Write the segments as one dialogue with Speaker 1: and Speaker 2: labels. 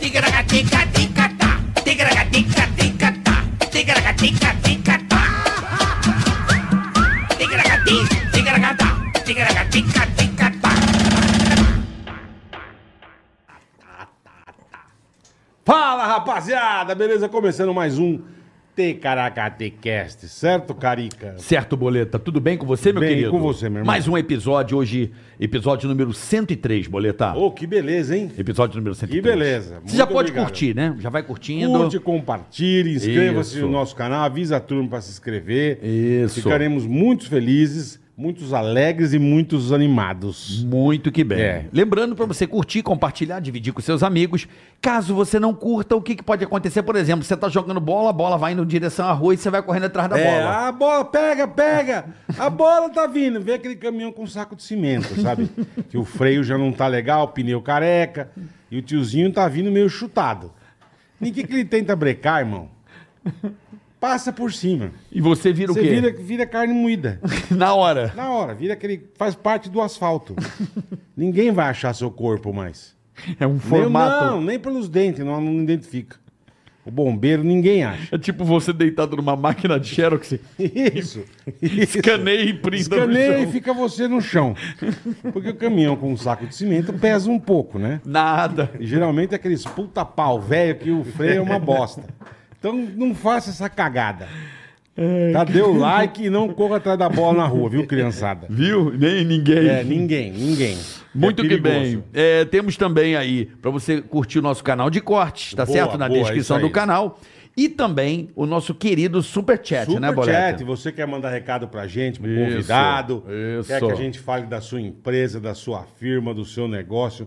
Speaker 1: Tigracatica, ticatá. Tigracatica, ticatá. Tigracatica, ticatá. Tigracati, tigracatá. Tigracatica, ticatá.
Speaker 2: Fala rapaziada, beleza? Começando mais um Tecaracatecast, certo, Carica?
Speaker 3: Certo, Boleta. Tudo bem com você, meu
Speaker 2: Bem,
Speaker 3: querido?
Speaker 2: com você, meu irmão.
Speaker 3: Mais um episódio hoje, episódio número 103, Boleta.
Speaker 2: Ô, que beleza, hein?
Speaker 3: Episódio número 103.
Speaker 2: beleza.
Speaker 3: Você já
Speaker 2: Muito
Speaker 3: pode
Speaker 2: obrigado.
Speaker 3: curtir, né? Já vai curtindo.
Speaker 2: Curte, compartilhe, inscreva-se
Speaker 3: Isso.
Speaker 2: no nosso canal, avisa a turma para se inscrever.
Speaker 3: Isso.
Speaker 2: Ficaremos muito felizes, muitos alegres e muitos animados.
Speaker 3: Muito que bem.
Speaker 2: É.
Speaker 3: Lembrando pra você curtir, compartilhar, dividir com seus amigos. Caso você não curta, o que, que pode acontecer? Por exemplo, você tá jogando bola, a bola vai indo em direção à rua e você vai correndo atrás da
Speaker 2: É,
Speaker 3: bola.
Speaker 2: a bola, pega, pega! A bola tá vindo, vê aquele caminhão com um saco de cimento, sabe? que o freio já não tá legal, o pneu careca, e o tiozinho tá vindo meio chutado. Ninguém que ele tenta brecar, irmão. Passa por cima.
Speaker 3: E você vira
Speaker 2: Você
Speaker 3: o quê?
Speaker 2: vira, vira carne moída.
Speaker 3: Na hora.
Speaker 2: Na hora, vira aquele. Faz parte do asfalto. Ninguém vai achar seu corpo mais.
Speaker 3: É um
Speaker 2: Nem-
Speaker 3: formato.
Speaker 2: não, nem pelos dentes, não, não identifica. O bombeiro, ninguém acha.
Speaker 3: É tipo você deitado numa máquina de xerox.
Speaker 2: Isso. Isso.
Speaker 3: Escaneia e printa no
Speaker 2: Escaneia
Speaker 3: chão.
Speaker 2: e fica você no chão. Porque o caminhão com um saco de cimento pesa um pouco, né?
Speaker 3: Nada.
Speaker 2: E geralmente é aqueles puta pau velho que o freio é uma bosta. Então não faça essa cagada. Tá, dê o like e não corra atrás da bola na rua, viu, criançada?
Speaker 3: Viu? Nem ninguém.
Speaker 2: É, ninguém, ninguém.
Speaker 3: Muito
Speaker 2: É
Speaker 3: que
Speaker 2: perigoso.
Speaker 3: bem. É, temos também aí para você curtir o nosso canal de cortes, tá
Speaker 2: Boa,
Speaker 3: certo? Na
Speaker 2: boa, é
Speaker 3: descrição
Speaker 2: isso aí.
Speaker 3: do canal. E também o nosso querido Super Chat, né,
Speaker 2: Super
Speaker 3: Boleta?
Speaker 2: chat, você quer mandar recado pra gente, pro
Speaker 3: Isso,
Speaker 2: convidado, quer
Speaker 3: isso.
Speaker 2: que a gente fale da sua empresa, da sua firma, do seu negócio.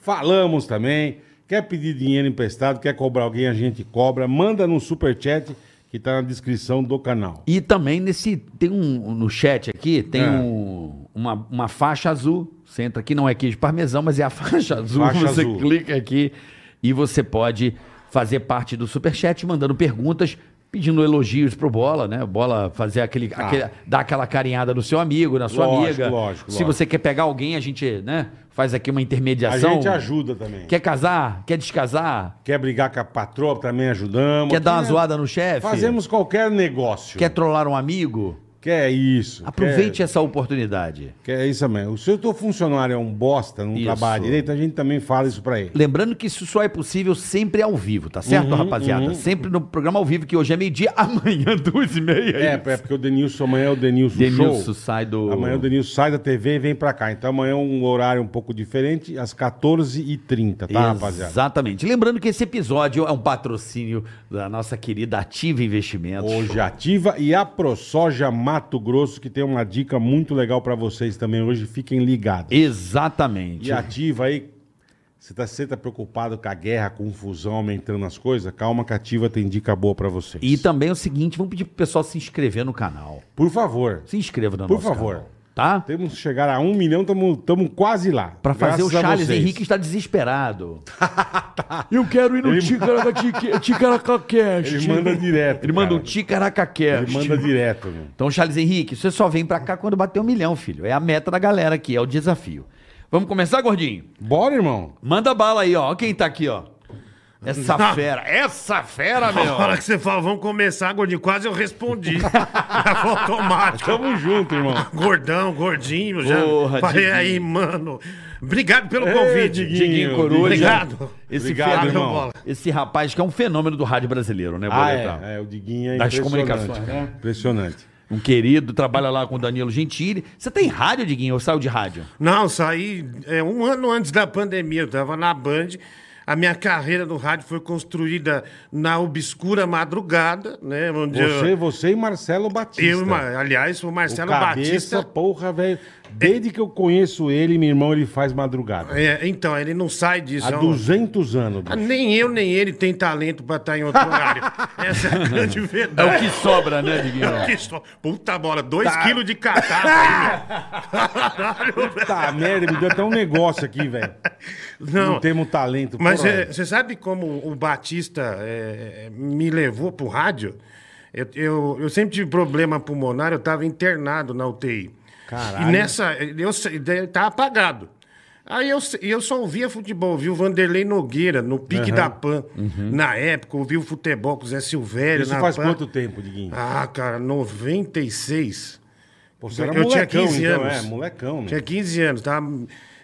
Speaker 2: Falamos também. Quer pedir dinheiro emprestado, quer cobrar alguém, a gente cobra. Manda no super chat que tá na descrição do canal.
Speaker 3: E também nesse. Tem um. No chat aqui, tem
Speaker 2: É.
Speaker 3: um- uma, uma faixa azul. Você entra aqui, não é queijo parmesão, mas é a faixa azul.
Speaker 2: Faixa
Speaker 3: você
Speaker 2: azul.
Speaker 3: clica aqui e você pode fazer parte do Superchat, mandando perguntas, pedindo elogios pro Bola, né? O Bola fazer aquele, aquele- dar aquela carinhada no seu amigo, na sua
Speaker 2: Ah. Lógico,
Speaker 3: amiga.
Speaker 2: lógico,
Speaker 3: Se
Speaker 2: lógico.
Speaker 3: você quer pegar alguém, a gente, né? Faz aqui uma
Speaker 2: A
Speaker 3: intermediação.
Speaker 2: gente ajuda também. Quer...
Speaker 3: Quer casar? Quer descasar?
Speaker 2: brigar com a patroa, também ajudamos.
Speaker 3: Quer dar uma
Speaker 2: Quer-
Speaker 3: zoada no chefe?
Speaker 2: é Fazemos qualquer negócio.
Speaker 3: Quer trollar um amigo?
Speaker 2: Quer isso.
Speaker 3: Aproveite
Speaker 2: quer-
Speaker 3: essa oportunidade.
Speaker 2: Que é isso mesmo. Se o teu funcionário é um bosta, não
Speaker 3: Isso.
Speaker 2: trabalha direito, a gente também fala isso pra ele.
Speaker 3: Lembrando que isso só é possível sempre ao vivo, tá certo,
Speaker 2: Uhum,
Speaker 3: rapaziada? Sempre no programa ao vivo, que hoje é meio-dia, amanhã, duas e meia.
Speaker 2: É, é porque o Denilson, amanhã é o Denilson,
Speaker 3: Denilson
Speaker 2: Show.
Speaker 3: sai do.
Speaker 2: Amanhã é o Denilson sai da TV e vem pra cá. Então amanhã é um horário um pouco diferente, às 14h30, tá, rapaziada?
Speaker 3: Exatamente. Lembrando que esse episódio é um patrocínio da nossa querida Ativa Investimentos.
Speaker 2: Hoje é ativa e a ProSoja Mato Grosso, que tem uma dica muito legal pra vocês também hoje. Fiquem ligados.
Speaker 3: Exatamente.
Speaker 2: E ativa aí. Você tá, você tá preocupado com a guerra, a confusão, aumentando as coisas? Calma que a ativa tem dica boa pra vocês.
Speaker 3: E também é o seguinte, vamos pedir pro pessoal se inscrever no canal.
Speaker 2: Por favor,
Speaker 3: Se inscreva no
Speaker 2: Por
Speaker 3: nosso
Speaker 2: favor.
Speaker 3: canal, Tá?
Speaker 2: temos que chegar a um milhão, estamos quase lá.
Speaker 3: Pra fazer o
Speaker 2: Graças a
Speaker 3: Charles
Speaker 2: vocês. Tá.
Speaker 3: Henrique está desesperado. Eu quero ir no Ticaracacast.
Speaker 2: Ele manda direto.
Speaker 3: Ele manda um
Speaker 2: cara.
Speaker 3: Ticaracacast.
Speaker 2: Ele manda direto, meu.
Speaker 3: Então, Charles Henrique, você só vem pra cá quando bater um milhão, filho. É a meta da galera aqui, é o desafio. Vamos começar, gordinho?
Speaker 2: Bora, irmão.
Speaker 3: Manda bala aí, ó. Ó Quem tá aqui, ó. Essa fera, É? essa fera,
Speaker 4: Na hora
Speaker 3: meu.
Speaker 4: que você fala, vamos começar, gordinho. Quase eu respondi. Já foi automático.
Speaker 2: Tamo junto, irmão.
Speaker 4: Gordão, gordinho, já.
Speaker 3: Porra,
Speaker 4: Falei
Speaker 3: Diguinho.
Speaker 4: aí, mano. Obrigado pelo um convite.
Speaker 2: Diguinho. Diguinho
Speaker 3: Coruja.
Speaker 4: Obrigado.
Speaker 3: Esse,
Speaker 2: Obrigado,
Speaker 3: fera-
Speaker 2: irmão.
Speaker 4: Bola.
Speaker 3: esse rapaz que é um fenômeno do rádio brasileiro, né,
Speaker 2: Ah,
Speaker 3: Boletar?
Speaker 2: é, é, o Diguinho é
Speaker 3: Das
Speaker 2: impressionante.
Speaker 3: comunicações,
Speaker 2: cara.
Speaker 4: né?
Speaker 2: Impressionante.
Speaker 3: Um querido, trabalha lá com o Danilo Gentili. Você tem rádio, Diguinho, ou saiu de rádio?
Speaker 4: Não, saí é, um ano antes da pandemia. Eu tava na Band. A minha carreira no rádio foi construída na obscura madrugada, né? Onde
Speaker 2: Você,
Speaker 4: eu,
Speaker 2: você e Marcelo Batista.
Speaker 4: eu, ma- aliás, o
Speaker 2: O
Speaker 4: Marcelo
Speaker 2: cabeça,
Speaker 4: Batista.
Speaker 2: porra, velho. Desde que eu conheço ele, meu irmão, ele faz madrugada.
Speaker 4: É, então, ele não sai disso.
Speaker 2: Há
Speaker 4: é um-
Speaker 2: 200 anos. bicho.
Speaker 4: Nem eu, nem ele tem talento pra estar em outro horário. Essa é a grande
Speaker 3: É o
Speaker 4: verdade. É
Speaker 3: que sobra, né, Diguinho?
Speaker 2: É
Speaker 4: Que só- Puta bola, 2 quilos de
Speaker 2: Ah!
Speaker 4: catarro.
Speaker 2: Tá, merda, me deu até um negócio aqui, velho. Não, temos talento.
Speaker 4: Mas é-
Speaker 2: porra.
Speaker 4: você sabe como o Batista é, é, me levou pro rádio? Eu, eu, eu sempre tive problema pulmonar, eu estava internado na UTI.
Speaker 2: Caralho.
Speaker 4: E nessa, eu, se- daí tá apagado. Aí eu, se- eu só ouvia futebol, vi o Vanderlei Nogueira no pique da PAN. Na época, ouvi o futebol com o Zé Silvério
Speaker 2: Uhum. Isso
Speaker 4: na
Speaker 2: faz
Speaker 4: PAN.
Speaker 2: quanto tempo, Diguinho?
Speaker 4: Ah, cara, 96.
Speaker 2: Pô, você era
Speaker 4: eu tinha
Speaker 2: molecão,
Speaker 4: 15
Speaker 2: então,
Speaker 4: anos.
Speaker 2: é, molecão, né?
Speaker 4: Tinha 15 anos, tá?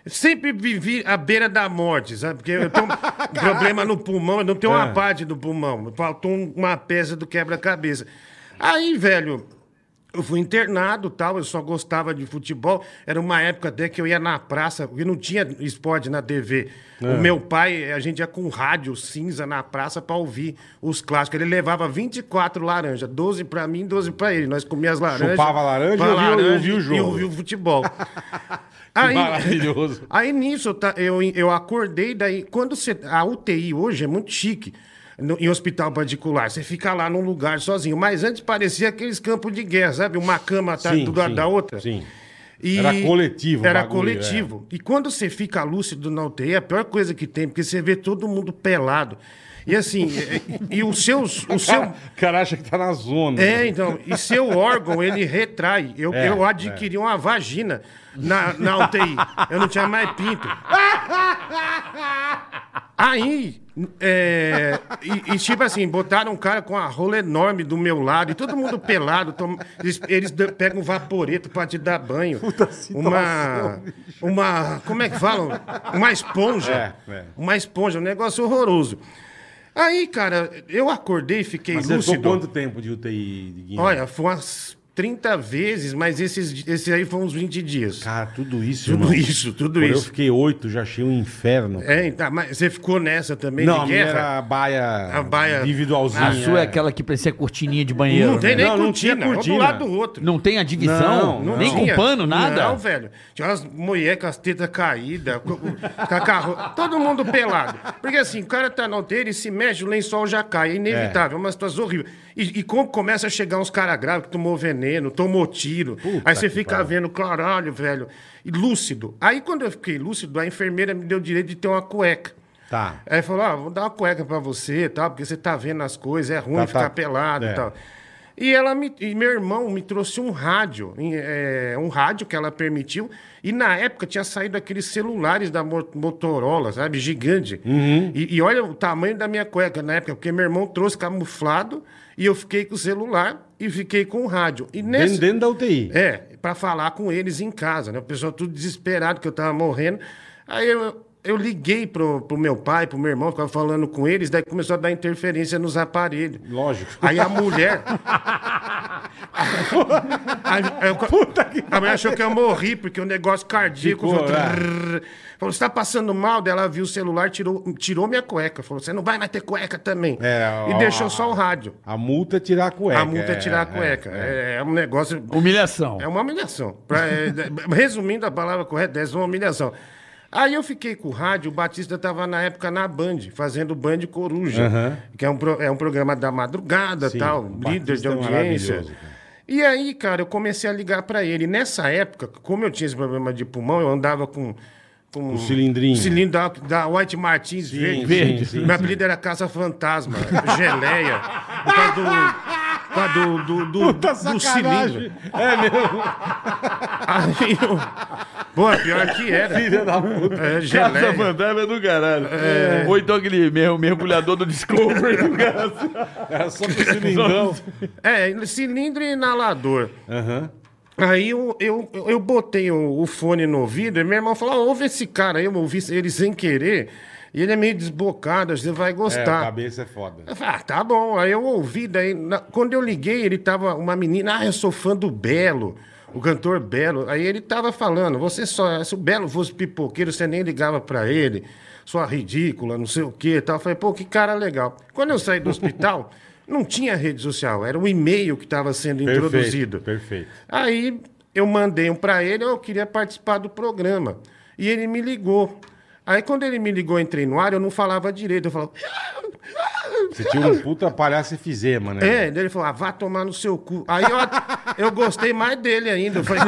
Speaker 4: Sempre vivi à beira da morte, sabe? Porque eu tenho um problema no pulmão, eu não tenho uma
Speaker 2: É.
Speaker 4: parte do pulmão. Faltou um- uma peça do quebra-cabeça. Aí, velho, eu fui internado tal, eu só gostava de futebol. Era uma época até que eu ia na praça, porque não tinha esporte na TV.
Speaker 2: É.
Speaker 4: O meu pai, a gente ia com rádio cinza na praça pra ouvir os clássicos. Ele levava 24 laranjas, 12 pra mim, 12 pra ele. Nós comíamos laranja.
Speaker 2: Chupava laranja
Speaker 4: pra
Speaker 2: e ouvia-
Speaker 4: laranja
Speaker 2: ouvia o
Speaker 4: E
Speaker 2: jogo.
Speaker 4: ouvia o futebol. Aí-
Speaker 2: maravilhoso.
Speaker 4: Aí nisso eu, ta- eu, eu acordei, daí quando você. A UTI hoje é muito chique. no- em hospital particular, você fica lá num lugar sozinho. Mas antes parecia aqueles campos de guerra, sabe? Uma cama atrás
Speaker 2: Sim,
Speaker 4: Tá do lado
Speaker 2: sim,
Speaker 4: da outra.
Speaker 2: Sim.
Speaker 4: E
Speaker 2: Era coletivo o
Speaker 4: Era
Speaker 2: bagulho, é.
Speaker 4: coletivo. E quando você fica lúcido na UTI, é a pior coisa que tem, porque você vê todo mundo pelado. E assim, e, e os seus. O seu,
Speaker 2: O cara acha que tá na zona.
Speaker 4: é, então, e seu órgão, ele retrai. Eu,
Speaker 2: É,
Speaker 4: eu adquiri uma vagina na, na UTI. Eu não tinha mais pinto. Aí, é, e, e tipo assim, botaram um cara com a rola enorme do meu lado, e todo mundo pelado. tom- eles, eles dão- pegam um vaporeto pra te dar banho. Puta uma, uma. Como é que falam? Uma esponja.
Speaker 2: É, é.
Speaker 4: Uma esponja, um negócio horroroso. Aí, cara, eu acordei e fiquei
Speaker 2: Mas você ficou
Speaker 4: lúcido.
Speaker 2: quanto tempo de UTI, Diguinho?
Speaker 4: Olha, foi umas 30 vezes, mas esses, esse aí foi uns 20 dias.
Speaker 2: Cara, tudo isso,
Speaker 4: tudo
Speaker 2: irmão.
Speaker 4: isso, tudo
Speaker 2: Quando Eu
Speaker 4: isso.
Speaker 2: fiquei oito, já achei um inferno.
Speaker 4: É, tá, mas você ficou nessa também
Speaker 2: não, a
Speaker 4: de
Speaker 2: minha
Speaker 4: guerra?
Speaker 2: era a baia,
Speaker 4: A baia-
Speaker 2: individualzinha.
Speaker 3: A sua é aquela que parecia cortininha de banheiro.
Speaker 4: Não tem
Speaker 3: né?
Speaker 4: nem
Speaker 2: Não, não
Speaker 4: cortina,
Speaker 2: tinha
Speaker 4: um do
Speaker 2: cortina.
Speaker 4: lado do outro.
Speaker 3: Não tem a divisão?
Speaker 2: Não, não
Speaker 3: nem
Speaker 4: tinha.
Speaker 3: com pano, nada?
Speaker 4: Não, velho. Tinha umas mulheres com as tetas caídas, com, com a carro... todo mundo pelado. Porque assim, o cara tá na UTI, ele se mexe, o lençol já cai. É inevitável, é uma situação horrível. E, e como começa a chegar uns caras graves que tomou veneno, tomou tiro.
Speaker 2: Puta
Speaker 4: aí você
Speaker 2: que
Speaker 4: fica
Speaker 2: pariu.
Speaker 4: vendo, caralho, velho. E lúcido. Aí quando eu fiquei lúcido, a enfermeira me deu o direito de ter uma cueca.
Speaker 2: Tá.
Speaker 4: Aí falou, ah, vou dar uma cueca pra você e tal, porque você tá vendo as coisas, é ruim
Speaker 2: Tá,
Speaker 4: ficar
Speaker 2: tá.
Speaker 4: pelado
Speaker 2: É.
Speaker 4: e tal. E ela me, e meu irmão me trouxe um rádio, em- é, um rádio que ela permitiu. E na época tinha saído aqueles celulares da Mo- Motorola, sabe, gigante.
Speaker 2: Uhum.
Speaker 4: E, e olha o tamanho da minha cueca na época, porque meu irmão trouxe camuflado e eu fiquei com o celular e fiquei com o rádio. E nesse...
Speaker 2: Dentro, dentro da UTI.
Speaker 4: É, pra falar com eles em casa, né? O pessoal tudo desesperado que eu tava morrendo. Aí eu, eu liguei pro, pro meu pai, pro meu irmão, ficava falando com eles, daí começou a dar interferência nos aparelhos.
Speaker 2: Lógico.
Speaker 4: Aí a mulher. Aí eu- a mulher achou que eu morri, porque o negócio cardíaco.
Speaker 2: Ficou,
Speaker 4: falou,
Speaker 2: é.
Speaker 4: "Trrr". falou, você tá passando mal? Daí ela viu o celular, tirou, tirou minha cueca. Falou, você não vai mais ter cueca também.
Speaker 2: É,
Speaker 4: e
Speaker 2: ó,
Speaker 4: deixou
Speaker 2: a-
Speaker 4: só o rádio.
Speaker 2: A multa é tirar a cueca.
Speaker 4: a multa é, tirar a cueca.
Speaker 2: é.
Speaker 4: é, é um negócio.
Speaker 3: Humilhação.
Speaker 4: É uma humilhação. Pra- é, de- resumindo a palavra correta, essa é uma humilhação. Aí eu fiquei com o rádio, o Batista estava na época na Band, fazendo Band Coruja,
Speaker 2: Aham.
Speaker 4: que é um, pro- é um programa da madrugada
Speaker 2: Sim,
Speaker 4: tal,
Speaker 2: o
Speaker 4: líder
Speaker 2: Batista
Speaker 4: de
Speaker 2: é
Speaker 4: audiência.
Speaker 2: maravilhoso, cara.
Speaker 4: e aí, cara, eu comecei a ligar para ele. Nessa época, como eu tinha esse problema de pulmão, eu andava com. Com o
Speaker 2: cilindrinho.
Speaker 4: Cilindro da, da White Martins
Speaker 2: sim,
Speaker 4: verde.
Speaker 2: sim,
Speaker 4: Meu apelido era Caça Fantasma, Geleia. Por causa do. Por causa do, do, do,
Speaker 2: Puta
Speaker 4: do
Speaker 2: Tá sacanagem.
Speaker 4: cilindro.
Speaker 2: É mesmo.
Speaker 4: Aí eu... Pô, pior que era.
Speaker 2: Filha da puta.
Speaker 4: É,
Speaker 3: Casa
Speaker 4: geleia.
Speaker 3: Fantasma é do caralho. Ou então aquele mer- mergulhador do Discovery.
Speaker 2: Era É, só com o cilindrão.
Speaker 4: É, cilindro e inalador. Aí eu, eu, eu botei o, o fone no ouvido e meu irmão falou: "Ah, ouve esse cara aí, eu ouvi ele sem querer. E ele é meio desbocado, você vai
Speaker 2: É, a
Speaker 4: gostar.
Speaker 2: cabeça é foda.
Speaker 4: Eu falei, ah, tá bom. Aí eu ouvi, daí, na- quando eu liguei, ele tava, uma menina, ah, eu sou fã do Belo, o cantor Belo. Aí ele tava falando, você só, se o Belo fosse pipoqueiro, você nem ligava pra ele. sua ridícula, não sei o quê e tal. Eu falei, pô, que cara legal. Quando eu saí do hospital, não tinha rede social, era um e-mail que estava sendo
Speaker 2: Perfeito,
Speaker 4: introduzido.
Speaker 2: perfeito.
Speaker 4: Aí eu mandei um para ele, eu queria participar do programa. E ele me ligou. Aí quando ele me ligou, eu entrei no ar, eu não falava direito. Eu falava.
Speaker 2: Você tinha um puta palhaço efizema, né?
Speaker 4: É, daí ele falou, ah, vá tomar no seu cu. Aí eu, eu gostei mais dele ainda. Eu falei,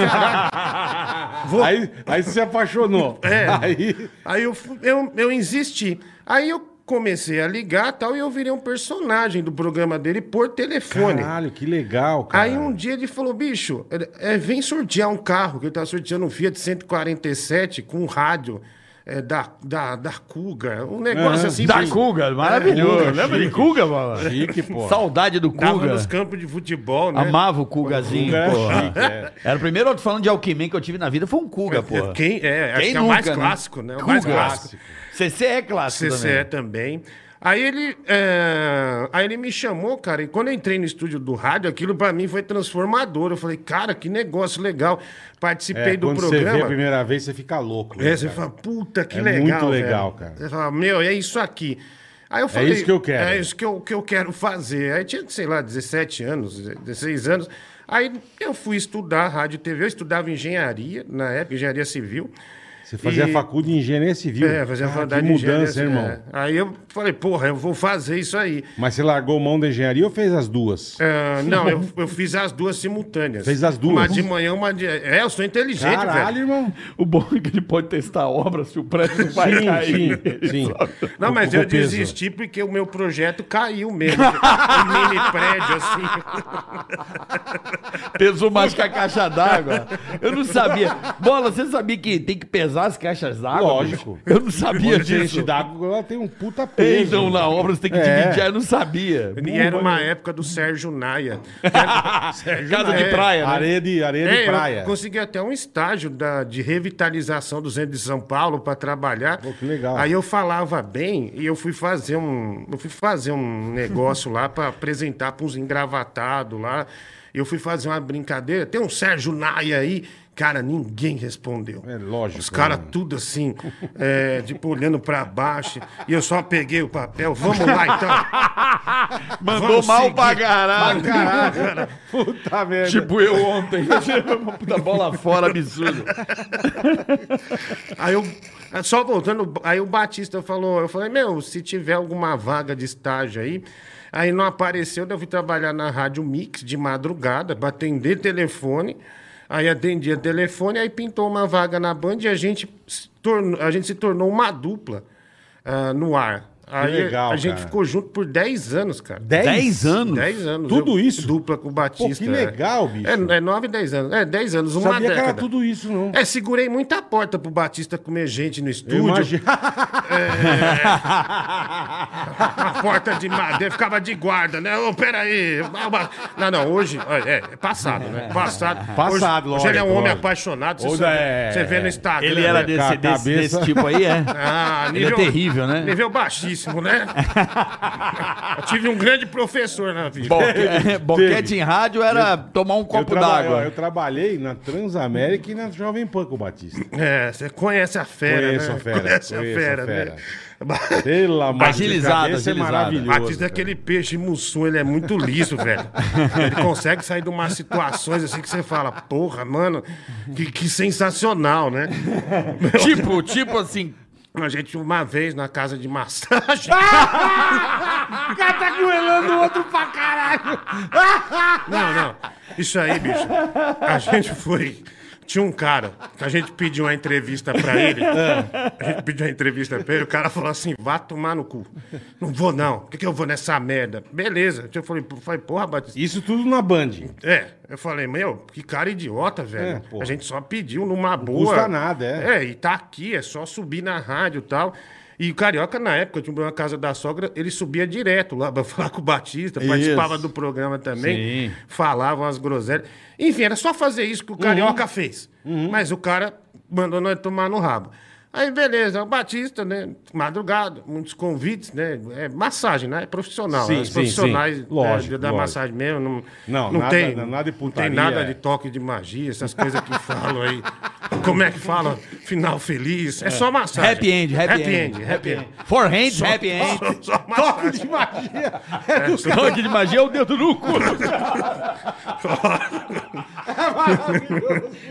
Speaker 4: caraca, vou-
Speaker 2: Aí, aí você se apaixonou.
Speaker 4: É.
Speaker 2: Aí,
Speaker 4: Aí eu, fu- eu, eu insisti. Aí eu comecei a ligar tal, e eu virei um personagem do programa dele por telefone.
Speaker 2: caralho, que legal, cara.
Speaker 4: Aí um dia ele falou, bicho, é, é, vem sortear um carro, que ele tá sorteando um Fiat 147 com um rádio é, da, da, da Kuga. Um negócio
Speaker 2: Aham.
Speaker 4: assim.
Speaker 3: Da
Speaker 4: mas-
Speaker 3: Kuga, maravilhoso.
Speaker 2: Kuga,
Speaker 3: É, Lembra de
Speaker 2: chique.
Speaker 3: Kuga, mano?
Speaker 2: Chique, pô.
Speaker 3: Saudade do
Speaker 4: Tava
Speaker 3: Kuga.
Speaker 4: nos campos de futebol, né?
Speaker 3: Amava o Kugazinho,
Speaker 2: Kuga era
Speaker 3: porra.
Speaker 2: chique, é.
Speaker 3: Era o primeiro outro falando de Alckmin que eu tive na vida, foi um Kuga, porra.
Speaker 4: Quem, é, acho que é o mais clássico, né? O mais
Speaker 3: Kuga.
Speaker 4: clássico.
Speaker 3: CC é clássico
Speaker 4: CCE
Speaker 3: também.
Speaker 4: também. Aí ele, é, aí ele me chamou, cara, e quando eu entrei no estúdio do rádio, aquilo pra mim foi transformador. Eu falei, cara, que negócio legal. Participei
Speaker 2: É,
Speaker 4: do
Speaker 2: quando você vê a
Speaker 4: programa.
Speaker 2: primeira vez, você fica louco. né,
Speaker 4: É, você
Speaker 2: cara?
Speaker 4: fala, puta, que
Speaker 2: É
Speaker 4: legal.
Speaker 2: muito
Speaker 4: velho.
Speaker 2: legal, cara.
Speaker 4: Você fala, meu, é isso aqui. Aí eu falei,
Speaker 2: isso que eu quero.
Speaker 4: É isso que eu, que eu quero fazer. Aí tinha, sei lá, 17 anos, 16 anos. Aí eu fui estudar rádio e TV. Eu estudava engenharia, na época, engenharia civil.
Speaker 2: Você fazia
Speaker 4: E-
Speaker 2: faculdade de engenharia civil.
Speaker 4: É, fazia
Speaker 2: Ah,
Speaker 4: faculdade
Speaker 2: que
Speaker 4: de engenharia,
Speaker 2: mudança,
Speaker 4: assim,
Speaker 2: hein, irmão.
Speaker 4: é. Aí eu falei, porra, eu vou fazer isso aí.
Speaker 2: Mas você largou mão da engenharia ou fez as duas?
Speaker 4: Ah, não, eu, eu fiz as duas simultâneas.
Speaker 2: É. Fez as duas?
Speaker 4: Uma de manhã, uma de. É, eu sou inteligente,
Speaker 2: Caralho,
Speaker 4: velho.
Speaker 2: irmão.
Speaker 3: O bom é que ele pode testar a obra se o prédio vai cair.
Speaker 2: Sim, sim, sim.
Speaker 4: Não, mas
Speaker 2: Com
Speaker 4: eu
Speaker 2: peso.
Speaker 4: desisti porque o meu projeto caiu mesmo. um mini prédio, assim.
Speaker 3: Pesou mais que a caixa d'água. Eu não sabia. Bola, você sabia que tem que pesar as caixas d'água?
Speaker 2: Lógico.
Speaker 3: bicho? Eu não sabia
Speaker 2: A gente
Speaker 3: disso.
Speaker 2: dá, ela tem um puta peso.
Speaker 3: Então, na obra você tem que
Speaker 2: É.
Speaker 3: dividir. Eu não sabia.
Speaker 4: E era uma época do Sérgio Naia.
Speaker 3: Casa de
Speaker 4: é,
Speaker 3: praia, né?
Speaker 2: Areia de, areia
Speaker 4: É,
Speaker 2: de praia.
Speaker 4: eu consegui até um estágio da- de revitalização do centro de São Paulo para trabalhar.
Speaker 2: Pô, que legal.
Speaker 4: Aí eu falava bem e eu fui fazer um, eu fui fazer um negócio lá para apresentar para uns engravatados lá. Eu fui fazer uma brincadeira. Tem um Sérgio Naia aí. Cara, ninguém respondeu.
Speaker 2: É lógico,
Speaker 4: Os caras
Speaker 2: né?
Speaker 4: tudo assim, é, tipo, olhando para baixo. E eu só peguei o papel. Vamos lá, então.
Speaker 3: Mandou
Speaker 4: Vamos
Speaker 3: mal
Speaker 4: seguir.
Speaker 3: pra caralho.
Speaker 2: Caraca, cara. Puta merda.
Speaker 3: Tipo eu ontem. é Uma puta bola fora, absurdo.
Speaker 4: Aí eu. Só voltando, aí o Batista falou, eu falei, meu, se tiver alguma vaga de estágio aí, aí não apareceu, daí eu fui trabalhar na Rádio Mix de madrugada, para atender telefone, aí atendia telefone, aí pintou uma vaga na Band e a gente se tornou, a gente se tornou uma dupla ah, no ar. Aí
Speaker 2: legal,
Speaker 4: a gente
Speaker 2: cara.
Speaker 4: ficou junto por 10 anos, cara.
Speaker 2: Dez?
Speaker 3: Dez anos?
Speaker 4: 10 anos.
Speaker 2: Tudo isso?
Speaker 4: Dupla com o Batista.
Speaker 2: que legal, bicho.
Speaker 4: É, é 9, 10 anos. É, 10 anos, uma
Speaker 2: Sabia que
Speaker 4: década.
Speaker 2: era tudo isso, não.
Speaker 4: É, segurei muita porta pro Batista comer gente no
Speaker 2: Eu
Speaker 4: estúdio. É.
Speaker 2: imagino.
Speaker 4: A porta de madeira ficava de guarda, né? Ô, peraí. Não, não, hoje. É, é passado, né? Passado.
Speaker 2: Passado,
Speaker 4: hoje, hoje ele é um
Speaker 2: lógico,
Speaker 4: homem
Speaker 2: lógico.
Speaker 4: apaixonado. Você,
Speaker 2: Hoje
Speaker 4: sabe,
Speaker 2: é-
Speaker 4: você vê no Instagram.
Speaker 3: Ele era
Speaker 4: né?
Speaker 3: desse,
Speaker 2: Com a
Speaker 3: desse- desse
Speaker 2: cabeça-
Speaker 3: tipo aí, é?
Speaker 4: Ah,
Speaker 3: Ele é terrível, né?
Speaker 4: Nível baixíssimo, né? Eu tive um grande professor na vida.
Speaker 3: Boque- é, Boquete em rádio era tomar um
Speaker 2: Eu,
Speaker 3: copo
Speaker 2: traba... eu, eu
Speaker 3: d'água.
Speaker 2: trabalhei na Transamérica e na Jovem Pan com o Batista.
Speaker 4: É, você conhece a fera,
Speaker 2: Conheço
Speaker 4: né?
Speaker 2: a fera,
Speaker 4: Conhece a
Speaker 2: conheço a
Speaker 4: fera,
Speaker 2: fera.
Speaker 4: né?
Speaker 2: Pelo amor
Speaker 3: Agilizado,
Speaker 2: de Deus, cabeça é
Speaker 3: agilizado.
Speaker 2: maravilhoso.
Speaker 4: Batista é
Speaker 2: cara.
Speaker 4: aquele peixe mussum, ele é muito liso, velho. Ele consegue sair de umas situações assim que você fala, porra, mano, que, que sensacional, né?
Speaker 3: Tipo, tipo assim.
Speaker 4: A gente, uma vez, na casa de massagem,
Speaker 2: O cara tá goelando o outro pra caralho.
Speaker 4: Não, não. Isso aí, bicho. A gente foi. Tinha um cara que a gente pediu uma entrevista pra ele. A gente pediu uma entrevista pra ele. O cara falou assim: vá tomar no cu. Não vou, não. Por que, que eu vou nessa merda? Beleza. Eu falei, eu falei porra, Batista.
Speaker 2: Isso tudo na Band.
Speaker 4: É, eu falei, meu, que cara idiota,
Speaker 2: É,
Speaker 4: velho.
Speaker 2: porra.
Speaker 4: a gente só pediu numa boa.
Speaker 2: custa nada, é.
Speaker 4: É, e tá aqui, é só subir na rádio e tal. E o Carioca, na época, tinha um uma casa da sogra, ele subia direto lá pra falar com o Batista, participava do programa também,
Speaker 3: Sim.
Speaker 4: falava umas groselhas. Enfim, era só fazer isso
Speaker 2: Uhum.
Speaker 4: que o Carioca fez. Mas o cara mandou nós tomar no rabo. Aí, beleza, o Batista, né? Madrugada, muitos convites, né? É massagem, né? É profissional.
Speaker 2: Sim,
Speaker 4: né? Os
Speaker 2: sim,
Speaker 4: profissionais
Speaker 2: sim.
Speaker 4: né,
Speaker 2: Lógico,
Speaker 4: da
Speaker 2: lógico.
Speaker 4: massagem mesmo. Não,
Speaker 2: Não, nada- nada de
Speaker 4: Não
Speaker 2: putaria,
Speaker 4: tem nada
Speaker 2: é.
Speaker 4: de toque de magia, essas coisas que falam aí. Como é que fala? final feliz. É, só massagem.
Speaker 3: Happy end, happy end.
Speaker 4: Happy end.
Speaker 3: Forehand, happy end.
Speaker 4: Só, só
Speaker 2: Toque
Speaker 4: massagem.
Speaker 2: de magia. É dos
Speaker 3: Toque de magia é o dedo no cu.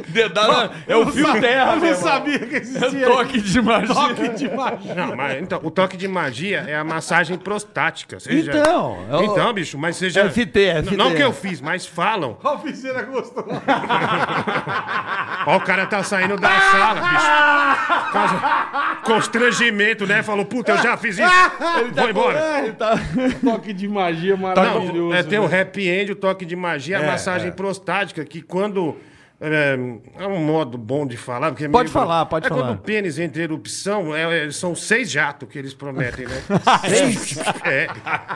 Speaker 3: Dedada é o fio terra,
Speaker 2: Eu
Speaker 3: meu
Speaker 2: não
Speaker 3: irmão.
Speaker 2: sabia que
Speaker 3: É
Speaker 2: existia.
Speaker 3: toque de magia.
Speaker 2: Toque de magia.
Speaker 4: Não, mas então, o toque de magia é a massagem prostática. Você já-
Speaker 3: Então, eu-
Speaker 4: Então, bicho, mas você já.
Speaker 3: É FT, é
Speaker 4: Não, não
Speaker 3: FT.
Speaker 4: que eu fiz, mas falam.
Speaker 2: A oficina gostou.
Speaker 4: Ó, o cara tá saindo da sala, bicho. Causa constrangimento, né? Falou, puta, eu já fiz isso. Vou embora.
Speaker 2: É,
Speaker 3: Tá-
Speaker 2: Toque de magia maravilhoso.
Speaker 4: Não, é, tem o
Speaker 2: né?
Speaker 4: happy end, o toque de magia,
Speaker 3: É,
Speaker 4: a massagem prostática, que quando. É, é um modo bom de falar. Porque é
Speaker 3: Pode falar, pode
Speaker 4: é
Speaker 3: falar.
Speaker 4: Quando o pênis entra em erupção, é- é- são seis jatos que eles prometem, né?
Speaker 3: Seis?
Speaker 4: É.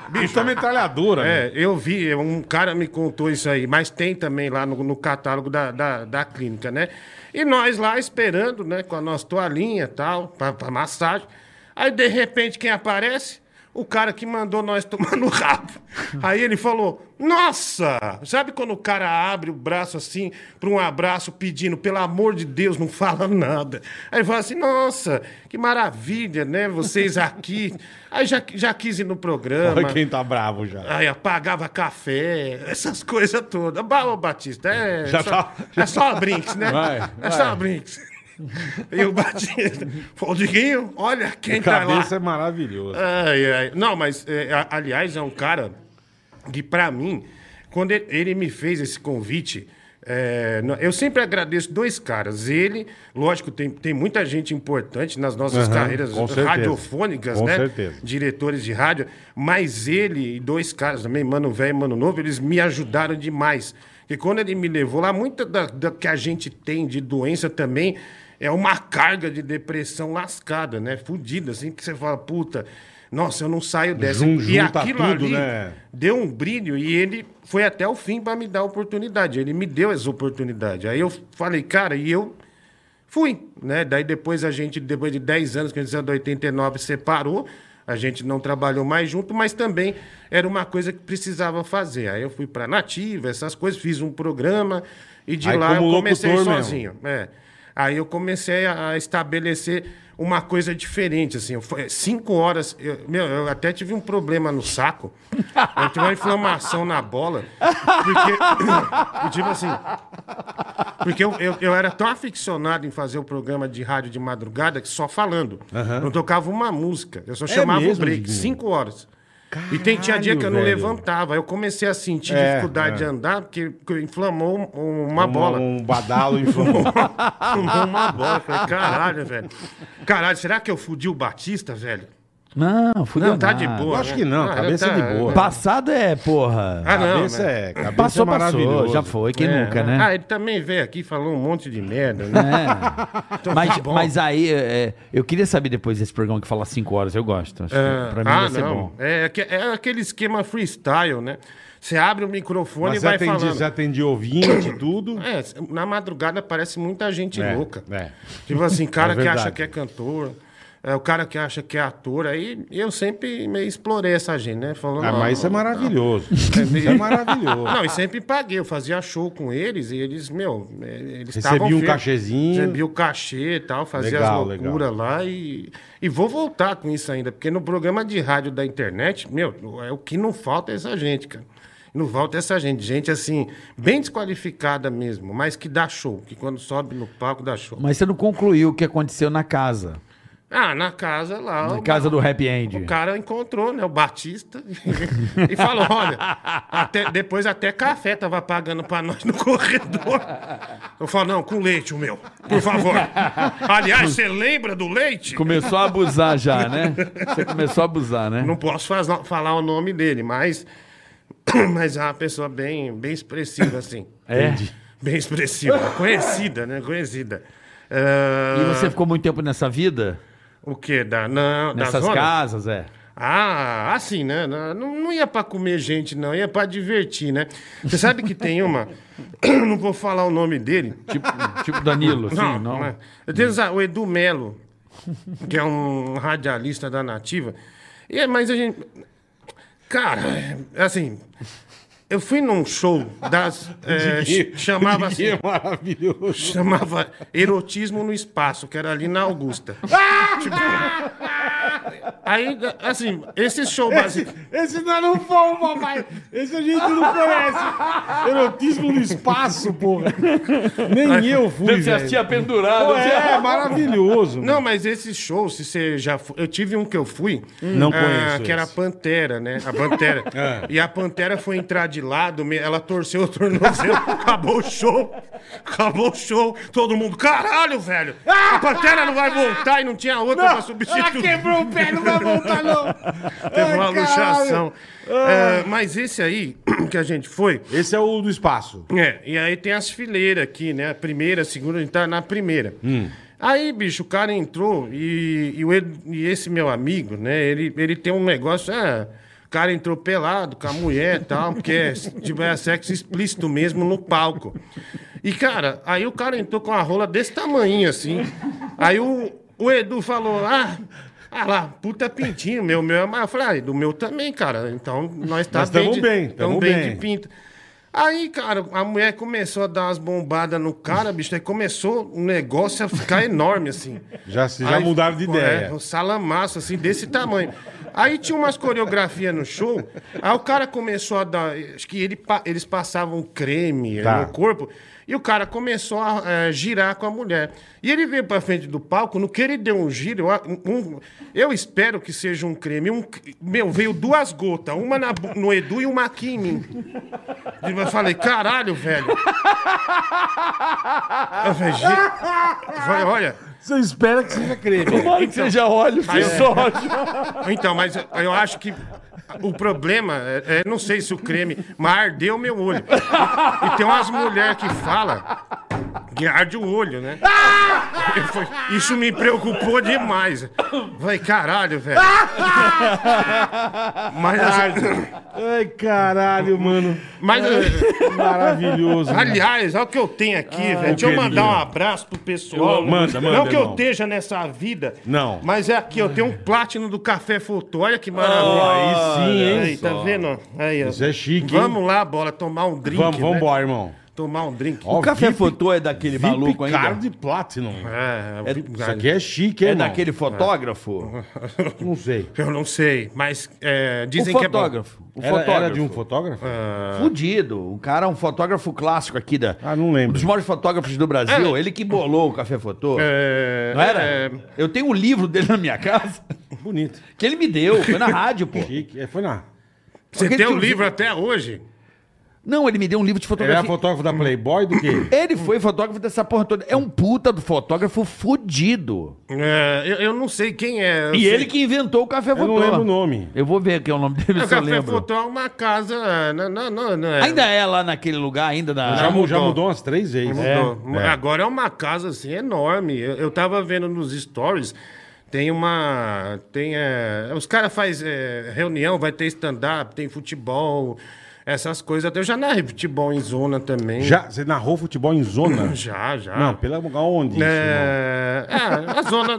Speaker 4: Bicho,
Speaker 2: Isso é metralhadora. né?
Speaker 4: É, eu vi, um cara me contou isso aí, mas tem também lá no, no catálogo da, da, da clínica, né? E nós lá esperando, né, com a nossa toalhinha e tal, pra, pra massagem. Aí, de repente, quem aparece? O cara que mandou nós tomar no rabo. Aí ele falou: Nossa! Sabe quando o cara abre o braço assim, para um abraço, pedindo, pelo amor de Deus, não fala nada. Aí ele fala assim: Nossa, que maravilha, né? Vocês aqui. Aí já, já quis ir no programa.
Speaker 2: Olha quem tá bravo já.
Speaker 4: Aí apagava café, essas coisas todas. Bah, ô Batista, é,
Speaker 2: Já
Speaker 4: só,
Speaker 2: tá-
Speaker 4: é só a Brinks, né?
Speaker 2: Vai,
Speaker 4: é
Speaker 2: vai.
Speaker 4: só a Brinks. E o Batista, falou, Diguinho, olha quem tá lá.
Speaker 2: Cabeça é maravilhoso.
Speaker 4: Ai, ai. Não, mas, é, a- aliás, é um cara que, pra mim, quando ele, ele me fez esse convite, é, não- eu sempre agradeço dois caras. Ele, lógico, tem, tem muita gente importante nas nossas
Speaker 2: Aham,
Speaker 4: carreiras
Speaker 2: com certeza.
Speaker 4: radiofônicas,
Speaker 2: Com
Speaker 4: né?
Speaker 2: certeza.
Speaker 4: Diretores de rádio. Mas ele e dois caras também, Mano Velho e Mano Novo, eles me ajudaram demais. Porque quando ele me levou lá, muita da, da que a gente tem de doença também é uma carga de depressão lascada, né? Fudida, assim, que você fala, puta, nossa, eu não saio dessa.
Speaker 2: Jun-
Speaker 4: e
Speaker 2: junta
Speaker 4: aquilo
Speaker 2: tudo,
Speaker 4: ali
Speaker 2: né?
Speaker 4: deu um brilho e ele foi até o fim para me dar a oportunidade. Ele me deu essa oportunidade. Aí eu falei, cara, e eu fui, né? Daí depois a gente, depois de 10 anos, que a gente saiu da 89, separou, a gente não trabalhou mais junto, mas também era uma coisa que precisava fazer. Aí eu fui para Nativa, essas coisas, fiz um programa e de
Speaker 2: Aí
Speaker 4: lá eu
Speaker 2: como
Speaker 4: comecei
Speaker 2: locutor mesmo.
Speaker 4: sozinho. É. Aí eu comecei a a estabelecer uma coisa diferente, assim, eu fui- cinco horas, eu, meu, eu até tive um problema no saco, eu tive uma inflamação na bola, porque, tipo assim, porque eu, eu, eu era tão aficionado em fazer o programa de rádio de madrugada que só falando. Não tocava uma música. Eu só chamava o
Speaker 2: É mesmo,
Speaker 4: break,
Speaker 2: Diguinho?
Speaker 4: cinco horas. e tem, tinha dia que eu não
Speaker 2: velho.
Speaker 4: levantava. Eu comecei a sentir
Speaker 2: É,
Speaker 4: dificuldade de andar porque, porque inflamou um- uma
Speaker 2: Uma-
Speaker 4: bola.
Speaker 2: Um badalo inflamou.
Speaker 4: Inflamou uma bola. Eu Falei, caralho, velho. Caralho, será que eu fudi o Batista, velho?
Speaker 3: Não, fudeu
Speaker 4: Não, tá
Speaker 3: nada.
Speaker 4: de boa.
Speaker 2: acho
Speaker 4: né?
Speaker 2: que não,
Speaker 4: Ah,
Speaker 2: cabeça
Speaker 4: tá-
Speaker 2: de boa.
Speaker 3: Passado é, porra.
Speaker 4: Ah, não.
Speaker 2: Cabeça
Speaker 4: né?
Speaker 2: é, cabeça
Speaker 3: passou,
Speaker 2: é maravilhoso.
Speaker 3: passou. Já foi, quem
Speaker 4: É.
Speaker 3: nunca, né?
Speaker 4: Ah, ele também veio aqui e falou um monte de merda, né?
Speaker 3: É. mas,
Speaker 4: tá
Speaker 3: mas aí, é, eu queria saber depois desse programa que fala 5 horas, eu gosto. Acho que pra mim vai ser bom.
Speaker 4: É, aque- é aquele esquema freestyle, né? Você abre o microfone
Speaker 2: Mas
Speaker 4: e
Speaker 2: você
Speaker 4: vai
Speaker 2: atendi,
Speaker 4: falando.
Speaker 2: você atendi ouvinte e tudo.
Speaker 4: É, na madrugada parece muita gente
Speaker 2: É,
Speaker 4: louca.
Speaker 2: é.
Speaker 4: Tipo assim, cara
Speaker 2: É
Speaker 4: que
Speaker 2: verdade.
Speaker 4: acha que é cantor, é, o cara que acha que é ator. Aí eu sempre meio explorei essa gente, né? Falando,
Speaker 2: Ah,
Speaker 4: "Não,
Speaker 2: mas isso é
Speaker 4: não,
Speaker 2: maravilhoso. Isso é maravilhoso.
Speaker 4: Não, e sempre paguei. Eu fazia show com eles e eles, meu, eh, eles
Speaker 2: Recebia
Speaker 4: estavam
Speaker 2: um
Speaker 4: firmes.
Speaker 2: cachezinho.
Speaker 4: Recebia o cachê e tal, fazia
Speaker 2: Legal,
Speaker 4: as loucuras lá e, e vou voltar com isso ainda, porque no programa de rádio da internet, meu, é o que não falta é essa gente, cara. Não falta é essa gente, gente assim, bem desqualificada mesmo, mas que dá show, que quando sobe no palco dá show.
Speaker 3: Mas você não concluiu o que aconteceu na casa.
Speaker 4: Ah, na casa lá.
Speaker 3: Na
Speaker 4: o-
Speaker 3: casa do Happy End.
Speaker 4: o cara encontrou, né, o Batista, e falou, olha, até, depois até café tava pagando pra nós no corredor. Eu falo, não, com leite o meu, por favor. Aliás, você lembra do leite?
Speaker 3: Começou a abusar já, né? Você começou a abusar, né?
Speaker 4: Não posso faz- falar o nome dele, mas, mas é uma pessoa bem, bem expressiva, assim.
Speaker 3: É.
Speaker 4: Bem expressiva, conhecida, né, conhecida. Ah,
Speaker 3: E você ficou muito tempo nessa vida?
Speaker 4: O quê? Da, não, da
Speaker 3: Nessas
Speaker 4: zona?
Speaker 3: casas, é.
Speaker 4: Ah, assim, né? Não, não ia pra comer gente, não. Ia pra divertir, né? Você sabe que tem uma... não vou falar o nome dele.
Speaker 3: Tipo, tipo Danilo, assim, não.
Speaker 4: é. Eu tenho essa- o Edu Melo, que é um radialista da Nativa. E, é- mas a gente... Cara, é, assim... Eu fui num show das. eh, ch- chamava assim.
Speaker 2: Diguinho é maravilhoso.
Speaker 4: chamava Erotismo no Espaço, que era ali na Augusta. Tipo, aí, assim, esse show básico.
Speaker 2: Esse nós não fomos, papai. Esse a gente não conhece. Erotismo no espaço, porra. Nem eu fui,
Speaker 3: Deve ser as
Speaker 2: velho.
Speaker 3: tia pendurada.
Speaker 2: Pô,
Speaker 3: deve ser-
Speaker 2: É, maravilhoso.
Speaker 4: Não, mas esse show, se você já foi, eu tive um que eu fui,
Speaker 2: Hum. Não
Speaker 4: ah,
Speaker 2: conheço
Speaker 4: que era a
Speaker 2: esse.
Speaker 4: Pantera, né? A Pantera.
Speaker 2: É.
Speaker 4: E a Pantera foi entrar de lado, me- ela torceu o tornozelo, acabou o show. Acabou o show. Todo mundo, caralho, velho. A Pantera não vai voltar e não tinha outra pra substituir.
Speaker 2: o pé, não vai voltar, não.
Speaker 4: Teve uma
Speaker 2: Ai, caralho. Ah.
Speaker 4: luxação. É, mas esse aí que a gente foi,
Speaker 2: Esse é o do espaço.
Speaker 4: é, e aí tem as fileiras aqui, né? A primeira, a segunda, a gente tá na primeira.
Speaker 2: Hum.
Speaker 4: Aí, bicho, o cara entrou e, e o Ed- e esse meu amigo, né? Ele, ele tem um negócio. ah, o cara entrou pelado com a mulher e tal, porque é, tipo, é sexo explícito mesmo no palco. E, cara, aí o cara entrou com a rola desse tamanho, assim. Aí o, o Edu falou: ah. Ah lá, puta pintinho, meu, meu é mais. Eu falei, ah, e do meu também, cara. Então, nós tá
Speaker 2: Nós tamo
Speaker 4: de-
Speaker 2: bem, tamo
Speaker 4: tamo bem,
Speaker 2: bem.
Speaker 4: de pinta. Aí, cara, a mulher começou a dar umas bombadas no cara, bicho. Aí começou o negócio a ficar enorme, assim.
Speaker 2: Já se- já
Speaker 4: Aí,
Speaker 2: mudaram de
Speaker 4: pô,
Speaker 2: ideia.
Speaker 4: é, um salamaço, assim, desse tamanho. Aí tinha umas coreografias no show. Aí o cara começou a dar. Acho que ele pa- eles passavam creme né,
Speaker 2: Tá.
Speaker 4: no corpo. E o cara começou a eh, girar com a mulher. E ele veio pra frente do palco, no que ele deu um giro, eu a- um- um- eu espero que seja um creme. Um, meu, veio duas gotas, uma na bu- no Edu e uma aqui em mim. E eu falei, caralho, velho. Eu falei, "Gente", eu falei, olha,
Speaker 2: Você espera que seja creme.
Speaker 3: Tomara é que seja óleo,
Speaker 4: Aí-
Speaker 3: fiz sódio.
Speaker 4: então, mas eu- eu acho que o problema é, é- não sei se o creme, mas ardeu meu olho. E tem umas mulheres que falam que arde o olho, né? Eu falei, isso me preocupou demais. Vai, caralho, velho. Mas, assim,
Speaker 2: Ai, caralho, mano.
Speaker 4: mas
Speaker 2: Maravilhoso. mano.
Speaker 4: Aliás, olha o que eu tenho aqui, velho. Deixa eu
Speaker 2: querido.
Speaker 4: mandar um abraço pro pessoal.
Speaker 2: Ah, Eu- manda, manda,
Speaker 4: Não que eu
Speaker 2: irmão.
Speaker 4: esteja nessa vida.
Speaker 2: Não.
Speaker 4: Mas é aqui, eu tenho um platino do Café Fotó. Olha que maravilha.
Speaker 2: Aí sim, hein?
Speaker 4: Aí, tá vendo? Aí, ó.
Speaker 2: Isso é chique, hein?
Speaker 4: Vamos lá, bola, tomar um drink.
Speaker 2: Vamos, vamos
Speaker 4: né?
Speaker 2: embora, irmão.
Speaker 4: Tomar um drink.
Speaker 2: Ó,
Speaker 3: O café
Speaker 2: VIP
Speaker 3: fotô é daquele
Speaker 2: VIP
Speaker 3: maluco ainda?
Speaker 2: caro de Platinum.
Speaker 4: É,
Speaker 3: É-
Speaker 4: vi-
Speaker 2: Isso aqui é chique, hein,
Speaker 3: É
Speaker 2: irmão?
Speaker 3: daquele fotógrafo?
Speaker 2: Não sei.
Speaker 4: Eu não sei, mas é,
Speaker 3: O
Speaker 4: dizem que é bom.
Speaker 3: fotógrafo. O
Speaker 2: Era,
Speaker 3: fotógrafo.
Speaker 2: era de um fotógrafo?
Speaker 3: Fudido. O cara é um fotógrafo clássico aqui da.
Speaker 2: Ah, não lembro.
Speaker 3: Um dos maiores fotógrafos do Brasil. Ele que bolou o Café Fotô.
Speaker 4: É,
Speaker 3: Não era?
Speaker 4: é,
Speaker 3: Eu tenho um livro dele na minha casa
Speaker 2: Bonito.
Speaker 3: que ele me deu. Foi na rádio, pô.
Speaker 2: Chique. É, foi lá.
Speaker 4: você
Speaker 3: Porque
Speaker 4: tem
Speaker 3: tinha
Speaker 4: o
Speaker 3: um
Speaker 4: livro até hoje?
Speaker 3: Não, ele me deu um livro de
Speaker 4: é
Speaker 2: Ele era
Speaker 3: fotografia.
Speaker 2: fotógrafo É da Playboy do quê?
Speaker 3: Ele foi fotógrafo dessa porra toda. É um puta do fotógrafo fudido.
Speaker 4: É, eu, eu não sei quem é. eu
Speaker 3: E
Speaker 4: sei-
Speaker 3: ele que inventou o Café Fotô.
Speaker 2: não lembro o nome.
Speaker 3: Eu vou ver aqui o nome dele,
Speaker 4: O
Speaker 3: se eu
Speaker 4: Café
Speaker 3: lembro.
Speaker 4: Fotó é uma casa. é, Não, não, não, não é-
Speaker 3: Ainda é lá naquele lugar, ainda na...
Speaker 2: Já, mu- já
Speaker 4: mudou.
Speaker 2: mudou umas três vezes.
Speaker 4: Mudou.
Speaker 2: É.
Speaker 4: Agora é uma casa assim enorme. Eu, eu tava vendo nos stories, tem uma. Tem, é, os caras fazem reunião, vai ter stand-up, tem futebol, essas coisas. Eu já narrei futebol em zona também.
Speaker 2: Já, você narrou futebol em zona?
Speaker 4: Já, já.
Speaker 2: Não, pelo amor onde? isso, irmão?
Speaker 4: É, é, a zona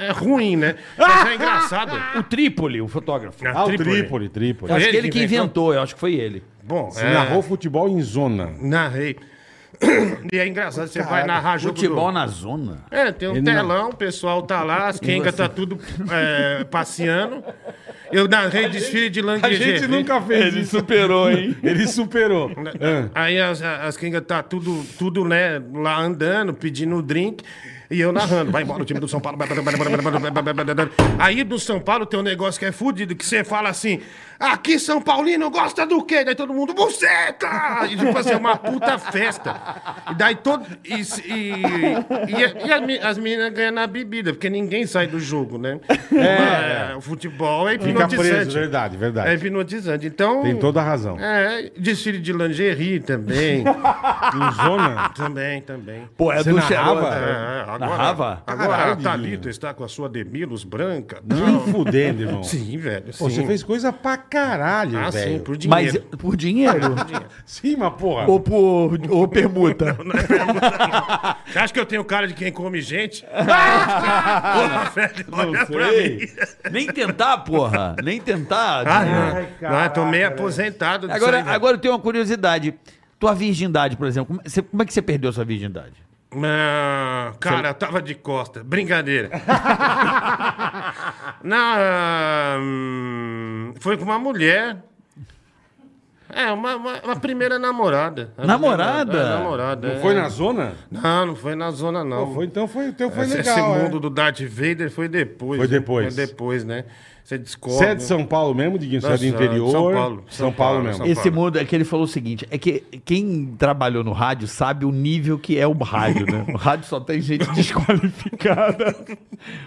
Speaker 4: é ruim, né? Mas é engraçado.
Speaker 3: O Trípoli, o fotógrafo.
Speaker 4: É,
Speaker 2: Ah, o
Speaker 4: Trípoli. É.
Speaker 2: Trípoli, Trípoli.
Speaker 3: Eu acho
Speaker 4: Ele
Speaker 3: que ele
Speaker 4: que
Speaker 3: que
Speaker 4: inventou?
Speaker 3: inventou, eu acho que foi ele.
Speaker 4: Bom,
Speaker 2: Você
Speaker 4: é,
Speaker 2: narrou futebol em zona.
Speaker 4: narrei. E é engraçado, você vai narrar jogo do-
Speaker 3: Futebol na zona.
Speaker 4: É, tem um
Speaker 2: Ele não-
Speaker 4: telão, o pessoal tá lá, as quengas tá tudo é, passeando. Eu narrei desfile de
Speaker 2: A
Speaker 4: lingerie.
Speaker 2: gente nunca fez isso.
Speaker 3: superou, hein?
Speaker 2: Ele superou.
Speaker 4: Né,
Speaker 2: Ah.
Speaker 4: Aí as, as quengas tá tudo, tudo né, lá andando, pedindo drink. E eu narrando, vai embora o time do São Paulo. Aí do São Paulo tem um negócio que é fudido, que você fala assim, aqui São Paulino gosta do quê? Daí todo mundo, buceta! E tipo assim, é uma puta festa. E daí todo... E, se- e, e- e as me- as meninas ganham na bebida, porque ninguém sai do jogo, né? Mas, é, o futebol é
Speaker 2: Fica
Speaker 4: hipnotizante.
Speaker 2: preso, verdade,
Speaker 4: É
Speaker 2: verdade.
Speaker 4: hipnotizante. Então...
Speaker 2: Tem toda a razão.
Speaker 4: É, desfile de lingerie também.
Speaker 2: Em zona?
Speaker 4: também, também.
Speaker 3: Pô, é
Speaker 2: Você
Speaker 3: do
Speaker 2: narrava?
Speaker 3: Xerox.
Speaker 4: É, Agora,
Speaker 3: Narrava?
Speaker 4: Agora
Speaker 2: Caralho,
Speaker 4: a Thalita
Speaker 2: Diguinho.
Speaker 4: está com a sua Demilos branca.
Speaker 2: Nem fudendo, irmão.
Speaker 4: Sim, velho.
Speaker 2: Pô,
Speaker 4: sim.
Speaker 2: você fez coisa pra caralho,
Speaker 4: Ah,
Speaker 2: velho.
Speaker 4: sim, por
Speaker 3: Mas
Speaker 4: dinheiro.
Speaker 3: por dinheiro?
Speaker 2: Sim, mas porra.
Speaker 5: Ou por ou permuta.
Speaker 4: Você acha que eu tenho cara de quem come gente? Ah, Porra, velho, olha pra mim.
Speaker 3: Nem tentar, porra. Nem tentar.
Speaker 4: Ah, não.
Speaker 2: Ai,
Speaker 4: não, eu tô meio
Speaker 2: caraca,
Speaker 4: aposentado disso
Speaker 3: agora,
Speaker 4: aí, velho.
Speaker 3: agora eu tenho uma curiosidade. Tua virgindade, por exemplo, como, você- como é que você perdeu sua virgindade?
Speaker 4: Ah, cara, eu tava de costa. Brincadeira. Na, hum, foi com uma mulher. É, uma, uma- uma primeira namorada. A
Speaker 3: Namorada?
Speaker 4: primeira- é, namorada. é.
Speaker 2: Foi na zona?
Speaker 4: Não, não foi na zona, não.
Speaker 2: Foi, então foi, então foi
Speaker 4: esse,
Speaker 2: legal.
Speaker 4: esse
Speaker 2: é.
Speaker 4: mundo do Darth Vader foi depois.
Speaker 2: Foi
Speaker 4: né?
Speaker 2: depois.
Speaker 4: Foi depois, né? Você descobre.
Speaker 2: Você é de São Paulo mesmo, Diguinho? Você é do
Speaker 4: Não, São-
Speaker 2: interior?
Speaker 4: São Paulo.
Speaker 2: São
Speaker 4: São
Speaker 2: Paulo
Speaker 4: Paulo,
Speaker 2: mesmo.
Speaker 4: São-
Speaker 3: Esse
Speaker 4: Paulo.
Speaker 3: mundo é que ele falou o seguinte: é que quem trabalhou no rádio sabe o nível que é o rádio, né? O rádio só tem gente desqualificada.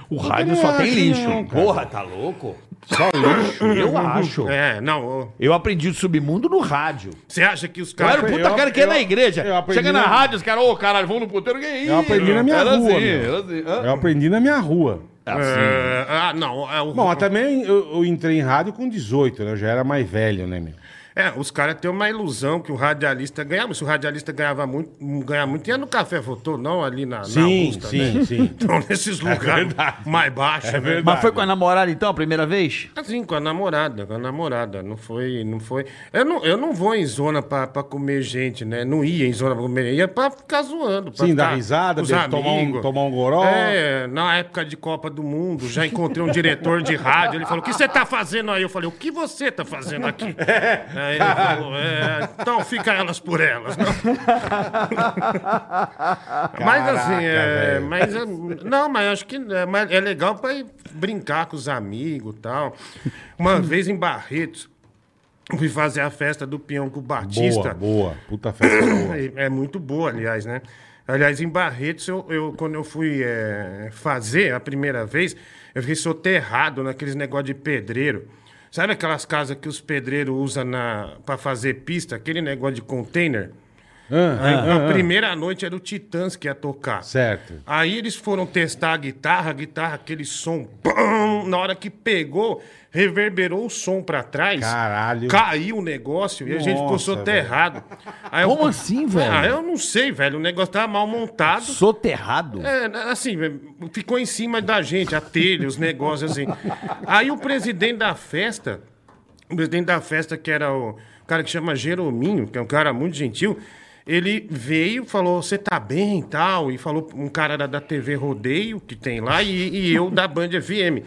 Speaker 3: O rádio
Speaker 2: não
Speaker 3: só tem
Speaker 2: acho,
Speaker 3: lixo.
Speaker 2: não, cara.
Speaker 3: Porra, tá louco?
Speaker 2: Só lixo.
Speaker 3: Eu acho.
Speaker 4: É, não. ô,
Speaker 3: Eu aprendi o submundo no rádio.
Speaker 4: Você acha que os
Speaker 3: Eu era
Speaker 4: caras.
Speaker 3: o
Speaker 2: eu-
Speaker 3: puta cara que ia
Speaker 2: eu-
Speaker 3: na igreja.
Speaker 2: eu aprendi
Speaker 3: Chega na
Speaker 2: na-
Speaker 3: rádio, os caras, ô caralho, vamos no puteiro, que isso?
Speaker 2: Eu aprendi na minha
Speaker 3: Era
Speaker 2: rua,
Speaker 3: assim,
Speaker 2: meu.
Speaker 3: era assim, hã?
Speaker 2: Eu aprendi na minha rua.
Speaker 4: É, ah, não. é, o-
Speaker 2: Bom, mas também eu, eu entrei em rádio com 18, né? Eu já era mais velho, né, meu?
Speaker 4: É, os caras têm uma ilusão que o radialista ganhava. mas Se o radialista ganhava muito, não ganhava muito, ia no Café Votou, não ali na, na
Speaker 2: Sim,
Speaker 4: Augusta,
Speaker 2: sim,
Speaker 4: né?
Speaker 2: sim.
Speaker 4: Então, nesses lugares
Speaker 2: verdade. É
Speaker 4: mais baixos, né?
Speaker 2: verdade.
Speaker 3: Mas foi com a namorada então, a primeira vez?
Speaker 4: Assim, com a namorada, com a namorada. Não foi, não foi. Eu não, eu não vou em zona pra, pra comer gente, né? Não ia em zona pra comer, ia pra ficar zoando. Pra
Speaker 2: Sim,
Speaker 4: ficar
Speaker 2: dar risada,
Speaker 4: com os
Speaker 2: beber- tomar um-
Speaker 4: amigos.
Speaker 2: tomar um goró.
Speaker 4: É, na época de Copa do Mundo, já encontrei um diretor de rádio, ele falou: "O que você tá fazendo aí?" Eu falei: "O que você tá fazendo aqui?" Aí ele falou: "É, então fica elas por elas". né? mas assim, é,
Speaker 2: velho.
Speaker 4: mas é, não, mas acho que é, mas é legal pra ir brincar com os amigos, e tal. Uma vez em Barretos, eu fui fazer a festa do peão com o
Speaker 2: Boa,
Speaker 4: Batista.
Speaker 2: boa. Puta festa boa.
Speaker 4: É, é muito boa, aliás, né? Aliás, em Barretos, eu, eu- quando eu fui eh, fazer a primeira vez, eu fiquei soterrado naqueles negócio de pedreiro. Sabe aquelas casas que os pedreiros usam na, pra fazer pista? Aquele negócio de container?
Speaker 2: Ah, ah,
Speaker 4: A primeira noite era o Titãs que ia tocar.
Speaker 2: Certo.
Speaker 4: Aí eles foram testar a guitarra, a guitarra, aquele som. pam, na hora que pegou, reverberou o som pra trás.
Speaker 2: Caralho.
Speaker 4: Caiu o negócio e a gente ficou
Speaker 2: Nossa,
Speaker 4: soterrado. Aí eu-
Speaker 3: Como assim, velho?
Speaker 4: Ah, eu não sei, velho. O negócio tava mal montado.
Speaker 3: Soterrado?
Speaker 4: É, assim, ficou em cima da gente, a telha, os negócios assim. Aí o presidente da festa, o presidente da festa, que era o cara que chama Jerominho, que é um cara muito gentil, ele veio, falou, você tá bem e tal, e falou um cara da, da TV Rodeio, que tem lá, e, e eu da Band FM.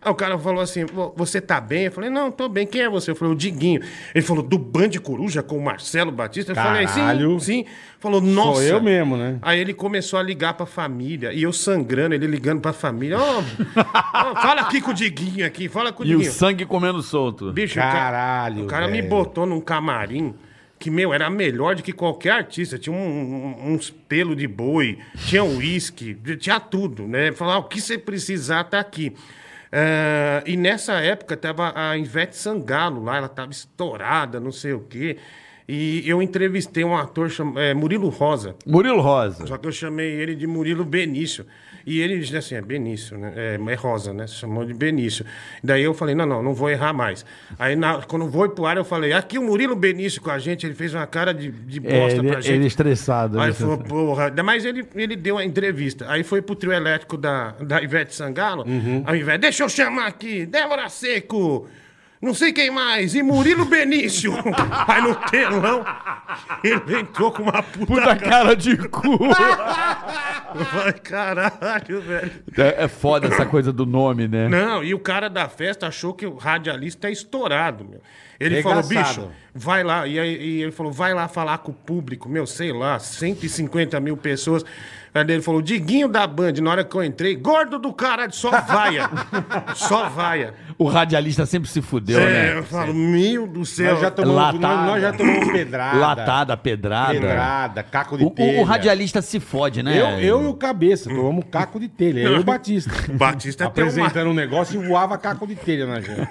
Speaker 4: Aí o cara falou assim, "Vo- você tá bem? Eu falei, não, tô bem. Quem é você? Eu falei, o Diguinho. Ele falou, do Band Coruja com o Marcelo Batista? Eu falei,
Speaker 2: Caralho.
Speaker 4: sim, sim. Falou, nossa.
Speaker 2: eu mesmo, né?
Speaker 4: Aí ele começou a ligar pra família, e eu sangrando, ele ligando pra família. Ó, ó, fala aqui com o Diguinho aqui, fala com o
Speaker 3: E o
Speaker 4: Diguinho.
Speaker 3: sangue comendo solto.
Speaker 4: Bicho, o ca-
Speaker 2: Caralho,
Speaker 4: O cara
Speaker 2: velho.
Speaker 4: me botou num camarim que, meu, era melhor do que qualquer artista. Tinha um- um- uns pelos de boi, tinha uísque, tinha tudo, né? Falar o que você precisar tá aqui. Ah, e nessa época tava a Ivete Sangalo lá, ela tava estourada, não sei o quê. E eu entrevistei um ator, chama, eh, Murilo Rosa.
Speaker 3: Murilo Rosa.
Speaker 4: Só que eu chamei ele de Murilo Benício. E ele disse assim, é Benício, né? É, é Rosa, né? Chamou de Benício. Daí eu falei, não, não, não vou errar mais. Aí na- quando foi pro ar, eu falei, aqui o Murilo Benício com a gente, ele fez uma cara de, de
Speaker 3: É,
Speaker 4: bosta pra gente.
Speaker 5: estressado.
Speaker 4: Aí ele falou, porra. da- Mas ele, ele deu a entrevista. Aí foi pro trio elétrico da, da Ivete Sangalo. A Ivete, deixa eu chamar aqui, Débora Seco. Não sei quem mais, e Murilo Benício. Aí no telão, ele entrou com uma puta,
Speaker 3: Puta cara de cu.
Speaker 4: eu falei, caralho, velho.
Speaker 3: É, é foda essa coisa do nome, né?
Speaker 4: Não, e o cara da festa achou que o radialista é estourado, meu. Ele
Speaker 2: Regaçado.
Speaker 4: falou, bicho, vai lá. E, aí, e ele falou, vai lá falar com o público, meu, sei lá, 150 mil pessoas. Aí ele falou, Diguinho da Band, na hora que eu entrei, gordo do caralho, só vaia. só vaia.
Speaker 3: O radialista sempre se fudeu,
Speaker 4: É,
Speaker 3: né?
Speaker 4: eu falo, meu do céu.
Speaker 2: Nós já tomamos,
Speaker 3: Latada.
Speaker 2: nós, nós já tomamos pedrada.
Speaker 3: Latada, pedrada.
Speaker 2: Pedrada, caco de
Speaker 3: O, o-
Speaker 2: telha.
Speaker 3: o radialista se fode, né?
Speaker 2: Eu, eu e o Cabeça tomamos caco de telha. Eu e o Batista.
Speaker 4: Batista tem
Speaker 2: Apresentando um negócio e voava caco de telha na gente.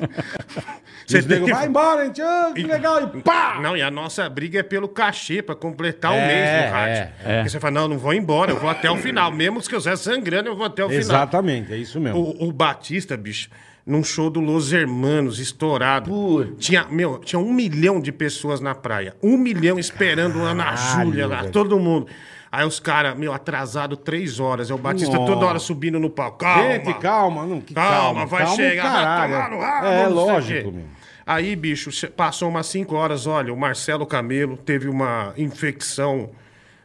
Speaker 2: Você
Speaker 4: Você tem
Speaker 2: nego,
Speaker 4: que-
Speaker 2: vai embora, gente. Ah, que legal. E pá!
Speaker 4: Não, e a nossa briga é pelo cachê, pra completar o
Speaker 2: É,
Speaker 4: mês no rádio.
Speaker 2: é,
Speaker 4: Porque você fala, não, eu não vou embora, eu vou até o final. Mesmo se eu estiver sangrando, eu vou até o final.
Speaker 2: Exatamente, é isso mesmo.
Speaker 4: O, o Batista, bicho, num show do Los Hermanos, estourado. Tinha, meu, tinha um milhão de pessoas na praia. Um milhão esperando a Ana Júlia lá, todo mundo. Aí os caras, meu, atrasado três horas. É o Batista
Speaker 2: Nossa.
Speaker 4: toda hora subindo no palco. Calma.
Speaker 2: Gente, calma, não, que
Speaker 4: calma,
Speaker 2: calma,
Speaker 4: vai
Speaker 2: calma,
Speaker 4: chegar.
Speaker 2: caralho.
Speaker 4: vai tomar no rabo,
Speaker 2: É,
Speaker 4: não sei o
Speaker 2: lógico,
Speaker 4: quê.
Speaker 2: meu.
Speaker 4: Aí, bicho, che- passou umas cinco horas. Olha, o Marcelo Camelo teve uma infecção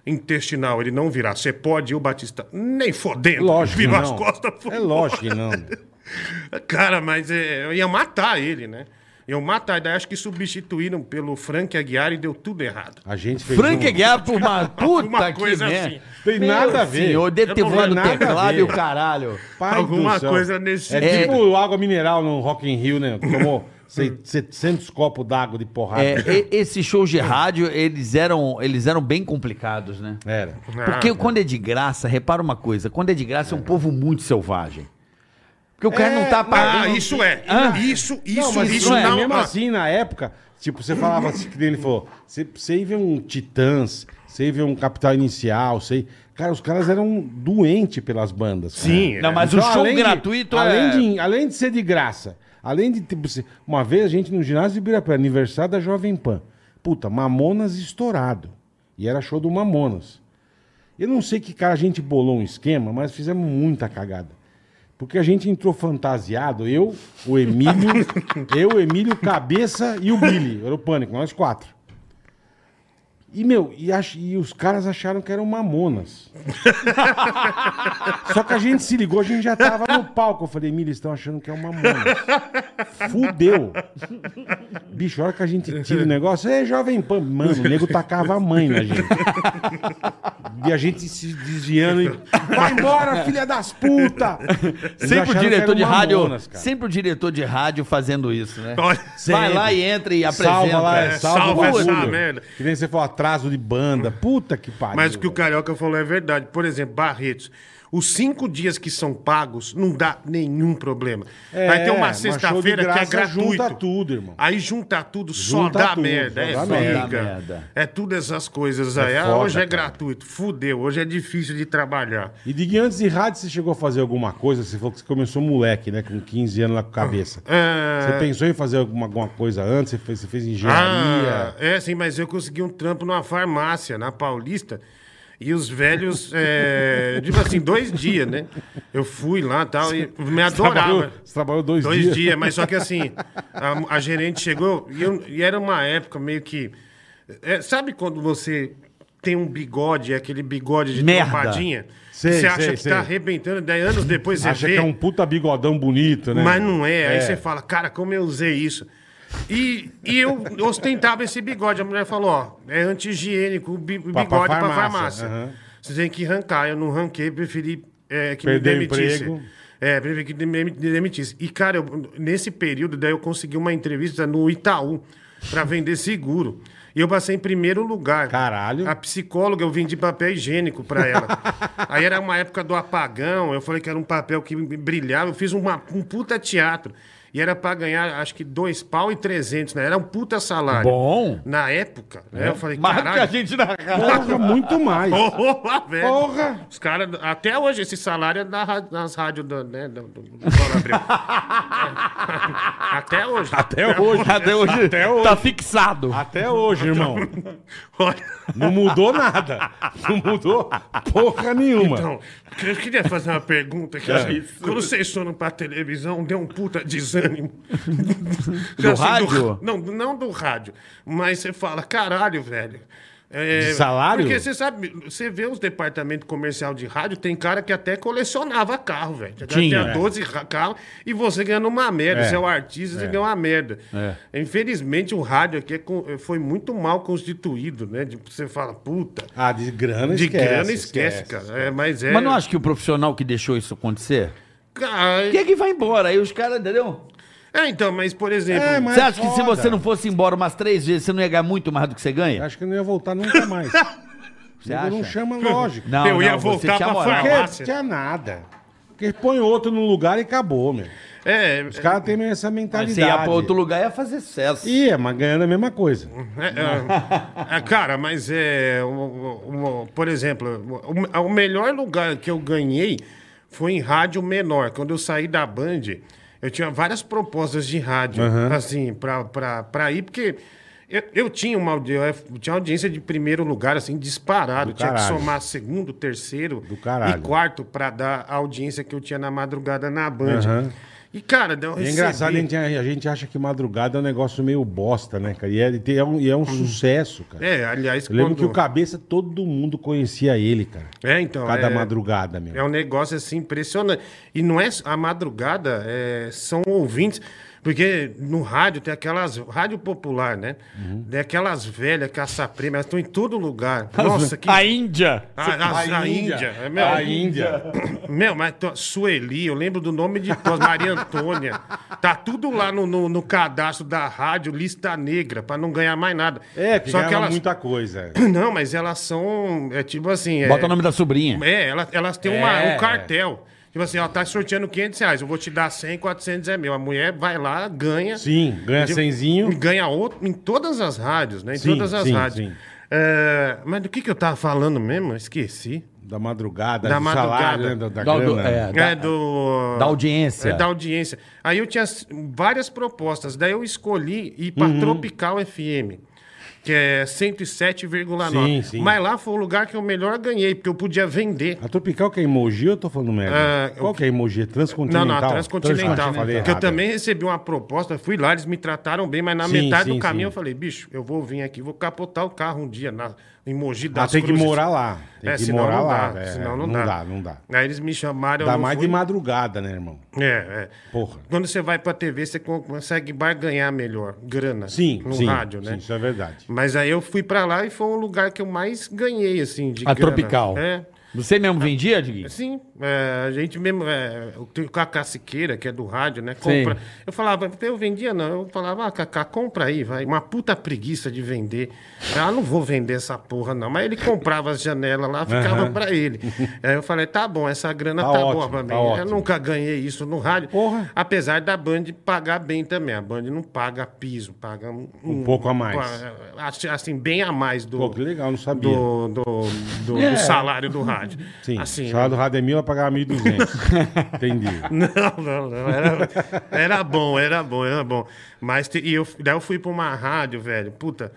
Speaker 4: intestinal. Ele não virá. Você pode ir, o Batista. Nem fodendo.
Speaker 2: Lógico que
Speaker 4: Virou
Speaker 2: não.
Speaker 4: as costas. foi
Speaker 2: é
Speaker 4: embora.
Speaker 2: lógico que não. meu.
Speaker 4: Cara, mas é, eu ia matar ele, né? Eu matar, daí acho que substituíram pelo Frank Aguiar e deu tudo errado.
Speaker 2: A gente fez
Speaker 5: Frank
Speaker 2: um-
Speaker 5: Aguiar por uma puta
Speaker 4: Alguma
Speaker 5: que
Speaker 4: coisa
Speaker 5: merda.
Speaker 4: assim.
Speaker 2: Tem nada a ver.
Speaker 5: Senhor, deve ter
Speaker 4: Eu não
Speaker 5: voado
Speaker 2: tenho nada a
Speaker 5: teclado
Speaker 2: ver.
Speaker 5: e o caralho.
Speaker 2: Pai
Speaker 4: Alguma
Speaker 2: do céu.
Speaker 4: coisa nesse
Speaker 2: É
Speaker 4: sentido.
Speaker 2: tipo água mineral no Rock in Rio, né? Tomou 700 copos d'água de porrada.
Speaker 3: É, e- esses shows de rádio, eles eram, eles eram bem complicados, né?
Speaker 2: Era.
Speaker 3: Porque
Speaker 4: Ah,
Speaker 3: quando é de graça, repara uma coisa, quando é de graça é um povo muito selvagem. Porque o cara não tá
Speaker 4: Ah,
Speaker 3: pagando.
Speaker 4: isso é.
Speaker 3: Hã?
Speaker 4: Isso, isso,
Speaker 2: Não, mas
Speaker 4: isso
Speaker 2: isso é,
Speaker 4: não.
Speaker 2: mesmo
Speaker 4: ah,
Speaker 2: assim, na época, tipo, você falava assim, que nem ele falou, você, você ia ver um Titãs, você ia ver um Capital Inicial, sei. Cara, os caras eram doentes pelas bandas. cara.
Speaker 4: Sim,
Speaker 3: Não, É, mas o
Speaker 2: Então,
Speaker 3: show
Speaker 2: além de-
Speaker 3: gratuito
Speaker 2: além
Speaker 3: é...
Speaker 2: De, além de ser de graça, além de... tipo, se- uma vez a gente no ginásio de Ibirapuera, aniversário da Jovem Pan. Puta, Mamonas estourado. E era show do Mamonas. Eu não sei que cara a gente bolou um esquema, mas fizemos muita cagada. Porque a gente entrou fantasiado, eu, o Emílio, eu, o Emílio, o Cabeça e o Billy. Era o pânico, nós quatro. E, meu, e, ach- e os caras acharam que eram mamonas. Só que a gente se ligou, a gente já tava no palco. Eu falei, Emílio, eles estão achando que é um mamonas. Fudeu. Bicho, a hora que a gente tira o negócio, é jovem pan. Mano, o nego tacava a mãe na gente. E a gente se desviando e. Vai embora, filha das puta! Eles
Speaker 3: Sempre o
Speaker 2: acharam que
Speaker 3: diretor
Speaker 2: era
Speaker 3: de
Speaker 2: um
Speaker 3: rádio,
Speaker 2: Mamonas, cara.
Speaker 3: sempre o diretor de rádio fazendo isso, né?
Speaker 4: Olha,
Speaker 3: Vai
Speaker 2: sempre.
Speaker 3: lá e entra e apresenta.
Speaker 2: Salva lá,
Speaker 4: é,
Speaker 2: salva,
Speaker 4: salva
Speaker 2: o
Speaker 4: essa
Speaker 2: bagulho.
Speaker 4: merda.
Speaker 2: Que nem você falou, atraso de banda. Puta que pariu.
Speaker 4: Mas o que o
Speaker 2: velho.
Speaker 4: Carioca falou é verdade. Por exemplo, Barretos. Os cinco dias que são pagos não dá nenhum problema.
Speaker 2: É,
Speaker 4: Vai ter uma
Speaker 2: mas show de
Speaker 4: sexta-feira que é
Speaker 2: graça
Speaker 4: gratuito.
Speaker 2: junta tudo, irmão.
Speaker 4: Aí junta tudo,
Speaker 2: Junta
Speaker 4: só dá
Speaker 2: tudo,
Speaker 4: merda.
Speaker 2: só
Speaker 4: é
Speaker 2: dá
Speaker 4: briga.
Speaker 3: merda.
Speaker 4: É tudo essas coisas aí. Ah,
Speaker 2: foda,
Speaker 4: hoje é
Speaker 2: cara.
Speaker 4: gratuito. Fudeu. Hoje é difícil de trabalhar.
Speaker 2: E diga, antes de rádio, você chegou a fazer alguma coisa? Você falou que você começou moleque, né? Com 15 anos lá com a cabeça.
Speaker 4: É.
Speaker 2: Você pensou em fazer alguma, alguma coisa antes? Você fez, você fez engenharia?
Speaker 4: Ah, é, sim, mas eu consegui um trampo numa farmácia, na Paulista. E os velhos, é, tipo assim, dois dias, né? Eu fui lá e tal, e me adorava.
Speaker 2: trabalhou- você trabalhou dois dias.
Speaker 4: Dois dias, mas só que assim, a, a gerente chegou e, eu- e era uma época meio que. é, sabe quando você tem um bigode, é aquele bigode de
Speaker 3: Merda.
Speaker 4: trompadinha?
Speaker 2: Sei,
Speaker 4: você acha
Speaker 2: sei,
Speaker 4: que
Speaker 2: sei.
Speaker 4: tá arrebentando, daí anos depois você
Speaker 2: Acha
Speaker 4: vê.
Speaker 2: que é um puta bigodão bonito, né?
Speaker 4: Mas não é. Aí você fala, cara, como eu usei isso? E, e eu ostentava esse bigode. A mulher falou, ó, é anti-higiênico o bi- o
Speaker 2: Pra- pra
Speaker 4: bigode pra farmácia.
Speaker 2: farmácia, aham.
Speaker 4: Você tem que arrancar. Eu não ranquei, preferi é, que
Speaker 2: Perdeu o
Speaker 4: me demitisse.
Speaker 2: emprego.
Speaker 4: É, preferi que me me demitisse. E, cara, eu- nesse período, daí eu consegui uma entrevista no Itaú pra vender seguro. E eu passei em primeiro lugar.
Speaker 2: Caralho.
Speaker 4: A psicóloga, eu vendi papel higiênico pra ela. Aí era uma época do apagão, eu falei que era um papel que brilhava, eu fiz uma, um puta teatro. E era pra ganhar, acho que, dois pau e trezentos, né? Era um puta salário.
Speaker 3: Bom.
Speaker 4: Na época, né? Eu falei,
Speaker 3: Marca
Speaker 4: caralho.
Speaker 3: a gente na rádio.
Speaker 2: Porra, muito mais.
Speaker 4: Porra, velho.
Speaker 2: Porra.
Speaker 4: Os caras, até hoje, esse salário é da ra- nas rádios do, né, do, do, do Paulo Abreu. É. Até hoje.
Speaker 2: Até hoje.
Speaker 3: Até hoje, tá fixado.
Speaker 2: Até hoje, irmão.
Speaker 4: Olha.
Speaker 2: Não mudou nada. Não mudou porra nenhuma.
Speaker 4: Então, eu queria fazer uma pergunta que assim, quando vocês foram pra televisão, deu um puta desânimo. Do
Speaker 3: rádio?
Speaker 4: não, não do rádio. Mas você fala, caralho, velho. É,
Speaker 2: De salário?
Speaker 4: Porque você sabe, você vê os departamentos comercial de rádio, tem cara que até colecionava carro, velho. Já
Speaker 3: Tinha, é.
Speaker 4: Tinha 12 ra- carros e você ganhando uma merda.
Speaker 2: É.
Speaker 4: Você é o artista, você ganha uma merda. Infelizmente, o rádio aqui é com- foi muito mal constituído, né? Tipo, você fala, puta.
Speaker 2: Ah, de grana
Speaker 4: De
Speaker 2: esquece.
Speaker 4: grana esquece, cara. É, mas é.
Speaker 3: Mas não acho que o profissional que deixou isso acontecer?
Speaker 4: Cara,
Speaker 3: Quem é que vai embora? Aí os caras, entendeu?
Speaker 4: É, então, mas por exemplo.
Speaker 2: É, mas-
Speaker 3: Você acha que se
Speaker 2: foda.
Speaker 3: você não fosse embora umas três vezes, você não ia ganhar muito mais do que você ganha?
Speaker 2: Acho que eu não ia voltar nunca mais. Você
Speaker 3: acha?
Speaker 2: não chama lógico.
Speaker 3: Não,
Speaker 4: Eu ia
Speaker 3: não, você
Speaker 4: voltar
Speaker 3: tinha
Speaker 4: pra
Speaker 3: moral.
Speaker 4: Farmácia.
Speaker 2: Porque tinha nada. Porque põe outro no lugar e acabou, meu.
Speaker 4: É,
Speaker 2: Os caras têm meio essa
Speaker 3: Mas
Speaker 2: mentalidade.
Speaker 3: você ia pra outro lugar ia fazer sucesso.
Speaker 2: Ia, mas ganhando a mesma coisa.
Speaker 4: Uhum. É, é, é, cara, mas é. o- o- o- por exemplo, o, o melhor lugar que eu ganhei foi em rádio menor. Quando eu saí da Band, eu tinha várias propostas de rádio, assim, pra, pra, pra ir, porque. Eu, eu tinha uma audi- eu tinha audiência de primeiro lugar, assim, disparado.
Speaker 2: Do
Speaker 4: tinha que
Speaker 2: caralho.
Speaker 4: somar segundo, terceiro
Speaker 2: Do caralho.
Speaker 4: e quarto pra dar a audiência que eu tinha na madrugada na Band.
Speaker 2: Aham.
Speaker 4: E, cara, eu
Speaker 2: E
Speaker 4: recebi...
Speaker 2: é engraçado, a gente, a gente acha que madrugada é um negócio meio bosta, né, cara? E é, e tem- é um, e é um sucesso, cara.
Speaker 4: Uhum. É, aliás,
Speaker 2: Eu lembro
Speaker 4: quando-
Speaker 2: que o Cabeça, todo mundo conhecia ele, cara.
Speaker 4: É, então.
Speaker 2: Cada
Speaker 4: é-
Speaker 2: madrugada, meu.
Speaker 4: É um negócio assim impressionante. E não é a madrugada, é, são ouvintes. Porque no rádio tem aquelas. Rádio popular, né?
Speaker 2: Uhum.
Speaker 4: Tem aquelas velhas caça-prêmio, elas estão em todo lugar.
Speaker 2: Tá
Speaker 4: Nossa, que.
Speaker 5: A Índia.
Speaker 2: Ah,
Speaker 4: A, a- a Índia. é, meu,
Speaker 2: A Índia.
Speaker 4: meu, mas to- Sueli, eu lembro do nome de todas, Maria Antônia. Tá tudo lá no, no- no cadastro da rádio, lista negra, pra não ganhar mais nada.
Speaker 2: É, porque
Speaker 4: Só que
Speaker 2: ganhava
Speaker 4: elas.
Speaker 2: muita coisa.
Speaker 4: Não, mas elas são. É tipo assim. é-
Speaker 3: Bota o nome da sobrinha.
Speaker 4: é, elas, elas têm uma-
Speaker 3: É.
Speaker 4: um cartel. Tipo assim, ó, tá sorteando 500 reais, eu vou te dar 100, 400 é meu. A mulher vai lá, ganha.
Speaker 2: Sim, ganha
Speaker 4: Tipo,
Speaker 2: cenzinho.
Speaker 4: Ganha outro em todas as rádios, né? Em
Speaker 2: Sim,
Speaker 4: todas as
Speaker 2: sim,
Speaker 4: rádios.
Speaker 2: sim.
Speaker 4: É, mas do que, que eu tava falando mesmo? Eu Esqueci.
Speaker 2: Da madrugada,
Speaker 4: Da
Speaker 2: do
Speaker 4: madrugada.
Speaker 2: salário, né, da, da
Speaker 3: Do- do-
Speaker 2: grana.
Speaker 3: é, da-
Speaker 4: é do.
Speaker 3: da audiência.
Speaker 4: É da audiência. Aí eu tinha s- várias propostas. Daí eu escolhi ir
Speaker 2: Uhum.
Speaker 4: pra Tropical FM. Que é
Speaker 2: Sim,
Speaker 4: 107,9.
Speaker 2: sim.
Speaker 4: Mas lá foi o lugar que eu melhor ganhei, porque eu podia vender.
Speaker 2: A Tropical que é emoji ou eu tô falando merda?
Speaker 4: Ah,
Speaker 2: Qual
Speaker 4: o-
Speaker 2: que é emoji? É
Speaker 4: Não,
Speaker 2: transcontinental?
Speaker 4: não, a transcontinental.
Speaker 2: Ah, falei
Speaker 4: Porque eu
Speaker 2: errado.
Speaker 4: também recebi uma proposta, fui lá, eles me trataram bem, mas na
Speaker 2: Sim,
Speaker 4: metade
Speaker 2: sim,
Speaker 4: do caminho
Speaker 2: sim.
Speaker 4: eu falei, bicho, eu vou vir aqui, vou capotar o carro um dia na, em Mogi
Speaker 2: Ah,
Speaker 4: das
Speaker 2: tem que
Speaker 4: Cruzes.
Speaker 2: morar lá. Tem
Speaker 4: é,
Speaker 2: que
Speaker 4: senão
Speaker 2: morar
Speaker 4: não
Speaker 2: lá.
Speaker 4: dá,
Speaker 2: é,
Speaker 4: senão não,
Speaker 2: Não
Speaker 4: dá.
Speaker 2: dá, não dá.
Speaker 4: Aí eles me chamaram...
Speaker 2: Dá
Speaker 4: eu
Speaker 2: mais
Speaker 4: fui.
Speaker 2: de madrugada, né, irmão?
Speaker 4: É, é.
Speaker 2: Porra.
Speaker 4: Quando você vai pra TV, você con- consegue barganhar melhor grana
Speaker 2: Sim,
Speaker 4: no
Speaker 2: sim.
Speaker 4: rádio, né?
Speaker 2: Sim, isso é verdade.
Speaker 4: Mas aí eu fui pra lá e foi um lugar que eu mais ganhei, assim, de
Speaker 3: A
Speaker 4: grana.
Speaker 3: Tropical.
Speaker 4: É.
Speaker 3: Você mesmo vendia, Diguinho?
Speaker 4: Sim, é, a gente mesmo, é, eu tenho com a caciqueira, que é do rádio, né? Compra.
Speaker 3: Sim.
Speaker 4: Eu falava, eu vendia não, eu falava, ah, Cacá, compra aí, vai. Uma puta preguiça de vender. Ah, não vou vender essa porra não. Mas ele comprava as janelas lá, ficava pra ele. Aí eu falei, tá bom, essa grana
Speaker 2: Tá
Speaker 4: tá,
Speaker 2: ótimo,
Speaker 4: boa pra mim.
Speaker 2: tá
Speaker 4: eu
Speaker 2: ótimo.
Speaker 4: nunca ganhei isso no rádio.
Speaker 2: Porra.
Speaker 4: Apesar da Band pagar bem também. A Band não paga piso, paga um,
Speaker 2: Um pouco a mais.
Speaker 4: Assim, assim, bem a mais do.
Speaker 2: Pô, que legal, não sabia. É.
Speaker 4: Do, do, do- do salário do rádio.
Speaker 2: Sim,
Speaker 4: Assim,
Speaker 2: o salário do Rademil ela pagava 1.200. Entendi.
Speaker 4: não, não, não. Era, era bom, era bom, era bom. Mas te- e eu, daí eu fui pra uma rádio, velho. Puta,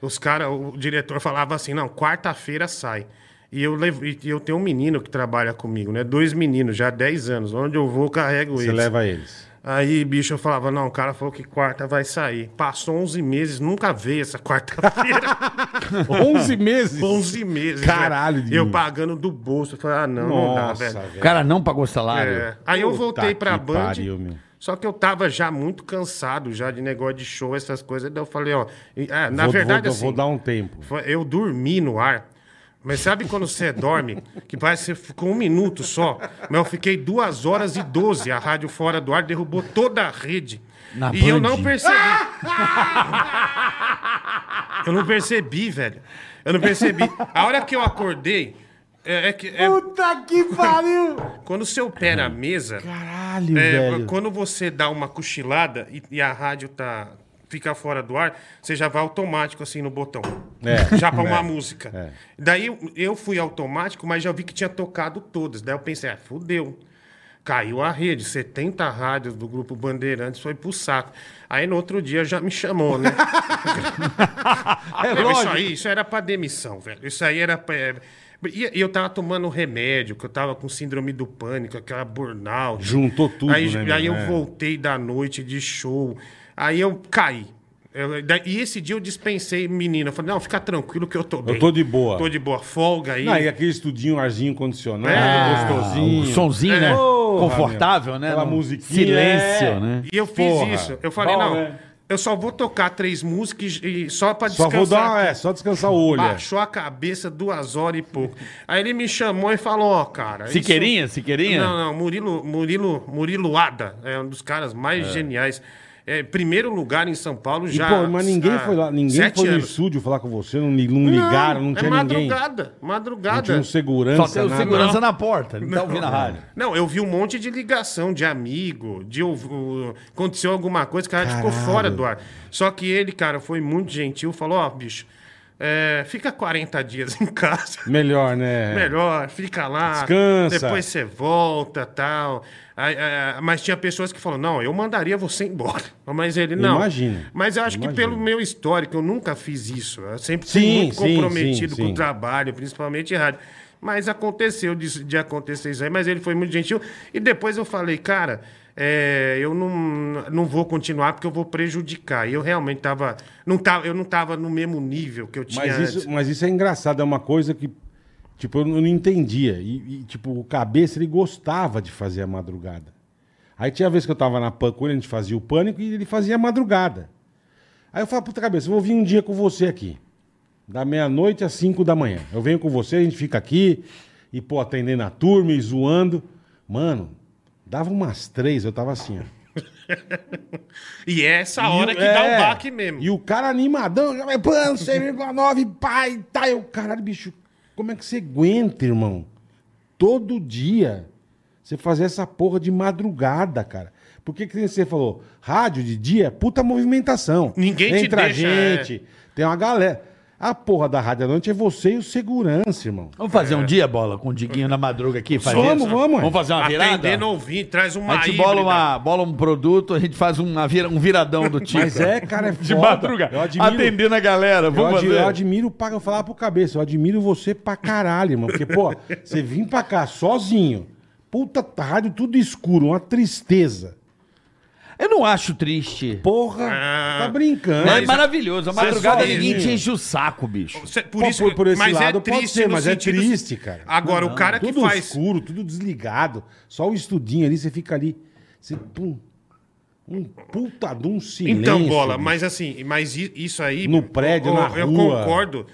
Speaker 4: os caras, o diretor falava assim: não, quarta-feira sai. E eu, levo, e eu tenho um menino que trabalha comigo, né? Dois meninos, já há 10 anos. Onde eu vou, eu carrego
Speaker 2: Você
Speaker 4: eles.
Speaker 2: leva eles.
Speaker 4: Aí, bicho, eu falava, não, o cara falou que quarta vai sair. Passou 11 meses, nunca veio essa quarta-feira.
Speaker 2: 11 meses?
Speaker 4: 11 meses.
Speaker 2: Caralho,
Speaker 4: velho.
Speaker 2: Diguinho.
Speaker 4: Eu pagando do bolso. Eu falei, ah, não,
Speaker 2: Nossa,
Speaker 4: não dá, velho.
Speaker 3: O
Speaker 2: velho.
Speaker 3: cara não pagou salário.
Speaker 4: É. Aí eu
Speaker 2: Puta
Speaker 4: voltei pra
Speaker 2: que
Speaker 4: Band.
Speaker 2: pariu, meu.
Speaker 4: só que eu tava já muito cansado já de negócio de show, essas coisas. Daí eu falei, ó. e- ah, na
Speaker 2: Vou-
Speaker 4: verdade,
Speaker 2: vou,
Speaker 4: assim.
Speaker 2: Vou dar um tempo.
Speaker 4: foi- Eu dormi no ar. Mas sabe quando você dorme, que parece que você ficou um minuto só? Mas eu fiquei duas horas e doze. A rádio fora do ar derrubou toda a rede.
Speaker 3: Na
Speaker 4: e eu
Speaker 3: Band?
Speaker 4: não percebi. eu não percebi, velho. Eu não percebi. A hora que eu acordei. É, é que, é-
Speaker 2: Puta que pariu!
Speaker 4: quando o seu pé na mesa.
Speaker 2: Caralho,
Speaker 4: É,
Speaker 2: velho.
Speaker 4: Quando você dá uma cochilada e, e a rádio tá fica fora do ar, você já vai automático assim no botão.
Speaker 2: É.
Speaker 4: Já pra uma
Speaker 2: É.
Speaker 4: música.
Speaker 2: É.
Speaker 4: Daí eu- eu fui automático, mas já vi que tinha tocado todas. Daí eu pensei, ah, fudeu. Caiu a rede, 70 rádios do grupo Bandeirantes foi pro saco. Aí no outro dia já me chamou, né?
Speaker 3: É
Speaker 4: Não, isso
Speaker 3: lógico.
Speaker 4: aí, Ah, isso era pra demissão, velho. Isso aí era pra... é, E e eu tava tomando remédio, que eu tava com síndrome do pânico, aquela burnout.
Speaker 2: Juntou tudo,
Speaker 4: Aí,
Speaker 2: né,
Speaker 4: aí
Speaker 2: meu?
Speaker 4: eu
Speaker 2: É.
Speaker 4: voltei da noite de show. Aí eu caí. Eu- da- e esse dia eu dispensei menina. Eu falei, não, fica tranquilo que eu tô bem.
Speaker 2: tô de boa.
Speaker 4: Tô de boa. Folga aí.
Speaker 2: Não, e aquele estudinho, arzinho condicionado,
Speaker 4: É,
Speaker 2: gostosinho.
Speaker 3: Um sonzinho, né?
Speaker 2: Porra,
Speaker 3: Confortável,
Speaker 2: meu.
Speaker 3: né?
Speaker 2: Aquela
Speaker 3: Num
Speaker 2: musiquinha,
Speaker 3: Silêncio,
Speaker 2: é.
Speaker 3: né?
Speaker 4: E eu fiz
Speaker 2: Porra.
Speaker 4: isso. Eu falei,
Speaker 2: Bom,
Speaker 4: não,
Speaker 2: né?
Speaker 4: eu só vou tocar três músicas e e só pra
Speaker 2: Só
Speaker 4: descansar.
Speaker 2: vou dar,
Speaker 4: aqui.
Speaker 2: é, só descansar o olho. é.
Speaker 4: Baixou a cabeça duas horas e pouco. Aí ele me chamou e falou, ó, cara... isso-
Speaker 3: Siqueirinha? Siqueirinha?
Speaker 4: Não, não, Murilo, Murilo, Murilo Ada, é um dos caras mais geniais. é, primeiro lugar em São Paulo
Speaker 2: E,
Speaker 4: já.
Speaker 2: pô, mas ninguém
Speaker 4: há
Speaker 2: foi lá, ninguém
Speaker 4: sete
Speaker 2: foi no
Speaker 4: anos.
Speaker 2: estúdio falar com você, não, li- não ligaram, não,
Speaker 4: é
Speaker 2: tinha ninguém.
Speaker 4: madrugada,
Speaker 2: Não tinha
Speaker 4: madrugada.
Speaker 2: um segurança.
Speaker 3: Só tem o
Speaker 2: nada.
Speaker 3: segurança na porta, ele tá ouvindo a rádio.
Speaker 4: Não, eu vi um monte de ligação de amigo, de ouv- o- aconteceu alguma coisa que a rádio ficou fora do ar. Só que ele, cara, foi muito gentil, falou, ó, bicho, é, fica 40 dias em casa.
Speaker 2: Melhor, né?
Speaker 4: Melhor, fica lá.
Speaker 2: Descansa.
Speaker 4: Depois você volta, tal. Aí, é, mas tinha pessoas que falaram, não, eu mandaria você embora. Mas ele, não.
Speaker 2: Imagino.
Speaker 4: Mas eu acho que
Speaker 2: Imagino.
Speaker 4: pelo meu histórico, eu nunca fiz isso. Eu sempre
Speaker 2: Sim,
Speaker 4: fui muito
Speaker 2: sim,
Speaker 4: comprometido
Speaker 2: sim,
Speaker 4: com
Speaker 2: sim.
Speaker 4: o trabalho, principalmente em rádio. Mas aconteceu disso- de acontecer isso aí, mas ele foi muito gentil. E depois eu falei, cara, é, eu não, não vou continuar porque eu vou prejudicar. E eu realmente tava, não tava. Eu não tava no mesmo nível que eu tinha
Speaker 2: Mas
Speaker 4: antes.
Speaker 2: isso, mas isso é engraçado, é uma coisa que, tipo, eu não eu não entendia. E, e, tipo, o cabeça, ele gostava de fazer a madrugada. Aí tinha vez que eu tava na PAN com ele, a gente fazia o pânico e ele fazia a madrugada. Aí eu falava, puta cabeça, eu vou vir um dia com você aqui. Da meia-noite às cinco da manhã. Eu venho com você, a gente fica aqui, e, pô, atendendo a turma e zoando. Mano, dava umas três, eu tava assim, ó.
Speaker 4: E é essa hora
Speaker 2: E o-
Speaker 4: que dá
Speaker 2: é.
Speaker 4: o baque mesmo.
Speaker 2: E o cara animadão, já vai, pô, 100,9, pai, tá. Eu, caralho, bicho, como é que você aguenta, irmão? Todo dia você fazer essa porra de madrugada, cara. Por que que você falou? Rádio de dia, é puta movimentação.
Speaker 4: Ninguém te
Speaker 2: Entra
Speaker 4: deixa, é.
Speaker 2: gente, tem uma galera. A porra da rádio à noite é você e o segurança, irmão.
Speaker 3: Vamos
Speaker 4: É.
Speaker 3: fazer um dia, bola, com o Diguinho na madruga aqui? fazer?
Speaker 2: Vamos, vamos.
Speaker 3: Vamos fazer uma virada?
Speaker 4: Atendendo ouvir, traz uma
Speaker 3: A gente
Speaker 4: híbrida.
Speaker 3: bola, uma, bola um produto, a gente faz uma vira- um viradão do tipo.
Speaker 2: Mas é, cara, é foda.
Speaker 3: De madrugada.
Speaker 2: Eu admiro,
Speaker 3: Atendendo a galera.
Speaker 2: Eu,
Speaker 3: Vamos
Speaker 2: ad-
Speaker 3: fazer.
Speaker 2: eu admiro pra eu falar pro cabeça, eu admiro você pra caralho, irmão. Porque, pô, você vir pra cá sozinho. Puta tá rádio, tudo escuro, uma tristeza.
Speaker 3: Eu não acho triste.
Speaker 2: Porra,
Speaker 4: Ah,
Speaker 2: tá brincando.
Speaker 3: é maravilhoso. A madrugada
Speaker 4: sozinho.
Speaker 3: ninguém te enche o saco, bicho.
Speaker 4: Cê- Por,
Speaker 2: Pô,
Speaker 4: isso,
Speaker 2: por- por esse
Speaker 4: mas
Speaker 2: lado
Speaker 4: é
Speaker 2: pode
Speaker 4: triste
Speaker 2: ser,
Speaker 4: no
Speaker 2: mas é
Speaker 4: sentido- assim,
Speaker 2: triste, cara.
Speaker 4: Agora, o cara que
Speaker 2: tudo
Speaker 4: faz.
Speaker 2: escuro, tudo desligado. Só o estudinho ali, você fica ali. Você, pum, um puta de um silêncio.
Speaker 4: Então, bola,
Speaker 2: bicho.
Speaker 4: mas assim, mas i- isso aí.
Speaker 2: No prédio,
Speaker 4: eu,
Speaker 2: na
Speaker 4: Eu
Speaker 2: rua.
Speaker 4: concordo.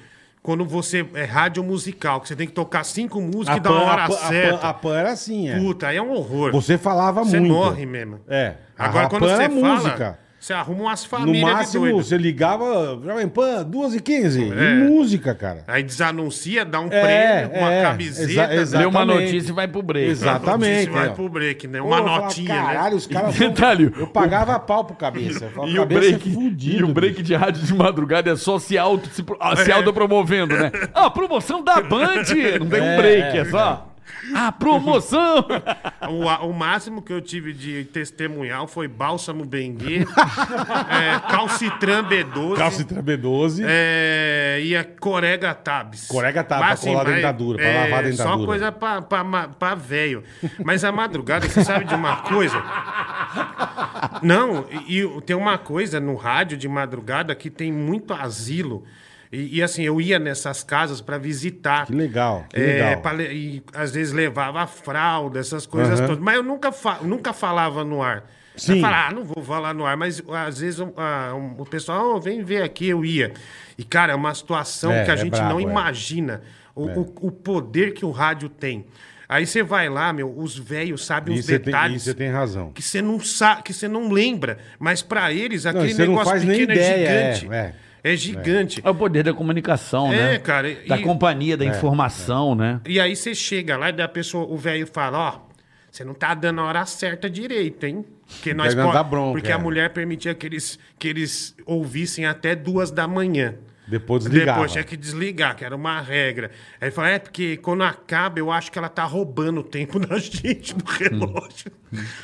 Speaker 4: Quando você é rádio musical, que você tem que tocar cinco
Speaker 2: A
Speaker 4: músicas e dá uma
Speaker 2: Pan-
Speaker 4: hora
Speaker 2: a Pan- a Pan-
Speaker 4: certa.
Speaker 2: A PAN era assim, é.
Speaker 4: Puta, aí é um horror.
Speaker 2: Você falava
Speaker 4: Você
Speaker 2: muito.
Speaker 4: morre mesmo.
Speaker 2: É.
Speaker 4: Agora,
Speaker 2: A
Speaker 4: quando
Speaker 2: Pan
Speaker 4: você
Speaker 2: era
Speaker 4: fala,
Speaker 2: música.
Speaker 4: você arruma umas
Speaker 2: No
Speaker 4: famílias de
Speaker 2: máximo,
Speaker 4: doido.
Speaker 2: você ligava Jovem Pan, 2 e 15
Speaker 4: É.
Speaker 2: E música, cara.
Speaker 4: Aí desanuncia, dá um
Speaker 2: É,
Speaker 4: prêmio, uma
Speaker 2: é,
Speaker 4: camiseta. né?
Speaker 2: exa-
Speaker 3: Lê uma
Speaker 2: exatamente.
Speaker 3: notícia e vai pro break.
Speaker 2: Exato. exatamente,
Speaker 4: Vai
Speaker 2: ó.
Speaker 4: pro break, né?
Speaker 2: Pô,
Speaker 4: Uma
Speaker 2: eu falava,
Speaker 4: notinha, né?
Speaker 2: Caralho, os caras.
Speaker 3: E detalhe,
Speaker 2: eu pagava pau pro cabeça. Eu falava,
Speaker 3: tá E o,
Speaker 2: "Cabeça
Speaker 3: break,
Speaker 2: é fudido,
Speaker 3: e o break
Speaker 2: bicho." É.
Speaker 3: de rádio de madrugada é só se, auto, se, pro- ah, se autopromovendo, né? Ah, promoção da Band! Não tem um break, é só. Ah, promoção!
Speaker 4: O, o máximo que eu tive de testemunhal foi bálsamo é, Bengue, calcitran B12
Speaker 2: Calcitra B12.
Speaker 4: é, e a corega Tabs.
Speaker 2: Corega Tabs, pra colar a dentadura, pra lavar a dentadura.
Speaker 4: é, Só coisa pra, pra, ma- pra velho. Mas a madrugada, você sabe de uma coisa? Não, e, e tem uma coisa no rádio de madrugada que tem muito asilo. E, e, assim, eu ia nessas casas pra visitar.
Speaker 2: Que legal, que
Speaker 4: É,
Speaker 2: legal.
Speaker 4: pra le- e às vezes levava fralda, essas coisas
Speaker 2: Aham.
Speaker 4: todas. Mas eu nunca, fa- nunca falava no ar.
Speaker 2: Sim.
Speaker 4: Eu falava, ah, não vou falar no ar, mas às vezes um- ah, um- o pessoal, "Ô, vem ver aqui, eu ia. E, cara, é uma situação
Speaker 2: É,
Speaker 4: que a
Speaker 2: é
Speaker 4: gente
Speaker 2: brabo,
Speaker 4: não
Speaker 2: é.
Speaker 4: imagina o, o- o poder que o rádio tem. Aí você vai lá, meu, os velhos sabem
Speaker 2: E
Speaker 4: os
Speaker 2: você tem, e
Speaker 4: detalhes
Speaker 2: você tem razão.
Speaker 4: que você não sabe, que você não lembra, mas pra eles
Speaker 2: e
Speaker 4: aquele
Speaker 2: você não
Speaker 4: negócio
Speaker 2: faz nem
Speaker 4: pequeno
Speaker 2: ideia,
Speaker 4: é gigante.
Speaker 2: é,
Speaker 4: É, gigante.
Speaker 3: É o poder da comunicação, né?
Speaker 4: É, cara, e-
Speaker 3: Da companhia,
Speaker 2: É,
Speaker 3: da informação, né?
Speaker 4: E aí você chega lá e daí a pessoa, o velho fala, ó, você não tá dando a hora certa direito, hein? Porque nós
Speaker 2: Vai
Speaker 4: po-
Speaker 2: dar bronca,
Speaker 4: porque a
Speaker 2: é.
Speaker 4: mulher permitia que eles, que eles ouvissem até duas da manhã.
Speaker 2: Depois desligava.
Speaker 4: Depois é tinha que desligar, que era uma regra. Aí fala, é porque quando acaba, eu acho que ela tá roubando o tempo da gente do
Speaker 2: Hum.
Speaker 4: relógio.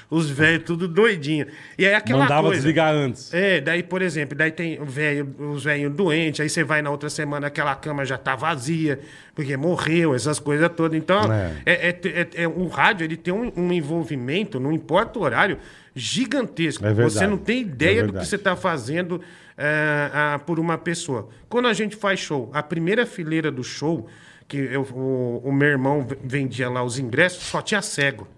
Speaker 4: Os velhos tudo doidinho. E aí aquela
Speaker 2: Mandava
Speaker 4: coisa.
Speaker 2: desligar antes.
Speaker 4: É, daí, por exemplo, daí tem o velho, os velhos doentes, aí você vai na outra semana, aquela cama já tá vazia, porque morreu, essas coisas todas. Então,
Speaker 2: É.
Speaker 4: é, é- é- é- o rádio ele tem um, um envolvimento, não importa o horário, gigantesco.
Speaker 2: É verdade.
Speaker 4: Você não tem
Speaker 2: É
Speaker 4: ideia do que
Speaker 2: verdade.
Speaker 4: você está fazendo é, ah, por uma pessoa. Quando a gente faz show, a primeira fileira do show, que eu- o, o meu irmão v- vendia lá os ingressos, só tinha cego.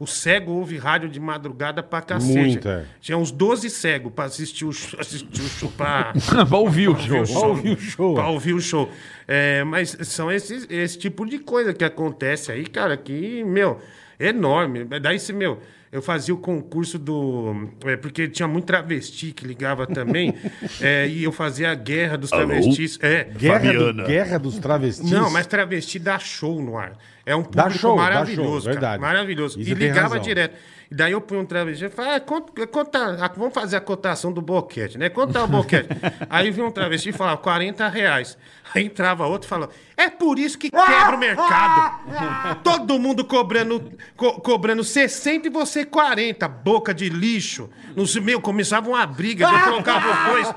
Speaker 4: O cego ouve rádio de madrugada pra cacete.
Speaker 2: Muito, é.
Speaker 4: Tinha uns 12 cegos pra assistir o show. Assistir o show pra...
Speaker 3: Vai ouvir o show.
Speaker 2: Pra ouvir o show.
Speaker 4: Pra ouvir o show. É, mas são esses, esse tipo de coisa que acontece aí, cara, que, meu, enorme. Daí, se, meu, Eu fazia o concurso do. é, porque tinha muito travesti que ligava também. é, e eu fazia a guerra dos travestis. É,
Speaker 2: Guerra, do,
Speaker 6: Fabiana.
Speaker 2: guerra dos travestis.
Speaker 4: Não, mas travesti dá show no ar. É um
Speaker 2: Dá
Speaker 4: público
Speaker 2: show, dá
Speaker 4: maravilhoso,
Speaker 2: show,
Speaker 4: cara.
Speaker 2: verdade.
Speaker 4: Maravilhoso.
Speaker 2: Isso
Speaker 4: e
Speaker 2: tem
Speaker 4: ligava
Speaker 2: razão.
Speaker 4: direto. E daí eu punho um travesti e falava, ah, conta- conta- ah, vamos fazer a cotação do boquete, né? Quanto tá o boquete? Aí vinha um travesti e falava, 40 reais. Aí entrava outro e falava, é por isso que quebra o mercado. Todo mundo cobrando, co- cobrando 60 e você 40, boca de lixo. No meu, começava uma briga, eu colocava os dois,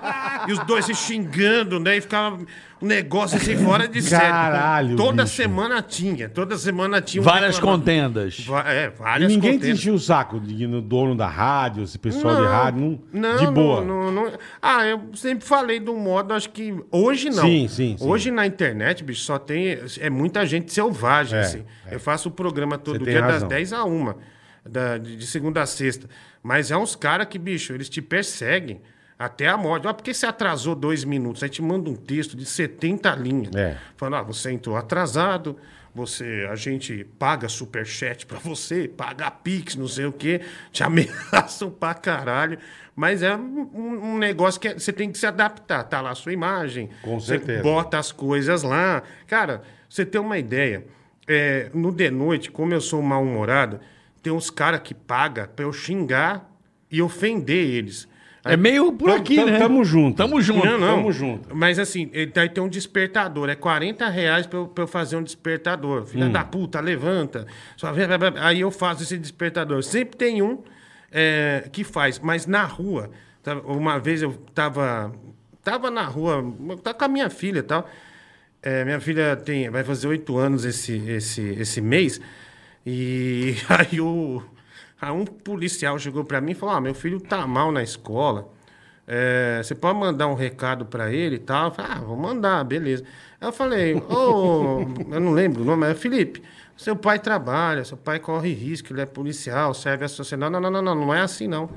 Speaker 4: e os dois se xingando, né? E ficava um negócio assim fora de
Speaker 2: Caralho,
Speaker 4: Sério, toda
Speaker 2: bicho.
Speaker 4: semana tinha, toda semana tinha um
Speaker 3: Várias
Speaker 4: reclamando.
Speaker 3: contendas.
Speaker 4: Va- É,
Speaker 2: E
Speaker 4: várias
Speaker 2: ninguém te
Speaker 4: contendas.
Speaker 2: enchia o saco, de, no dono da rádio, esse pessoal de rádio, não,
Speaker 4: não,
Speaker 2: de boa.
Speaker 4: não, não, não. Ah, eu sempre falei do modo, acho que hoje não.
Speaker 2: Sim, sim, sim.
Speaker 4: Hoje na internet, bicho, só tem é muita gente selvagem
Speaker 2: É,
Speaker 4: assim. Eu faço o programa todo
Speaker 2: Você tem
Speaker 4: dia
Speaker 2: razão.
Speaker 4: das 10 a 1, da- de de segunda a sexta. Mas é uns caras que, bicho, eles te perseguem até a morte. Ó, por que você atrasou dois minutos? Aí te manda um texto de 70 linhas.
Speaker 2: É.
Speaker 4: Falando, ah, você entrou atrasado, você, a gente paga superchat pra você, paga Pix, não sei o quê, te ameaçam pra caralho. Mas é um, um- um negócio que é- você tem que se adaptar. Tá lá a sua imagem.
Speaker 2: Com
Speaker 4: você
Speaker 2: certeza.
Speaker 4: Bota as coisas lá. Cara, você tem uma ideia. é, no de noite, como eu sou mal-humorado, tem uns caras que pagam pra eu xingar e ofender eles.
Speaker 3: É meio por
Speaker 2: Tam-
Speaker 3: aqui,
Speaker 2: tam-
Speaker 3: né?
Speaker 2: tamo junto.
Speaker 3: Tamo junto.
Speaker 4: Não, não.
Speaker 2: Tamo junto.
Speaker 4: Mas assim, ele daí tem um despertador. É 40 reais pra eu, pra eu fazer um despertador. Filha da puta, levanta. Só vem- Aí eu faço esse despertador. Sempre tem um é, que faz, mas na rua. tá? Uma vez eu tava. Tava na rua, tava com a minha filha e tal. É, minha filha tem, vai fazer oito anos esse, esse, esse mês. E aí o, aí um policial chegou para mim e falou: ah, meu filho tá mal na escola. É, você pode mandar um recado para ele e tal? Eu falei, ah, vou mandar, beleza. Aí eu falei, ô, eu não lembro o nome, é Felipe. Seu pai trabalha, seu pai corre risco, ele é policial, serve a sociedade. Não, não, não, não, não é assim não.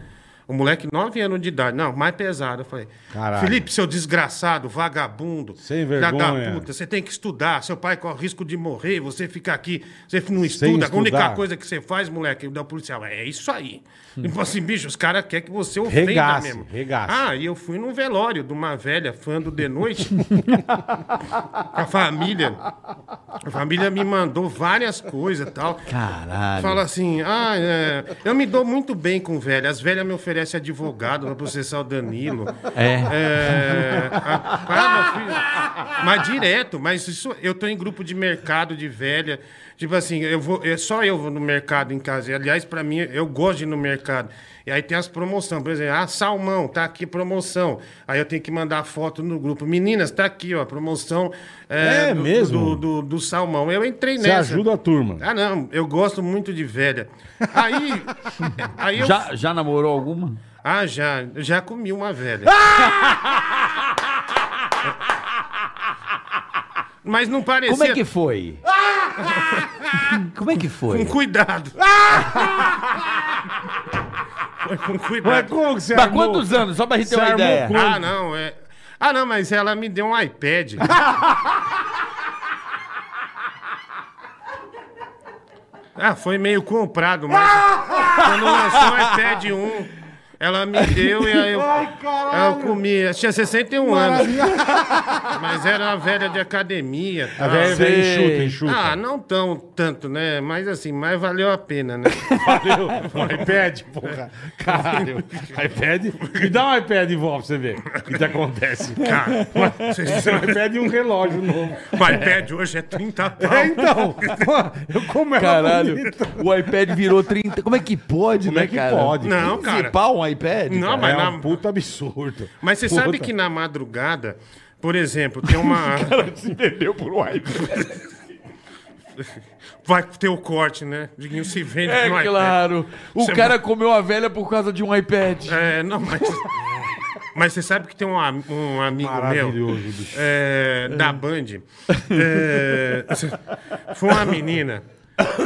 Speaker 4: O moleque, nove anos de idade, não, mais pesado. Eu falei,
Speaker 2: Caralho.
Speaker 4: Felipe, seu desgraçado, vagabundo,
Speaker 2: Sem
Speaker 4: Filha
Speaker 2: vergonha.
Speaker 4: Da puta, você tem que estudar. Seu pai corre risco de morrer, você fica aqui, você não
Speaker 2: Sem
Speaker 4: estuda. A única
Speaker 2: estudar. Hum.
Speaker 4: coisa que você faz, moleque, da policial, é isso aí. Tipo assim, bicho, os caras querem que você ofenda
Speaker 2: Regace,
Speaker 4: mesmo.
Speaker 2: regace.
Speaker 4: Ah, e eu fui num velório de uma velha fã do The Noite. a família. A família me mandou várias coisas e tal.
Speaker 3: Caralho.
Speaker 4: Fala assim, ah, é, eu me dou muito bem com velha. As velhas me oferecem advogado pra processar o Danilo.
Speaker 3: É.
Speaker 4: É, a- ah, meu filho. Mas direto, mas isso eu tô em grupo de mercado de velha. Tipo assim, eu vou, é só eu vou no mercado em casa. E, aliás, pra mim, eu gosto de ir no mercado. E aí tem as promoções, por exemplo, ah, salmão, tá aqui promoção. Aí eu tenho que mandar foto no grupo. Meninas, tá aqui, ó, promoção
Speaker 2: É
Speaker 4: do,
Speaker 2: mesmo?
Speaker 4: Do, do- do salmão. Eu entrei
Speaker 2: Você
Speaker 4: nessa.
Speaker 2: ajuda a turma.
Speaker 4: Ah, não, eu gosto muito de velha. Aí, aí eu
Speaker 3: Já, já namorou alguma?
Speaker 4: ah, já. Eu Já comi uma velha. Mas não parecia.
Speaker 3: Como é que foi? Como é que
Speaker 4: Com
Speaker 3: foi?
Speaker 4: cuidado. Foi com
Speaker 2: Mas
Speaker 4: cuidado.
Speaker 2: como que você
Speaker 3: Pra
Speaker 2: armou?
Speaker 3: quantos anos? Só pra gente ter
Speaker 2: Você
Speaker 3: uma
Speaker 2: armou
Speaker 3: ideia.
Speaker 2: com-
Speaker 4: Ah, não, é. Ah, não, mas ela me deu um iPad. Ah, foi meio comprado, mas quando lançou o iPad 1, ela me deu e aí eu,
Speaker 2: Ai, caralho.
Speaker 4: eu comi. Eu tinha 61 anos. Mas era uma velha de academia.
Speaker 2: A
Speaker 4: tal.
Speaker 2: velha, velha
Speaker 3: sei.
Speaker 2: enxuta, enxuta.
Speaker 4: Ah, não tão tanto, né? Mas assim, mas valeu a pena, né?
Speaker 2: Valeu. Um iPad, porra. Caralho. iPad? Me dá um iPad em volta pra você ver o que, que acontece.
Speaker 4: Cara,
Speaker 2: Você é um iPad e um relógio novo.
Speaker 4: o iPad hoje é 30 pau.
Speaker 2: É, então. Pô, Eu como ela
Speaker 3: Caralho,
Speaker 2: bonita.
Speaker 3: o iPad virou 30. Como é que pode,
Speaker 2: Como
Speaker 3: né,
Speaker 2: é que
Speaker 3: cara?
Speaker 2: pode?
Speaker 4: Não,
Speaker 3: Cara.
Speaker 4: cara.
Speaker 3: pau um iPad?
Speaker 4: Não,
Speaker 3: cara?
Speaker 4: mas
Speaker 2: é
Speaker 4: na-
Speaker 2: um puta absurdo.
Speaker 4: Mas você sabe que na madrugada, por exemplo, tem uma.
Speaker 6: Se vendeu por um iPad.
Speaker 4: Vai ter o corte, né? Diguinho se vende
Speaker 3: É
Speaker 4: no iPad.
Speaker 3: claro. O
Speaker 4: Você-
Speaker 3: cara comeu a velha por causa de um iPad.
Speaker 4: É, não, mas. Mas você sabe que tem um, am- um amigo meu
Speaker 2: Maravilhoso, bicho.
Speaker 4: é, da Band. é, foi é, uma menina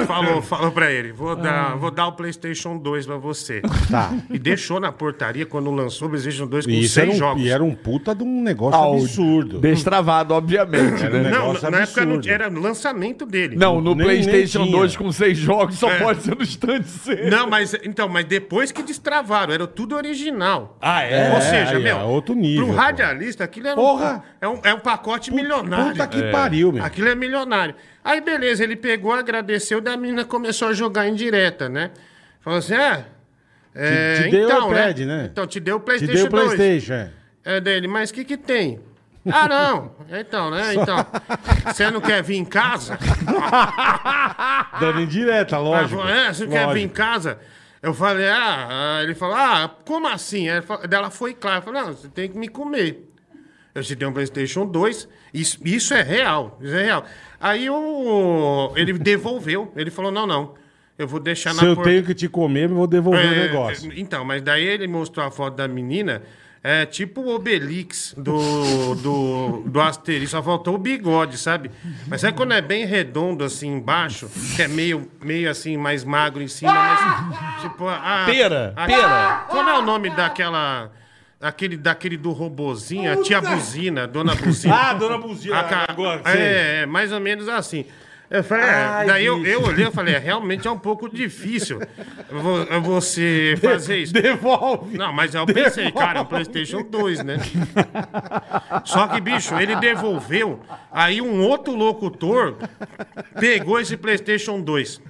Speaker 4: Falou, falou pra ele, vou dar, vou dar o Playstation 2 pra você.
Speaker 2: Ah. Tá.
Speaker 4: E deixou na portaria quando lançou o Playstation 2 com
Speaker 2: E isso era um,
Speaker 4: seis jogos.
Speaker 2: e era um puta de um negócio
Speaker 5: Áudio.
Speaker 2: absurdo.
Speaker 5: Destravado, obviamente,
Speaker 2: Era um
Speaker 5: né?
Speaker 4: Não,
Speaker 2: negócio
Speaker 4: na época não,
Speaker 2: absurdo.
Speaker 4: era lançamento dele.
Speaker 5: Não, no
Speaker 2: Nem- nem
Speaker 5: PlayStation
Speaker 2: tinha.
Speaker 5: 2 com seis jogos só
Speaker 4: É.
Speaker 5: pode ser no stand C.
Speaker 4: Não, mas então, mas depois que destravaram, era tudo original.
Speaker 5: Ah,
Speaker 4: Ou seja,
Speaker 2: aí,
Speaker 4: meu,
Speaker 2: é outro nível,
Speaker 4: pro
Speaker 2: pô.
Speaker 4: radialista, aquilo era um-
Speaker 2: Porra!
Speaker 4: é, um, é um pacote milionário.
Speaker 2: Puta que pariu, meu.
Speaker 4: Aquilo é milionário. Aí, beleza, ele pegou, agradeceu, daí a menina começou a jogar em direta, né? Falou assim, ah, é,
Speaker 2: te deu
Speaker 4: então,
Speaker 2: o pad, né?
Speaker 4: Então, te deu o
Speaker 2: Te
Speaker 4: Playstation
Speaker 2: deu o
Speaker 4: 2.
Speaker 2: Playstation, é.
Speaker 4: É dele, mas o que que tem? Ah, não. Então, né? Então, você não quer vir em casa?
Speaker 2: Dando indireta, lógico.
Speaker 4: Ela falou, Ah. é, você quer vir em
Speaker 2: lógico.
Speaker 4: casa? Eu falei, ah, ah, ele falou, ah, como assim? Ela falou- daí Ela foi clara, falou, não, você tem que me comer. Eu te dei um Playstation 2, isso, isso é real, isso é real. Aí o, ele devolveu, ele falou, não, não, eu vou deixar
Speaker 2: Se eu
Speaker 4: porta-
Speaker 2: tenho que te comer, eu vou devolver o
Speaker 4: é,
Speaker 2: negócio.
Speaker 4: Então, mas daí ele mostrou a foto da menina, é tipo o Obelix do, do, do Asterix, só faltou o bigode, sabe? Mas sabe quando é bem redondo assim embaixo, que é meio, meio assim, mais magro em cima, mas tipo a... a-
Speaker 5: Pera,
Speaker 4: a-
Speaker 5: pera.
Speaker 4: Como é o nome daquela... Aquele, daquele do robozinho, a tia Buzina, dona Buzina.
Speaker 2: Ah, Dona Buzina,
Speaker 4: A ca-
Speaker 2: agora, sei.
Speaker 4: é, é, mais ou menos assim. Eu falei, é,
Speaker 2: Ai,
Speaker 4: daí eu,
Speaker 2: bicho.
Speaker 4: eu olhei e falei, é, realmente é um pouco difícil vo- você fazer isso.
Speaker 2: Devolve.
Speaker 4: Não, mas eu pensei, cara, é um PlayStation 2, né? Só que, bicho, ele devolveu. Aí um outro locutor pegou esse PlayStation 2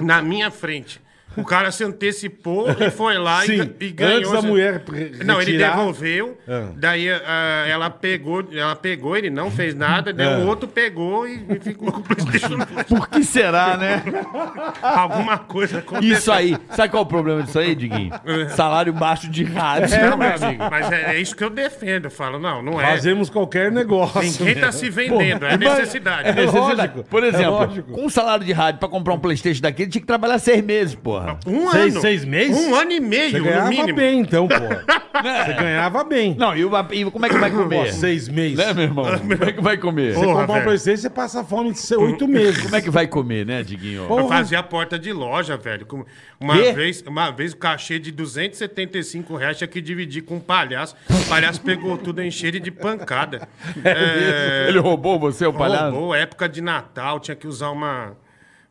Speaker 4: na minha frente. O cara se antecipou e foi lá e
Speaker 2: Sim,
Speaker 4: ga- e, ganhou.
Speaker 2: antes da
Speaker 4: esse-
Speaker 2: mulher re-
Speaker 4: Não, ele
Speaker 2: retirar.
Speaker 4: devolveu.
Speaker 2: Ah.
Speaker 4: Daí ah, ela pegou, ela pegou, ele não fez nada. Daí o
Speaker 2: Ah.
Speaker 4: outro pegou e, e ficou com o PlayStation 2.
Speaker 5: Por que será, né?
Speaker 4: Alguma coisa aconteceu.
Speaker 3: Isso aí. Sabe qual é o problema disso aí, Diguinho? Salário baixo de rádio,
Speaker 4: É,
Speaker 3: meu
Speaker 4: mas,
Speaker 3: amigo.
Speaker 4: mas é, é isso que eu defendo. Eu falo, não, não é.
Speaker 2: Fazemos qualquer negócio.
Speaker 4: Ninguém tá
Speaker 2: meu.
Speaker 4: se vendendo, é necessidade.
Speaker 2: É lógico.
Speaker 3: Por
Speaker 2: é
Speaker 3: exemplo,
Speaker 2: lógico.
Speaker 3: com um salário de rádio pra comprar um Playstation daquele, tinha que trabalhar seis meses, porra.
Speaker 4: Um
Speaker 2: Seis-
Speaker 4: ano.
Speaker 2: seis meses?
Speaker 4: Um ano e meio,
Speaker 2: Você
Speaker 4: no
Speaker 2: ganhava
Speaker 4: mínimo.
Speaker 2: bem, então, pô. Você ganhava bem.
Speaker 3: Não, e, o- e como é que vai
Speaker 2: Pô,
Speaker 3: comer?
Speaker 2: seis meses.
Speaker 3: Né, meu irmão? Como é que vai comer?
Speaker 2: Você
Speaker 4: Porra,
Speaker 2: comprar um
Speaker 4: velho.
Speaker 2: Playstation, você passa fome de ser oito meses.
Speaker 3: Como é que vai comer, né, Diguinho?
Speaker 4: Eu
Speaker 2: Porra.
Speaker 4: fazia a porta de loja, velho. Com- Uma
Speaker 3: Quê?
Speaker 4: vez, uma vez o cachê de 275 reais tinha que dividir com um palhaço. O palhaço pegou tudo, encheu ele de pancada. É,
Speaker 3: Ele roubou você, o palhaço?
Speaker 4: Roubou, época de Natal, tinha que usar uma,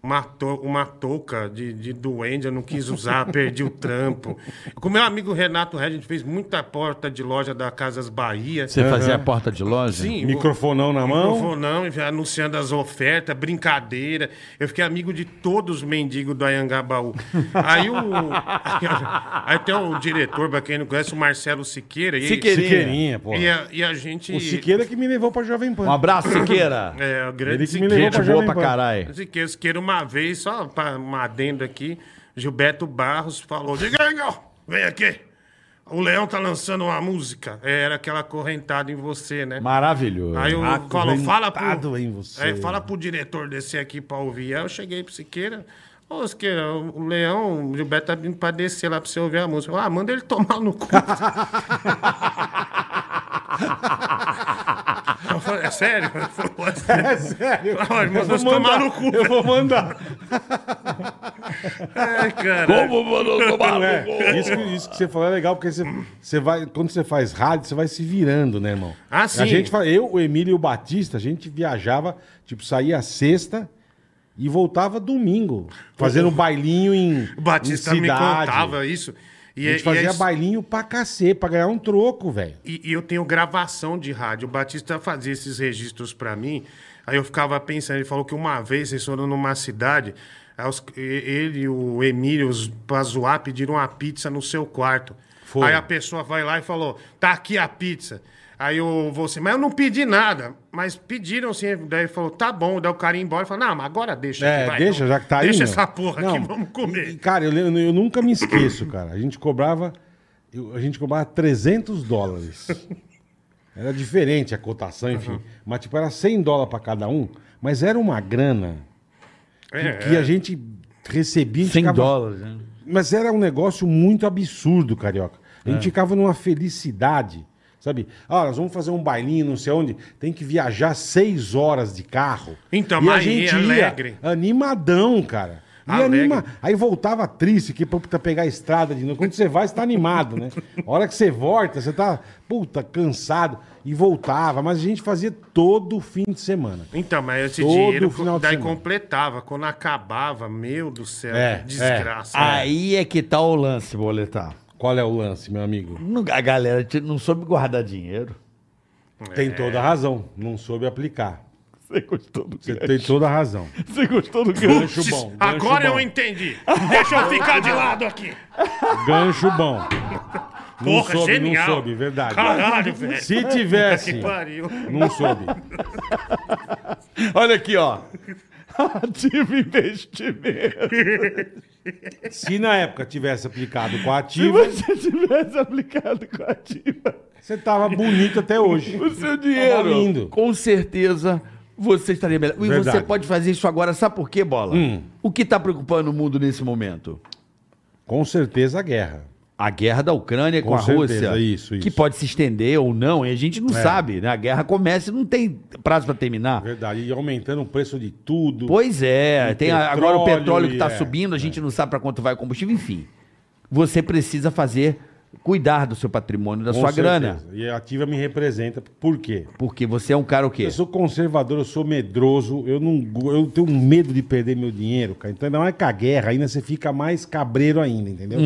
Speaker 4: uma, to- uma touca de, de duende, eu não quis usar, perdi o trampo. Com meu amigo Renato Red, a gente fez muita porta de loja da Casas Bahia.
Speaker 3: Você fazia a porta de loja?
Speaker 4: Sim, o-
Speaker 2: Microfonão na mão.
Speaker 4: é? Microfonão, enfi- anunciando as ofertas, brincadeira. Eu fiquei amigo de todos os mendigos do Ayangabaú. Aí o. Aí tem o diretor, pra quem não conhece, o Marcelo Siqueira. E,
Speaker 2: Siqueirinha, pô.
Speaker 4: E a, e a gente.
Speaker 2: O Siqueira que me levou pra Jovem Pan.
Speaker 3: Um abraço, Siqueira.
Speaker 4: É, o grande
Speaker 2: Ele que me
Speaker 4: Siqueira.
Speaker 2: levou
Speaker 3: Gente
Speaker 2: pra
Speaker 3: boa
Speaker 2: Jovem
Speaker 3: pra
Speaker 2: Pan.
Speaker 3: caralho.
Speaker 4: Siqueira, Siqueira, uma vez, só pra, um adendo aqui, Gilberto Barros falou: Diga aí, Gal, vem aqui. O Leão tá lançando uma música. É, Era aquela correntada em você, né?
Speaker 3: Maravilhoso.
Speaker 4: Aí eu
Speaker 2: Ah,
Speaker 4: falo, fala pro,
Speaker 2: correntado em você.
Speaker 4: Aí fala pro diretor descer aqui pra ouvir. Aí eu cheguei pro Siqueira. Ô, Siqueira, o Leão, o Gilberto tá vindo pra descer lá pra você ouvir a música. Eu, Ah, manda ele tomar no cu. eu falei, é sério? Ele falou, é sério.
Speaker 2: É sério.
Speaker 4: Ah, ele
Speaker 2: Eu
Speaker 4: mandou
Speaker 2: vou
Speaker 4: se
Speaker 2: mandar.
Speaker 4: tomar no cu.
Speaker 2: Eu vou mandar.
Speaker 4: Ai, É, cara.
Speaker 3: Como mandou tomar
Speaker 4: Tá
Speaker 2: Não
Speaker 3: no
Speaker 2: é.
Speaker 3: cu?
Speaker 2: Isso, que- isso que você falou é legal, porque você, você vai, quando você faz rádio, você vai se virando, né, irmão?
Speaker 4: Ah,
Speaker 2: A
Speaker 4: sim.
Speaker 2: gente, fa- eu, o Emílio e o Batista, a gente viajava, tipo, saía sexta e voltava domingo, fazendo um bailinho em
Speaker 4: O Batista
Speaker 2: em
Speaker 4: me
Speaker 2: cidade.
Speaker 4: contava isso.
Speaker 2: A
Speaker 4: E, é-
Speaker 2: gente
Speaker 4: e é
Speaker 2: fazia
Speaker 4: isso-
Speaker 2: bailinho pra cacê, pra ganhar um troco, velho.
Speaker 4: E, e eu tenho gravação de rádio. O Batista fazia esses registros pra mim. Aí eu ficava pensando, ele falou que uma vez eles foram numa cidade, aí os- e- ele e o Emílio, os, pra zoar, pediram uma pizza no seu quarto.
Speaker 2: Foi.
Speaker 4: Aí a pessoa vai lá e falou: tá aqui a pizza. Aí eu vou assim, mas eu não pedi nada. Mas pediram sim. Daí ele falou, tá bom. Daí o cara ia embora e falou, não, mas agora deixa.
Speaker 2: É,
Speaker 4: aqui, vai,
Speaker 2: deixa,
Speaker 4: não.
Speaker 2: já que tá aí.
Speaker 4: Deixa
Speaker 2: meu.
Speaker 4: essa porra
Speaker 2: Não,
Speaker 4: aqui, vamos
Speaker 2: e,
Speaker 4: comer.
Speaker 2: Cara, eu, lembro- eu nunca me esqueço, cara. A gente cobrava. eu- a gente cobrava 300 dólares. Era diferente a cotação, enfim. Mas, tipo, era 100 dólares pra cada um. Mas era uma grana
Speaker 4: É,
Speaker 2: que a gente recebia. A gente
Speaker 3: 100
Speaker 2: ficava-
Speaker 3: dólares, né?
Speaker 4: É.
Speaker 2: Mas era um negócio muito absurdo, carioca. A gente ficava numa felicidade. Sabe? Ah, nós vamos fazer um bailinho, não sei onde. Tem que viajar seis horas de carro.
Speaker 4: Então,
Speaker 2: e a
Speaker 4: mas aí
Speaker 2: gente
Speaker 4: é
Speaker 2: ia
Speaker 4: alegre.
Speaker 2: animadão, cara. E
Speaker 4: Alegre.
Speaker 2: anima... Aí voltava triste, que puta pegar a estrada de novo. Quando você vai, você tá animado, né? A hora que você volta, você tá, puta, cansado. E voltava, mas a gente fazia todo fim de semana.
Speaker 4: Então, mas esse
Speaker 2: Todo
Speaker 4: dinheiro
Speaker 2: final de
Speaker 4: daí
Speaker 2: semana.
Speaker 4: completava. Quando acabava, meu do céu,
Speaker 2: É,
Speaker 4: que desgraça. né?
Speaker 3: Aí é que tá o lance, boletar.
Speaker 2: Qual é o lance, meu amigo?
Speaker 3: Não- A galera te- não soube guardar dinheiro.
Speaker 4: É.
Speaker 2: Tem toda a razão. Não soube aplicar.
Speaker 5: Você gostou do
Speaker 2: Você
Speaker 5: gancho?
Speaker 2: tem toda a razão.
Speaker 5: Você gostou do gancho?
Speaker 2: Gancho bom. gancho
Speaker 4: Agora
Speaker 2: bom.
Speaker 4: eu entendi. Deixa eu ficar de lado aqui.
Speaker 2: Gancho bom. Não
Speaker 4: Porra, é
Speaker 2: soube, não
Speaker 4: genial.
Speaker 2: soube, verdade.
Speaker 4: Caralho, velho.
Speaker 2: Se tivesse,
Speaker 4: Que pariu.
Speaker 2: não soube.
Speaker 5: Olha aqui, ó. Ativo investimento.
Speaker 2: Se na época tivesse aplicado com a
Speaker 5: Se
Speaker 2: ativa,
Speaker 5: você tivesse aplicado com a ativa
Speaker 2: você tava bonito até hoje.
Speaker 5: o seu dinheiro,
Speaker 2: Tava lindo.
Speaker 3: Com certeza você estaria melhor. E
Speaker 2: Verdade.
Speaker 3: você pode fazer isso agora, sabe por quê, Bola?
Speaker 5: Hum.
Speaker 3: O que tá preocupando o mundo nesse momento?
Speaker 2: Com certeza a guerra.
Speaker 3: A guerra da Ucrânia com,
Speaker 2: Com
Speaker 3: a
Speaker 2: certeza,
Speaker 3: Rússia.
Speaker 2: isso, isso.
Speaker 3: Que pode se estender ou não, e a gente
Speaker 5: É.
Speaker 3: não sabe, né? A guerra começa e não tem prazo pra terminar.
Speaker 2: Verdade. E aumentando o preço de tudo.
Speaker 3: Pois é,
Speaker 2: E
Speaker 3: tem a- agora o
Speaker 2: petróleo
Speaker 3: petróleo que
Speaker 2: e
Speaker 3: está
Speaker 2: é,
Speaker 3: subindo, a gente não sabe para quanto vai o combustível, enfim. Você precisa fazer, cuidar do seu patrimônio, da
Speaker 2: Com
Speaker 3: sua
Speaker 2: certeza.
Speaker 3: grana.
Speaker 2: E a ativa me representa. Por quê?
Speaker 3: Porque você é um cara o quê?
Speaker 2: Eu sou conservador, eu sou medroso, eu não, go- eu tenho um medo de perder meu dinheiro, cara. Então ainda mais com a guerra, ainda você fica mais cabreiro ainda, entendeu?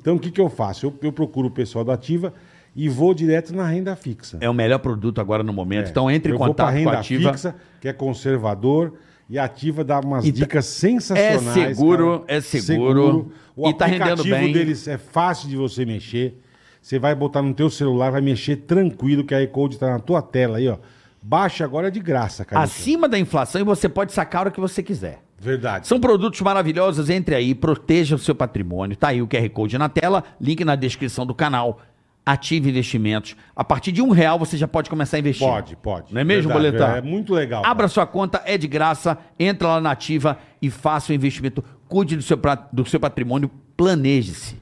Speaker 2: Então o que, que eu faço? Eu, eu procuro o pessoal da Ativa e vou direto na renda fixa.
Speaker 3: É o melhor produto agora no momento.
Speaker 2: É.
Speaker 3: Então entre em
Speaker 2: eu vou pra
Speaker 3: contato com
Speaker 2: renda
Speaker 3: a Ativa.
Speaker 2: fixa, que é conservador e a Ativa dá umas
Speaker 3: E tá-
Speaker 2: dicas
Speaker 3: É
Speaker 2: sensacionais.
Speaker 3: seguro, é seguro.
Speaker 2: O
Speaker 3: E tá rendendo
Speaker 2: aplicativo
Speaker 3: bem.
Speaker 2: deles é fácil de você mexer. Você vai botar no teu celular, vai mexer tranquilo, que a E-Code tá na tua tela aí, ó. Baixa agora de graça, cara.
Speaker 3: Acima da inflação e você pode sacar a hora que você quiser.
Speaker 2: Verdade.
Speaker 3: São produtos maravilhosos, entre aí, proteja o seu patrimônio. Tá aí o QR Code na tela, link na descrição do canal. Ative investimentos. A partir de um real você já pode começar a investir.
Speaker 2: Pode, pode.
Speaker 3: Não é mesmo,
Speaker 2: Verdade,
Speaker 3: Boletar?
Speaker 2: É muito legal.
Speaker 3: Abra
Speaker 2: cara.
Speaker 3: sua conta, é de graça, entra lá na Ativa e faça o investimento. Cuide do seu, pra- do seu patrimônio, planeje-se.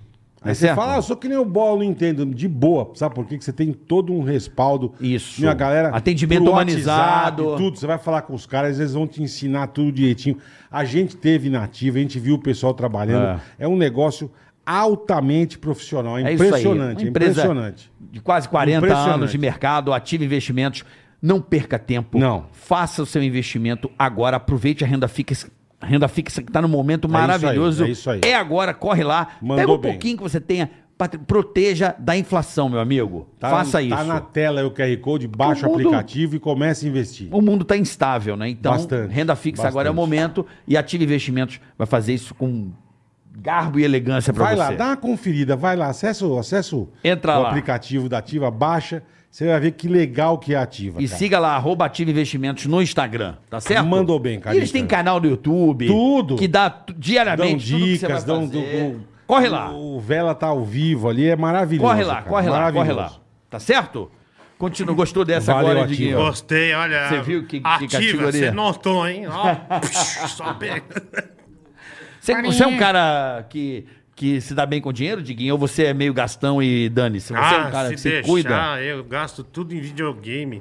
Speaker 3: é
Speaker 2: Aí você fala, ah, eu sou que nem o Bolo, não entendo. De boa, sabe por quê? Que você tem todo um respaldo.
Speaker 3: Isso.
Speaker 2: Minha galera.
Speaker 3: Atendimento
Speaker 2: pro
Speaker 3: humanizado.
Speaker 2: WhatsApp, tudo. Você vai falar com os caras, eles vão te ensinar tudo direitinho. A gente teve na ativa, a gente viu o pessoal trabalhando. É, um negócio altamente profissional. É
Speaker 3: É isso aí.
Speaker 2: impressionante,
Speaker 3: Uma
Speaker 2: é
Speaker 3: empresa
Speaker 2: impressionante.
Speaker 3: De quase 40
Speaker 2: Impressionante.
Speaker 3: anos de mercado, ative investimentos. Não perca tempo.
Speaker 2: Não.
Speaker 3: Faça o seu investimento agora. Aproveite a renda fixa. a Renda fixa que está num momento
Speaker 2: isso aí,
Speaker 3: maravilhoso.
Speaker 2: é isso aí.
Speaker 3: É agora, corre lá.
Speaker 2: Mandou
Speaker 3: Pega um
Speaker 2: bem.
Speaker 3: pouquinho que você tenha. patri- Proteja da inflação, meu amigo.
Speaker 2: Tá-
Speaker 3: Faça isso.
Speaker 2: Tá na tela aí o QR Code, baixa o
Speaker 3: mundo-
Speaker 2: aplicativo e começa a investir.
Speaker 3: O mundo está instável, né? Então,
Speaker 2: Bastante,
Speaker 3: renda fixa agora é o
Speaker 2: bastante.
Speaker 3: momento e Ativa Investimentos vai fazer isso com garbo e elegância para
Speaker 2: Vai
Speaker 3: você.
Speaker 2: lá, dá uma conferida, vai lá, acessa, o- acessa o-
Speaker 3: Entra
Speaker 2: o
Speaker 3: lá.
Speaker 2: aplicativo da Ativa, baixa, você vai ver que legal que é a Ativa.
Speaker 3: E
Speaker 2: cara.
Speaker 3: siga lá, arroba Ativa Investimentos no Instagram, tá certo?
Speaker 2: Mandou bem,
Speaker 3: E eles
Speaker 2: Carlita.
Speaker 3: têm canal no YouTube.
Speaker 2: Tudo.
Speaker 3: Que dá t-
Speaker 2: Dão
Speaker 3: diariamente tudo que você
Speaker 2: dicas,
Speaker 3: vai
Speaker 2: dão.
Speaker 3: fazer.
Speaker 2: do-
Speaker 3: Corre lá,
Speaker 2: O o Vela tá ao vivo ali, é maravilhoso.
Speaker 3: corre lá,
Speaker 2: cara,
Speaker 3: corre lá, corre lá.
Speaker 2: maravilhoso.
Speaker 3: Tá certo? Continua, gostou dessa
Speaker 2: Valeu,
Speaker 3: agora,
Speaker 2: Ativa.
Speaker 3: Diguinho?
Speaker 4: Gostei, olha.
Speaker 3: Você viu que- que
Speaker 4: Ativa,
Speaker 3: categoria? é
Speaker 4: você notou, hein? Ó, só pega.
Speaker 3: Você, você é um cara que, que se dá bem com dinheiro, Diguinho? Ou você é meio gastão e dane-se? Você é um cara que se cuida?
Speaker 4: Ah, eu gasto tudo em videogame.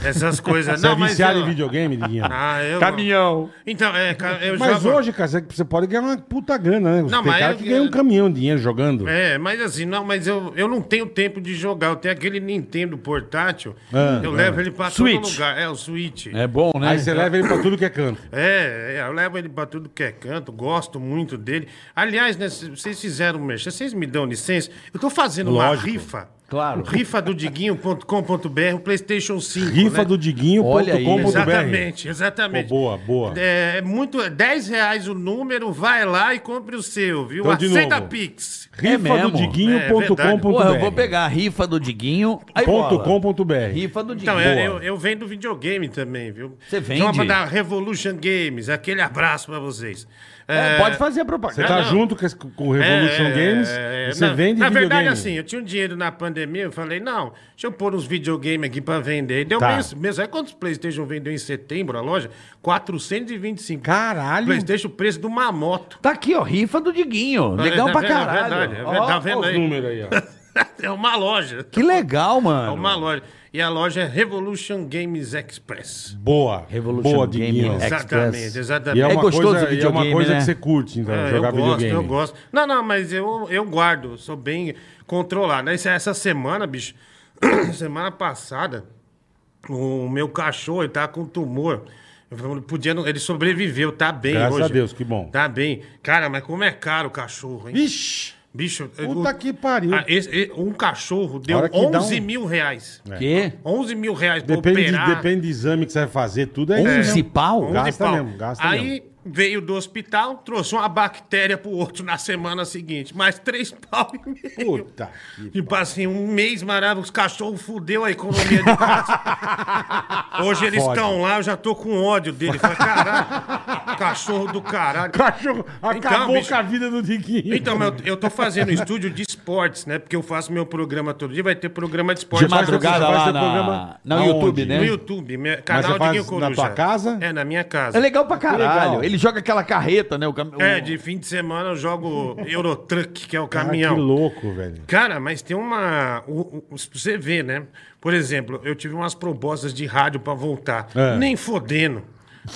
Speaker 4: Essas coisas.
Speaker 2: Você é
Speaker 4: Não, mas
Speaker 2: viciado
Speaker 4: eu-
Speaker 2: em videogame, Diguinho?
Speaker 4: Ah, eu...
Speaker 5: Caminhão.
Speaker 4: Então, é, ca- eu
Speaker 2: mas
Speaker 4: jogo...
Speaker 2: hoje, cara, você- você pode ganhar uma puta grana, né?
Speaker 4: Não,
Speaker 2: Tem
Speaker 4: mas
Speaker 2: cara
Speaker 4: eu-
Speaker 2: que ganha um caminhão de dinheiro jogando.
Speaker 4: É, mas assim, não, mas eu, eu não tenho tempo de jogar. Eu tenho aquele Nintendo portátil,
Speaker 2: Ah,
Speaker 4: eu
Speaker 2: ah.
Speaker 4: levo ele pra
Speaker 3: Switch.
Speaker 4: todo lugar. É, o Switch. É.
Speaker 3: É bom, né?
Speaker 2: Aí você leva ele pra tudo que é canto.
Speaker 4: é, eu levo ele pra tudo que é canto, gosto muito dele. Aliás, né, se- vocês fizeram, mexa, vocês me dão licença? Eu tô fazendo
Speaker 2: Lógico.
Speaker 4: uma rifa.
Speaker 3: Claro.
Speaker 4: Rifa do Diguinho.com.br, o Playstation 5.
Speaker 2: Rifa
Speaker 4: né?
Speaker 2: do
Speaker 3: Olha aí. né?
Speaker 2: Diguinho.com.br.
Speaker 4: Exatamente, exatamente.
Speaker 2: Boa, boa.
Speaker 4: É, é muito, é 10 reais o número, vai lá e compre o seu, viu?
Speaker 2: Então, de
Speaker 4: Aceita
Speaker 2: novo.
Speaker 4: Pix.
Speaker 2: Rifa do
Speaker 3: É mesmo?
Speaker 4: É
Speaker 3: Porra, eu vou
Speaker 2: Diguinho.com.br.
Speaker 3: pegar a rifa do Diguinho. Aí,
Speaker 2: Ponto
Speaker 3: bola.
Speaker 2: com ponto BR.
Speaker 3: Rifa do Diguinho.
Speaker 4: Então, eu,
Speaker 3: Boa.
Speaker 4: eu, eu vendo videogame também, viu?
Speaker 3: Você vende?
Speaker 4: Chama da Revolution Games, aquele abraço pra vocês.
Speaker 3: É,
Speaker 4: É,
Speaker 3: Pode fazer a
Speaker 2: Você
Speaker 3: propaganda.
Speaker 2: tá
Speaker 4: não.
Speaker 2: junto com, esse- com o Revolution
Speaker 4: é,
Speaker 2: Games,
Speaker 4: é,
Speaker 2: e você
Speaker 4: na,
Speaker 2: vende
Speaker 4: Na verdade,
Speaker 2: videogame.
Speaker 4: assim, eu tinha um dinheiro na pandemia, eu falei, não, deixa eu pôr uns videogame aqui pra vender. E deu
Speaker 2: Tá.
Speaker 4: mesmo, mesmo. Sabe quantos Playstation vendeu em setembro a loja? 425.
Speaker 2: Caralho!
Speaker 4: Playstation, o preço de uma moto.
Speaker 3: Tá aqui, ó, rifa do Diguinho. Legal
Speaker 4: tá
Speaker 3: pra
Speaker 4: vendo? É
Speaker 3: caralho.
Speaker 4: verdade, é
Speaker 3: Ó,
Speaker 4: verdade, tá
Speaker 3: ó,
Speaker 4: vendo
Speaker 2: Olha os
Speaker 4: aí?
Speaker 2: números aí, ó.
Speaker 4: É uma loja.
Speaker 3: Que legal,
Speaker 4: É
Speaker 3: mano.
Speaker 4: uma loja. E a loja é Revolution Games Express.
Speaker 2: Boa.
Speaker 3: Revolution
Speaker 2: boa,
Speaker 3: Game
Speaker 2: Diguinho.
Speaker 3: Express.
Speaker 4: Exatamente, exatamente.
Speaker 2: E é, uma
Speaker 3: gostoso
Speaker 2: coisa, e é uma
Speaker 3: videogame,
Speaker 2: coisa
Speaker 3: né?
Speaker 2: que você curte, então,
Speaker 4: É,
Speaker 2: jogar
Speaker 4: eu gosto,
Speaker 2: videogame.
Speaker 4: eu gosto. Não, não, mas eu, eu guardo, sou bem controlado. Essa, essa semana, bicho, semana passada, o meu cachorro ele tava com tumor. Eu Podia, não- ele sobreviveu, tá bem
Speaker 2: Graças
Speaker 4: hoje.
Speaker 2: a Deus, que bom.
Speaker 4: Tá bem. Cara, mas como é caro o cachorro, hein?
Speaker 2: Ixi!
Speaker 4: bicho,
Speaker 2: Puta que pariu.
Speaker 4: Ah, esse- e- um cachorro deu
Speaker 2: hora que dá
Speaker 4: 11
Speaker 2: um-
Speaker 4: mil reais.
Speaker 3: Quê?
Speaker 4: 11 mil reais pra
Speaker 2: Depende,
Speaker 4: operar.
Speaker 2: depende do exame que você vai fazer, tudo é isso.
Speaker 3: 11
Speaker 2: mesmo.
Speaker 3: pau?
Speaker 2: Gasta
Speaker 4: Onde pau.
Speaker 2: mesmo, gasta
Speaker 4: Aí veio do hospital, trouxe uma bactéria pro outro na semana seguinte, mais três pau e meio.
Speaker 2: Puta que
Speaker 4: Tipo assim, um mês maravilhoso, os cachorros fudeu a economia de casa. Hoje eles
Speaker 2: Fode.
Speaker 4: estão lá, eu já tô com ódio dele. Falei, caralho, cachorro do caralho.
Speaker 2: Cachorro, acabou
Speaker 4: Então, bicho.
Speaker 2: com a vida do Diguinho.
Speaker 4: Então, mas eu, eu tô fazendo um estúdio de esportes, né? Porque eu faço meu programa todo dia, vai ter programa de
Speaker 3: De
Speaker 4: esportes.
Speaker 3: madrugada
Speaker 2: você faz
Speaker 3: lá
Speaker 2: seu
Speaker 3: na...
Speaker 2: programa
Speaker 3: No
Speaker 2: aonde?
Speaker 3: YouTube, né?
Speaker 4: No YouTube, meu-
Speaker 2: você
Speaker 4: canal de
Speaker 2: faz
Speaker 4: Guinho
Speaker 2: na
Speaker 4: Coruja.
Speaker 2: tua casa?
Speaker 4: É, na minha casa.
Speaker 3: É legal pra caralho.
Speaker 2: Legal.
Speaker 3: Ele joga aquela carreta, né? O cam...
Speaker 4: É,
Speaker 3: o-
Speaker 4: de fim de semana eu jogo Eurotruck, que é o
Speaker 2: Cara,
Speaker 4: caminhão.
Speaker 2: Ah, que louco, velho.
Speaker 4: Cara, mas tem uma. o- o- Você vê, né? Por exemplo, eu tive umas propostas de rádio pra voltar.
Speaker 2: É.
Speaker 4: Nem fodendo.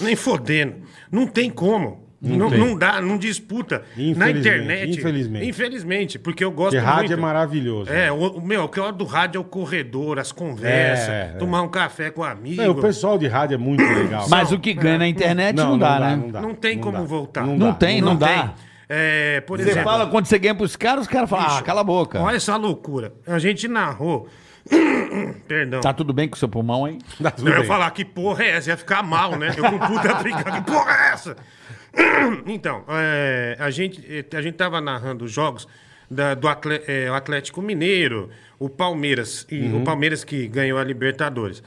Speaker 4: Nem fodendo. Não tem como. Não,
Speaker 2: tem.
Speaker 4: não dá, não disputa. Na
Speaker 2: Infelizmente,
Speaker 4: internet.
Speaker 2: infelizmente.
Speaker 4: Infelizmente, porque eu gosto
Speaker 2: Porque rádio é
Speaker 4: muito.
Speaker 2: maravilhoso.
Speaker 4: É, o, o meu, o que eu adoro do rádio é o corredor, as conversas,
Speaker 2: É, é.
Speaker 4: tomar um café com amigo.
Speaker 2: Não, o pessoal de rádio é muito legal.
Speaker 3: Mas o que ganha na internet não, dá, né?
Speaker 4: Não tem como
Speaker 2: dá.
Speaker 4: voltar.
Speaker 3: Não tem, não dá.
Speaker 4: É, por
Speaker 3: Você
Speaker 4: exemplo,
Speaker 3: fala quando você ganha pros caras, os caras falam, ah,
Speaker 4: Bicho,
Speaker 3: cala a boca.
Speaker 4: Olha essa loucura. A gente narrou. Perdão.
Speaker 3: Tá tudo bem com o seu pulmão, hein?
Speaker 2: Dá tudo
Speaker 4: eu ia
Speaker 2: bem.
Speaker 4: falar que porra é essa, ia ficar mal, né? Eu com puta brincando, que porra é essa? então, é, a, gente, eh, a gente tava narrando os jogos da- do Atle- eh, o Atlético Mineiro, o Palmeiras, e
Speaker 2: Uhum.
Speaker 4: o Palmeiras que ganhou a Libertadores.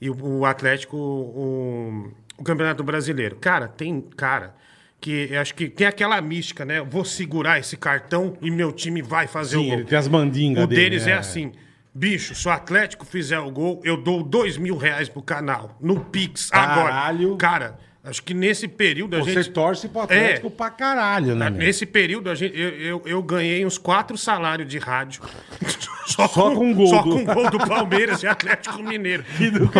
Speaker 4: E o, o Atlético, o, o Campeonato Brasileiro. Cara, tem cara que eu acho que tem aquela mística, né? Eu vou segurar esse cartão e meu time vai fazer o
Speaker 2: Sim,
Speaker 4: gol.
Speaker 2: ele tem as mandingas
Speaker 4: O
Speaker 2: dele,
Speaker 4: deles é,
Speaker 2: é.
Speaker 4: assim. Bicho, se o Atlético fizer o gol, eu dou dois mil reais pro canal. No Pix,
Speaker 2: Caralho.
Speaker 4: agora. Cara, acho que nesse período a
Speaker 2: Você
Speaker 4: gente.
Speaker 2: torce pro Atlético
Speaker 4: É.
Speaker 2: pra caralho, né? meu?
Speaker 4: Nesse período, a gente, eu, eu, eu ganhei uns quatro salários de rádio. Só,
Speaker 2: com gol
Speaker 4: Só
Speaker 2: do-
Speaker 4: com gol do Palmeiras e Atlético Mineiro.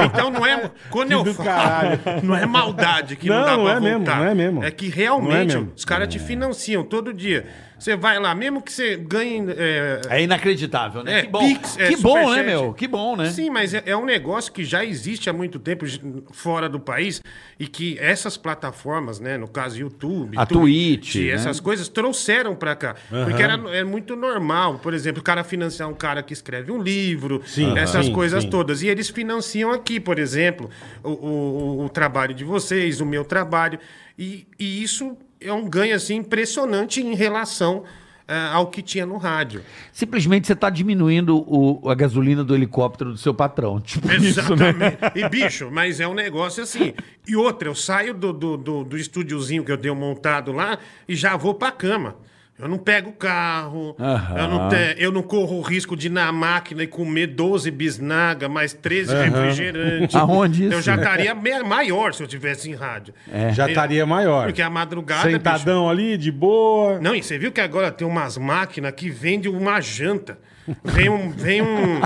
Speaker 4: então não é. Quando eu
Speaker 2: do
Speaker 4: falo,
Speaker 2: caralho.
Speaker 4: não é maldade que não,
Speaker 2: Não,
Speaker 4: dá
Speaker 2: não
Speaker 4: pra
Speaker 2: é
Speaker 4: voltar.
Speaker 2: mesmo, não é mesmo.
Speaker 4: que realmente
Speaker 2: Não é mesmo.
Speaker 4: os caras te financiam todo dia. Você vai lá, mesmo que você ganhe. é,
Speaker 3: É inacreditável, né?
Speaker 4: É,
Speaker 3: que bom,
Speaker 4: Pix, é,
Speaker 3: que bom né,
Speaker 4: superchat.
Speaker 3: meu? Que bom, né?
Speaker 4: Sim, mas é, é um negócio que já existe há muito tempo j- fora do país e que essas plataformas, né, no caso YouTube,
Speaker 3: A Twitch,
Speaker 4: e
Speaker 3: né?
Speaker 4: essas coisas trouxeram pra cá, porque era é muito normal, por exemplo, o cara financiar um cara que escreve um livro,
Speaker 2: Sim,
Speaker 4: essas
Speaker 2: sim,
Speaker 4: coisas
Speaker 2: sim.
Speaker 4: todas e eles financiam aqui, por exemplo, o, o- o- o trabalho de vocês, o meu trabalho e, e isso é um ganho assim impressionante em relação ah, ao que tinha no rádio.
Speaker 3: Simplesmente você tá diminuindo o- a gasolina do helicóptero do seu patrão. Tipo isso, né?
Speaker 4: Exatamente. E, bicho, mas é um negócio assim. E outra, eu saio do, do, do, do estúdiozinho que eu tenho montado lá e já vou pra cama. Eu não pego o carro,
Speaker 3: Aham.
Speaker 4: eu, não te- eu não corro o risco de ir na máquina e comer 12 bisnaga, mais 13 refrigerantes.
Speaker 3: Aonde isso? É.
Speaker 4: Eu já estaria me- maior se eu tivesse em rádio.
Speaker 2: Já estaria maior.
Speaker 4: Porque a madrugada, bicho-
Speaker 2: Sentadão ali, de boa.
Speaker 4: não, e você viu que agora tem umas máquinas que vendem uma janta. Vem um. Vem um.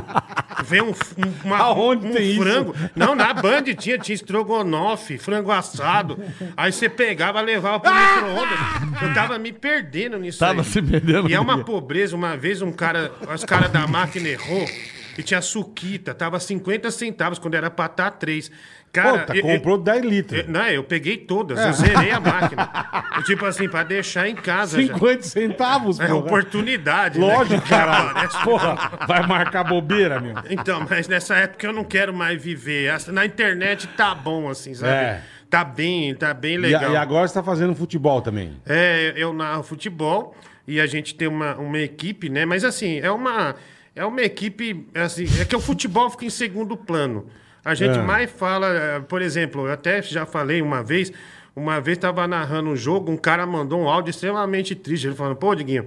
Speaker 4: Vem um, f- um- uma-
Speaker 2: Aonde
Speaker 4: um
Speaker 2: tem isso?
Speaker 4: frango. Não, na Band tinha, tinha estrogonofe, frango assado. Aí você pegava, levava
Speaker 2: Ah!
Speaker 4: pro micro-ondas. Eu tava me perdendo nisso
Speaker 3: Tava
Speaker 4: aí.
Speaker 3: se perdendo.
Speaker 4: E é uma pobreza. Uma vez um cara, os caras da máquina errou e tinha suquita. Tava 50 centavos quando era pra estar 3. Cara,
Speaker 2: Puta,
Speaker 4: eu- eu-
Speaker 2: tá, comprou É. 10 litros.
Speaker 4: eu- não, né, eu peguei todas, eu zerei a máquina. Eu, tipo assim, pra deixar em casa. já.
Speaker 2: 50 centavos,
Speaker 4: É
Speaker 2: porra.
Speaker 4: oportunidade. né? um
Speaker 2: Lógico, caralho.
Speaker 4: Aparece.
Speaker 2: Porra, vai marcar bobeira, meu.
Speaker 4: Então, mas nessa época eu não quero mais viver. Essa- Na internet tá bom, assim, sabe?
Speaker 2: É.
Speaker 4: Tá bem, tá bem
Speaker 2: E,
Speaker 4: legal.
Speaker 2: a- e agora você tá fazendo futebol também.
Speaker 4: É, eu narro futebol e a gente tem uma, uma equipe, né? Mas assim, é uma, é uma equipe. Assim, é que o futebol fica em segundo plano. A gente
Speaker 2: É.
Speaker 4: mais fala, eh, por exemplo, eu até já falei uma vez. Uma vez estava narrando um jogo, um cara mandou um áudio extremamente triste. Ele falando: Pô, Diguinho,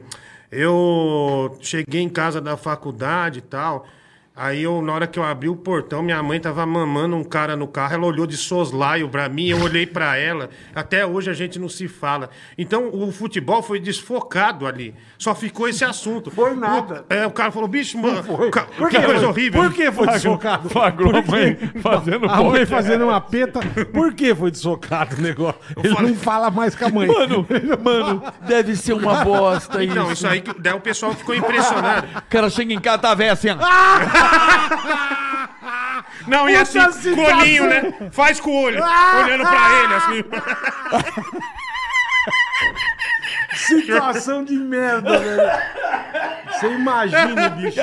Speaker 4: eu cheguei em casa da faculdade e tal. Aí eu, na hora que eu abri o portão, minha mãe tava mamando um cara no carro, ela olhou de soslaio pra mim, eu olhei pra ela. Até hoje a gente não se fala. Então o futebol foi desfocado ali. Só ficou esse assunto.
Speaker 7: Foi nada.
Speaker 4: O, é, o cara falou, bicho, mano, ca-
Speaker 2: Por
Speaker 4: que
Speaker 2: quê?
Speaker 4: coisa horrível.
Speaker 2: Por que foi desfocado?
Speaker 5: Flagrou a mãe fazendo
Speaker 2: A mãe
Speaker 5: podcast.
Speaker 2: fazendo uma peta. Por que foi desfocado o negócio? Ele
Speaker 4: falei-
Speaker 2: não fala mais com a mãe.
Speaker 3: Mano, mano, deve ser uma bosta isso.
Speaker 4: Não, isso aí,
Speaker 2: né?
Speaker 4: que- daí o pessoal ficou impressionado.
Speaker 3: O cara chega em casa, tá velho assim, ó.
Speaker 2: Ah,
Speaker 4: Não, e assim,
Speaker 2: Puta Ah,
Speaker 4: com o olhinho, né? Faz com o olho, olhando pra ele, assim.
Speaker 2: situação de merda, velho. Você imagina, bicho.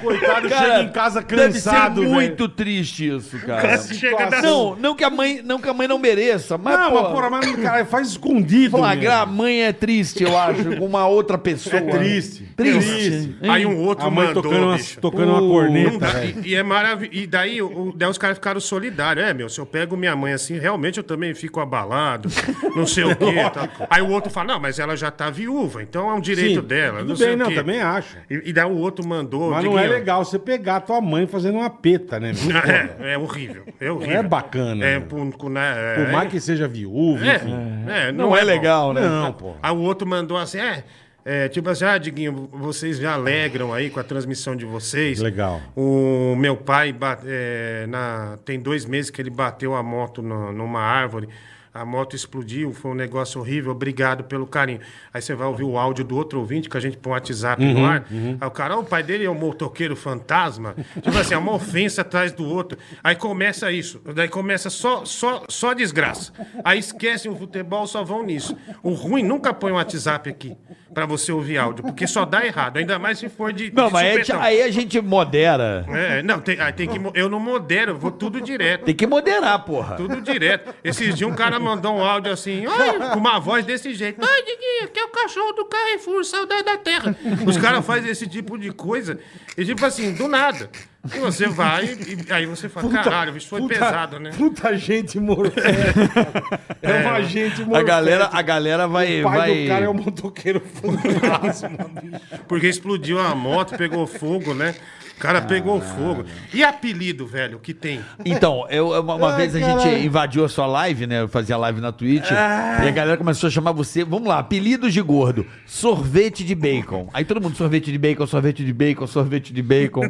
Speaker 2: Coitado, chega em casa cansado,
Speaker 3: Deve ser
Speaker 2: velho.
Speaker 3: muito triste isso, cara.
Speaker 4: Chega da...
Speaker 3: Não, não que a mãe, não que a mãe não mereça, mas
Speaker 2: Não,
Speaker 3: pô,
Speaker 2: mas porra, mas cara, faz escondido.
Speaker 3: flagrar a
Speaker 2: mesmo.
Speaker 3: mãe é triste, eu acho, com uma outra pessoa.
Speaker 2: É triste.
Speaker 3: Triste.
Speaker 4: Aí um outro
Speaker 2: A mãe
Speaker 4: mandou,
Speaker 2: tocando, uma,
Speaker 4: bicho.
Speaker 2: tocando uma
Speaker 4: Não
Speaker 2: corneta,
Speaker 4: dá,
Speaker 2: velho.
Speaker 4: e, e é maravilhoso. E daí, o, daí os caras ficaram solidários. É, meu, se eu pego minha mãe assim, realmente eu também fico abalado, não sei o quê. tal. Aí o outro fala, não, mas ela já tá viúva, então é um direito
Speaker 2: Sim,
Speaker 4: dela.
Speaker 2: Tudo
Speaker 4: não sei
Speaker 2: bem,
Speaker 4: o
Speaker 2: não,
Speaker 4: quê.
Speaker 2: também acho.
Speaker 4: E, e daí o outro mandou.
Speaker 2: Mas não é
Speaker 4: Diguinho,
Speaker 2: legal você pegar a tua mãe fazendo uma peta, né? meu? Porra.
Speaker 4: É, é horrível. É horrível.
Speaker 2: é bacana,
Speaker 4: É,
Speaker 2: né?
Speaker 4: por, com- né,
Speaker 2: Por
Speaker 4: é-
Speaker 2: mais que seja viúva,
Speaker 4: é,
Speaker 2: enfim.
Speaker 4: é,
Speaker 3: Não, é,
Speaker 4: bom.
Speaker 3: legal, né?
Speaker 2: Não, pô.
Speaker 4: Aí o outro mandou assim, é, é, tipo assim, ah, Diguinho, vocês me alegram aí com a transmissão de vocês.
Speaker 2: Legal.
Speaker 4: O meu pai, ba- é, na- tem dois meses que ele bateu a moto no- numa árvore, a moto explodiu, foi um negócio horrível, obrigado pelo carinho. Aí você vai ouvir o áudio do outro ouvinte que a gente põe o WhatsApp
Speaker 3: Uhum,
Speaker 4: no ar. Aí o cara, "Ah, o pai dele é um motoqueiro fantasma. Tipo assim, é uma ofensa atrás do outro. Aí começa isso, daí começa só, só, só desgraça. Aí esquecem o futebol, só vão nisso. O ruim, nunca põe o WhatsApp aqui pra você ouvir áudio, porque só dá errado, ainda mais se for de.
Speaker 3: Não,
Speaker 4: de
Speaker 3: mas aí a gente-
Speaker 4: supetão.
Speaker 3: aí a gente modera.
Speaker 4: É, não, tem, aí tem que, mo- eu não modero, eu vou tudo direto.
Speaker 3: Tem que moderar, porra.
Speaker 4: Tudo direto. Esses dias um cara mandou um áudio assim, "Ai", com uma voz desse jeito. Ai, Diguinho, que é o cachorro do Carrefour, saudade da terra. Os caras fazem esse tipo de coisa, e tipo assim, do nada. E você vai, e aí você fala, caralho, isso foi pesado, né?
Speaker 2: Puta gente morfética. É, uma gente morfética.
Speaker 3: A galera, a galera vai.
Speaker 2: O pai
Speaker 3: vai...
Speaker 2: do cara é um motoqueiro fantasma, bicho.
Speaker 4: Porque explodiu a moto, pegou fogo, né? O cara pegou fogo. E apelido, velho, que tem?
Speaker 3: Então, eu, eu- uma, uma vez a gente invadiu a sua live, né? Eu fazia live na Twitch.
Speaker 5: Ah.
Speaker 3: E a galera começou a chamar você. Vamos lá, apelidos de gordo: sorvete de bacon. Aí todo mundo, sorvete de bacon, sorvete de bacon, sorvete de bacon.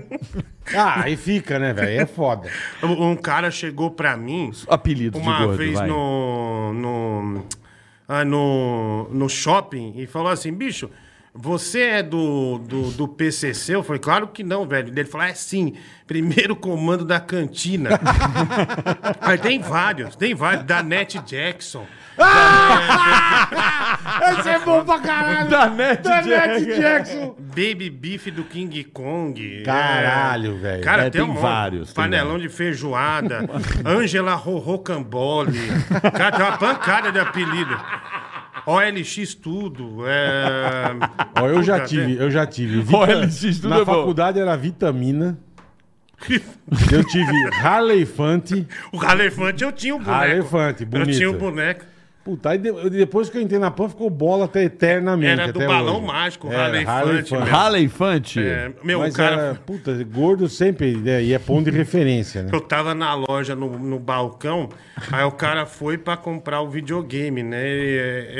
Speaker 2: Ah, aí fica, né, velho? É foda.
Speaker 4: Um um cara chegou pra mim...
Speaker 3: apelidos de
Speaker 4: uma
Speaker 3: gordo.
Speaker 4: vez
Speaker 3: vai.
Speaker 4: no, no, ah, no, no shopping e falou assim, bicho, você é do, do, do PCC? Eu falei, claro que não, velho. Ele falou, é sim, primeiro comando da cantina. Aí tem vários, tem vários, da Net Jackson.
Speaker 2: Esse é bom pra caralho.
Speaker 3: Danete
Speaker 2: Danete Jackson.
Speaker 4: Baby Beef do King Kong.
Speaker 2: Caralho,
Speaker 4: É.
Speaker 2: velho.
Speaker 4: Cara,
Speaker 3: É,
Speaker 4: tem,
Speaker 3: tem
Speaker 4: um
Speaker 3: vários,
Speaker 4: vários.
Speaker 3: tem
Speaker 4: Panelão de feijoada, Ângela Rorocambole. Cara, tem uma pancada de apelido. OLX tudo. É...
Speaker 2: Ó, eu já
Speaker 4: Puta,
Speaker 2: tive, eu já tive. Vita-
Speaker 5: OLX, tudo
Speaker 2: Na
Speaker 5: é bom.
Speaker 2: faculdade era vitamina. Eu tive Harley Fante.
Speaker 4: O Ralefante eu tinha o boneco.
Speaker 2: Ralefante, bonito.
Speaker 4: Eu tinha o boneco.
Speaker 2: Puta, aí de- depois que eu entrei na PAN, ficou bola até eternamente.
Speaker 4: Era do
Speaker 2: até
Speaker 4: Balão
Speaker 2: hoje.
Speaker 4: Mágico,
Speaker 2: Era,
Speaker 4: Ralefante,
Speaker 2: Ralefante.
Speaker 4: velho.
Speaker 3: Rala Infante?
Speaker 4: É, meu,
Speaker 2: Mas
Speaker 4: o cara.
Speaker 2: era, puta, gordo sempre, né? E é ponto de referência, né?
Speaker 4: Eu tava na loja, no, no balcão, aí o cara foi pra comprar o videogame, né? E, é,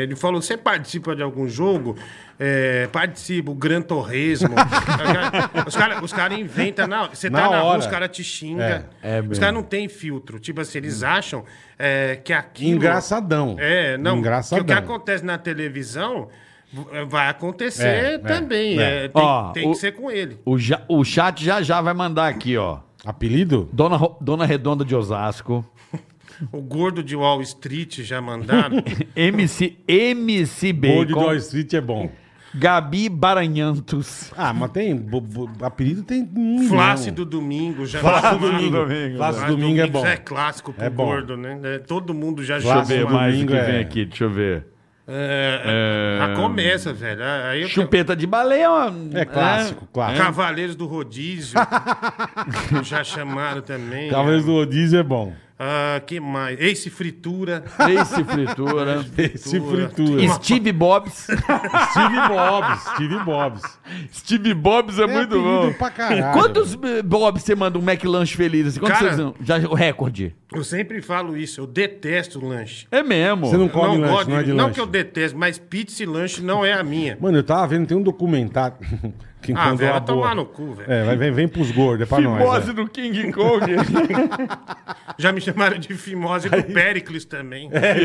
Speaker 4: é, ele falou, você participa de algum jogo? É, participo, Gran Torresmo. os caras os cara inventam, não, você tá
Speaker 2: Na
Speaker 4: na, rua,
Speaker 2: hora.
Speaker 4: os caras te xingam.
Speaker 2: É,
Speaker 3: é
Speaker 4: os
Speaker 3: mesmo.
Speaker 4: caras não têm filtro. Tipo assim, eles acham é, que aquilo...
Speaker 2: Engraçadão.
Speaker 4: É, não. que
Speaker 2: Engraçadão.
Speaker 4: O que acontece na televisão v- vai acontecer
Speaker 2: É, é,
Speaker 4: também.
Speaker 2: é.
Speaker 4: é, tem
Speaker 3: Ó,
Speaker 4: tem
Speaker 3: o-
Speaker 4: que ser com ele.
Speaker 3: O, ja- o chat já já vai mandar aqui, ó.
Speaker 2: Apelido?
Speaker 3: Dona, Ro- Dona Redonda de Osasco.
Speaker 4: O gordo de Wall Street já mandaram...
Speaker 3: MC, MC
Speaker 2: Gordo de
Speaker 3: Bacon.
Speaker 2: Wall Street é bom.
Speaker 3: Gabi Baranhantos.
Speaker 2: Ah, mas tem. bo- bo- apelido tem. um milhão.
Speaker 4: Flácido Domingo já
Speaker 2: Flácido
Speaker 4: Flácido
Speaker 2: Domingo.
Speaker 5: Domingo.
Speaker 2: Flácido Domingo é bom.
Speaker 4: já é clássico pro
Speaker 2: É bom.
Speaker 4: gordo, né? É, Todo mundo já
Speaker 2: Flácido
Speaker 4: chama.
Speaker 2: Domingo.
Speaker 5: mais o que
Speaker 2: Domingo é-
Speaker 5: vem aqui, deixa eu ver.
Speaker 4: É, A começa, velho. Ah, Aí eu
Speaker 3: Chupeta de baleia. né? ó.
Speaker 2: É clássico, clássico.
Speaker 4: Cavaleiros do Rodízio já chamaram também. né?
Speaker 2: Cavaleiros do Rodízio é bom.
Speaker 4: Ah, que mais? Ace Fritura.
Speaker 3: Ace Fritura.
Speaker 2: Esse fritura.
Speaker 3: Steve Bobs.
Speaker 2: Steve Bobs, Steve Bobs.
Speaker 5: Steve Bobs é, muito bom.
Speaker 2: apelido pra caralho.
Speaker 3: Quantos eh, Bobs você manda um McLanche feliz? assim? Quantos
Speaker 4: Cara-
Speaker 3: vocês- já o recorde?
Speaker 4: Eu sempre falo isso, eu detesto lanche.
Speaker 3: É mesmo.
Speaker 2: Você não come lanche,
Speaker 4: gosto
Speaker 2: não é de
Speaker 4: não
Speaker 2: lanche.
Speaker 4: que eu detesto, mas pizza e lanche não é a minha.
Speaker 2: Mano, eu tava vendo, tem um documentário que
Speaker 4: Ah,
Speaker 2: encontrou
Speaker 4: Vera,
Speaker 2: a é boa.
Speaker 4: tomar no cu, velho.
Speaker 2: É, vai- vem, vem pros gordos, é pra nós.
Speaker 5: Fimose
Speaker 2: né?
Speaker 5: do King Kong.
Speaker 4: Já me chamaram de fimose do Péricles também.
Speaker 2: É.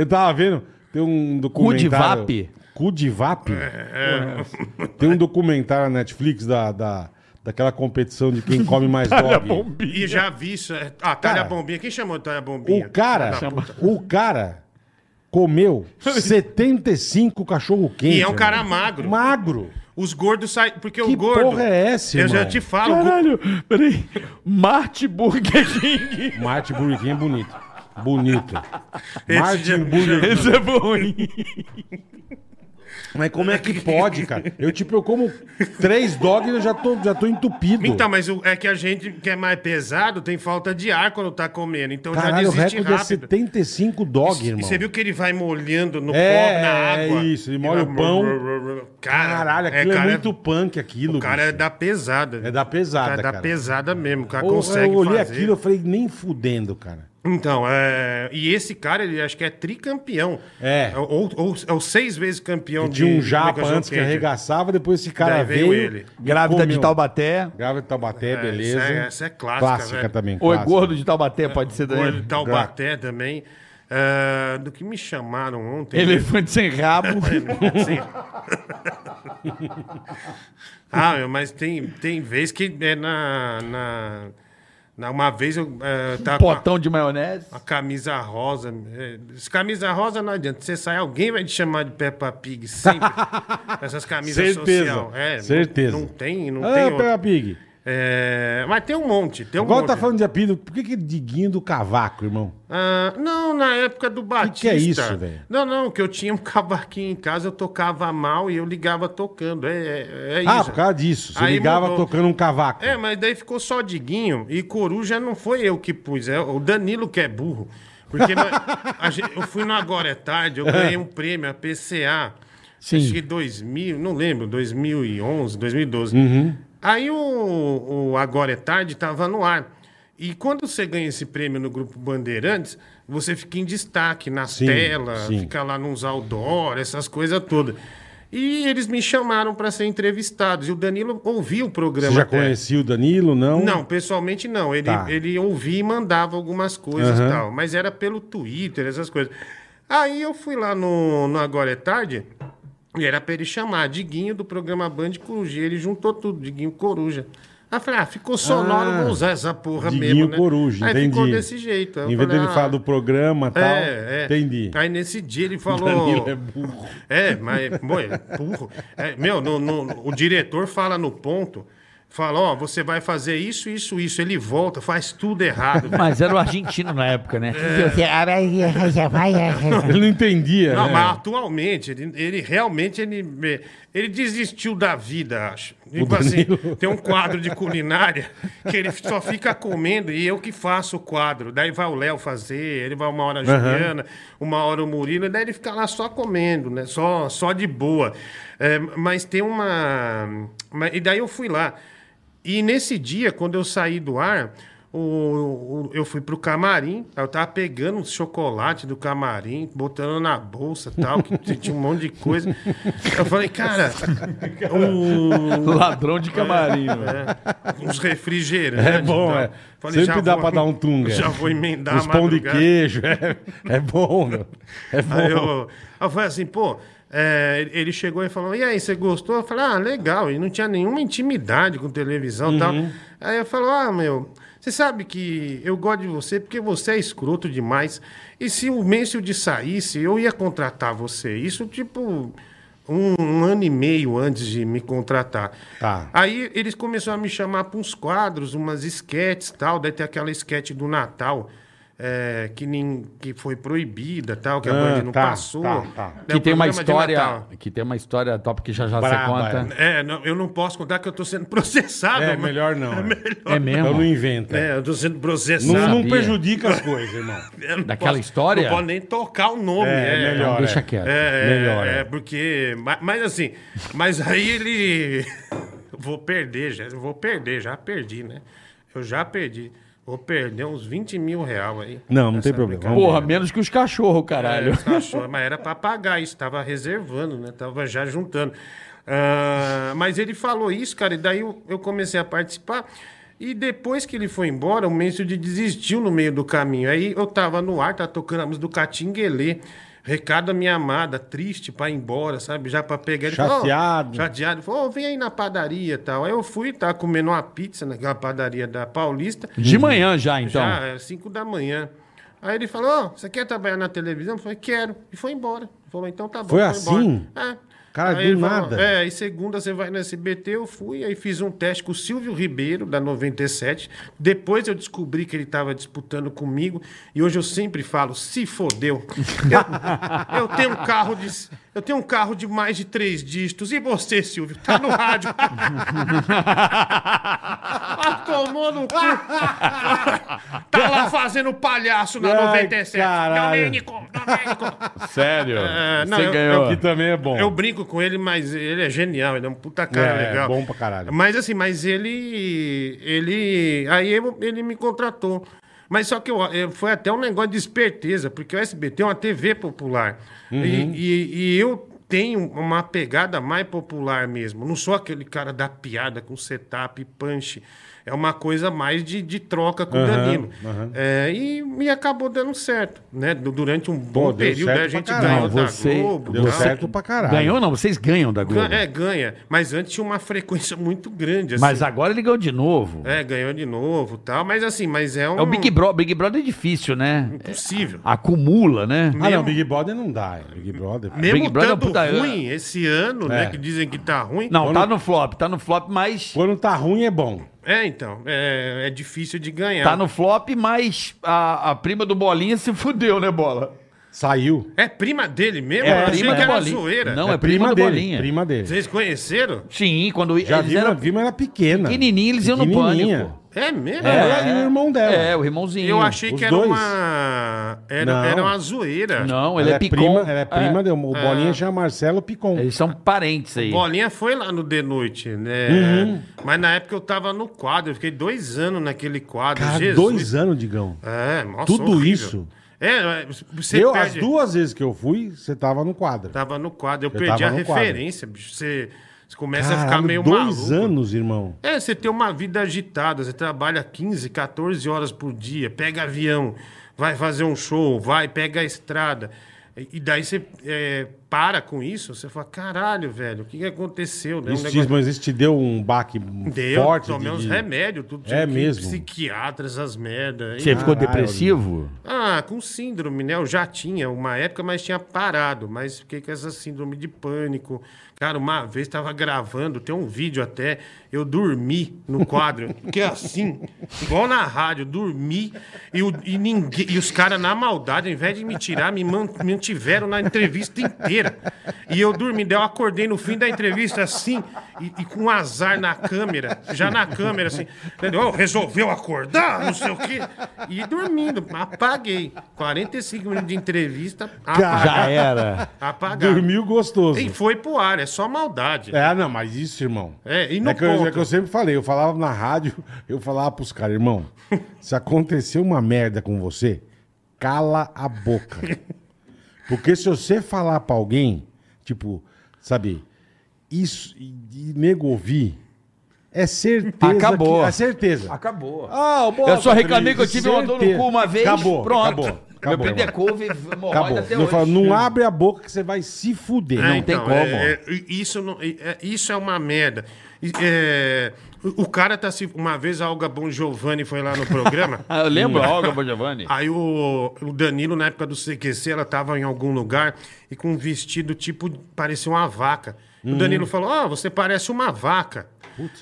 Speaker 2: Eu tava vendo, tem um documentário...
Speaker 3: Cudivap?
Speaker 4: É,
Speaker 2: Cudivap? Tem um documentário na Netflix da, da, daquela competição de quem come mais
Speaker 5: Olha a
Speaker 2: dog.
Speaker 5: bombinha.
Speaker 4: E já vi isso. é- Ah, Talha
Speaker 2: Cara,
Speaker 4: Bombinha. Quem chamou de Talha Bombinha?
Speaker 2: O cara, o cara comeu 75 cachorro quente.
Speaker 4: E é um cara magro.
Speaker 2: Magro.
Speaker 4: Os gordos saem. Porque
Speaker 2: Que
Speaker 4: o gordo.
Speaker 2: porra é essa,
Speaker 4: Eu já
Speaker 2: irmão?
Speaker 4: te falo. o go-
Speaker 5: Caralho, peraí. Marte Burger King.
Speaker 2: Martin Burger é bonito. Bonito.
Speaker 4: Esse já-
Speaker 2: Martin Burger King.
Speaker 5: Esse é bom, hein?
Speaker 2: Mas como é que pode, cara? Eu, tipo, eu como três dogs e eu já tô, já tô entupido.
Speaker 4: Então, mas o- é que a gente que é mais pesado tem falta de ar quando tá comendo. Então
Speaker 2: Caralho, o
Speaker 4: já desiste
Speaker 2: recorde é
Speaker 4: rápido.
Speaker 2: 75 dog,
Speaker 4: E
Speaker 2: irmão.
Speaker 4: você viu que ele vai molhando no
Speaker 2: É,
Speaker 4: pó, na
Speaker 2: é
Speaker 4: água?
Speaker 2: isso, ele molha
Speaker 4: vai-
Speaker 2: o pão.
Speaker 4: Cara,
Speaker 2: Caralho, aquilo é,
Speaker 4: cara,
Speaker 2: muito punk, aquilo.
Speaker 4: O cara é
Speaker 2: bicho.
Speaker 4: da pesada.
Speaker 2: É da pesada,
Speaker 4: O cara. É da
Speaker 2: cara.
Speaker 4: pesada mesmo. O cara
Speaker 2: Eu-
Speaker 4: consegue
Speaker 2: Eu olhei
Speaker 4: fazer.
Speaker 2: aquilo eu falei, nem fudendo, cara.
Speaker 4: Então, é... e esse cara, ele acho que é tricampeão.
Speaker 2: É.
Speaker 4: Ou, ou, ou seis vezes campeão
Speaker 2: Tinha um japa
Speaker 4: Michael
Speaker 2: antes que
Speaker 4: Jordan.
Speaker 2: arregaçava, depois esse cara
Speaker 4: Daí
Speaker 2: veio.
Speaker 4: veio
Speaker 2: veio
Speaker 4: ele.
Speaker 3: Grávida de Taubaté.
Speaker 2: Grávida de Taubaté, beleza.
Speaker 4: essa é- essa é clássica, velho.
Speaker 2: também. né?
Speaker 3: Ou é
Speaker 2: clássica.
Speaker 3: gordo de Taubaté, pode ser daí.
Speaker 4: Gordo de Taubaté também. Ah, do que me chamaram ontem.
Speaker 3: Elefante sem rabo.
Speaker 4: Sim. ah, meu, mas tem, tem vez que é na. na, na- uma vez eu ah, tava com a-
Speaker 3: potão de maionese.
Speaker 4: a camisa rosa. é, Se camisa rosa não adianta. Você sai, alguém vai te chamar de Peppa Pig sempre. Essas camisas
Speaker 2: Certeza,
Speaker 4: social. É, não-
Speaker 2: certeza.
Speaker 4: Não, tem, não tem
Speaker 2: Ah,
Speaker 4: outra.
Speaker 2: Peppa Pig.
Speaker 4: É, mas tem um monte, tem um
Speaker 2: Igual
Speaker 4: monte.
Speaker 2: tá falando de apelido, por que que é Diguinho do Cavaco, irmão?
Speaker 4: Ah, não, na época do Batista.
Speaker 2: que é isso, velho?
Speaker 4: Não, não, que eu tinha um cavaquinho em casa, eu tocava mal e eu ligava tocando. É, é, é
Speaker 2: Ah,
Speaker 4: isso.
Speaker 2: por causa disso. Você
Speaker 4: Aí
Speaker 2: ligava
Speaker 4: mudou.
Speaker 2: tocando um cavaco.
Speaker 4: É, mas daí ficou só Diguinho e Coruja não foi eu que pus, é o Danilo que é burro. Porque nós- a gente- eu fui no Agora é Tarde, eu ganhei um prêmio, a PCA. Acho que 2000, não lembro, 2011, 2012.
Speaker 2: Uhum.
Speaker 4: Aí o, o Agora é Tarde tava no ar. E quando você ganha esse prêmio no Grupo Bandeirantes, você fica em destaque na
Speaker 2: Sim,
Speaker 4: tela,
Speaker 2: sim.
Speaker 4: fica lá nos outdoor, essas coisas todas. E eles me chamaram para ser entrevistados. E o Danilo ouviu o programa.
Speaker 2: Você já
Speaker 4: até.
Speaker 2: conhecia o Danilo, não?
Speaker 4: é? Não, pessoalmente não. Ele,
Speaker 2: Tá.
Speaker 4: ele ouvia e mandava algumas coisas e
Speaker 2: Aham.
Speaker 4: tal. Mas era pelo Twitter, essas coisas. Aí eu fui lá no, no Agora é Tarde e era pra ele chamar Diguinho do programa Band Coruja. Ele juntou tudo, Diguinho Coruja. Aí eu falei, ah, ficou sonoro,
Speaker 2: Ah,
Speaker 4: vou usar essa porra
Speaker 2: Diguinho
Speaker 4: mesmo, né?
Speaker 2: Coruja,
Speaker 4: Aí
Speaker 2: entendi.
Speaker 4: ficou desse jeito. Aí eu
Speaker 2: Em vez
Speaker 4: falei,
Speaker 2: dele
Speaker 4: ah,
Speaker 2: falar do programa e tal,
Speaker 4: é, é.
Speaker 2: entendi.
Speaker 4: Aí nesse dia ele falou.
Speaker 2: Danilo é burro.
Speaker 4: É, mas, bom, é burro. É, meu, no- no- o diretor fala no ponto, fala, ó, você vai fazer isso, isso, isso. Ele volta, faz tudo errado. velho.
Speaker 3: Mas era o argentino na época, né?
Speaker 2: Ele não entendia,
Speaker 4: Não,
Speaker 2: né?
Speaker 4: mas atualmente, ele, ele realmente, ele, ele desistiu da vida, acho. Tipo assim,
Speaker 2: Danilo.
Speaker 4: tem um quadro de culinária que ele só fica comendo e eu que faço o quadro. Daí vai o Léo fazer, ele vai uma hora a Juliana, uma hora o Murilo, e daí ele fica lá só comendo, né? Só, só de boa. É, mas tem uma... mas- E daí eu fui lá. E nesse dia, quando eu saí do ar, o, o- eu fui pro camarim, aí eu tava pegando os chocolate do camarim, botando na bolsa e tal, que tinha um monte de coisa. Eu falei, cara, o-
Speaker 3: Ladrão de camarim. velho.
Speaker 4: é, uns refrigerantes.
Speaker 2: É bom,
Speaker 4: e tal.
Speaker 2: é. Sempre
Speaker 4: né, então. já
Speaker 2: dá pra dar um tunga.
Speaker 4: Já vou emendar
Speaker 2: Os
Speaker 4: a
Speaker 2: pão de
Speaker 4: madrugada.
Speaker 2: queijo, é, é bom, meu. É bom.
Speaker 4: Aí eu, aí eu falei assim, pô, é, ele- ele chegou e falou, e aí, você gostou? Eu falei, ah, legal. E não tinha nenhuma intimidade com televisão e tal.
Speaker 2: Uhum.
Speaker 4: Aí eu falo, ah, meu, você sabe que eu gosto de você porque você é escroto demais. E se o Mêncio saísse, eu ia contratar você. Isso, tipo... Um, um ano e meio antes de me contratar.
Speaker 2: Tá.
Speaker 4: Aí eles começaram a me chamar para uns quadros, umas esquetes e tal. Daí tem aquela esquete do Natal. é, que, nem, que foi proibida, tal, que a
Speaker 2: Ah,
Speaker 4: Band não
Speaker 2: tá,
Speaker 4: passou.
Speaker 2: tá, tá.
Speaker 4: É,
Speaker 3: Que
Speaker 4: o
Speaker 3: tem uma
Speaker 4: programa de
Speaker 3: história.
Speaker 4: Natal.
Speaker 3: Que tem uma história top que já já você
Speaker 2: Braba,
Speaker 3: conta.
Speaker 4: É, não, eu não posso contar que eu tô sendo processado.
Speaker 2: É,
Speaker 4: "Ah, mas-
Speaker 2: melhor não. É,
Speaker 3: É
Speaker 2: Então não
Speaker 3: mesmo?
Speaker 2: inventa.
Speaker 4: É, eu tô sendo processado.
Speaker 2: Não, não
Speaker 3: sabia.
Speaker 2: prejudica as coisas, irmão.
Speaker 4: Eu não
Speaker 3: Daquela história?
Speaker 4: Não pode nem tocar o nome.
Speaker 2: É,
Speaker 4: é.
Speaker 2: melhor.
Speaker 3: Deixa
Speaker 2: é.
Speaker 3: quieto.
Speaker 4: É,
Speaker 2: Melhor,
Speaker 4: é,
Speaker 2: é.
Speaker 4: porque. ma- Mas, assim, mas aí ele. vou perder, já, vou perder, já perdi, né? Eu já perdi. Vou perder uns 20 mil reais aí.
Speaker 2: Não, não tem
Speaker 4: Essa
Speaker 2: problema. Vamos
Speaker 3: Porra,
Speaker 2: ver.
Speaker 3: menos que os cachorros, caralho.
Speaker 4: É, os cachorros, mas era para pagar isso, tava reservando, né? Tava já juntando. Ah, mas ele falou isso, cara, e daí eu, eu comecei a participar. E depois que ele foi embora, o Mansfield desistiu no meio do caminho. Aí eu tava no ar, tava tocando a música do Catinguelê. Recado à minha amada, triste pra ir embora, sabe? Já pra pegar. Ele falou, ó,
Speaker 2: Chateado.
Speaker 4: chateado. Ele falou, "Ô, vem aí na padaria e tal. Aí eu fui, tava comendo uma pizza naquela padaria da Paulista.
Speaker 3: De manhã já, então.
Speaker 4: Já, era 5 da manhã. Aí ele falou: "Ó, você quer trabalhar na televisão? Eu falei: quero. E foi embora. Ele falou: então tá bom.
Speaker 2: Foi
Speaker 4: foi
Speaker 2: assim?
Speaker 4: embora. É.
Speaker 2: Cara, do
Speaker 4: aí ele falou,
Speaker 2: nada.
Speaker 4: é, aí segunda você vai no SBT, eu fui, aí fiz um teste com o Silvio Ribeiro, da 97. Depois eu descobri que ele estava disputando comigo. E hoje eu sempre falo, se fodeu. Eu, eu tenho um carro de. Eu tenho um carro de mais de três dígitos. E você, Silvio? Tá no rádio. Ah, tomou no cu. tá lá fazendo palhaço na
Speaker 2: Ai,
Speaker 4: 97.
Speaker 2: caralho.
Speaker 4: Domênico, Domênico.
Speaker 3: Sério?
Speaker 4: É, não,
Speaker 3: Você
Speaker 4: eu-
Speaker 3: ganhou.
Speaker 2: Que também é bom.
Speaker 4: Eu brinco com ele, mas ele é genial, ele é um puta cara
Speaker 2: É, é
Speaker 4: legal.
Speaker 2: bom pra caralho.
Speaker 4: Mas assim, mas ele. ele aí eu- ele me contratou. Mas só que eu, eu- foi até um negócio de esperteza, porque o SBT é uma TV popular.
Speaker 2: Uhum.
Speaker 4: E, e- e eu tenho uma pegada mais popular mesmo. Não sou aquele cara da piada com setup, punch. É uma coisa mais de, de troca com o Danilo. É, e, e acabou dando certo, né? Du- Durante um bom
Speaker 2: deu
Speaker 4: período,
Speaker 2: certo
Speaker 4: né, a
Speaker 2: pra
Speaker 4: gente
Speaker 2: caralho.
Speaker 4: ganhou
Speaker 3: Você-
Speaker 4: da Globo.
Speaker 2: Deu
Speaker 4: tal.
Speaker 2: certo pra caralho.
Speaker 3: Ganhou não, vocês ganham da Globo.
Speaker 4: Gan- É, ganha. Mas antes tinha uma frequência muito grande. Assim.
Speaker 3: Mas agora ele ganhou de novo. É,
Speaker 4: É, ganhou de novo e tal. Mas assim, mas é um.
Speaker 3: o Big Brother. Big Brother é difícil, né?
Speaker 4: Impossível.
Speaker 3: Acumula, né?
Speaker 2: Ah, não, Big Brother não dá. é. Big Brother.
Speaker 4: Mesmo
Speaker 3: Big Brother é uma
Speaker 4: tanto
Speaker 3: puta-
Speaker 4: ruim esse ano,
Speaker 2: É.
Speaker 4: né? Que dizem que tá ruim.
Speaker 3: Não, tá no flop, tá no flop, mas.
Speaker 2: Quando tá ruim é bom.
Speaker 4: É, então. É, é difícil de ganhar.
Speaker 3: Tá no flop, mas a, a prima do Bolinha se fudeu, né, Bola?
Speaker 2: Saiu.
Speaker 4: É prima dele mesmo?
Speaker 2: É
Speaker 4: Eu achei
Speaker 3: prima
Speaker 4: que
Speaker 3: do
Speaker 4: era
Speaker 3: Bolinha.
Speaker 4: zoeira.
Speaker 3: Não, é prima do
Speaker 2: dele.
Speaker 3: Bolinha.
Speaker 2: Prima dele.
Speaker 4: Vocês conheceram?
Speaker 3: Sim, quando
Speaker 2: Já
Speaker 3: eles
Speaker 2: vi,
Speaker 3: eram
Speaker 2: vi, mas era pequena.
Speaker 3: pequenininhos, eles iam no pânico.
Speaker 4: É mesmo?
Speaker 2: Ela e o irmão dela.
Speaker 3: É, o irmãozinho.
Speaker 4: Eu achei
Speaker 2: Os
Speaker 4: que era
Speaker 2: dois.
Speaker 4: uma.
Speaker 2: Não.
Speaker 4: Era, era uma zoeira.
Speaker 3: Não, ele
Speaker 2: ela
Speaker 3: é, picom.
Speaker 2: prima, ela é prima
Speaker 3: É.
Speaker 2: dele. O Bolinha chama Marcelo Picon.
Speaker 4: É.
Speaker 3: Eles são parentes aí.
Speaker 4: Bolinha foi lá no The Noite, né?
Speaker 3: Uhum.
Speaker 4: Mas na época eu tava no quadro, eu fiquei dois anos naquele quadro.
Speaker 2: Cara,
Speaker 4: Jesus.
Speaker 2: dois anos, Digão.
Speaker 4: É, nossa,
Speaker 2: Tudo
Speaker 4: horrível.
Speaker 2: isso?
Speaker 4: É, é, você
Speaker 2: Eu, as
Speaker 4: perde... Tá,
Speaker 2: duas vezes que eu fui, você tava no quadro.
Speaker 4: Tava no quadro, eu
Speaker 2: Você
Speaker 4: perdi a
Speaker 2: tava no quadro.
Speaker 4: referência, bicho. Você, você começa a ficar
Speaker 2: Caralho,
Speaker 4: meio
Speaker 2: dois
Speaker 4: maluco.
Speaker 2: anos, irmão.
Speaker 4: É, você tem uma vida agitada, você trabalha 15, 14 horas por dia, pega avião, vai fazer um show, vai, pega a estrada. E e daí você é, para com isso, você fala, caralho, velho, o que, que aconteceu? né? Um
Speaker 2: Isso, te-
Speaker 4: negócio-
Speaker 2: mas isso te deu um baque
Speaker 4: Deu,
Speaker 2: forte.
Speaker 4: tomei
Speaker 2: de-
Speaker 4: uns
Speaker 2: de-
Speaker 4: remédios, tudo.
Speaker 2: É
Speaker 4: que-
Speaker 2: mesmo.
Speaker 4: Psiquiatra, essas merdas.
Speaker 3: Você ficou
Speaker 2: Caralho.
Speaker 3: depressivo?
Speaker 4: Ah, com síndrome, né? Eu já tinha uma época, mas tinha parado. Mas fiquei com essa síndrome de pânico. Cara, uma vez estava gravando, tem um vídeo até, eu dormi no quadro. que é assim, igual na rádio, dormi e, o- e ninguém, e os caras, na maldade, ao invés de me tirar, me man- me mantiveram na entrevista inteira. E eu dormi, daí eu acordei no fim da entrevista assim, e, e com um azar na câmera, já na câmera, assim, entendeu? Oh, resolveu acordar, não sei o quê. E dormindo, apaguei. 45 minutos de entrevista,
Speaker 3: Já é
Speaker 4: apagado.
Speaker 3: era.
Speaker 4: apagado.
Speaker 2: Dormiu gostoso.
Speaker 4: E foi pro ar, é só maldade.
Speaker 2: É, não, mas isso, irmão.
Speaker 4: É, e no
Speaker 2: que, eu,
Speaker 4: ponto?
Speaker 2: é que eu sempre falei, eu falava na rádio, eu falava pros caras, irmão, se acontecer uma merda com você, cala a boca. Porque se você falar pra alguém, tipo, sabe, isso, e, e nego ouvir, é certeza.
Speaker 3: Acabou.
Speaker 2: Que, é certeza.
Speaker 3: Acabou.
Speaker 2: Ah, o Bola
Speaker 3: Eu só reclamei que eu
Speaker 2: Patrício,
Speaker 3: tive uma dor no
Speaker 2: certeza.
Speaker 3: cu uma vez.
Speaker 2: Acabou,
Speaker 3: pronto.
Speaker 2: acabou. Acabou,
Speaker 3: Meu
Speaker 2: irmão.
Speaker 3: pedecouve
Speaker 2: Acabou.
Speaker 3: morre até
Speaker 2: Não,
Speaker 3: hoje.
Speaker 2: fala, não abre a boca que você vai se fuder.
Speaker 4: É,
Speaker 2: Não,
Speaker 3: tem como.
Speaker 4: é, é, isso, não- é, é, isso é uma merda. E, é, o, o cara tá se. Uma vez a Olga Bon Giovanni foi lá no programa.
Speaker 3: Ah, eu lembro, Olga Bojavani.
Speaker 4: Aí o, o Danilo, na época do CQC, ela tava em algum lugar e com um vestido tipo, parecia uma vaca. E O Danilo falou: Ó, você parece uma vaca.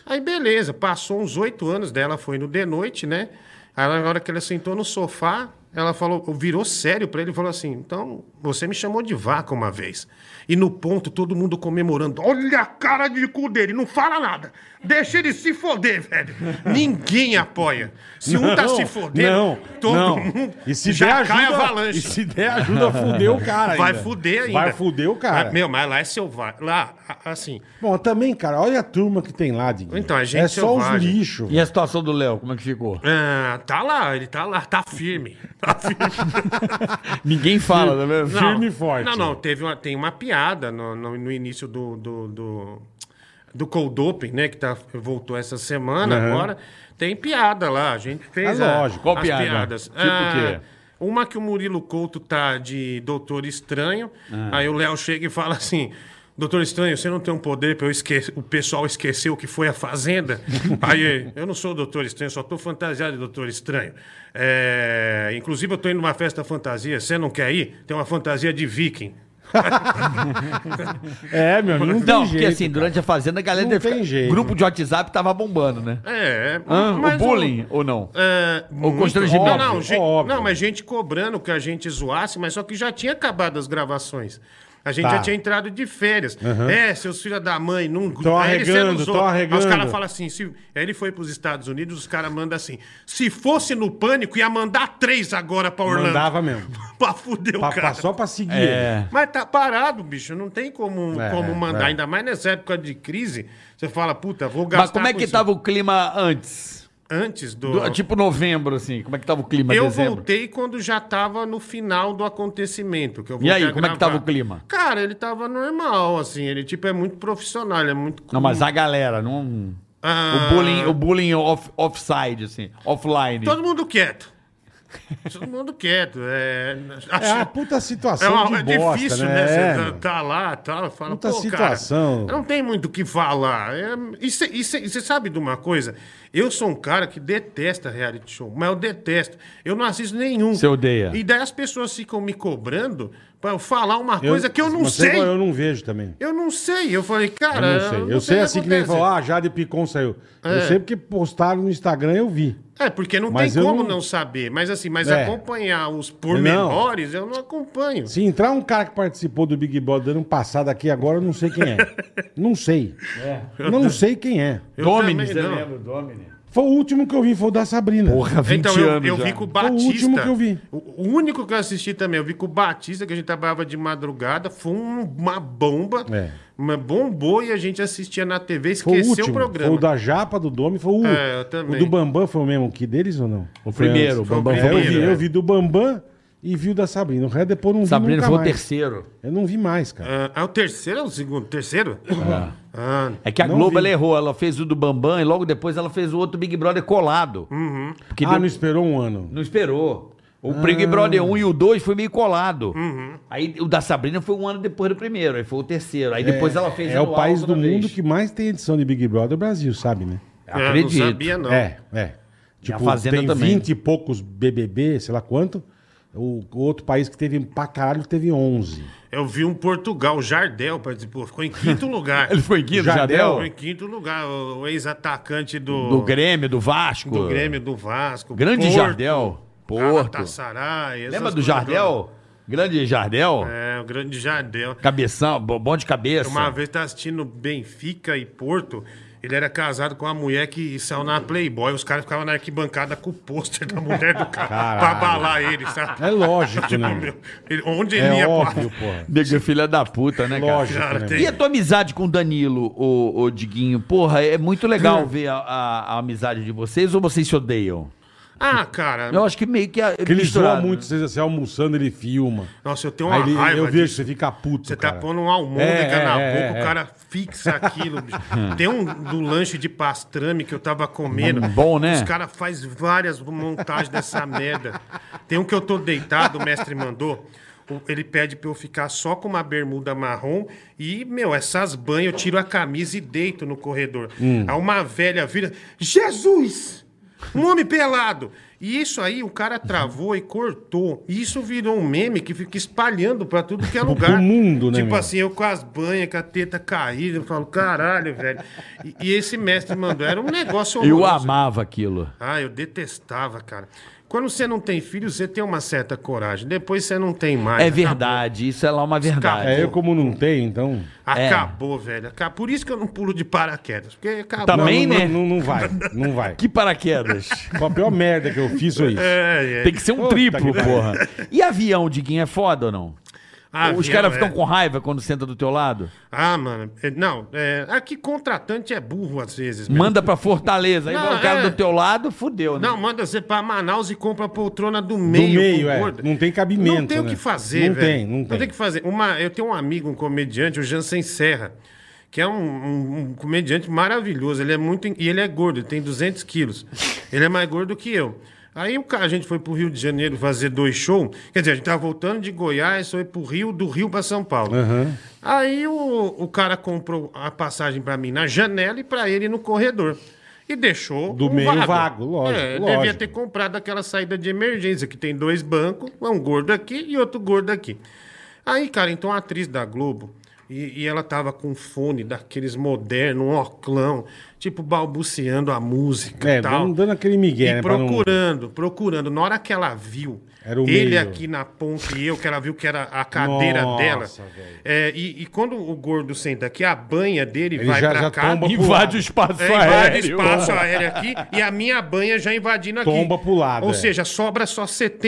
Speaker 4: Aí beleza, passou uns oito anos dela, foi no de noite, né? Aí na hora que ela sentou no sofá, Ela falou, virou sério pra ele e falou assim: então você me chamou de vaca uma vez. E no ponto, todo mundo comemorando. Olha a cara de cu dele, não fala nada. Deixa ele se foder, velho. Ninguém apoia. Se um tá
Speaker 2: Não,
Speaker 4: se fodendo,
Speaker 2: não,
Speaker 4: todo
Speaker 2: não.
Speaker 4: mundo
Speaker 2: E se
Speaker 4: já
Speaker 2: der
Speaker 4: cai
Speaker 2: ajuda,
Speaker 4: avalanche.
Speaker 2: E se der ajuda, fudeu o cara
Speaker 4: Vai
Speaker 2: ainda.
Speaker 4: fuder ainda.
Speaker 2: Vai fuder o cara.
Speaker 4: Ah, meu, mas lá é selvagem. Lá, a- assim,
Speaker 2: Bom, também, cara, olha a turma que tem lá, Diguinho.
Speaker 4: Então, é gente
Speaker 2: É só os
Speaker 4: selvagem.
Speaker 2: lixos.
Speaker 3: E a situação do Léo, como é que ficou?
Speaker 4: ah, tá lá, ele tá lá, tá firme. Tá firme.
Speaker 3: Ninguém fala, tá vendo?
Speaker 4: Não,
Speaker 2: Firme e forte.
Speaker 4: Não, não, teve uma, tem uma piada no, no, no início do, do, do, do Cold Open, né? Que tá, voltou essa semana
Speaker 2: Aham.
Speaker 4: agora. Tem piada lá, a gente fez.
Speaker 2: É
Speaker 4: a-
Speaker 2: lógico.
Speaker 3: Qual
Speaker 4: as
Speaker 3: piada?
Speaker 4: piadas. Ah,
Speaker 3: Tipo o quê?
Speaker 4: Uma que o Murilo Couto tá de Doutor Estranho,
Speaker 3: Ah.
Speaker 4: aí o Léo chega e fala assim. Doutor Estranho, você não tem um poder para o pessoal esquecer o que foi a Fazenda? Aí, ele, eu não sou o Doutor Estranho, só estou fantasiado de Doutor Estranho. É, inclusive, eu estou indo numa festa fantasia. Você não quer ir? Tem uma fantasia de viking.
Speaker 2: É, meu amigo, não,
Speaker 3: Não,
Speaker 2: tem
Speaker 3: porque
Speaker 2: jeito.
Speaker 3: assim, durante a fazenda a galera
Speaker 2: Não
Speaker 3: deve
Speaker 2: tem jeito.
Speaker 3: Grupo de WhatsApp tava bombando, né?
Speaker 4: É,
Speaker 3: Ah, o
Speaker 4: mas
Speaker 3: bullying ou não?
Speaker 4: É, muito-
Speaker 3: constrangimento.
Speaker 4: Não, não,
Speaker 2: Ah, Óbvio,
Speaker 4: gente,
Speaker 2: óbvio.
Speaker 4: não, mas gente cobrando que a gente zoasse, mas só que já tinha acabado as gravações. A gente
Speaker 2: Tá.
Speaker 4: já tinha entrado de férias. É, seus filhos da mãe, não.
Speaker 2: Tô
Speaker 4: Aí você não
Speaker 2: arregando,
Speaker 4: zoa.
Speaker 2: tô
Speaker 4: Aí os
Speaker 2: arregando.
Speaker 4: caras falam assim. Se... Aí ele foi pros Estados Unidos, os caras mandam assim. Se fosse no pânico, ia mandar três agora pra Orlando.
Speaker 2: Mandava mesmo.
Speaker 4: pra fuder o
Speaker 2: Pra- pra-
Speaker 4: cara.
Speaker 2: só pra seguir
Speaker 3: É.
Speaker 2: ele.
Speaker 4: Mas tá parado, bicho. Não tem como,
Speaker 2: É,
Speaker 4: como mandar.
Speaker 2: é.
Speaker 4: Ainda mais nessa época de crise. Você fala, puta, vou gastar.
Speaker 3: Mas como é
Speaker 4: com
Speaker 3: que
Speaker 4: isso.
Speaker 3: tava o clima antes?
Speaker 4: Antes do.
Speaker 3: Do- tipo novembro, assim. Como é que tava o clima
Speaker 4: Eu
Speaker 3: dezembro?
Speaker 4: voltei quando já tava no final do acontecimento. Que eu
Speaker 3: E aí,
Speaker 4: voltei a
Speaker 3: como é que
Speaker 4: gravar.
Speaker 3: tava o clima?
Speaker 4: Cara, ele tava normal, assim. Ele, tipo, é muito profissional, ele é muito...
Speaker 3: Não, mas a galera, não. um,
Speaker 4: Ah.
Speaker 3: O bullying, o bullying off, offside, assim, offline.
Speaker 4: Todo mundo quieto. Todo mundo quieto. É,
Speaker 2: É uma puta
Speaker 4: É,
Speaker 2: situação
Speaker 4: uma, é
Speaker 2: de bosta,
Speaker 4: difícil,
Speaker 2: né?
Speaker 4: né? Você
Speaker 2: É,
Speaker 4: tá-
Speaker 2: mano.
Speaker 4: tá lá, tá, fala,
Speaker 2: Muita
Speaker 4: pô,
Speaker 2: situação.
Speaker 4: cara, não tem muito o que falar. É, e você sabe de uma coisa? Eu sou um cara que detesta reality show, mas eu detesto. Eu não assisto nenhum.
Speaker 3: Você odeia.
Speaker 4: E daí as pessoas ficam me cobrando pra eu falar uma
Speaker 2: Eu-
Speaker 4: coisa que eu não
Speaker 2: mas você-
Speaker 4: sei.
Speaker 2: Eu não vejo também.
Speaker 4: Eu não sei. Eu falei,
Speaker 2: Eu
Speaker 4: cara...
Speaker 2: não sei. Eu sei
Speaker 4: o
Speaker 2: assim que nem
Speaker 4: acontece.
Speaker 2: falou, ah, Jade Picon saiu. Eu sei porque postaram no Instagram eu vi.
Speaker 4: É, porque não
Speaker 2: Mas
Speaker 4: tem
Speaker 2: eu
Speaker 4: como
Speaker 2: não-
Speaker 4: não... saber. Mas assim, mas
Speaker 2: É.
Speaker 4: acompanhar os pormenores, eu não acompanho.
Speaker 2: Se entrar um cara que participou do Big Brother ano passado aqui agora, eu não sei quem é. não sei. Não sei quem é.
Speaker 4: Eu
Speaker 3: Domini,
Speaker 4: também
Speaker 3: você
Speaker 4: não.
Speaker 3: lembra? Domini.
Speaker 2: Foi o último que eu vi, foi o da Sabrina.
Speaker 3: Porra, 20
Speaker 4: Então, eu,
Speaker 3: anos.
Speaker 4: eu
Speaker 3: já.
Speaker 4: vi com
Speaker 2: Foi
Speaker 4: o
Speaker 2: o
Speaker 4: Batista.
Speaker 2: último que eu vi.
Speaker 4: O o único que eu assisti também, eu vi com o Batista, que a gente trabalhava de madrugada, foi um- uma bomba.
Speaker 2: É.
Speaker 4: Uma bombou e a gente assistia na TV,
Speaker 2: Foi o
Speaker 4: esqueceu o,
Speaker 2: último.
Speaker 4: programa.
Speaker 2: Foi o da Japa, do Domi, foi o,
Speaker 4: É, eu também.
Speaker 2: o do Bambam, foi o mesmo que deles ou não?
Speaker 3: O primeiro, o
Speaker 2: Foi
Speaker 3: Bambam
Speaker 2: antes.
Speaker 4: foi o
Speaker 2: É, eu, vi,
Speaker 4: primeiro,
Speaker 2: eu
Speaker 4: é.
Speaker 2: vi do Bambam e vi o da Sabrina. O resto depois eu não vi
Speaker 3: Sabrina
Speaker 2: nunca
Speaker 3: foi o
Speaker 2: mais.
Speaker 3: terceiro. É,
Speaker 2: Eu não vi mais, cara.
Speaker 4: Ah, ah, o terceiro ou o segundo? Terceiro? Ah,
Speaker 3: É que a
Speaker 2: Não
Speaker 3: Globo
Speaker 2: vi.
Speaker 3: ela errou, ela fez o do Bambam e logo depois ela fez o outro Big Brother colado.
Speaker 4: Uhum.
Speaker 3: Porque
Speaker 2: ah,
Speaker 3: deu-
Speaker 2: não
Speaker 3: não...
Speaker 2: esperou um ano.
Speaker 3: esperou. O Big
Speaker 2: Ah.
Speaker 3: Brother 1 e o 2 foi meio colado.
Speaker 4: Uhum.
Speaker 3: Aí o da Sabrina foi um ano depois do primeiro, aí foi o terceiro. Aí depois ela fez
Speaker 2: É o
Speaker 3: anual
Speaker 2: país do
Speaker 3: toda vez.
Speaker 2: mundo que mais tem edição de Big Brother é o Brasil, sabe, né?
Speaker 4: eu
Speaker 3: Acredito.
Speaker 4: não sabia, não.
Speaker 2: É, é.
Speaker 3: E a
Speaker 2: Tipo,
Speaker 3: Fazenda
Speaker 2: tem
Speaker 3: também.
Speaker 2: 20 e poucos BBB, sei lá quanto. O o outro país que teve pra caralho teve 11.
Speaker 4: Eu vi um Portugal, Jardel, participou. Ficou em quinto lugar.
Speaker 3: Ele foi em quinto,
Speaker 2: Jardel?
Speaker 3: Jardel?
Speaker 4: Ficou em quinto lugar. O, o ex-atacante do,
Speaker 3: Do Grêmio, do Vasco.
Speaker 4: do Grêmio, do Vasco.
Speaker 3: Grande
Speaker 4: Porto, tá
Speaker 3: Jardel. Porto.
Speaker 4: Galatasaray, essas
Speaker 3: Lembra do
Speaker 4: coisas
Speaker 3: Jardel? Grande Jardel?
Speaker 4: todas. É, o grande Jardel.
Speaker 3: Cabeção, bo- bom de cabeça.
Speaker 4: Uma vez tá assistindo Benfica e Porto. Ele era casado com uma mulher que saiu na Playboy. Os caras ficavam na arquibancada com o pôster da mulher do cara pra
Speaker 2: Caralho.
Speaker 4: abalar ele, sabe?
Speaker 2: É lógico,
Speaker 4: Tipo,
Speaker 2: né?
Speaker 4: meu, ele- onde ele
Speaker 2: É
Speaker 4: ia
Speaker 2: óbvio,
Speaker 4: parar?
Speaker 2: porra.
Speaker 3: Nego, filha da puta, né, cara?
Speaker 2: Lógico,
Speaker 4: Cara,
Speaker 2: né?
Speaker 4: tem-
Speaker 3: E a tua amizade com o Danilo, o, Diguinho? Porra, é muito
Speaker 2: Hum.
Speaker 3: legal ver a, a- a amizade de vocês ou vocês se odeiam?
Speaker 4: Ah, cara.
Speaker 3: Eu acho que meio que. é né?
Speaker 2: Porque ele zoa muito, você, você almoçando, ele filma.
Speaker 4: né? Nossa, eu tenho uma
Speaker 2: Aí ele-
Speaker 4: raiva
Speaker 2: eu vejo,
Speaker 4: disso.
Speaker 2: você fica puto,
Speaker 4: Você tá
Speaker 2: cara.
Speaker 4: pondo um almôndega
Speaker 2: É,
Speaker 4: na
Speaker 2: é,
Speaker 4: boca,
Speaker 2: é,
Speaker 4: o cara fixa aquilo. bicho. Tem um do lanche de pastrame que eu tava comendo.
Speaker 3: Hum, bom, né?
Speaker 4: Os caras fazem várias montagens dessa merda. Tem um que eu tô deitado, o mestre mandou. o- Ele pede pra eu ficar só com uma bermuda marrom e, meu, essas banhas eu tiro a camisa e deito
Speaker 2: Hum.
Speaker 4: no corredor. Aí uma velha vira, Jesus! Um homem pelado! E isso aí o cara travou e cortou. E isso virou um meme que fica espalhando pra tudo que é lugar.
Speaker 2: mundo, né,
Speaker 4: Tipo
Speaker 2: meu?
Speaker 4: assim, eu com as banhas, com a teta caída, eu falo, caralho, velho. E, e esse mestre mandou, era um negócio
Speaker 3: Eu
Speaker 4: horroroso.
Speaker 3: amava aquilo.
Speaker 4: Ah, eu detestava, cara. Quando você não tem filho, você tem uma certa coragem. Depois você não tem mais.
Speaker 3: É
Speaker 4: Acabou.
Speaker 3: verdade, isso é lá uma verdade.
Speaker 2: É, eu como não tenho, então...
Speaker 3: É.
Speaker 4: Acabou, velho. Acabou. Por isso que eu não pulo de paraquedas. Porque acabou.
Speaker 3: Também.
Speaker 2: não, não,
Speaker 3: né?
Speaker 2: Não, não vai, não vai.
Speaker 3: Que paraquedas.
Speaker 2: Qual a pior merda que eu fiz foi isso.
Speaker 4: É, é.
Speaker 3: Tem que ser um
Speaker 2: Puta
Speaker 3: triplo,
Speaker 2: que
Speaker 3: porra. E avião, Diguinho, é foda ou não?
Speaker 4: Ah,
Speaker 3: Os
Speaker 4: viado,
Speaker 3: caras ficam
Speaker 4: é.
Speaker 3: com raiva quando senta do teu lado?
Speaker 4: Ah, mano. é, Não, é... aqui contratante é burro às vezes. meu.
Speaker 3: Manda pra Fortaleza. Aí
Speaker 4: Não,
Speaker 3: vai o cara
Speaker 4: é.
Speaker 3: do teu lado, fudeu, né?
Speaker 4: Não, manda você pra Manaus e compra a poltrona do meio. com
Speaker 2: meio, é.
Speaker 4: gorda.
Speaker 2: Não tem cabimento,
Speaker 4: Não tem o
Speaker 2: né?
Speaker 4: que fazer,
Speaker 2: Não
Speaker 4: velho.
Speaker 2: tem, não tem.
Speaker 4: o que fazer. Uma, eu tenho um amigo, um comediante, o Jansen Serra, que é um, um- um comediante maravilhoso. Ele é muito... en- E ele é gordo, ele tem 200 quilos. Ele é mais gordo que eu. Aí o ca- a gente foi pro Rio de Janeiro fazer dois shows. Quer dizer, a gente tava voltando de Goiás, foi pro Rio, do Rio pra São Paulo. Aí o, o cara comprou a passagem pra mim na janela e pra ele no corredor. E deixou um
Speaker 2: Do meio vago, lógico,
Speaker 4: é, devia
Speaker 2: lógico.
Speaker 4: ter comprado aquela saída de emergência, que tem dois bancos, um gordo aqui e outro gordo aqui. Aí, cara, então a atriz da Globo, e, e ela tava com um fone daqueles modernos, um oclão, tipo balbuciando a música
Speaker 2: É,
Speaker 4: e tal.
Speaker 2: dando- dando aquele migué,
Speaker 4: E
Speaker 2: né, pra não-
Speaker 4: procurando, procurando. Na hora que ela viu
Speaker 2: Era o
Speaker 4: ele
Speaker 2: meio.
Speaker 4: aqui na ponta e eu, que ela viu que era a cadeira
Speaker 2: Nossa,
Speaker 4: dela.
Speaker 2: velho.
Speaker 4: É, e, e quando o gordo senta aqui, a banha dele
Speaker 2: Ele
Speaker 4: vai
Speaker 2: já-
Speaker 4: pra
Speaker 2: já
Speaker 4: cá.
Speaker 2: tomba pro
Speaker 5: Invade
Speaker 2: lado.
Speaker 5: o espaço
Speaker 4: É, invade
Speaker 5: aéreo.
Speaker 4: espaço aéreo aqui e a minha banha já invadindo aqui.
Speaker 2: Tomba pro lado,
Speaker 4: Ou
Speaker 2: é.
Speaker 4: seja, sobra só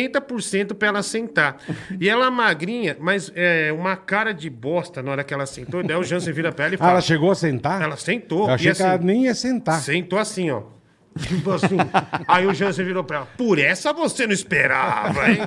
Speaker 4: 70% pra ela sentar. E ela é magrinha, mas é uma cara de bosta na hora que ela sentou. E daí o Jansen vira pra ela e
Speaker 2: Ah,
Speaker 4: fala...
Speaker 2: ela chegou a sentar?
Speaker 4: tá. Ela sentou.
Speaker 2: Eu achei
Speaker 4: e assim,
Speaker 2: que ela nem ia sentar.
Speaker 4: Sentou assim, ó. Tipo assim. Aí o Jansen virou pra ela. Por essa você não esperava, hein?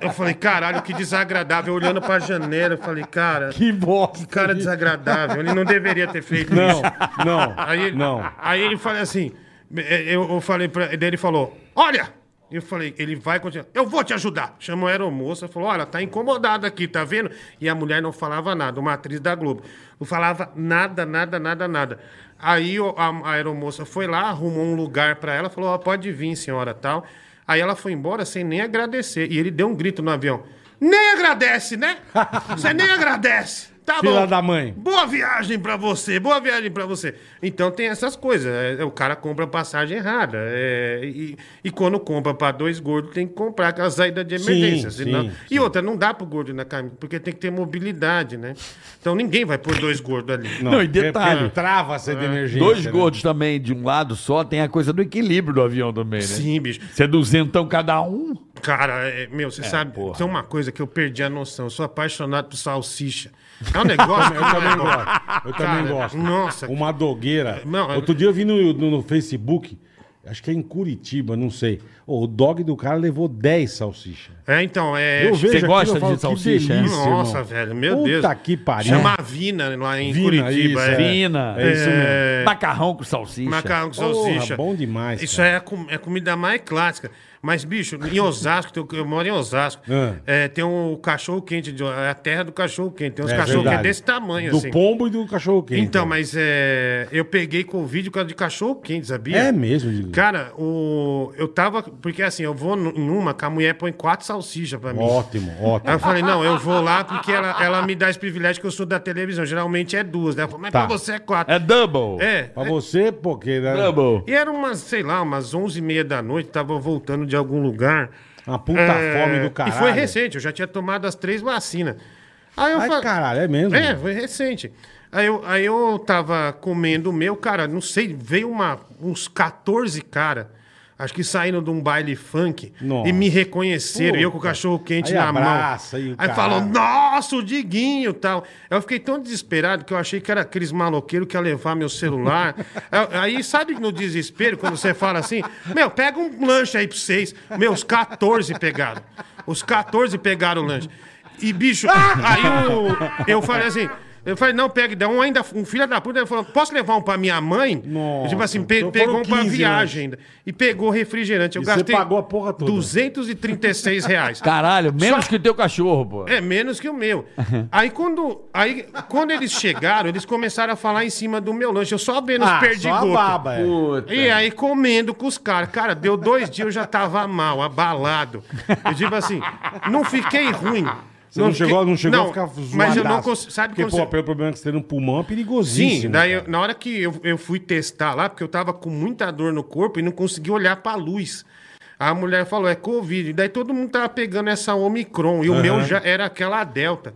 Speaker 4: Eu falei, caralho, que desagradável. Olhando pra janela, eu falei, cara...
Speaker 5: Que bosta.
Speaker 4: Que cara desagradável. Ele não deveria ter feito
Speaker 2: Não,
Speaker 4: isso.
Speaker 2: não,
Speaker 4: Aí ele,
Speaker 2: não.
Speaker 4: Aí ele fala assim, eh, eu, eu falei pra daí ele falou, olha! Eu falei, ele vai continuar, eu vou te ajudar. Chamou a aeromoça, falou, olha, tá incomodada aqui, tá vendo? E a mulher não falava nada, uma atriz da Globo. Não falava nada, nada, nada, nada. Aí o- a, a aeromoça foi lá, arrumou um lugar pra ela, falou, ó, pode vir, senhora, tal. Aí ela foi embora sem nem agradecer. E ele deu um grito no avião. Nem agradece, né? Você nem agradece. Tá
Speaker 2: Filha
Speaker 4: bom.
Speaker 2: da mãe.
Speaker 4: Boa viagem pra você, boa viagem pra você. Então tem essas coisas. é, o cara compra passagem errada. é, e, e quando compra pra dois gordos, tem que comprar aquela saída de
Speaker 2: Sim,
Speaker 4: emergência.
Speaker 2: sim,
Speaker 4: senão-
Speaker 2: sim.
Speaker 4: E outra, não dá pro gordo ir na camisa, porque tem que ter mobilidade, né? Então ninguém vai pôr dois gordos ali.
Speaker 2: né?
Speaker 3: Não, e detalhe.
Speaker 2: É porque Trava essa
Speaker 4: É.
Speaker 2: de emergência.
Speaker 3: Dois
Speaker 2: né?
Speaker 3: gordos também de um lado só, tem a coisa do equilíbrio do avião também, né?
Speaker 4: Sim, bicho.
Speaker 3: Se é duzentão cada um,
Speaker 4: Cara, é, meu, você sabe, tem uma coisa que eu perdi a noção. Eu sou apaixonado por salsicha. É um negócio. que
Speaker 2: Eu
Speaker 4: não é
Speaker 2: também
Speaker 4: bom.
Speaker 2: gosto. Eu também
Speaker 4: Cara,
Speaker 2: gosto.
Speaker 4: Nossa,
Speaker 2: Uma dogueira.
Speaker 4: Não, é-
Speaker 2: Outro dia eu vi no, no- no Facebook, acho que é em Curitiba, não sei. Ô, o dog do cara levou 10 salsichas.
Speaker 4: É, então, é.
Speaker 2: eu vejo aquilo,
Speaker 3: gosta
Speaker 2: eu
Speaker 3: de
Speaker 2: falo, que
Speaker 3: salsicha, é?
Speaker 2: delícia,
Speaker 4: Nossa,
Speaker 2: irmão.
Speaker 4: velho, meu
Speaker 2: Puta
Speaker 4: Deus.
Speaker 2: Puta que pariu. É
Speaker 4: Chama a Vina lá em
Speaker 2: Vina,
Speaker 4: Curitiba.
Speaker 2: isso,
Speaker 4: é.
Speaker 2: é.
Speaker 3: vina,
Speaker 2: É isso mesmo.
Speaker 3: macarrão com salsicha.
Speaker 4: Macarrão com
Speaker 2: Porra,
Speaker 4: salsicha.
Speaker 2: bom demais,
Speaker 4: Isso
Speaker 2: cara.
Speaker 4: é a, com- é a comida mais clássica. Mas, bicho, em Osasco, tem o- eu moro em Osasco,
Speaker 2: Ah.
Speaker 4: é, tem um cachorro quente, de- é a terra do cachorro quente. Tem uns
Speaker 2: É
Speaker 4: cachorro quente
Speaker 2: verdade.
Speaker 4: desse tamanho,
Speaker 2: Do
Speaker 4: assim.
Speaker 2: pombo e do cachorro quente.
Speaker 4: Então, mas é, eu peguei Covid por causa de cachorro quente, sabia?
Speaker 2: É mesmo, digo.
Speaker 4: Cara, o, eu tava. Porque assim, eu vou nu- em uma, que a mulher põe quatro salsichas pra mim.
Speaker 2: Ótimo, ótimo.
Speaker 4: Aí eu falei, não, eu vou lá porque ela, ela me dá esse privilégio que eu sou da televisão. Geralmente é duas. Né? Ela falou, mas
Speaker 2: Tá.
Speaker 4: pra você é quatro.
Speaker 3: É double.
Speaker 4: É.
Speaker 2: Pra você, porque... Né?
Speaker 3: Double.
Speaker 4: E era umas, sei lá, umas onze e meia da noite, tava voltando de algum lugar.
Speaker 2: Uma puta
Speaker 4: É,
Speaker 2: fome do caralho.
Speaker 4: E foi recente, eu já tinha tomado as três vacinas. Aí eu
Speaker 2: Ai,
Speaker 4: falei.
Speaker 2: caralho, é mesmo?
Speaker 4: É, foi recente. Aí eu, aí eu tava comendo o meu, cara, não sei, veio uma, uns 14 cara, acho que saindo de um baile funk,
Speaker 2: Nossa.
Speaker 4: e me reconheceram,
Speaker 2: Puta.
Speaker 4: eu com o cachorro quente
Speaker 2: Aí
Speaker 4: na
Speaker 2: abraça, aí
Speaker 4: mão.
Speaker 2: o
Speaker 4: Aí
Speaker 2: caralho.
Speaker 4: falou, nossa, o Diguinho e tal. Eu fiquei tão desesperado que eu achei que era aqueles maloqueiros que ia levar meu celular. Eu- aí, sabe no desespero, quando você fala assim, meu, pega um lanche aí pra vocês. Meu, os 14 pegaram. Os 14 pegaram o lanche. E, bicho, aí eu, eu falei assim, Eu falei, não, pega, dá um ainda, um filho da puta, ele falou, posso levar um pra minha mãe?
Speaker 2: Nossa,
Speaker 4: tipo assim, pe-
Speaker 2: então
Speaker 4: pegou
Speaker 2: foram
Speaker 4: um pra
Speaker 2: 15 lanches.
Speaker 4: viagem ainda. E pegou refrigerante. Eu
Speaker 2: E você
Speaker 4: gastei
Speaker 2: pagou a porra toda.
Speaker 4: 236 reais.
Speaker 3: Caralho, menos
Speaker 4: Só-
Speaker 3: que o teu cachorro, pô.
Speaker 4: É, menos que o meu. aí, quando, aí quando eles chegaram, eles começaram a falar em cima do meu lanche. Eu só apenas
Speaker 2: Ah,
Speaker 4: perdi
Speaker 2: só a baba, é.
Speaker 3: Puta.
Speaker 4: e aí comendo com os caras. Cara, deu dois dias, eu já tava mal, abalado. Eu digo assim, não fiquei ruim.
Speaker 2: Você não, chegou,
Speaker 4: fiquei-
Speaker 2: não chegou a ficar zoadaço.
Speaker 4: Mas eu não consigo. Sabe
Speaker 2: Porque,
Speaker 4: quando
Speaker 2: pô,
Speaker 4: você-
Speaker 2: pelo problema que você tem no pulmão é perigosíssimo.
Speaker 4: Sim, daí eu-
Speaker 2: cara.
Speaker 4: na hora que eu, eu fui testar lá, porque eu tava com muita dor no corpo e não consegui olhar pra luz. A mulher falou, é Covid. Daí todo mundo tava pegando essa Omicron. E o meu já era aquela Delta.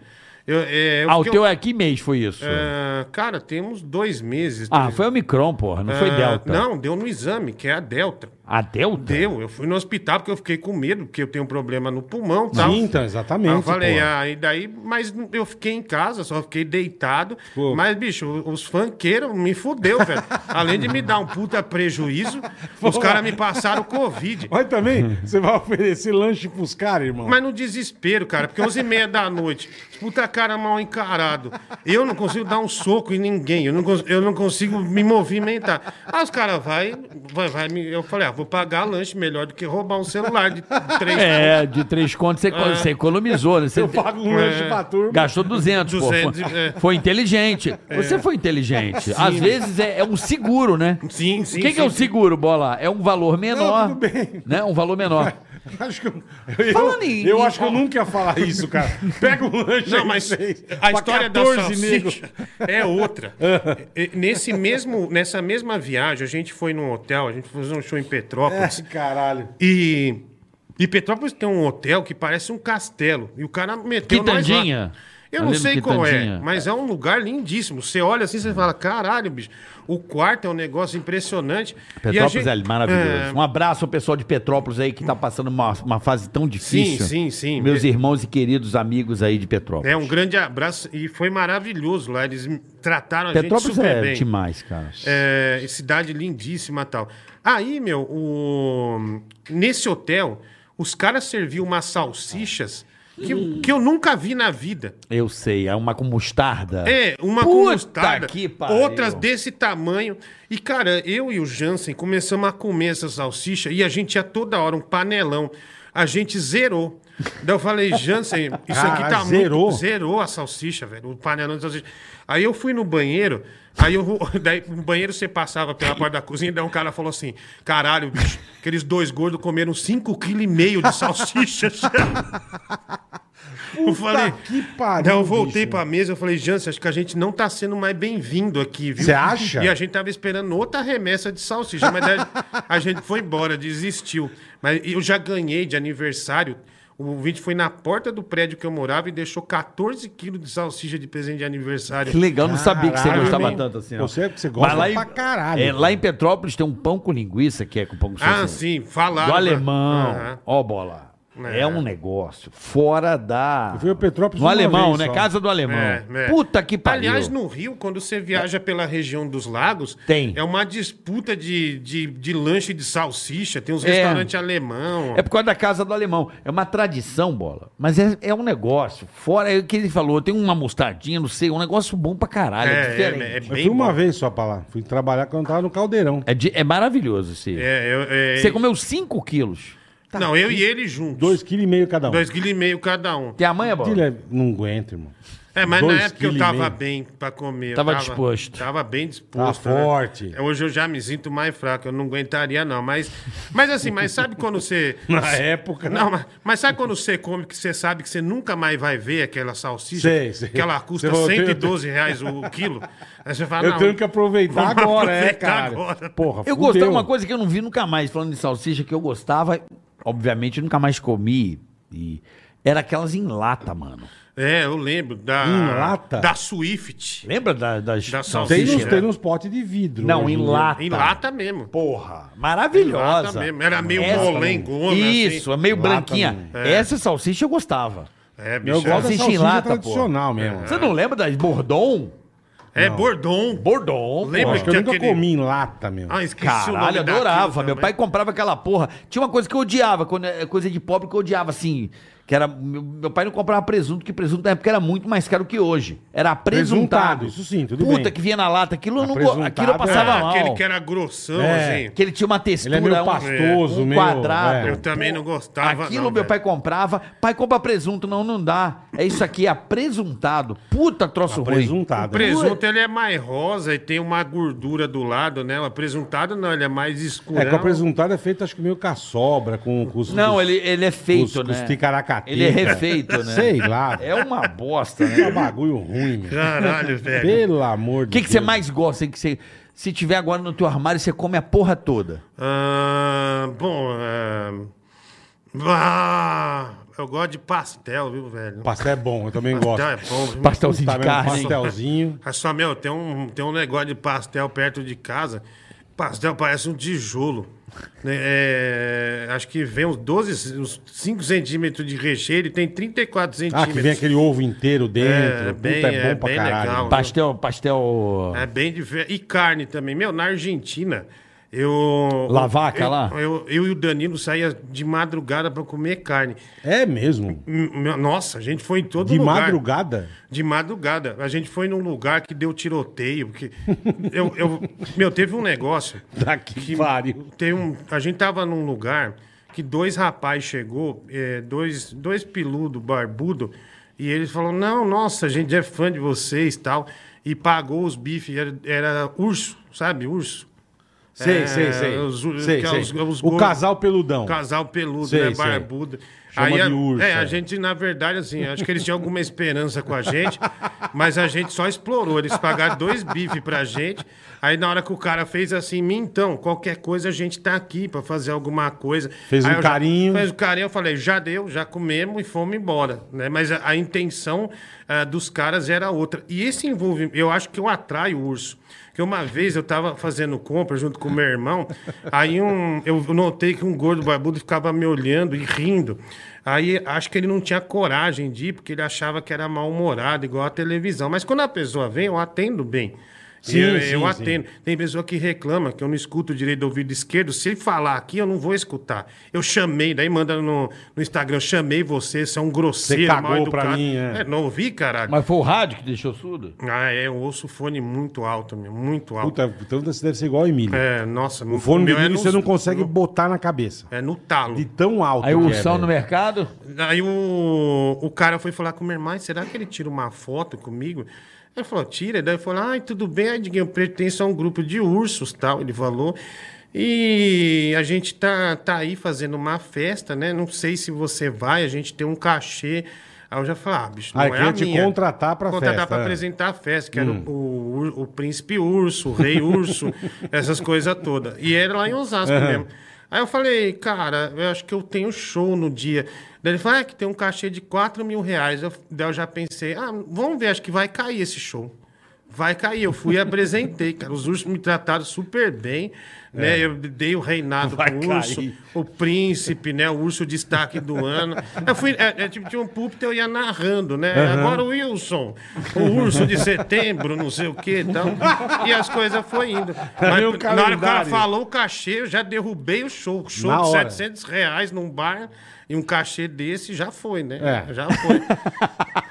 Speaker 4: Eu, é, eu
Speaker 3: Ah, o
Speaker 4: fiquei-
Speaker 3: teu é que mês foi isso?
Speaker 4: Ah, cara, temos dois meses.
Speaker 3: Ah, foi o Micron, porra, não foi
Speaker 4: Ah,
Speaker 3: Delta. Tá.
Speaker 4: Não, deu no exame, que é a Delta.
Speaker 3: A Delta?
Speaker 4: Deu, eu fui no hospital porque eu fiquei com medo, porque eu tenho um problema no pulmão e tal.
Speaker 2: Sim, então, exatamente.
Speaker 4: Aí eu falei,
Speaker 2: pô.
Speaker 4: ah, e daí, mas não- eu fiquei em casa, só fiquei deitado.
Speaker 2: Pô.
Speaker 4: Mas, bicho, o- os funkeiros me fudeu, velho. Além de me dar um puta prejuízo, os caras me passaram Covid.
Speaker 2: Mas também, você vai oferecer lanche pros caras, irmão.
Speaker 4: Mas no desespero, cara, porque 11 e meia da noite, os puta cara mal encarado. Eu não consigo dar um soco em ninguém, eu não, cons- eu não consigo me movimentar. Aí os caras vai, vai, vai, me- eu falei, ah, vou pagar lanche melhor do que roubar um celular de três
Speaker 3: É, de três contos você,
Speaker 4: É.
Speaker 3: você economizou, né? Você
Speaker 2: eu pago um lanche pra turma.
Speaker 3: gastou 200, pô.
Speaker 4: 200,
Speaker 3: Foi,
Speaker 4: é.
Speaker 3: foi inteligente. Você foi inteligente. Às vezes é, é um seguro, né?
Speaker 4: Sim, sim.
Speaker 3: o que, que é
Speaker 4: sim,
Speaker 3: um
Speaker 4: sim.
Speaker 3: seguro, Bola? É um valor menor.
Speaker 2: Não, tudo bem.
Speaker 3: Né? Um valor menor.
Speaker 2: Acho que eu, eu,
Speaker 3: Falando em-
Speaker 2: eu acho que eu nunca ia falar isso, cara. Pega um lanche
Speaker 4: Não,
Speaker 2: aí,
Speaker 4: mas
Speaker 2: vocês.
Speaker 4: a
Speaker 2: Pra
Speaker 4: história da
Speaker 2: 14 nego.
Speaker 4: salsicha é outra. E- e- Nesse mesmo, nessa mesma viagem, a gente foi num hotel, a gente foi fazer um show em Petrópolis.
Speaker 3: É.
Speaker 2: Ai, É, caralho.
Speaker 4: E, e Petrópolis tem um hotel que parece um castelo. E o cara meteu
Speaker 3: Quitandinha.
Speaker 4: nós lá. Eu
Speaker 3: Ali
Speaker 4: não
Speaker 3: no
Speaker 4: sei qual é,
Speaker 3: Quitandinha.
Speaker 4: mas é um lugar lindíssimo. Você olha assim, você fala, caralho, bicho. O quarto é um negócio impressionante. E a
Speaker 3: Petrópolis
Speaker 4: gente-
Speaker 3: é maravilhoso.
Speaker 4: É,
Speaker 3: Um abraço ao pessoal de Petrópolis aí que tá passando uma, uma fase tão difícil.
Speaker 4: sim, sim.
Speaker 3: Meus
Speaker 4: É-
Speaker 3: irmãos e queridos amigos aí de Petrópolis.
Speaker 4: é um grande abraço e foi maravilhoso lá. Eles trataram a gente
Speaker 3: Petrópolis
Speaker 4: super
Speaker 3: é
Speaker 4: bem.
Speaker 3: demais, cara.
Speaker 4: É, cidade lindíssima e tal. Aí, meu, o... nesse hotel, os caras serviam umas salsichas que, que eu nunca vi na vida.
Speaker 3: Eu sei, é uma com mostarda.
Speaker 4: É, uma
Speaker 3: Puta
Speaker 4: com mostarda,
Speaker 3: que pariu.
Speaker 4: outras desse tamanho. E, cara, eu e o Jansen começamos a comer essa salsicha e a gente ia toda hora um panelão. A gente zerou. Daí eu falei, Jansen, isso
Speaker 3: Ah,
Speaker 4: aqui
Speaker 2: Cara,
Speaker 4: tá
Speaker 2: zerou?
Speaker 4: muito... Zerou a salsicha, velho, o panelão de salsicha. Aí eu fui no banheiro, aí eu... Daí, no banheiro você passava pela porta da cozinha, daí um cara falou assim, caralho, bicho, aqueles dois gordos comeram 5,5 kg de salsichas.
Speaker 2: Puta
Speaker 4: Eu falei,
Speaker 2: que pariu,
Speaker 4: Daí eu voltei
Speaker 2: bicho.
Speaker 4: pra mesa, eu falei, Jansen, acho que a gente não tá sendo mais bem-vindo aqui, viu?
Speaker 2: Você acha?
Speaker 4: E a gente tava esperando outra remessa de salsicha, mas daí a gente foi embora, desistiu. Mas eu já ganhei de aniversário. O vídeo foi na porta do prédio que eu morava e deixou 14 quilos de salsicha de presente de aniversário.
Speaker 3: Que legal, não sabia que você
Speaker 2: Caralho,
Speaker 3: gostava
Speaker 2: meu.
Speaker 3: tanto assim. ó.
Speaker 2: Você- é você
Speaker 3: Mas
Speaker 2: gosta
Speaker 3: lá
Speaker 2: pra caralho,
Speaker 3: É,
Speaker 2: cara.
Speaker 3: lá em Petrópolis tem um pão com linguiça que é com pão com
Speaker 4: Ah,
Speaker 3: salsicha.
Speaker 4: sim, falaram.
Speaker 3: Do
Speaker 4: né?
Speaker 3: alemão.
Speaker 4: Aham.
Speaker 3: Ó, bola. É.
Speaker 4: É.
Speaker 3: um negócio fora da.
Speaker 2: Eu fui a Petrópolis
Speaker 3: No
Speaker 2: uma
Speaker 3: alemão,
Speaker 2: vez
Speaker 3: né?
Speaker 2: só.
Speaker 3: Casa do alemão.
Speaker 4: É, é.
Speaker 3: Puta que pariu.
Speaker 4: Aliás, no Rio, quando você viaja pela região dos lagos,
Speaker 3: Tem.
Speaker 4: é uma disputa de, de, de lanche de salsicha, tem uns
Speaker 3: É.
Speaker 4: restaurantes alemão.
Speaker 3: É por causa da casa do alemão. É uma tradição, bola. Mas é, é um negócio. Fora é o que ele falou, tem uma mostardinha, não sei, um negócio bom pra caralho. É, diferente. É,
Speaker 2: Eu
Speaker 4: bem
Speaker 2: fui uma
Speaker 4: bom.
Speaker 2: vez só pra lá. Fui trabalhar quando eu tava no caldeirão.
Speaker 3: de- é maravilhoso esse.
Speaker 4: É, eu- é,
Speaker 3: Você comeu 5 quilos.
Speaker 4: não, eu e ele juntos.
Speaker 2: Dois quilos e meio cada um.
Speaker 4: Dois quilos e meio cada um.
Speaker 3: Tem a manha, bola?
Speaker 2: De leve. Não aguento, irmão.
Speaker 4: É, mas
Speaker 2: Dois
Speaker 4: na época eu
Speaker 2: quilos e
Speaker 4: tava
Speaker 2: meio.
Speaker 4: bem pra comer. eu
Speaker 3: Tava disposto.
Speaker 4: Tava bem
Speaker 2: Tá
Speaker 4: disposto. né?
Speaker 2: forte.
Speaker 4: É, Hoje eu já me sinto mais fraco, eu não aguentaria não. Mas, mas assim, mas sabe quando você...
Speaker 2: Na época, né?
Speaker 4: Não, mas, mas sabe quando você come que você sabe que você nunca mais vai ver aquela salsicha?
Speaker 2: Sei, sei.
Speaker 4: Que ela custa
Speaker 2: Você falou, eu tenho-
Speaker 4: 112 reais o quilo. Aí você fala,
Speaker 2: Eu
Speaker 4: não,
Speaker 2: tenho que aproveitar
Speaker 4: tá vamos
Speaker 2: agora, é,
Speaker 4: aproveitar
Speaker 2: cara.
Speaker 4: agora.
Speaker 2: Porra,
Speaker 3: Eu gostava de uma coisa que eu não vi nunca mais, falando de salsicha, que eu gostava, obviamente, eu nunca mais comi. E era aquelas em lata, mano.
Speaker 4: É, eu lembro da...
Speaker 2: Em lata?
Speaker 4: Da Swift.
Speaker 3: Lembra da- das
Speaker 4: Da
Speaker 2: Tem
Speaker 4: salsicha,
Speaker 2: uns,
Speaker 4: né?
Speaker 2: tem uns potes de vidro.
Speaker 3: Não,
Speaker 2: hoje
Speaker 3: em
Speaker 2: em dia.
Speaker 3: lata.
Speaker 4: Em lata mesmo.
Speaker 3: Porra, maravilhosa.
Speaker 4: Em lata mesmo, era meio
Speaker 3: Essa-
Speaker 4: molengona, assim.
Speaker 3: Isso, é meio
Speaker 2: Lata
Speaker 3: branquinha.
Speaker 2: mesmo.
Speaker 3: Essa salsicha eu gostava.
Speaker 4: É, bicho.
Speaker 2: Eu gosto da
Speaker 3: Salsicha É. em
Speaker 2: salsicha
Speaker 3: lata,
Speaker 2: tradicional mesmo.
Speaker 3: Você não lembra das Bordon?
Speaker 4: É, é Bordon.
Speaker 3: Bordon.
Speaker 4: Lembra
Speaker 3: porra.
Speaker 2: Acho que eu
Speaker 4: Tinha
Speaker 2: nunca
Speaker 4: aquele-
Speaker 2: comi em lata, meu.
Speaker 4: Ah, esqueci o nome
Speaker 3: Caralho, eu
Speaker 4: daquilo
Speaker 3: adorava. Meu
Speaker 4: também.
Speaker 3: pai comprava aquela porra. Tinha uma coisa que eu odiava, quando é coisa de pobre que eu odiava, assim. Que era. Meu, meu pai não comprava presunto, que presunto na época era muito mais caro que hoje. Era presuntado.
Speaker 2: Presuntado, isso sim, tudo
Speaker 3: Puta
Speaker 2: bem.
Speaker 3: que vinha na lata. Aquilo eu não go- Aquilo eu
Speaker 2: Apresuntado,
Speaker 3: passava
Speaker 2: é,
Speaker 3: mal.
Speaker 4: Aquele que era grossão,
Speaker 2: É.
Speaker 4: assim.
Speaker 3: Que ele tinha uma textura,
Speaker 2: meio
Speaker 3: um-
Speaker 2: pastoso,
Speaker 3: um
Speaker 2: meio-
Speaker 3: quadrado.
Speaker 2: é.
Speaker 4: Eu também não gostava.
Speaker 3: Aquilo
Speaker 4: não,
Speaker 3: meu
Speaker 4: velho.
Speaker 3: pai comprava. Pai, compra presunto. Não, não dá. É isso aqui, apresuntado. Puta troço ruim.
Speaker 2: Presuntado. né?
Speaker 4: Presunto ele é mais rosa e tem uma gordura do lado, né? O presuntado não, ele é mais escuro.
Speaker 2: É que o presuntado é feito, acho que meio com a sobra, com, com os.
Speaker 3: Não, ele, ele é feito,
Speaker 2: os-
Speaker 3: né?
Speaker 2: os ticaracateca.
Speaker 3: Ele é refeito, né?
Speaker 2: Sei lá.
Speaker 3: É uma bosta,
Speaker 2: É um
Speaker 3: né?
Speaker 2: bagulho ruim, meu.
Speaker 4: Caralho, velho.
Speaker 2: Pelo amor
Speaker 3: O
Speaker 2: de
Speaker 3: que,
Speaker 2: Deus.
Speaker 3: que você mais gosta? Que você, se tiver agora no teu armário, você come a porra toda.
Speaker 4: Ah, bom, ah, ah, eu gosto de pastel, viu, velho?
Speaker 2: Pastel é bom, eu também gosto.
Speaker 4: Pastel é bom. viu?
Speaker 3: Pastelzinho
Speaker 2: Tá
Speaker 3: de
Speaker 2: vendo?
Speaker 3: carne.
Speaker 2: Pastelzinho.
Speaker 4: Ah, só, meu, tem um, tem um negócio de pastel perto de casa. Pastel parece um tijolo. né? É, acho que vem uns 12, uns 5 centímetros de recheio, ele tem 34
Speaker 2: Ah,
Speaker 4: centímetros.
Speaker 2: que vem aquele ovo inteiro dentro.
Speaker 4: É,
Speaker 2: Puta,
Speaker 4: bem-
Speaker 2: é
Speaker 4: é
Speaker 2: bom pra
Speaker 4: bem
Speaker 2: caralho.
Speaker 4: legal.
Speaker 3: Pastel, pastel.
Speaker 4: É bem diferente. E carne também. Meu, na Argentina, eu.
Speaker 3: La vaca
Speaker 4: eu-
Speaker 3: lá?
Speaker 4: Eu, eu e o Danilo saía de madrugada pra comer carne.
Speaker 2: É mesmo.
Speaker 4: M- meu- Nossa, a gente foi em todo
Speaker 2: De
Speaker 4: lugar.
Speaker 2: madrugada?
Speaker 4: De madrugada. A gente foi num lugar que deu tiroteio. Porque eu, eu- meu, teve um negócio.
Speaker 2: Daqui Tá que pariu.
Speaker 4: Tem um, a gente tava num lugar que dois rapazes chegou, é, dois, dois piludo, barbudo, e eles falaram, não, nossa, a gente é fã de vocês tal, e pagou os bifes, era, era urso, sabe, urso.
Speaker 2: Sei,
Speaker 4: É,
Speaker 2: sei, sei.
Speaker 4: os-
Speaker 2: Sei,
Speaker 4: que é
Speaker 2: sei.
Speaker 4: os- os
Speaker 2: o
Speaker 4: gordos.
Speaker 2: casal peludão.
Speaker 4: um Casal peludo,
Speaker 2: Sei,
Speaker 4: né?
Speaker 2: sei.
Speaker 4: Barbudo.
Speaker 2: Chama
Speaker 4: a-
Speaker 2: de urso,
Speaker 4: é,
Speaker 2: é.
Speaker 4: a gente, na verdade, assim, acho que eles tinham alguma esperança com a gente, mas a gente só explorou. Eles pagaram dois bifes pra gente. Aí, na hora que o cara fez assim, mim, então, qualquer coisa a gente tá aqui pra fazer alguma coisa.
Speaker 2: Fez
Speaker 4: Aí
Speaker 2: um
Speaker 4: eu já-
Speaker 2: carinho.
Speaker 4: fez o carinho, eu falei, já deu, já comemos e fomos embora, né? Mas a, a intenção ah, dos caras era outra. E esse envolvimento, eu acho que eu atraio o urso. Porque uma vez eu tava fazendo compra junto com o meu irmão, aí um, eu notei que um gordo barbudo ficava me olhando e rindo. Aí acho que ele não tinha coragem de ir, porque ele achava que era mal-humorado, igual a televisão. Mas quando a pessoa vem, eu atendo bem.
Speaker 2: Sim,
Speaker 4: eu,
Speaker 2: sim,
Speaker 4: eu
Speaker 2: sim.
Speaker 4: atendo. Tem pessoa que reclama que eu não escuto direito do ouvido esquerdo. Se ele falar aqui, eu não vou escutar. Eu chamei, daí manda no, no Instagram, eu chamei você, você é um grosseiro,
Speaker 2: Você cagou
Speaker 4: mal educado.
Speaker 2: pra mim, é.
Speaker 4: é. não ouvi, caralho.
Speaker 3: Mas foi o rádio que deixou surdo?
Speaker 4: Ah, é, eu ouço o fone muito alto, meu, muito alto.
Speaker 2: Puta, então você deve ser igual o Emílio.
Speaker 4: É, nossa,
Speaker 2: O fone
Speaker 4: meu
Speaker 2: de milho
Speaker 4: no-
Speaker 2: você não consegue
Speaker 4: no-
Speaker 2: botar na cabeça.
Speaker 4: É no talo.
Speaker 2: De tão alto
Speaker 3: Aí o
Speaker 2: que
Speaker 3: ursão
Speaker 2: é,
Speaker 3: no
Speaker 2: velho.
Speaker 3: mercado?
Speaker 4: Aí o, o cara foi falar com o meu irmão, "Ai, será que ele tira uma foto comigo? Ele falou, tira. Daí eu falei, ai, tudo bem, ai, Diguinho, eu pertenço a um grupo de ursos, tal, ele falou. E a gente tá, tá aí fazendo uma festa, né? Não sei se você vai, a gente tem um cachê. Aí eu já falei, ah, bicho, não
Speaker 2: Ah,
Speaker 4: é
Speaker 2: eu
Speaker 4: a
Speaker 2: queria te
Speaker 4: minha.
Speaker 2: contratar pra
Speaker 4: Contratar
Speaker 2: festa,
Speaker 4: pra
Speaker 2: é.
Speaker 4: apresentar a festa, que era
Speaker 5: Hum.
Speaker 4: o, o, o príncipe urso, o rei urso, essas coisas todas. E era lá em Osasco mesmo. Aí eu falei, cara, eu acho que eu tenho show no dia. Daí ele falou, ah, que tem um cachê de 4 mil reais. Eu, daí eu já pensei, ah, vamos ver, acho que vai cair esse show. Vai cair. Eu fui e apresentei, cara. Os ursos me trataram super bem, né? Eu dei o reinado
Speaker 5: É. Vai
Speaker 4: pro urso,
Speaker 5: cair.
Speaker 4: o príncipe, né? O urso destaque do ano. Eu fui, é, é, tipo, tinha um púlpito, eu ia narrando, né? Agora o Wilson, o urso de setembro, não sei o quê e tal. E as coisas foi indo. Mas,
Speaker 2: meio
Speaker 4: na hora que o cara
Speaker 2: calendário.
Speaker 4: falou o cachê, eu já derrubei o show. Show
Speaker 2: Na
Speaker 4: de
Speaker 2: hora.
Speaker 4: 700 reais num bar e um cachê desse já foi, né?
Speaker 2: É.
Speaker 4: Já foi.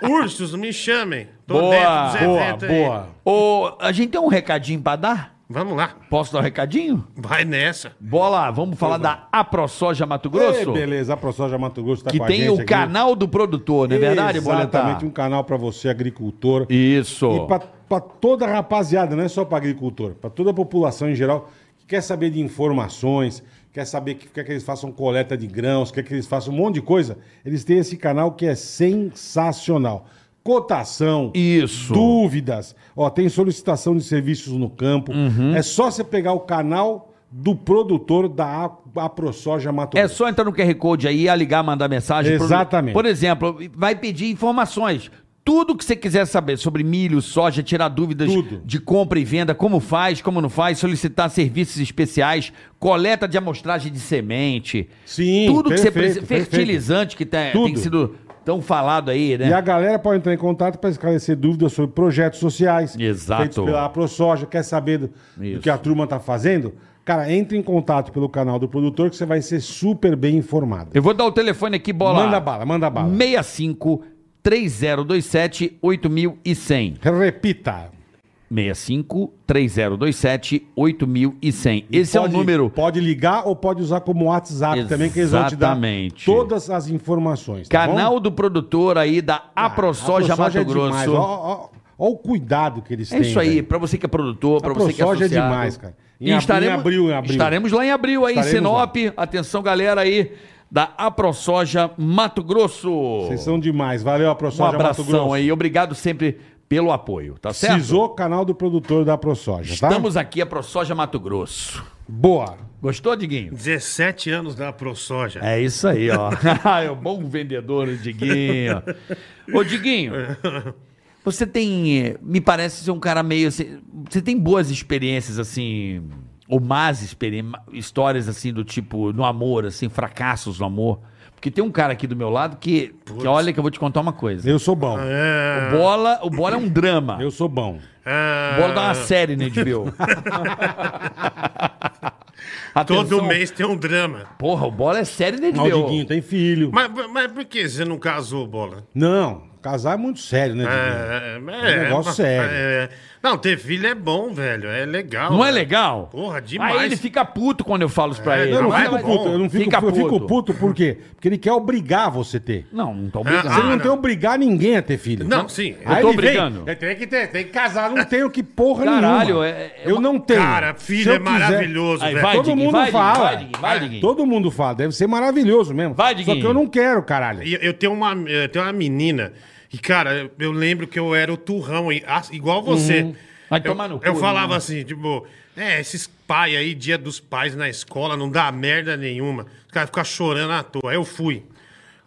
Speaker 4: Ursos, me chamem. Tô
Speaker 3: Boa,
Speaker 2: Boa,
Speaker 4: É, aí.
Speaker 2: boa.
Speaker 3: Ô, a gente tem um recadinho pra dar?
Speaker 4: Vamos lá.
Speaker 3: Posso dar um recadinho?
Speaker 4: Vai nessa.
Speaker 3: Bola, vamos falar da AproSoja Mato Grosso?
Speaker 2: Ei, beleza, a ProSoja Mato Grosso tá
Speaker 3: que
Speaker 2: com a
Speaker 3: tem
Speaker 2: gente
Speaker 3: o
Speaker 2: aqui.
Speaker 3: canal do produtor, não é verdade, Boletar?
Speaker 2: Exatamente, um canal pra você, agricultor.
Speaker 3: Isso.
Speaker 2: E pra, pra toda a rapaziada, não é só pra agricultor, pra toda a população em geral que quer saber de informações, quer saber que quer que eles façam coleta de grãos, quer que eles façam um monte de coisa, eles têm esse canal que é sensacional. Cotação,
Speaker 3: Isso.
Speaker 2: dúvidas, ó, tem solicitação de serviços no campo.
Speaker 3: Uhum.
Speaker 2: É só você pegar o canal do produtor da A- AproSoja Mato
Speaker 3: É
Speaker 2: Grosso.
Speaker 3: só entrar no QR Code aí, a ligar, mandar mensagem. Por-
Speaker 2: Exatamente.
Speaker 3: Por exemplo, vai pedir informações. Tudo que você quiser saber sobre milho, soja, tirar dúvidas
Speaker 2: Tudo.
Speaker 3: de compra e venda, como faz, como não faz, solicitar serviços especiais, coleta de amostragem de semente.
Speaker 2: Sim,
Speaker 3: Tudo que você precisa.
Speaker 2: perfeito, perfeito.
Speaker 3: Fertilizante que tem, tem
Speaker 2: Tudo.
Speaker 3: sido tão falado aí, né?
Speaker 2: E a galera pode entrar em contato para esclarecer dúvidas sobre projetos sociais
Speaker 3: Exato.
Speaker 2: feitos pela ProSoja, quer saber do, do
Speaker 3: Isso.
Speaker 2: que a turma está tá fazendo? Cara, entre em contato pelo canal do produtor que você vai ser super bem informado.
Speaker 3: Eu vou dar o telefone aqui, bola.
Speaker 2: Manda bala, manda bala.
Speaker 3: 65 3027 8100.
Speaker 2: Repita.
Speaker 3: 65 3027 8100. Esse é o
Speaker 2: Pode-
Speaker 3: número.
Speaker 2: Pode ligar ou pode usar como WhatsApp também, que eles vão te dar
Speaker 3: Exatamente.
Speaker 2: todas as informações. tá
Speaker 3: Canal
Speaker 2: bom?
Speaker 3: do produtor aí da
Speaker 2: Ah,
Speaker 3: AproSoja Mato
Speaker 2: é
Speaker 3: Grosso.
Speaker 2: demais. Ó, ó, ó, ó o cuidado que eles
Speaker 3: É
Speaker 2: têm.
Speaker 3: isso aí,
Speaker 2: velho.
Speaker 3: pra você que é produtor, pra você que é
Speaker 2: AproSoja é
Speaker 3: associado.
Speaker 2: demais, cara. Em
Speaker 3: E
Speaker 2: ab- em
Speaker 3: estaremos,
Speaker 2: abril, em abril.
Speaker 3: estaremos lá em abril, aí em
Speaker 2: Estaremos
Speaker 3: Sinop. Atenção, galera aí da AproSoja Mato Grosso.
Speaker 2: Vocês são demais. Valeu,
Speaker 3: Um
Speaker 2: AproSoja Mato
Speaker 3: abração
Speaker 2: Grosso.
Speaker 3: aí, obrigado sempre pelo apoio, tá certo?
Speaker 2: Cisou, canal do produtor da AproSoja, tá?
Speaker 3: Estamos aqui, AproSoja Mato Grosso.
Speaker 2: Boa.
Speaker 3: Gostou, Diguinho?
Speaker 4: 17 anos da ProSoja.
Speaker 3: É isso aí, ó. é um bom vendedor, o Diguinho. Ô, Diguinho, você tem. eh, Me parece ser um cara meio. assim, Você tem boas experiências, assim. Ou más experiên- histórias, assim, do tipo. No amor, assim, fracassos no amor. Porque tem um cara aqui do meu lado que. que olha, que eu vou te contar uma coisa.
Speaker 2: Eu sou bom.
Speaker 3: O, bola, o bola é um drama.
Speaker 2: Eu sou bom.
Speaker 4: Ah,
Speaker 3: O bola dá uma série na HBO.
Speaker 4: todo
Speaker 3: Atenção.
Speaker 4: mês tem um drama.
Speaker 3: Porra, o bola é série na
Speaker 2: Ó, O Diguinho
Speaker 3: HBO.
Speaker 2: tem filho.
Speaker 4: Mas, mas por que você não casou, Bola?
Speaker 2: Não, casar é muito sério, né, Diguinho? É um negócio
Speaker 4: mas-
Speaker 2: sério.
Speaker 4: é. Não, ter filho é bom, velho. É legal.
Speaker 3: Não é
Speaker 4: velho.
Speaker 3: legal?
Speaker 4: Porra, demais.
Speaker 3: Aí ele fica puto quando eu falo isso pra
Speaker 4: É,
Speaker 3: ele.
Speaker 2: Eu não
Speaker 4: Mas é
Speaker 2: fico
Speaker 4: bom.
Speaker 2: puto, eu não fico,
Speaker 3: Fica
Speaker 2: eu fico
Speaker 3: puto.
Speaker 2: puto por quê? Porque ele quer obrigar você a ter.
Speaker 3: Não, não tô brigando.
Speaker 2: Você
Speaker 4: Ah,
Speaker 2: não,
Speaker 4: não.
Speaker 2: tem obrigar ninguém a ter filho.
Speaker 4: Não, sim.
Speaker 3: Eu
Speaker 2: Aí
Speaker 3: tô
Speaker 2: ele vem,
Speaker 3: brigando.
Speaker 4: É,
Speaker 2: eu tenho que ter, tem que casar, não tenho que porra
Speaker 3: Caralho,
Speaker 2: nenhuma.
Speaker 3: é- é
Speaker 2: eu
Speaker 3: uma-
Speaker 2: não tenho.
Speaker 4: Cara,
Speaker 2: Se
Speaker 4: filho
Speaker 2: eu
Speaker 4: é
Speaker 2: quiser-
Speaker 4: maravilhoso,
Speaker 3: Aí,
Speaker 4: velho.
Speaker 3: vai,
Speaker 2: Todo
Speaker 3: Diguinho,
Speaker 2: mundo
Speaker 3: vai, Diguinho,
Speaker 2: fala.
Speaker 3: vai, Diguinho, vai, Diguinho.
Speaker 2: Todo mundo fala, deve ser maravilhoso mesmo.
Speaker 3: Vai,
Speaker 2: Só
Speaker 3: Diguinho.
Speaker 2: que eu não quero, caralho.
Speaker 4: E Eu tenho uma, eu tenho uma menina, e cara, eu lembro que eu era o turrão, e- ah, igual você.
Speaker 3: Vai
Speaker 4: eu,
Speaker 3: tomar no cu,
Speaker 4: Eu falava
Speaker 3: né?
Speaker 4: assim, tipo, é, esses pais aí, dia dos pais na escola, não dá merda nenhuma. Os caras ficam chorando à toa. Aí eu fui.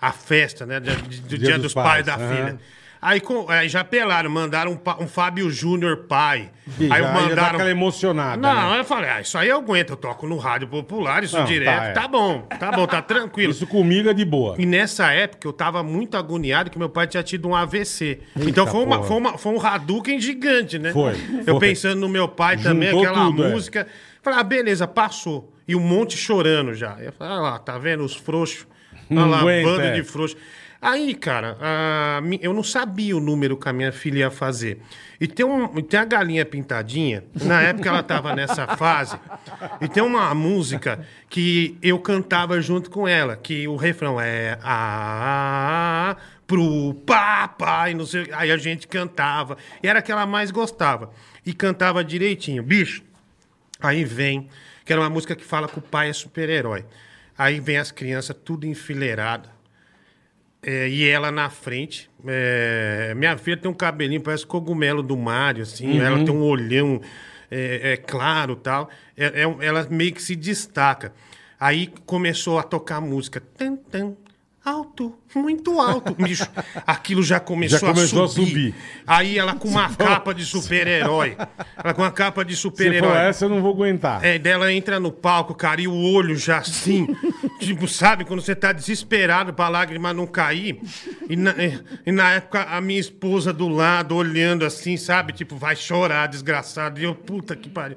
Speaker 4: A festa, né? Do, do dia, dos, pais, da
Speaker 2: aham.
Speaker 4: filha. Aí, com- aí já pelaram, mandaram um, pa- um Fábio Júnior pai.
Speaker 2: Ih,
Speaker 4: aí
Speaker 2: já- já dá
Speaker 4: mandaram.
Speaker 2: aquela emocionada,
Speaker 4: Não,
Speaker 2: né?
Speaker 4: eu falei, ah, isso aí eu aguento, eu toco no rádio popular, isso
Speaker 2: Não,
Speaker 4: direto.
Speaker 2: tá,
Speaker 4: Tá,
Speaker 2: é.
Speaker 4: bom, tá bom, tá tranquilo.
Speaker 2: Isso comigo é de boa.
Speaker 4: E nessa época eu tava muito agoniado que meu pai tinha tido um AVC. então foi, uma,
Speaker 2: porra.
Speaker 4: foi, uma- foi um Hadouken gigante, né?
Speaker 2: Foi, foi.
Speaker 4: Eu pensando no meu pai também,
Speaker 2: Juntou
Speaker 4: aquela
Speaker 2: tudo, é.
Speaker 4: música. Falei, ah, beleza, passou. E um monte chorando já. Eu falei, ah lá, tá vendo os frouxos? Olha
Speaker 2: Não
Speaker 4: lá,
Speaker 2: aguenta,
Speaker 4: bando
Speaker 2: é.
Speaker 4: de frouxos. Aí, cara, a mi- eu não sabia o número que a minha filha ia fazer. E tem, um, e tem a galinha pintadinha, na época ela tava nessa fase, e tem uma música que eu cantava junto com ela, que o refrão é ah, pro papai, não sei, o quê. aí a gente cantava, e era a que ela mais gostava. E cantava direitinho, bicho. Aí vem, que era uma música que fala que o pai é super-herói. Aí vem as crianças tudo enfileirado. É, e ela na frente. É, minha filha tem um cabelinho, parece cogumelo do Mário, assim. Ela tem um olhão é, é, claro tal. É, é um- ela meio que se destaca. Aí começou a tocar música. Tan, tan, alto, muito alto, bicho. Aquilo já começou,
Speaker 2: começou
Speaker 4: a,
Speaker 2: a
Speaker 4: subir.
Speaker 2: subir.
Speaker 4: Aí ela com uma capa de super-herói. Ela com uma capa de
Speaker 2: Se for
Speaker 4: super-herói.
Speaker 2: essa, eu não vou aguentar.
Speaker 4: É, dela entra no palco, cara, e o olho já assim. tipo, sabe, quando você tá desesperado pra lágrima não cair. E na, é, e na época a minha esposa do lado, olhando assim, sabe? Tipo, vai chorar, desgraçado. E eu, puta que pariu.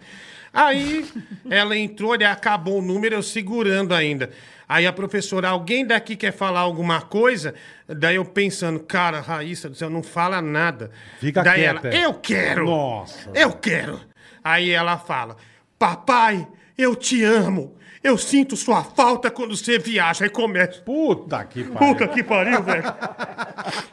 Speaker 4: Aí ela entrou, ele acabou o número, eu segurando ainda. Aí a professora, alguém daqui quer falar alguma coisa? Daí eu pensando, cara, Raíssa do céu, não fala nada.
Speaker 2: Fica
Speaker 4: Daí
Speaker 2: quieta.
Speaker 4: ela, eu quero!
Speaker 2: Nossa.
Speaker 4: Eu quero. Aí ela fala: Papai, eu te amo. Eu sinto sua falta quando você viaja. Aí começa.
Speaker 2: Puta que pariu.
Speaker 4: Puta que pariu, velho.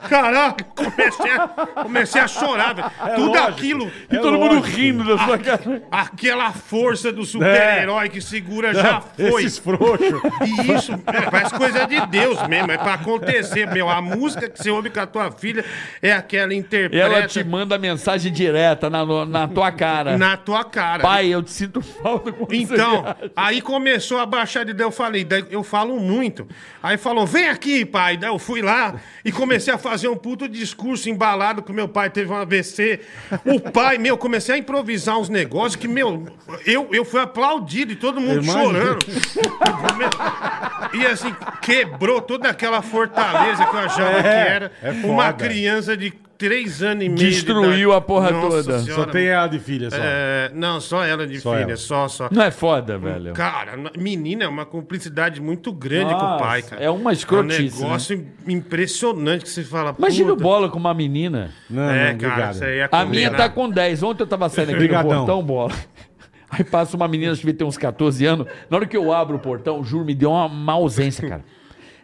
Speaker 4: Caraca, comecei a, comecei a chorar, velho. Tudo
Speaker 2: lógico.
Speaker 4: aquilo.
Speaker 5: E
Speaker 2: É
Speaker 5: todo mundo
Speaker 2: lógico.
Speaker 5: rindo da sua cara.
Speaker 4: Aquela força do super-herói que segura já foi.
Speaker 2: Esses frouxos.
Speaker 4: E isso, é, parece coisa de Deus mesmo. É pra acontecer, meu. A música que você ouve com a tua filha é aquela interpreta
Speaker 3: Ela te manda mensagem direta na, no- na tua cara.
Speaker 4: na tua cara.
Speaker 3: Pai, eu te sinto falta com você.
Speaker 4: Então,
Speaker 3: viaja.
Speaker 4: aí começou a baixar de daí eu falei, daí eu falo muito. Aí falou, vem aqui, pai. Daí eu fui lá e comecei a fazer um puto discurso embalado que meu pai teve um AVC. O pai, meu, comecei a improvisar uns negócios que, meu, eu, eu fui aplaudido e todo mundo
Speaker 2: Eu imagino.
Speaker 4: chorando. e assim, quebrou toda aquela fortaleza que eu achava que era
Speaker 2: é
Speaker 4: uma
Speaker 2: foda.
Speaker 4: criança de três anos e meio. de
Speaker 3: Destruiu
Speaker 4: idade.
Speaker 3: a porra
Speaker 4: Nossa
Speaker 3: toda.
Speaker 2: Só
Speaker 4: Senhora,
Speaker 2: tem ela de filha, só.
Speaker 4: é, Não, só ela de
Speaker 2: Só
Speaker 4: filha,
Speaker 2: ela.
Speaker 4: só, só.
Speaker 3: Não é foda, velho.
Speaker 4: Cara, na- menina, é uma cumplicidade muito grande com o
Speaker 3: Nossa,
Speaker 4: pai, cara.
Speaker 3: é uma escrotice,
Speaker 4: É um negócio impressionante que você fala.
Speaker 3: Imagina o
Speaker 4: puta.
Speaker 3: bola com uma menina.
Speaker 2: Não,
Speaker 4: É,
Speaker 2: não,
Speaker 4: cara,
Speaker 2: obrigado.
Speaker 4: isso aí é
Speaker 3: A minha tá
Speaker 4: combinado.
Speaker 3: com 10. Ontem eu tava saindo aqui
Speaker 2: Obrigadão.
Speaker 3: no portão, bola. Aí passa uma menina, acho que devia ter uns 14 anos. Na hora que eu abro o portão, juro, me deu uma, uma ausência, cara.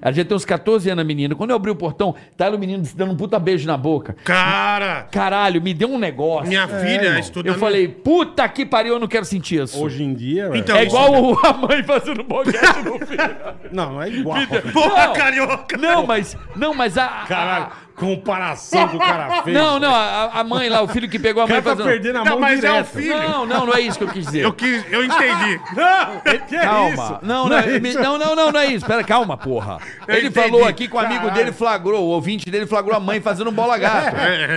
Speaker 3: Ela já tem uns 14 anos, a menina. Quando eu abri o portão, tá ela, o menino se dando um puta beijo na boca.
Speaker 4: Cara,
Speaker 3: Caralho, me deu um negócio.
Speaker 4: minha filha é estuda.
Speaker 3: Eu falei, puta que pariu, eu não quero sentir isso.
Speaker 2: Hoje em dia, velho.
Speaker 4: Então,
Speaker 3: é igual o- a mãe fazendo um boquete no filho.
Speaker 2: Não, não é igual.
Speaker 4: Porra,
Speaker 3: Não.
Speaker 4: carioca!
Speaker 3: Não, mas. Não, mas a.
Speaker 2: Caralho,
Speaker 4: Ah.
Speaker 2: comparação que o cara fez.
Speaker 3: Não, não, a, a mãe lá, o filho que pegou a
Speaker 2: O
Speaker 3: mãe
Speaker 2: cara tá
Speaker 3: fazendo.
Speaker 2: perdendo a
Speaker 4: Não,
Speaker 2: mão
Speaker 4: mas é o
Speaker 2: direto.
Speaker 4: filho.
Speaker 3: Não, não, não é isso que eu quis dizer.
Speaker 4: Eu, quis, eu entendi.
Speaker 2: Não, que é
Speaker 3: Calma.
Speaker 2: isso?
Speaker 3: Não, não,
Speaker 2: é
Speaker 3: me-
Speaker 2: isso?
Speaker 3: não, não, não, não é isso. Pera, calma, porra.
Speaker 4: Eu
Speaker 3: Ele
Speaker 4: entendi.
Speaker 3: falou aqui que o amigo
Speaker 2: Caralho.
Speaker 3: dele flagrou, o ouvinte dele flagrou a mãe fazendo um bola gato.
Speaker 2: É.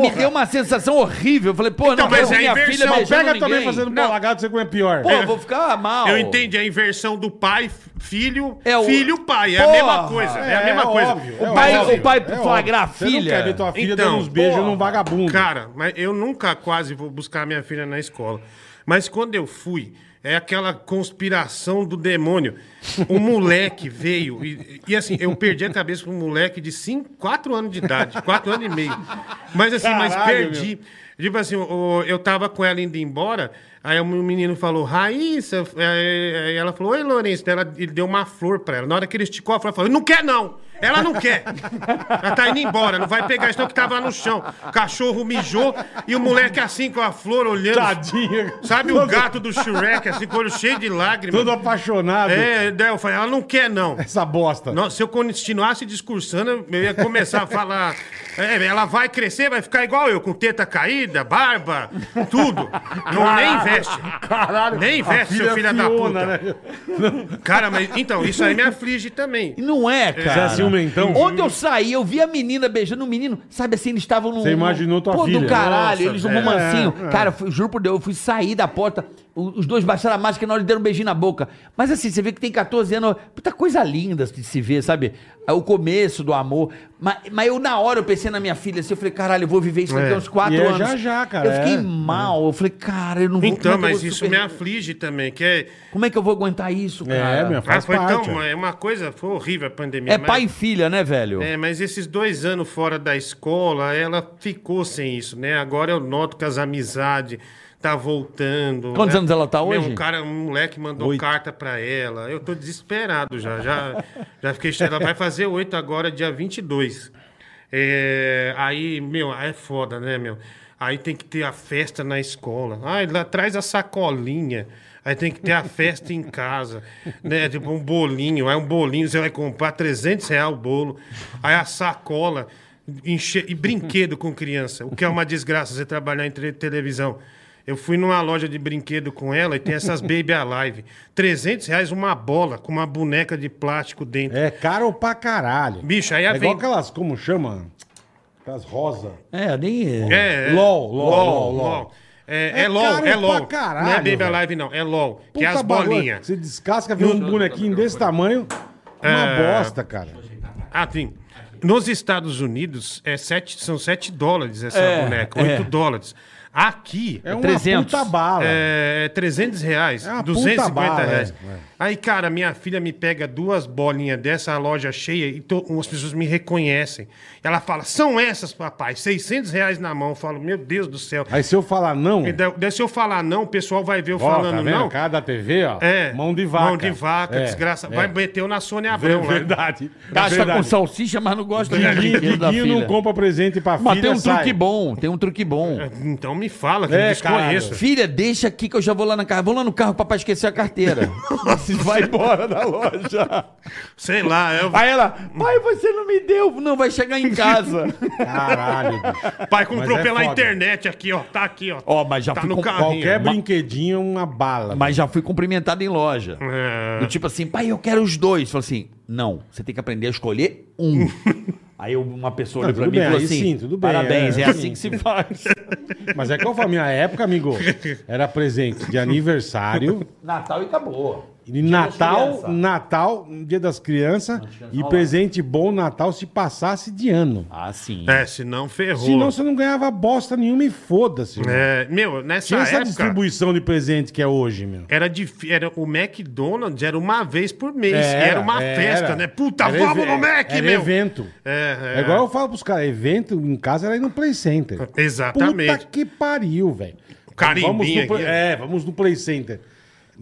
Speaker 3: Me deu uma sensação horrível. Eu falei, pô,
Speaker 4: Então,
Speaker 3: não, mas
Speaker 4: mas é
Speaker 3: minha
Speaker 4: inversão.
Speaker 3: filha beijando
Speaker 2: Pega
Speaker 3: ninguém.
Speaker 2: também fazendo
Speaker 4: Não.
Speaker 2: bolagado, você como é pior.
Speaker 3: Pô, eu vou ficar mal.
Speaker 4: Eu entendi a inversão do pai, f- filho,
Speaker 3: É o-
Speaker 4: filho, pai. É a
Speaker 3: Porra.
Speaker 4: mesma coisa. É, a mesma coisa.
Speaker 2: óbvio,
Speaker 3: O pai-
Speaker 2: óbvio,
Speaker 3: o pai
Speaker 2: óbvio.
Speaker 3: flagrar a
Speaker 2: Você não
Speaker 3: filha.
Speaker 2: quer ver tua filha
Speaker 4: Então,
Speaker 2: dando uns beijos
Speaker 3: porra.
Speaker 2: num vagabundo.
Speaker 4: Cara, mas eu nunca quase vou buscar minha filha na escola. Mas quando eu fui, é aquela conspiração do demônio. O moleque veio e, e assim, eu perdi a cabeça com um moleque de 4 anos de idade, 4 anos e meio. Mas assim, mas
Speaker 2: Caralho,
Speaker 4: perdi. Tipo assim, o- eu tava com ela indo embora, aí o menino falou, Raíssa, é, é, ela falou, oi, Lourenço, Daí ela, ele deu uma flor pra ela. Na hora que ele esticou a flor, ela falou, não quer não, ela não quer. Ela tá indo embora, não vai pegar isso não que tava lá no chão. O cachorro mijou e o moleque assim com a flor olhando.
Speaker 2: Tadinha.
Speaker 4: Sabe o gato do Shrek, assim, com o olho cheio de lágrimas.
Speaker 2: Todo apaixonado.
Speaker 4: É, daí eu falei, ela não quer não.
Speaker 2: Essa bosta.
Speaker 4: Não, se eu continuasse discursando, eu ia começar a falar. "É, ela vai crescer, vai ficar igual eu, com teta caída, barba, tudo.
Speaker 2: Ah.
Speaker 4: Não, nem veste.
Speaker 2: Caralho.
Speaker 4: Nem
Speaker 2: a
Speaker 4: veste, seu filho da
Speaker 2: Fiona,
Speaker 4: puta.
Speaker 2: Né?
Speaker 4: Cara, mas então, isso aí me aflige também.
Speaker 3: Não é, cara.
Speaker 2: Zé Ciumentão.
Speaker 3: Ontem eu saí, eu vi a menina beijando o menino. Sabe assim, eles estavam no.
Speaker 2: Você imaginou tua
Speaker 3: Pô, do
Speaker 2: filha. é,
Speaker 3: caralho,
Speaker 4: Nossa,
Speaker 3: eles no
Speaker 4: velho.
Speaker 3: romancinho. Cara, eu fui- juro por Deus, eu fui sair da porta. o- Os dois baixaram a máscara e na hora eles deram um beijinho na boca. Mas assim, você vê que tem 14 anos. Puta coisa linda de se ver, sabe? É O começo do amor. Mas, mas eu, na hora, eu pensei na minha filha assim. Eu falei, caralho, eu vou viver isso daqui
Speaker 4: É.
Speaker 3: a uns 4
Speaker 2: E é
Speaker 3: anos.
Speaker 2: já, já, cara,
Speaker 3: Eu fiquei
Speaker 2: é.
Speaker 3: mal. Eu falei, cara, eu não vou como é
Speaker 4: Então,
Speaker 3: que eu
Speaker 4: mas
Speaker 3: vou
Speaker 4: isso me
Speaker 3: superar?
Speaker 4: aflige também, que é.
Speaker 3: Como é que eu vou aguentar isso, cara?
Speaker 2: É, meu,
Speaker 4: Ah,
Speaker 2: faz
Speaker 4: foi
Speaker 2: parte.
Speaker 4: tão,
Speaker 2: ó.
Speaker 4: é uma coisa, foi horrível a pandemia.
Speaker 3: É
Speaker 4: mas-
Speaker 3: pai e filha, né, velho?
Speaker 4: É, mas esses dois anos fora da escola, ela ficou sem isso, né? Agora eu noto que as amizades tá voltando.
Speaker 3: Quantos
Speaker 4: né?
Speaker 3: anos ela tá
Speaker 4: Meu,
Speaker 3: hoje?
Speaker 4: Um cara, um moleque mandou carta pra ela. Eu tô desesperado já, já, já fiquei. Ela vai fazer oito agora, dia 22. É, aí, meu, aí é foda, né, meu? Aí tem que ter a festa na escola. Aí lá traz a sacolinha. Aí tem que ter a festa em casa, né? Tipo um bolinho. Aí um bolinho você vai comprar 300 reais o bolo. Aí a sacola enche... e brinquedo com criança. O que é uma desgraça você trabalhar em tele- televisão. Eu fui numa loja de brinquedo com ela e tem essas Baby Alive. 300 reais uma bola com uma boneca de plástico dentro.
Speaker 2: É caro pra caralho.
Speaker 4: Bicho, aí
Speaker 2: é
Speaker 4: a
Speaker 2: igual
Speaker 4: vem...
Speaker 2: aquelas, como chama? Aquelas rosas.
Speaker 3: É, nem.
Speaker 4: É, é.
Speaker 2: LOL, LOL, LOL, LOL.
Speaker 4: É, é
Speaker 2: É
Speaker 4: LOL,
Speaker 2: caro
Speaker 4: é
Speaker 2: pra
Speaker 4: LOL.
Speaker 2: caralho,
Speaker 4: não é Baby
Speaker 2: velho.
Speaker 4: Alive, não. É LOL. que é
Speaker 2: Puta
Speaker 4: as
Speaker 2: bagulho,
Speaker 4: bolinhas.
Speaker 2: Você descasca, vê um bonequinho desse tamanho. Uma
Speaker 4: É.
Speaker 2: bosta, cara.
Speaker 4: Ah, tem. Nos Estados Unidos, é sete, são 7 dólares essa
Speaker 3: É,
Speaker 4: boneca,
Speaker 3: é.
Speaker 4: 8 dólares. Aqui
Speaker 2: É uma
Speaker 3: 300.
Speaker 2: puta bala.
Speaker 4: é 300 reais,
Speaker 2: É uma puta
Speaker 4: 250
Speaker 2: bala,
Speaker 4: reais.
Speaker 2: é, é.
Speaker 4: Aí, cara, minha filha me pega duas bolinhas dessa loja cheia e to- umas pessoas me reconhecem. Ela fala, são essas, papai, 600 reais na mão. Eu falo, meu Deus do céu.
Speaker 2: Aí se eu falar não,
Speaker 4: E daí- daí se eu falar não, o pessoal vai ver eu
Speaker 2: ó,
Speaker 4: falando
Speaker 2: tá vendo?
Speaker 4: não.
Speaker 2: Cada TV, ó.
Speaker 4: É.
Speaker 2: Mão de vaca.
Speaker 4: Mão de vaca,
Speaker 2: É,
Speaker 4: desgraça.
Speaker 2: é.
Speaker 4: Vai meteu na Sônia
Speaker 2: Ver-
Speaker 4: Abrão lá.
Speaker 2: Verdade.
Speaker 3: Gasta com
Speaker 2: É verdade.
Speaker 3: salsicha, mas não gosta de
Speaker 2: Diguinho,
Speaker 3: brinquedo da
Speaker 2: Diguinho não
Speaker 3: filha.
Speaker 2: compra presente pra
Speaker 3: Mas
Speaker 2: filha,
Speaker 3: tem um
Speaker 2: sai. tá.
Speaker 3: truque bom, tem um truque bom.
Speaker 4: Então me fala, que
Speaker 2: É,
Speaker 4: eu desconheço.
Speaker 3: Filha, deixa aqui que eu já vou lá na casa. Vou lá no carro, papai esqueceu a carteira.
Speaker 8: Você vai embora da loja.
Speaker 4: Sei lá, eu...
Speaker 3: Aí ela, pai, você não me deu. Não, vai chegar em casa.
Speaker 2: Caralho, bicho.
Speaker 4: pai comprou
Speaker 2: Mas é
Speaker 4: pela
Speaker 2: foda.
Speaker 4: internet aqui, ó. Tá aqui, ó.
Speaker 3: Ó, mas já
Speaker 4: tá
Speaker 3: fui
Speaker 4: no
Speaker 3: com
Speaker 4: carrinho.
Speaker 2: Qualquer brinquedinho é uma bala.
Speaker 3: Mas já fui cumprimentado em loja.
Speaker 4: É.
Speaker 3: Do tipo assim, pai, eu quero os dois. Falei assim, não, você tem que aprender a escolher um. Aí uma pessoa olhou
Speaker 2: Não, Tá,
Speaker 3: pra
Speaker 2: tudo
Speaker 3: mim e
Speaker 2: bem,
Speaker 3: falou
Speaker 2: aí
Speaker 3: assim,
Speaker 2: sim, tudo bem,
Speaker 3: parabéns, é,
Speaker 2: é,
Speaker 3: assim
Speaker 2: sim.
Speaker 3: que se faz.
Speaker 2: Mas é que eu falo, minha época, amigo, era presente de aniversário
Speaker 3: Natal e acabou.
Speaker 2: E Natal,
Speaker 3: crianças.
Speaker 2: Natal, Dia das Crianças e presente bom Natal se passasse de ano.
Speaker 3: Ah, sim.
Speaker 4: É, se não ferrou.
Speaker 2: Senão você não ganhava bosta nenhuma e foda-se. meu.
Speaker 4: É, meu, nessa
Speaker 2: Tinha essa
Speaker 4: época...
Speaker 2: distribuição de presente que é hoje, meu.
Speaker 4: Era, dif... era o McDonald's era uma vez por mês.
Speaker 2: É,
Speaker 4: e era uma
Speaker 2: era.
Speaker 4: festa, né? Puta,
Speaker 2: Era
Speaker 4: vamos
Speaker 2: eve-
Speaker 4: no Mac,
Speaker 2: era
Speaker 4: meu!
Speaker 2: evento.
Speaker 4: É,
Speaker 2: É,
Speaker 4: é.
Speaker 2: igual eu falo pros caras, evento em casa era ir no Play Center.
Speaker 4: é, Exatamente.
Speaker 2: Puta que pariu, velho.
Speaker 4: Carimbinho
Speaker 2: Vamos no,
Speaker 4: aqui, né?
Speaker 2: play-
Speaker 4: ó.
Speaker 2: é, vamos no Play Center.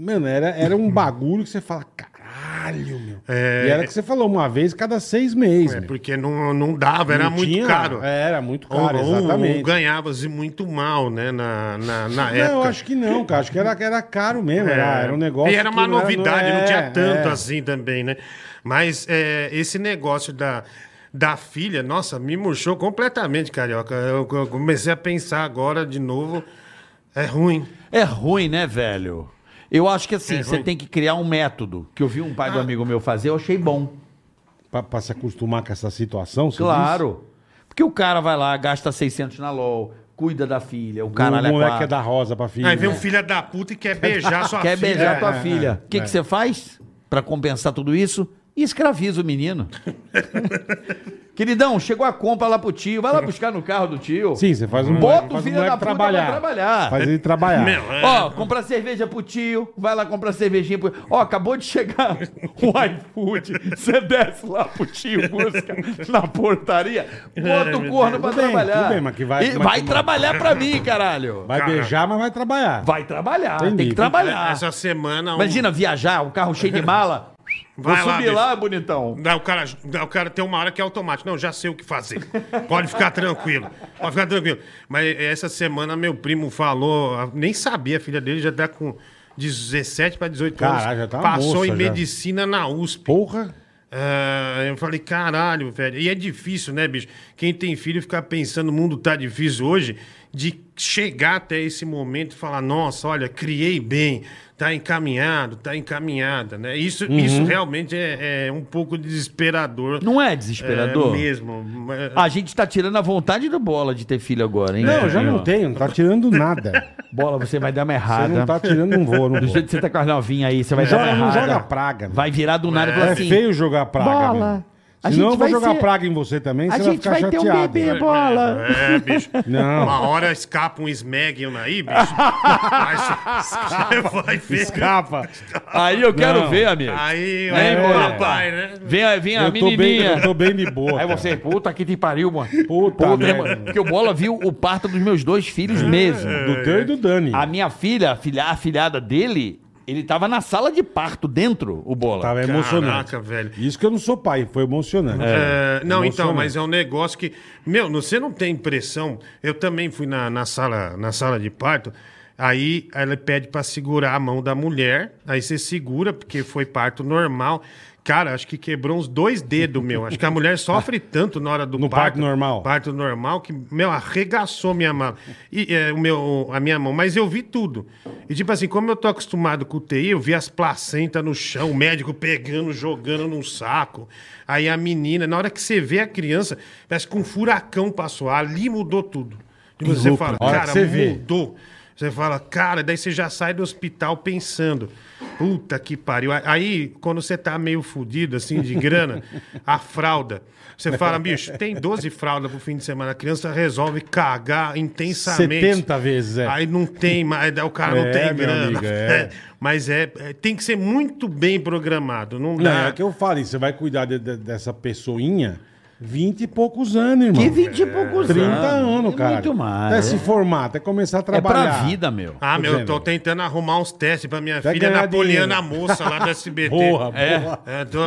Speaker 2: Mano, era, era um bagulho que você fala, caralho, meu.
Speaker 4: É.
Speaker 2: E era que você falou uma vez cada seis meses,
Speaker 4: É,
Speaker 2: meu.
Speaker 4: porque não, não dava, era
Speaker 2: Não
Speaker 4: muito
Speaker 2: tinha-
Speaker 4: caro.
Speaker 2: é, Era muito
Speaker 4: Ou-
Speaker 2: caro,
Speaker 4: ou,
Speaker 2: exatamente.
Speaker 4: ou ganhava-se muito mal, né? Na, na, na época. É.
Speaker 2: Não, eu acho que não, cara. Acho que era, era caro mesmo. Era, era um negócio.
Speaker 4: E era
Speaker 2: que
Speaker 4: uma
Speaker 2: não
Speaker 4: novidade, não, tinha
Speaker 2: é,
Speaker 4: tanto
Speaker 2: é.
Speaker 4: assim também, né? Mas é, esse negócio da, da filha, nossa, me murchou completamente, carioca. Eu, eu comecei a pensar agora de novo. É ruim.
Speaker 3: É ruim, né, velho? Eu acho que assim,
Speaker 4: É
Speaker 3: você
Speaker 4: ruim.
Speaker 3: tem que criar um método. Que eu vi um pai do amigo meu fazer, eu achei bom.
Speaker 2: Pra, pra se acostumar com essa situação, você
Speaker 3: Claro. Porque o cara vai lá, gasta 600 na LOL, cuida da filha, o
Speaker 2: diz?
Speaker 3: caralho
Speaker 2: o
Speaker 3: é
Speaker 2: moleque é
Speaker 3: quatro.
Speaker 2: da rosa pra filha.
Speaker 4: Aí vem um
Speaker 2: né?
Speaker 4: filho da puta e quer beijar sua
Speaker 3: Quer
Speaker 4: filha.
Speaker 3: beijar
Speaker 2: é,
Speaker 3: tua
Speaker 2: é,
Speaker 3: filha.
Speaker 2: é,
Speaker 3: O que,
Speaker 2: é.
Speaker 3: que você faz pra compensar tudo isso? Escraviza o menino. Queridão, chegou a compra lá pro tio. Vai lá buscar no carro do tio.
Speaker 2: Sim, você faz um
Speaker 3: Bota o
Speaker 2: faz um
Speaker 3: filho da puta trabalhar.
Speaker 2: trabalhar.
Speaker 3: pra trabalhar.
Speaker 2: Faz ele trabalhar.
Speaker 4: Meu, é.
Speaker 3: Ó, comprar cerveja pro tio, vai lá comprar cervejinha pro. Ó, acabou de chegar o iFood, você desce lá pro tio, busca na portaria, bota o corno pra
Speaker 2: É, Tudo bem,
Speaker 3: trabalhar.
Speaker 2: tudo bem, mas que vai-
Speaker 3: E
Speaker 2: mas
Speaker 3: vai
Speaker 2: que-
Speaker 3: trabalhar pra mim, caralho. Vai,
Speaker 2: Vai beijar, mas vai trabalhar.
Speaker 3: trabalhar, tem
Speaker 2: Entendi.
Speaker 3: que trabalhar.
Speaker 4: Essa semana. um-
Speaker 3: Imagina viajar, um carro cheio de mala.
Speaker 4: Vai
Speaker 3: Vou
Speaker 4: lá,
Speaker 3: subir
Speaker 4: bicho.
Speaker 3: lá, bonitão.
Speaker 4: Daí o cara, daí o cara tem uma hora que é automático. Não, já sei o que fazer. Pode ficar tranquilo. Pode ficar tranquilo. Mas essa semana meu primo falou, ah, nem sabia, a filha dele já tá com 17 para 18
Speaker 2: Caralho,
Speaker 4: anos.
Speaker 2: já tá uma
Speaker 4: passou
Speaker 2: moça
Speaker 4: em
Speaker 2: já.
Speaker 4: medicina na USP.
Speaker 2: Porra.
Speaker 4: Ah, eu falei, caralho, velho. E é difícil, né, bicho? Quem tem filho ficar pensando, o mundo tá difícil hoje, de chegar até esse momento e falar, nossa, olha, criei bem, tá encaminhado, tá encaminhada, né? Isso, isso realmente é, é um pouco desesperador.
Speaker 3: Não é
Speaker 4: É
Speaker 3: desesperador?
Speaker 4: mesmo. mas-
Speaker 3: A gente tá tirando a vontade do bola de ter filho agora, hein?
Speaker 2: Não, eu já não tenho, não tá tirando nada.
Speaker 3: Bola, você vai dar uma
Speaker 2: Você
Speaker 3: errada.
Speaker 2: não tá tirando, não vou, não
Speaker 3: Do
Speaker 2: vou.
Speaker 3: jeito que você tá com as novinhas aí, você vai dar uma
Speaker 2: Joga, não
Speaker 3: errada.
Speaker 2: joga praga.
Speaker 3: Vai virar do nada e falar
Speaker 2: É
Speaker 3: assim.
Speaker 2: feio jogar praga.
Speaker 3: Bola,
Speaker 2: velho.
Speaker 3: a
Speaker 2: Senão
Speaker 3: gente
Speaker 2: eu vou
Speaker 3: vai
Speaker 2: jogar
Speaker 3: ser-
Speaker 2: praga em você também,
Speaker 3: A
Speaker 2: você vai
Speaker 3: gente
Speaker 2: ficar
Speaker 3: vai ter um
Speaker 2: chateado.
Speaker 3: bebê, bola.
Speaker 4: É, bicho.
Speaker 2: Não.
Speaker 4: Uma hora escapa um smeg aí, bicho. Mas você vai ver.
Speaker 2: Escapa.
Speaker 3: Aí eu quero
Speaker 2: Não.
Speaker 3: ver, amigo.
Speaker 4: Aí,
Speaker 3: Vem,
Speaker 4: é,
Speaker 3: bola.
Speaker 4: papai, né?
Speaker 3: Vem, a- vem É, a
Speaker 2: Eu tô bem,
Speaker 3: menininha.
Speaker 2: eu tô bem de boa.
Speaker 3: Aí
Speaker 2: cara.
Speaker 3: você, puta que te pariu, mano.
Speaker 2: Puta
Speaker 3: Puta, né,
Speaker 2: merda. É.
Speaker 3: mano. Porque o Bola viu o parto dos meus dois filhos mesmo.
Speaker 2: Do teu e do Dani.
Speaker 3: A minha filha, a, filha, a filhada dele, ele tava na sala de parto dentro, o Bola.
Speaker 2: Tava emocionante.
Speaker 4: Caraca, velho.
Speaker 2: Isso que eu não sou pai, foi emocionante.
Speaker 4: É, não, então,
Speaker 2: Emocionante.
Speaker 4: mas é um negócio que. Meu, você não tem impressão. Eu também fui na, na, sala, na sala de parto. Aí ela pede pra segurar a mão da mulher. Aí você segura, porque foi parto normal. Cara, acho que quebrou uns dois dedos, meu. Acho que a mulher sofre tanto na hora do
Speaker 2: No parto normal?
Speaker 4: Parto normal, que, meu, arregaçou minha mão. E, é, o meu, a minha mão. Mas eu vi tudo. E, tipo assim, como eu tô acostumado com UTI, eu vi as placentas no chão, o médico pegando, jogando num saco. Aí a menina, na hora que você vê a criança, parece que um furacão passou. Ali mudou tudo. E você
Speaker 2: louco, né?
Speaker 4: fala,
Speaker 2: A hora que
Speaker 4: cara,
Speaker 2: você vê.
Speaker 4: mudou. Você fala, cara, daí você já sai do hospital pensando. Puta que pariu. Aí, quando você tá meio fudido, assim, de grana, a fralda. Você fala, bicho, tem 12 fraldas pro fim de semana. A criança resolve cagar intensamente.
Speaker 2: 70 vezes, é.
Speaker 4: Aí não tem mais, daí o cara não
Speaker 2: É,
Speaker 4: tem
Speaker 2: meu
Speaker 4: grana.
Speaker 2: amigo, é.
Speaker 4: É, Mas é, é, tem que ser muito bem programado. Não
Speaker 2: Não, é
Speaker 4: dá.
Speaker 2: o que eu falo, você vai cuidar de- de- dessa pessoinha 20 e poucos anos, irmão.
Speaker 3: Que 20 e poucos
Speaker 2: 30
Speaker 3: anos.
Speaker 2: anos,
Speaker 3: E
Speaker 2: cara.
Speaker 3: Muito mais.
Speaker 2: Até se formar, até começar a
Speaker 3: É pra
Speaker 2: trabalhar.
Speaker 3: vida, meu.
Speaker 4: Ah,
Speaker 2: Tô
Speaker 4: meu, eu
Speaker 2: dizendo.
Speaker 4: tô tentando arrumar uns testes pra minha
Speaker 2: Vai
Speaker 4: filha
Speaker 2: ganhar
Speaker 4: Napoleana
Speaker 2: dinheiro.
Speaker 4: Moça lá do SBT.
Speaker 2: Porra,
Speaker 3: É.
Speaker 2: porra.
Speaker 4: É, tô-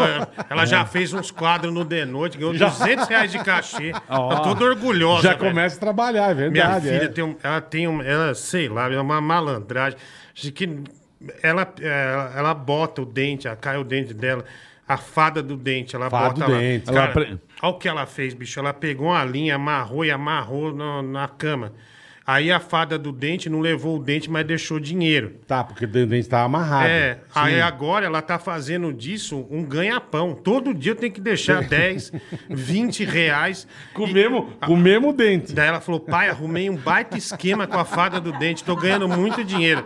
Speaker 4: ela já fez uns quadros no The Noite, ganhou 200 reais de cachê. Tá toda orgulhosa.
Speaker 2: Já
Speaker 4: velho.
Speaker 2: começa a trabalhar, é
Speaker 4: Minha
Speaker 2: verdade.
Speaker 4: filha
Speaker 2: é.
Speaker 4: tem um, ela tem um, ela, sei lá, é uma malandragem. Acho que ela, ela, ela bota o dente, ela cai o dente dela, a fada do dente, ela
Speaker 2: Fada
Speaker 4: bota
Speaker 2: do
Speaker 4: lá.
Speaker 2: dente.
Speaker 4: Cara,
Speaker 3: Ela pre-
Speaker 4: Olha o que ela fez, bicho. Ela pegou uma linha, amarrou e amarrou no- na cama. Aí a fada do dente não levou o dente, mas deixou dinheiro.
Speaker 2: Tá, porque o dente tava amarrado.
Speaker 4: um- É, aí agora ela tá fazendo disso um ganha-pão. Todo dia eu tenho que deixar 10, 20 reais.
Speaker 2: Com o
Speaker 4: E-
Speaker 2: mesmo, com o mesmo dente.
Speaker 4: Daí ela falou, pai, arrumei um baita esquema com a fada do dente, tô ganhando muito dinheiro.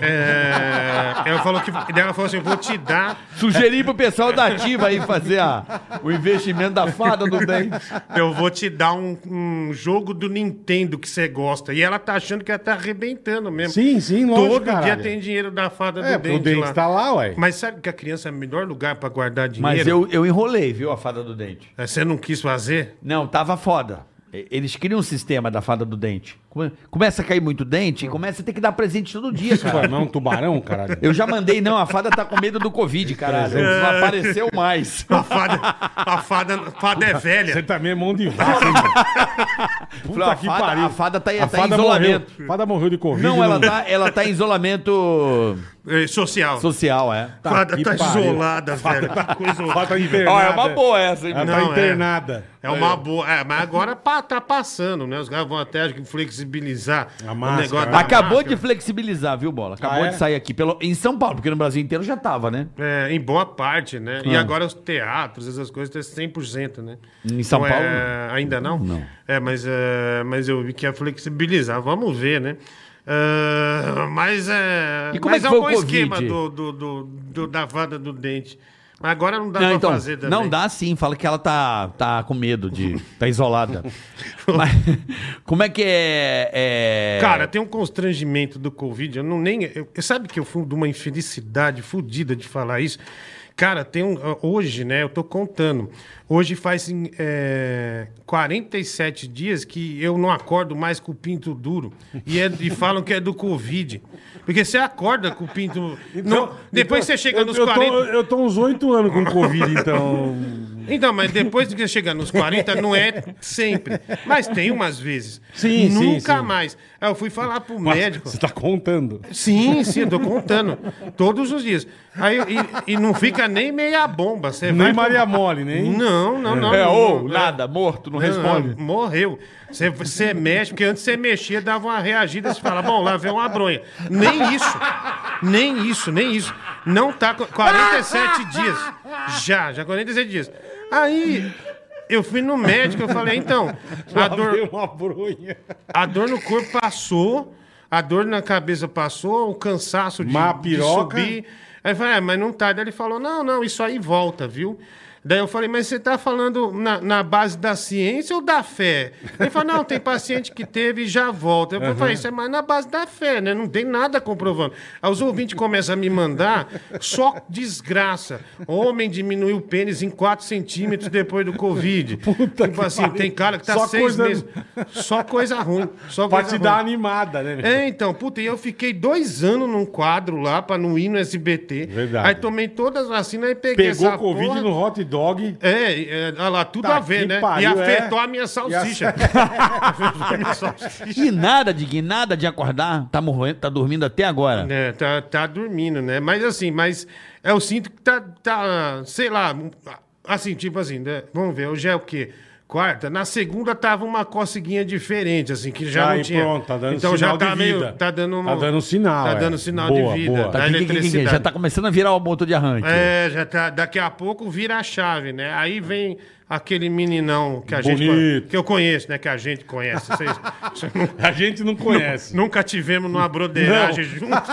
Speaker 4: É, Ela falou que, daí ela falou assim, vou te dar,
Speaker 3: Sugeri pro pessoal da Ativa aí fazer a- o investimento da fada do dente.
Speaker 4: eu vou te dar um, um jogo do Nintendo que você gosta. E ela tá achando que ela tá arrebentando mesmo.
Speaker 2: Sim, sim, lógico,
Speaker 4: Todo dia
Speaker 2: caralho.
Speaker 4: tem dinheiro da fada
Speaker 2: É,
Speaker 4: do
Speaker 2: porque
Speaker 4: dente
Speaker 2: o dente
Speaker 4: lá.
Speaker 2: tá lá, ué.
Speaker 4: Mas sabe que a criança é o melhor lugar pra guardar dinheiro?
Speaker 3: Mas eu, eu enrolei, viu, a fada do dente.
Speaker 4: É, Você não quis fazer?
Speaker 3: Não, tava foda. E- Eles criam um sistema da fada do dente. Come- Começa a cair muito dente e começa a ter que dar presente todo dia,
Speaker 2: Pô,
Speaker 3: cara.
Speaker 2: Não, um tubarão, caralho.
Speaker 3: Eu já mandei, não, a fada tá com medo do Covid, caralho. Não apareceu mais.
Speaker 4: A fada, a fada, a fada é velha.
Speaker 2: Você também é mão de vaca, hein, mano?
Speaker 3: Falou, a fada- a fada tá em- tá em isolamento.
Speaker 2: Morreu, a fada morreu de Covid.
Speaker 3: Não, ela tá, ela tá em isolamento
Speaker 4: É, social.
Speaker 3: social, é.
Speaker 4: A fada
Speaker 2: que
Speaker 4: tá
Speaker 2: pariu.
Speaker 4: isolada, velho. Que coisa
Speaker 2: Ela tá
Speaker 3: Ó,
Speaker 2: internada.
Speaker 3: é uma boa essa, hein?
Speaker 2: Ela tá
Speaker 4: Não, é.
Speaker 2: internada.
Speaker 4: É uma boa. É, mas agora pa- tá passando, né? Os caras vão até acho que, flexibilizar
Speaker 2: A máscara. né?
Speaker 4: da
Speaker 3: Acabou
Speaker 4: máscara.
Speaker 3: de flexibilizar, viu, Bola? Acabou
Speaker 2: Ah, é?
Speaker 3: de sair aqui pelo, em São Paulo, porque no Brasil inteiro já tava, né?
Speaker 4: É, em boa parte, né? E agora os teatros, essas coisas, estão 100%, né?
Speaker 3: Ah. Em São
Speaker 4: Então, é,
Speaker 3: Paulo?
Speaker 4: ainda não? Não. É, mas, é, mas eu vi que ia flexibilizar. Vamos ver, né? Ah, mas é.
Speaker 3: E como
Speaker 4: mas
Speaker 3: é que foi
Speaker 4: um
Speaker 3: o
Speaker 4: bom
Speaker 3: Covid?
Speaker 4: esquema do, do, do- do- da vada do dente. Mas agora não dá
Speaker 3: Não,
Speaker 4: pra
Speaker 3: então,
Speaker 4: fazer também.
Speaker 3: não dá sim, fala que ela tá, tá com medo de. tá isolada. Mas, como é que é. é-
Speaker 4: Cara, tem um constrangimento do Covid. Eu não nem. Eu, eu- sabe que eu fui de uma infelicidade fodida de falar isso. Cara, tem um. ah, Hoje, né? Eu tô contando. Hoje faz em, eh, 47 dias que eu não acordo mais com o pinto duro. E, é- e falam que é do Covid. Porque você acorda com o pinto. não, depois
Speaker 2: então,
Speaker 4: você chega
Speaker 2: eu-
Speaker 4: nos
Speaker 2: eu tô-
Speaker 4: 40.
Speaker 2: eu tô uns oito anos com Covid, então.
Speaker 4: Então, mas depois que você chegar nos 40, não é sempre. Mas tem umas vezes.
Speaker 2: Sim, sim,
Speaker 4: Nunca
Speaker 2: sim.
Speaker 4: mais. Aí Eu fui falar pro médico.
Speaker 2: Você tá contando.
Speaker 4: Sim, sim, eu tô contando. Todos os dias. Aí, e, e não fica nem meia bomba. Você
Speaker 2: Nem
Speaker 4: vai pro-
Speaker 2: Maria Mole, nem.
Speaker 4: Não, não, não.
Speaker 3: É,
Speaker 4: não,
Speaker 3: ou
Speaker 4: não,
Speaker 3: nada, morto, não
Speaker 4: não,
Speaker 3: responde.
Speaker 4: não, morreu. Você, você mexe, porque antes você mexia, dava uma reagida, você fala, bom, lá vem uma bronha. Nem isso. Nem isso, nem isso. Não tá. com- 47 dias. Já, já 47 dias. Aí. Eu fui no médico, eu falei, então, a dor,
Speaker 2: Deu uma bronha.
Speaker 4: a dor no corpo passou, a dor na cabeça passou, o cansaço de,
Speaker 2: Má
Speaker 4: de
Speaker 2: piroca.
Speaker 4: subir. Aí eu falei, ah, mas não tá. Daí ele falou, não, não, isso aí volta, viu? Daí eu falei, mas você tá falando na, na base da ciência ou da fé? Ele falou, não, tem paciente que teve e já volta. Eu falei, isso é mais na base da fé, né? Não tem nada comprovando. Aí os ouvintes começam a me mandar só desgraça. Homem diminuiu o pênis em 4 centímetros depois do Covid. tipo assim, tem cara que tá
Speaker 2: Só
Speaker 4: seis
Speaker 2: coisa-
Speaker 4: meses. Só coisa ruim. Só
Speaker 2: Pra
Speaker 4: coisa
Speaker 2: te dar
Speaker 4: ruim.
Speaker 2: animada, né? meu?
Speaker 4: É, então, puta, e eu fiquei dois anos num quadro lá pra não ir no SBT.
Speaker 2: Verdade.
Speaker 4: Aí tomei todas as vacinas e peguei
Speaker 2: Pegou
Speaker 4: essa
Speaker 2: Covid
Speaker 4: porra.
Speaker 2: no hot dog.
Speaker 4: É, é, olha lá, tudo
Speaker 2: Tá
Speaker 4: a ver,
Speaker 2: que
Speaker 4: né?
Speaker 2: pariu,
Speaker 4: e afetou
Speaker 2: é.
Speaker 4: a minha salsicha. Afetou a minha salsicha.
Speaker 3: E nada, Diguinho, nada de acordar. Tá, morrendo, tá dormindo até agora.
Speaker 4: É, tá, tá dormindo, né? Mas assim, mas eu sinto que tá, tá sei lá, assim, tipo assim, né? vamos ver, hoje é o quê? Quarta, na segunda tava uma coceguinha diferente, assim, que já
Speaker 2: Aí
Speaker 4: não tinha.
Speaker 2: pronto, tá dando
Speaker 4: então
Speaker 2: sinal
Speaker 4: já tá
Speaker 2: de
Speaker 4: meio,
Speaker 2: vida.
Speaker 4: tá dando um-
Speaker 2: Tá dando sinal,
Speaker 4: Tá
Speaker 2: é.
Speaker 4: dando sinal
Speaker 2: Boa,
Speaker 4: de vida,
Speaker 2: boa.
Speaker 4: da
Speaker 3: Tá, que- que- que- que-
Speaker 4: eletricidade.
Speaker 3: já tá começando a virar o motor de arranque.
Speaker 4: É, já tá, daqui a pouco vira a chave, né? Aí vem aquele meninão que a gente
Speaker 2: Bonito.
Speaker 4: que eu conheço, né, que a gente conhece. Vocês, vocês não-
Speaker 2: A gente não conhece.
Speaker 4: nunca tivemos numa broderagem junto.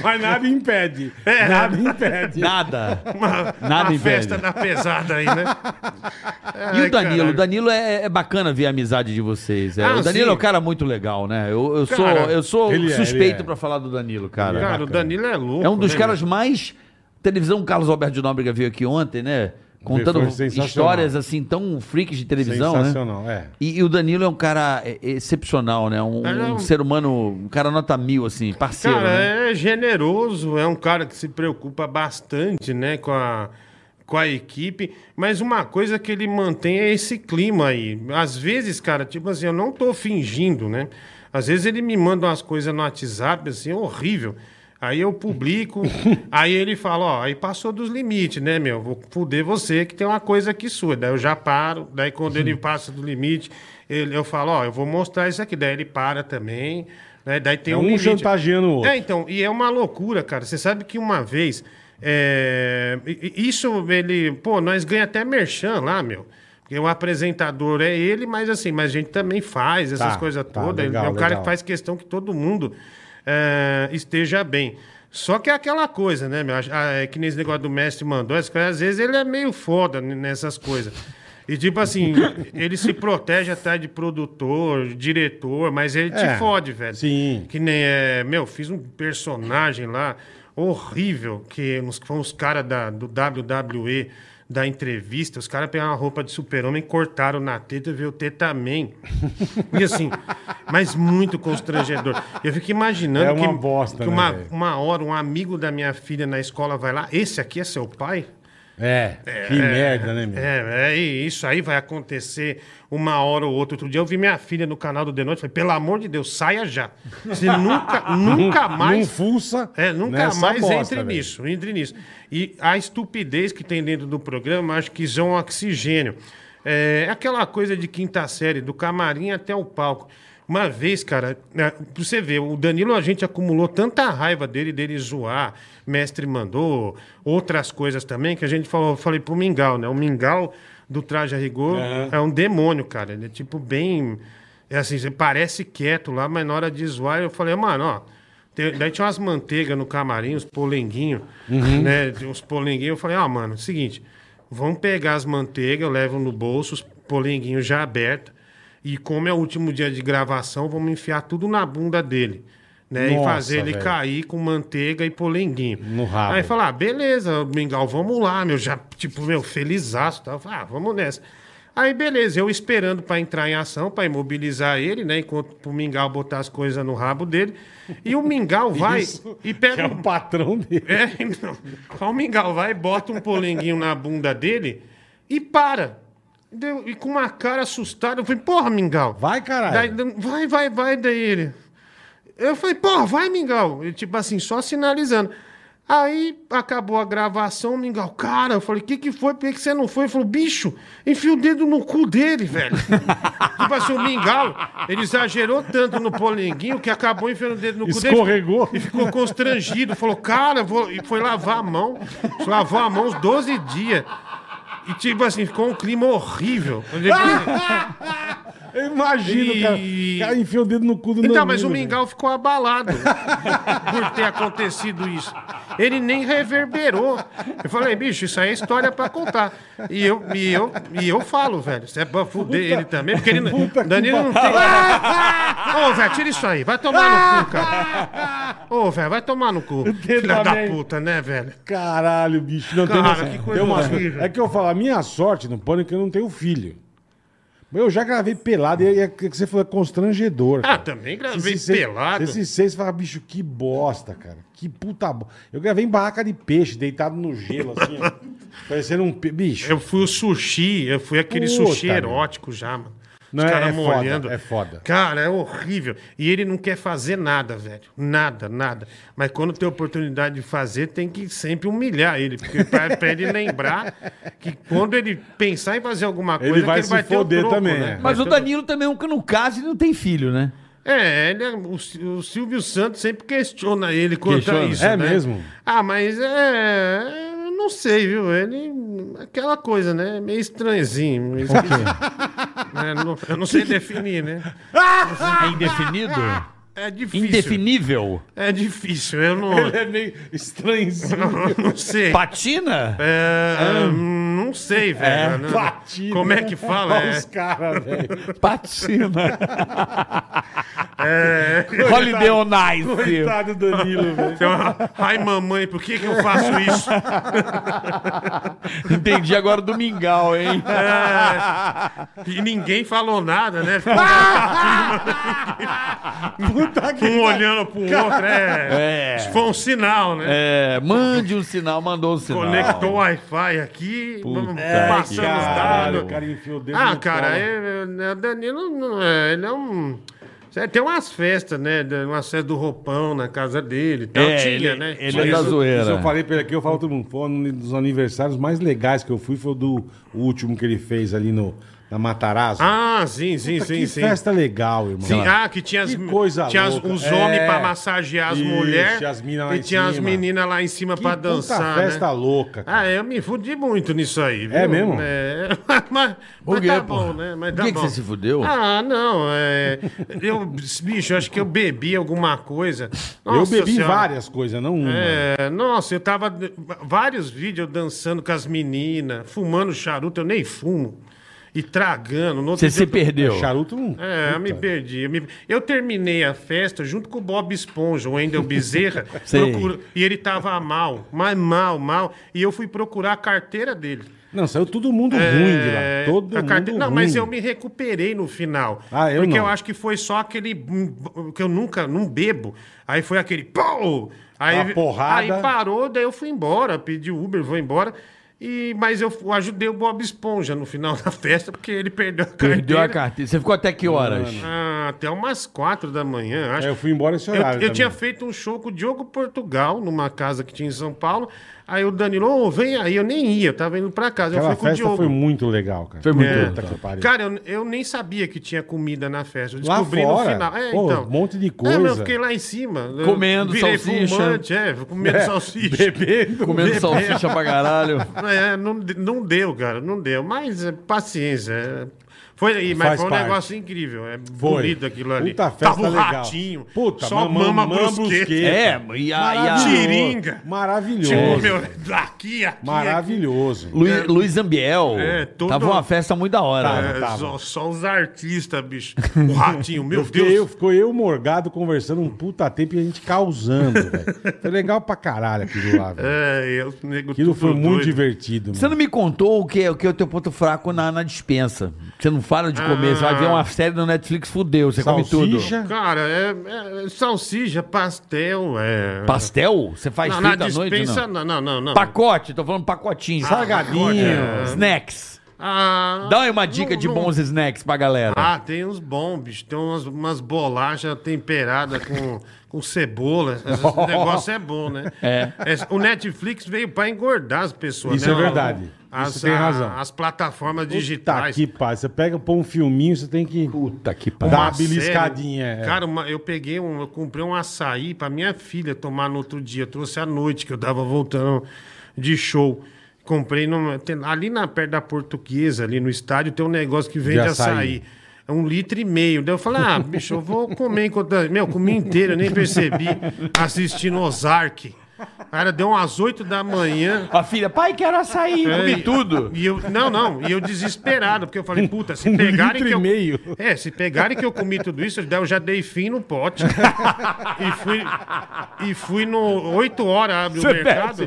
Speaker 2: Mas nada impede.
Speaker 4: É.
Speaker 2: Nada impede.
Speaker 3: Nada.
Speaker 4: Uma,
Speaker 3: Nada
Speaker 4: uma
Speaker 3: impede.
Speaker 4: festa da pesada aí, né?
Speaker 3: E
Speaker 4: Ai,
Speaker 3: o Danilo?
Speaker 4: caralho.
Speaker 3: O Danilo é, é bacana ver a amizade de vocês. é.
Speaker 4: Ah,
Speaker 3: o Danilo
Speaker 4: sim.
Speaker 3: é um cara muito legal, né? Eu, eu sou,
Speaker 4: Cara,
Speaker 3: eu sou
Speaker 2: ele é,
Speaker 3: suspeito
Speaker 2: ele é.
Speaker 3: pra falar do Danilo, cara.
Speaker 4: Cara, o Danilo é louco.
Speaker 3: É um dos
Speaker 4: né,
Speaker 3: caras mais. Televisão, o Carlos Alberto de Nóbrega veio aqui ontem, né? Contando
Speaker 2: Foi sensacional.
Speaker 3: histórias assim tão freaks de televisão, né?
Speaker 2: Sensacional, é.
Speaker 3: E, e o Danilo é um cara é, excepcional, né? Um,
Speaker 4: Ele é
Speaker 3: um
Speaker 4: um-
Speaker 3: ser humano, um cara nota mil, assim, parceiro,
Speaker 4: Cara,
Speaker 3: né?
Speaker 4: é generoso, é um cara que se preocupa bastante, né, com a, com a equipe, mas uma coisa que ele mantém é esse clima aí. Às vezes, cara, tipo assim, eu não tô fingindo, né? Às vezes ele me manda umas coisas no WhatsApp, assim, horrível. Aí eu publico, aí ele fala, ó, aí passou dos limites, né, meu? Vou fuder você que tem uma coisa aqui sua. Daí eu já paro, daí quando ele passa do limite, ele, eu falo, ó, eu vou mostrar isso aqui. Daí ele para também, né? Daí tem
Speaker 2: É
Speaker 4: um
Speaker 2: um
Speaker 4: limite.
Speaker 2: chantageando o outro.
Speaker 4: É, então, e é uma loucura, cara. Você sabe que uma vez, é, i- i- isso ele, pô, nós ganha até merchan lá, meu. Porque o apresentador é ele, mas assim, mas a gente também faz essas
Speaker 2: Tá,
Speaker 4: coisas
Speaker 2: tá,
Speaker 4: todas. Ele
Speaker 2: legal,
Speaker 4: é o cara
Speaker 2: legal.
Speaker 4: que faz faz questão que todo mundo eh, esteja bem. Só que é aquela coisa, né, meu? Ah, É que nesse negócio do mestre mandou, essas coisas, às vezes ele é meio foda n- nessas coisas. E tipo assim, ele se protege atrás de produtor, diretor, mas ele
Speaker 2: É,
Speaker 4: te fode, velho.
Speaker 2: sim.
Speaker 4: Que nem é. Meu, fiz um personagem lá horrível, que uns- foram os caras da- do WWE da entrevista, os caras pegaram uma roupa de super-homem, cortaram na teta e veio o tetaman. E assim, mas muito constrangedor. Eu fico imaginando
Speaker 2: É uma
Speaker 4: que,
Speaker 2: bosta, né,
Speaker 4: que uma,
Speaker 2: velho?
Speaker 4: uma hora um amigo da minha filha na escola vai lá, esse aqui é seu pai?
Speaker 2: É, que merda, né, meu?
Speaker 4: É, é, e isso aí vai acontecer uma hora ou outra. Outro dia eu vi minha filha no canal do The Noite, falei, pelo amor de Deus, saia já. Você nunca, nunca mais...
Speaker 2: Não fuça.
Speaker 4: É, nunca
Speaker 2: nessa
Speaker 4: mais
Speaker 2: bosta,
Speaker 4: entre
Speaker 2: velho.
Speaker 4: nisso, entre nisso. E a estupidez que tem dentro do programa, acho que isso é um oxigênio. É é aquela coisa de quinta série, do camarim até o palco. Uma vez, cara, né, pra você ver, o Danilo, a gente acumulou tanta raiva dele, dele zoar, mestre mandou, outras coisas também, que a gente falou, eu falei pro Mingau, né? O Mingau do Traje a Rigor é um demônio, cara. Ele é tipo bem. É assim, você parece quieto lá, mas na hora de zoar, eu falei, mano, ó, tem- Daí tinha umas manteigas no camarim, uns polenguinhos,
Speaker 2: Uhum.
Speaker 4: né? Tinha Uns polenguinhos. Eu falei, ó, mano, é o seguinte, vamos pegar as manteigas, eu levo no bolso, os polenguinhos já abertos, e como é o último dia de gravação, vamos enfiar tudo na bunda dele, né? e
Speaker 2: Nossa,
Speaker 4: fazer ele
Speaker 2: velho.
Speaker 4: cair com manteiga e polenguinho.
Speaker 2: No rabo.
Speaker 4: Aí falar, ah, beleza, Mingau, vamos lá, meu, já, tipo, meu, felizaço, tá? Eu falei, ah, vamos nessa. Aí, beleza, eu esperando pra entrar em ação, pra imobilizar ele, né, enquanto pro Mingau botar as coisas no rabo dele, e o Mingau vai
Speaker 2: Isso,
Speaker 4: e
Speaker 2: que
Speaker 4: pega...
Speaker 2: é
Speaker 4: um-
Speaker 2: o patrão dele.
Speaker 4: É, então, o Mingau vai, bota um polenguinho na bunda dele e para. Deu- E com uma cara assustada, eu falei, porra, Mingau.
Speaker 2: Vai, caralho.
Speaker 4: Daí, dan- vai, vai, vai, daí ele. Eu falei, porra, vai, Mingau. E, tipo assim, só sinalizando. Aí acabou a gravação, o Mingau, cara, eu falei, o que que foi? Por que, que você não foi? Ele falou, bicho, enfia o dedo no cu dele, velho. tipo assim, o Mingau, ele exagerou tanto no polenguinho que acabou enfiando o dedo no cu dele.
Speaker 2: Escorregou.
Speaker 4: E ficou constrangido, falou, cara, vou... e foi lavar a mão. Lavou a mão uns 12 dias. E tipo assim, ficou um clima horrível.
Speaker 2: Eu imagino,
Speaker 4: E-
Speaker 2: cara. O cara enfia o dedo no cu do né? Danilo,
Speaker 4: Então, mas o
Speaker 2: velho.
Speaker 4: Mingau ficou abalado por ter acontecido isso. Ele nem reverberou. Eu falei, bicho, isso aí é história pra contar. E eu, e eu, e eu falo, velho. Isso é pra fuder ele também, porque ele não.
Speaker 2: puta que
Speaker 4: Danilo não tem. Ô, velho, tira isso aí. Vai tomar no cu, cara. Ô, velho, vai tomar no cu. Filha da
Speaker 2: também.
Speaker 4: puta, né, velho?
Speaker 2: Caralho, bicho. Não tem
Speaker 4: Cara,
Speaker 2: noção.
Speaker 4: que coisa
Speaker 2: Tem umas
Speaker 4: horrível.
Speaker 2: coisas- É que eu falo, a minha sorte no pânico é que eu não tenho filho. Eu já gravei pelado e é que você falou é constrangedor.
Speaker 4: Ah, também gravei
Speaker 2: Esses seis-
Speaker 4: pelado.
Speaker 2: Esses seis fala, bicho, que bosta, cara. Que puta bosta. Eu gravei em barraca de peixe, deitado no gelo, assim, ó. Parecendo um pe- bicho.
Speaker 4: Eu fui o sushi, eu fui aquele
Speaker 2: Puta,
Speaker 4: sushi
Speaker 2: meu.
Speaker 4: erótico já, mano.
Speaker 2: Não, é- é foda, é foda.
Speaker 4: Cara, é horrível. E ele não quer fazer nada, velho. Nada, nada. Mas quando tem oportunidade de fazer, tem que sempre humilhar ele. Porque pra, pra ele lembrar que quando ele pensar em fazer alguma
Speaker 2: Ele
Speaker 4: coisa,
Speaker 2: vai
Speaker 4: que
Speaker 2: se foder
Speaker 4: né?
Speaker 2: também, é.
Speaker 5: Mas o
Speaker 4: Vai ter-
Speaker 5: Danilo também é um que não casa e não tem filho, né?
Speaker 4: é, ele é- o, Si- o Silvio Santos sempre questiona ele quanto
Speaker 5: Questiona.
Speaker 4: a isso.
Speaker 2: É
Speaker 4: né?
Speaker 2: mesmo?
Speaker 4: Ah, mas é. eu Não sei, viu? Ele. Aquela coisa, né? Meio estranhozinho. meio esquisito. É, não- eu não sei definir, né?
Speaker 5: É indefinido?
Speaker 3: Ah,
Speaker 4: É difícil.
Speaker 5: Indefinível?
Speaker 4: É difícil, eu não.
Speaker 2: É meio estranhozinho.
Speaker 4: não, não sei.
Speaker 5: Patina?
Speaker 4: É,
Speaker 2: Ah.
Speaker 4: hum, não
Speaker 2: É
Speaker 4: sei, velho. Não-
Speaker 2: Patina.
Speaker 4: Como é que fala?
Speaker 2: Olha
Speaker 4: É,
Speaker 2: os caras, velho.
Speaker 5: Patina.
Speaker 4: é,
Speaker 5: Holiday on Ice.
Speaker 2: Coitado do Danilo, velho.
Speaker 4: tem uma- Ai, mamãe, por que, que eu faço isso?
Speaker 5: Entendi agora do mingau, hein?
Speaker 4: É. E ninguém falou nada, né?
Speaker 2: Puta que
Speaker 4: Um olhando pro outro, é.
Speaker 5: É.
Speaker 4: Isso foi um sinal, né?
Speaker 5: É, mande um sinal, mandou um sinal.
Speaker 4: Conectou o Wi-Fi aqui, vamos
Speaker 2: que
Speaker 4: passando os
Speaker 2: caralho,
Speaker 4: dados.
Speaker 2: o cara enfiou o dedo
Speaker 4: Ah,
Speaker 2: no
Speaker 4: cara,
Speaker 2: colo.
Speaker 4: é, é, o Danilo não é, ele é um. Certo? Tem umas festas, né? de- Umas festas do roupão na casa dele e tal.
Speaker 5: É,
Speaker 4: Tinha,
Speaker 5: ele-
Speaker 4: né?
Speaker 5: ele
Speaker 4: Tinha.
Speaker 5: é da
Speaker 2: Isso-
Speaker 5: zoeira.
Speaker 2: Isso eu falei pra ele aqui, eu falo pra todo mundo. Foi um dos aniversários mais legais que eu fui, foi o do o último que ele fez ali no, na Matarazzo.
Speaker 4: Ah, sim, sim,
Speaker 2: Puta,
Speaker 4: sim,
Speaker 2: que
Speaker 4: sim.
Speaker 2: festa legal, irmão.
Speaker 4: Sim, ah, que tinha, as,
Speaker 2: Que coisa
Speaker 4: tinha as-
Speaker 2: louca.
Speaker 4: os homens
Speaker 2: É.
Speaker 4: pra massagear as
Speaker 2: Isso,
Speaker 4: mulheres
Speaker 2: as mina lá
Speaker 4: e
Speaker 2: em
Speaker 4: tinha as
Speaker 2: cima.
Speaker 4: meninas lá em cima
Speaker 2: Que
Speaker 4: pra
Speaker 2: puta
Speaker 4: dançar.
Speaker 2: festa
Speaker 4: né?
Speaker 2: louca, cara.
Speaker 4: Ah, eu me fudi muito nisso aí. Viu?
Speaker 2: É mesmo?
Speaker 4: É, mas, mas
Speaker 5: quê,
Speaker 4: tá
Speaker 5: pô?
Speaker 4: bom, né? Mas
Speaker 5: Por
Speaker 4: tá
Speaker 5: que que
Speaker 4: bom.
Speaker 5: você se fudeu?
Speaker 4: Ah, não. É, eu, bicho, eu acho que eu bebi alguma coisa.
Speaker 2: eu
Speaker 4: Ah, Nossa
Speaker 2: bebi
Speaker 4: Senhora.
Speaker 2: várias coisas, não uma.
Speaker 4: É, nossa, eu tava. Vários vídeos eu dançando com as meninas, fumando charuto, eu nem fumo. E tragando. No outro
Speaker 5: Você
Speaker 4: dia
Speaker 5: se
Speaker 4: eu tô-
Speaker 5: perdeu.
Speaker 2: Charuto não.
Speaker 4: é, eu me perdi. Eu, me- eu terminei a festa junto com o Bob Esponja, o Wendel Bezerra.
Speaker 5: Sei.
Speaker 4: procura- E ele tava mal, mas mal, mal. E eu fui procurar a carteira dele.
Speaker 2: Não, saiu todo mundo ruim de lá.
Speaker 4: É,
Speaker 2: Todo
Speaker 4: a
Speaker 2: mundo
Speaker 4: carte- Não,
Speaker 2: ruim.
Speaker 4: mas eu me recuperei no final.
Speaker 2: Ah, eu
Speaker 4: porque
Speaker 2: não.
Speaker 4: eu acho que foi só aquele. hum, que eu nunca não bebo. Aí foi aquele. Pô! Aí,
Speaker 2: Uma porrada.
Speaker 4: aí parou, daí eu fui embora, pedi Uber, vou embora. E, mas eu f- ajudei o Bob Esponja no final da festa, porque ele perdeu a carteira.
Speaker 5: Perdeu a carteira. Você ficou até que horas?
Speaker 4: Ah, até umas quatro da manhã, acho.
Speaker 2: É, eu fui embora esse
Speaker 4: Eu,
Speaker 2: horário.
Speaker 4: eu
Speaker 2: também.
Speaker 4: tinha feito um show com o Diogo Portugal, numa casa que tinha em São Paulo. Aí o Danilo, ô, vem aí, eu nem ia, eu tava indo pra casa.
Speaker 2: Aquela
Speaker 4: eu fui com o
Speaker 2: festa
Speaker 4: Diogo. É.
Speaker 2: foi muito legal, cara.
Speaker 5: Foi muito
Speaker 2: Puta que pariu.
Speaker 4: Cara, eu, eu nem sabia que tinha comida na festa. Eu
Speaker 2: Lá
Speaker 4: descobri
Speaker 2: fora?
Speaker 4: no final. É,
Speaker 2: Pô,
Speaker 4: então.
Speaker 2: um monte de
Speaker 4: É, mas
Speaker 2: coisa.
Speaker 4: eu fiquei lá em cima. Eu
Speaker 5: Comendo
Speaker 4: virei
Speaker 5: salsicha.
Speaker 4: Fumante, é, comendo salsicha.
Speaker 2: Bebendo.
Speaker 5: Comendo salsicha pra caralho.
Speaker 4: É, não, não deu, cara, não deu. Mas é, paciência. é. Foi, e- mas
Speaker 2: Faz
Speaker 4: foi um
Speaker 2: parte.
Speaker 4: negócio incrível. É
Speaker 2: Foi.
Speaker 4: bonito aquilo ali.
Speaker 2: Puta festa
Speaker 4: Tava um
Speaker 2: legal.
Speaker 4: ratinho.
Speaker 2: Puta,
Speaker 4: só mama, brusqueta.
Speaker 5: É, e a- e a-
Speaker 4: Tiringa.
Speaker 2: Maravilhoso.
Speaker 4: Tipo, meu, daqui, aqui.
Speaker 2: Maravilhoso.
Speaker 5: Lu- Luiz Ambiel.
Speaker 4: É, todo-
Speaker 5: Tava uma festa muito da hora.
Speaker 4: aqui. É,
Speaker 2: tava.
Speaker 4: só, só os artistas, bicho. O ratinho, meu
Speaker 2: Eu fiquei, eu,
Speaker 4: Deus.
Speaker 2: ficou eu e o Morgado conversando um puta tempo e a gente causando, velho. Foi legal pra caralho aquilo lá, velho.
Speaker 4: É, eu, nego,
Speaker 2: Aquilo
Speaker 4: tudo
Speaker 2: foi muito
Speaker 4: doido.
Speaker 2: divertido,
Speaker 5: Você
Speaker 2: mano.
Speaker 5: não me contou o que, é- o que é o teu ponto fraco na, na dispensa. Você não fala de comer, você vai
Speaker 4: Ah.
Speaker 5: ver uma série no Netflix, fudeu, você come tudo.
Speaker 2: Salsicha.
Speaker 4: Cara, é, é salsicha, pastel, é.
Speaker 5: Pastel? Você faz
Speaker 4: Não, na
Speaker 5: feito à noite?
Speaker 4: dispensa,
Speaker 5: Não?
Speaker 4: não, não, não. não.
Speaker 5: Pacote, tô falando pacotinho.
Speaker 2: Salgadinho.
Speaker 4: é.
Speaker 5: Snacks.
Speaker 4: Ah,
Speaker 5: Dá aí uma dica
Speaker 4: não-
Speaker 5: de
Speaker 4: não-
Speaker 5: bons snacks pra galera.
Speaker 4: Ah, tem uns bons, bicho. Tem umas, umas bolachas temperadas com, com cebola. Esse negócio é bom, né?
Speaker 5: É.
Speaker 4: Esse- O Netflix veio pra engordar as pessoas,
Speaker 2: Isso
Speaker 4: né?
Speaker 2: é verdade. Isso
Speaker 4: As,
Speaker 2: tem
Speaker 4: a-
Speaker 2: razão.
Speaker 4: As plataformas
Speaker 2: Tá
Speaker 4: digitais.
Speaker 2: aqui, pai. Você pega, põe um filminho, você tem que
Speaker 5: Puta que
Speaker 2: dar
Speaker 5: pariu.
Speaker 2: uma beliscadinha. é.
Speaker 4: Cara, uma- eu peguei um, eu comprei um açaí pra minha filha tomar no outro dia. Eu trouxe à noite que eu tava voltando de show. Comprei numa- tem- ali na perto da portuguesa, ali no estádio, tem um negócio que vende
Speaker 2: açaí.
Speaker 4: açaí. É um litro e meio. Daí eu falei, ah, bicho, eu vou comer enquanto. Meu, comi inteiro, eu nem percebi. Assistindo Ozark. Cara, deu umas 8 da manhã.
Speaker 5: A filha, pai, quero açaí,
Speaker 4: É,
Speaker 5: comi
Speaker 4: e-
Speaker 5: tudo.
Speaker 4: E eu, não, não, e eu desesperado, porque eu falei, puta, se
Speaker 2: Um
Speaker 4: pegarem
Speaker 2: litro
Speaker 4: que
Speaker 2: e
Speaker 4: eu.
Speaker 2: meio.
Speaker 4: É, se pegarem que eu comi tudo isso, eu já dei fim no pote. e fui, e fui no. 8 horas abre o
Speaker 5: Você
Speaker 4: mercado.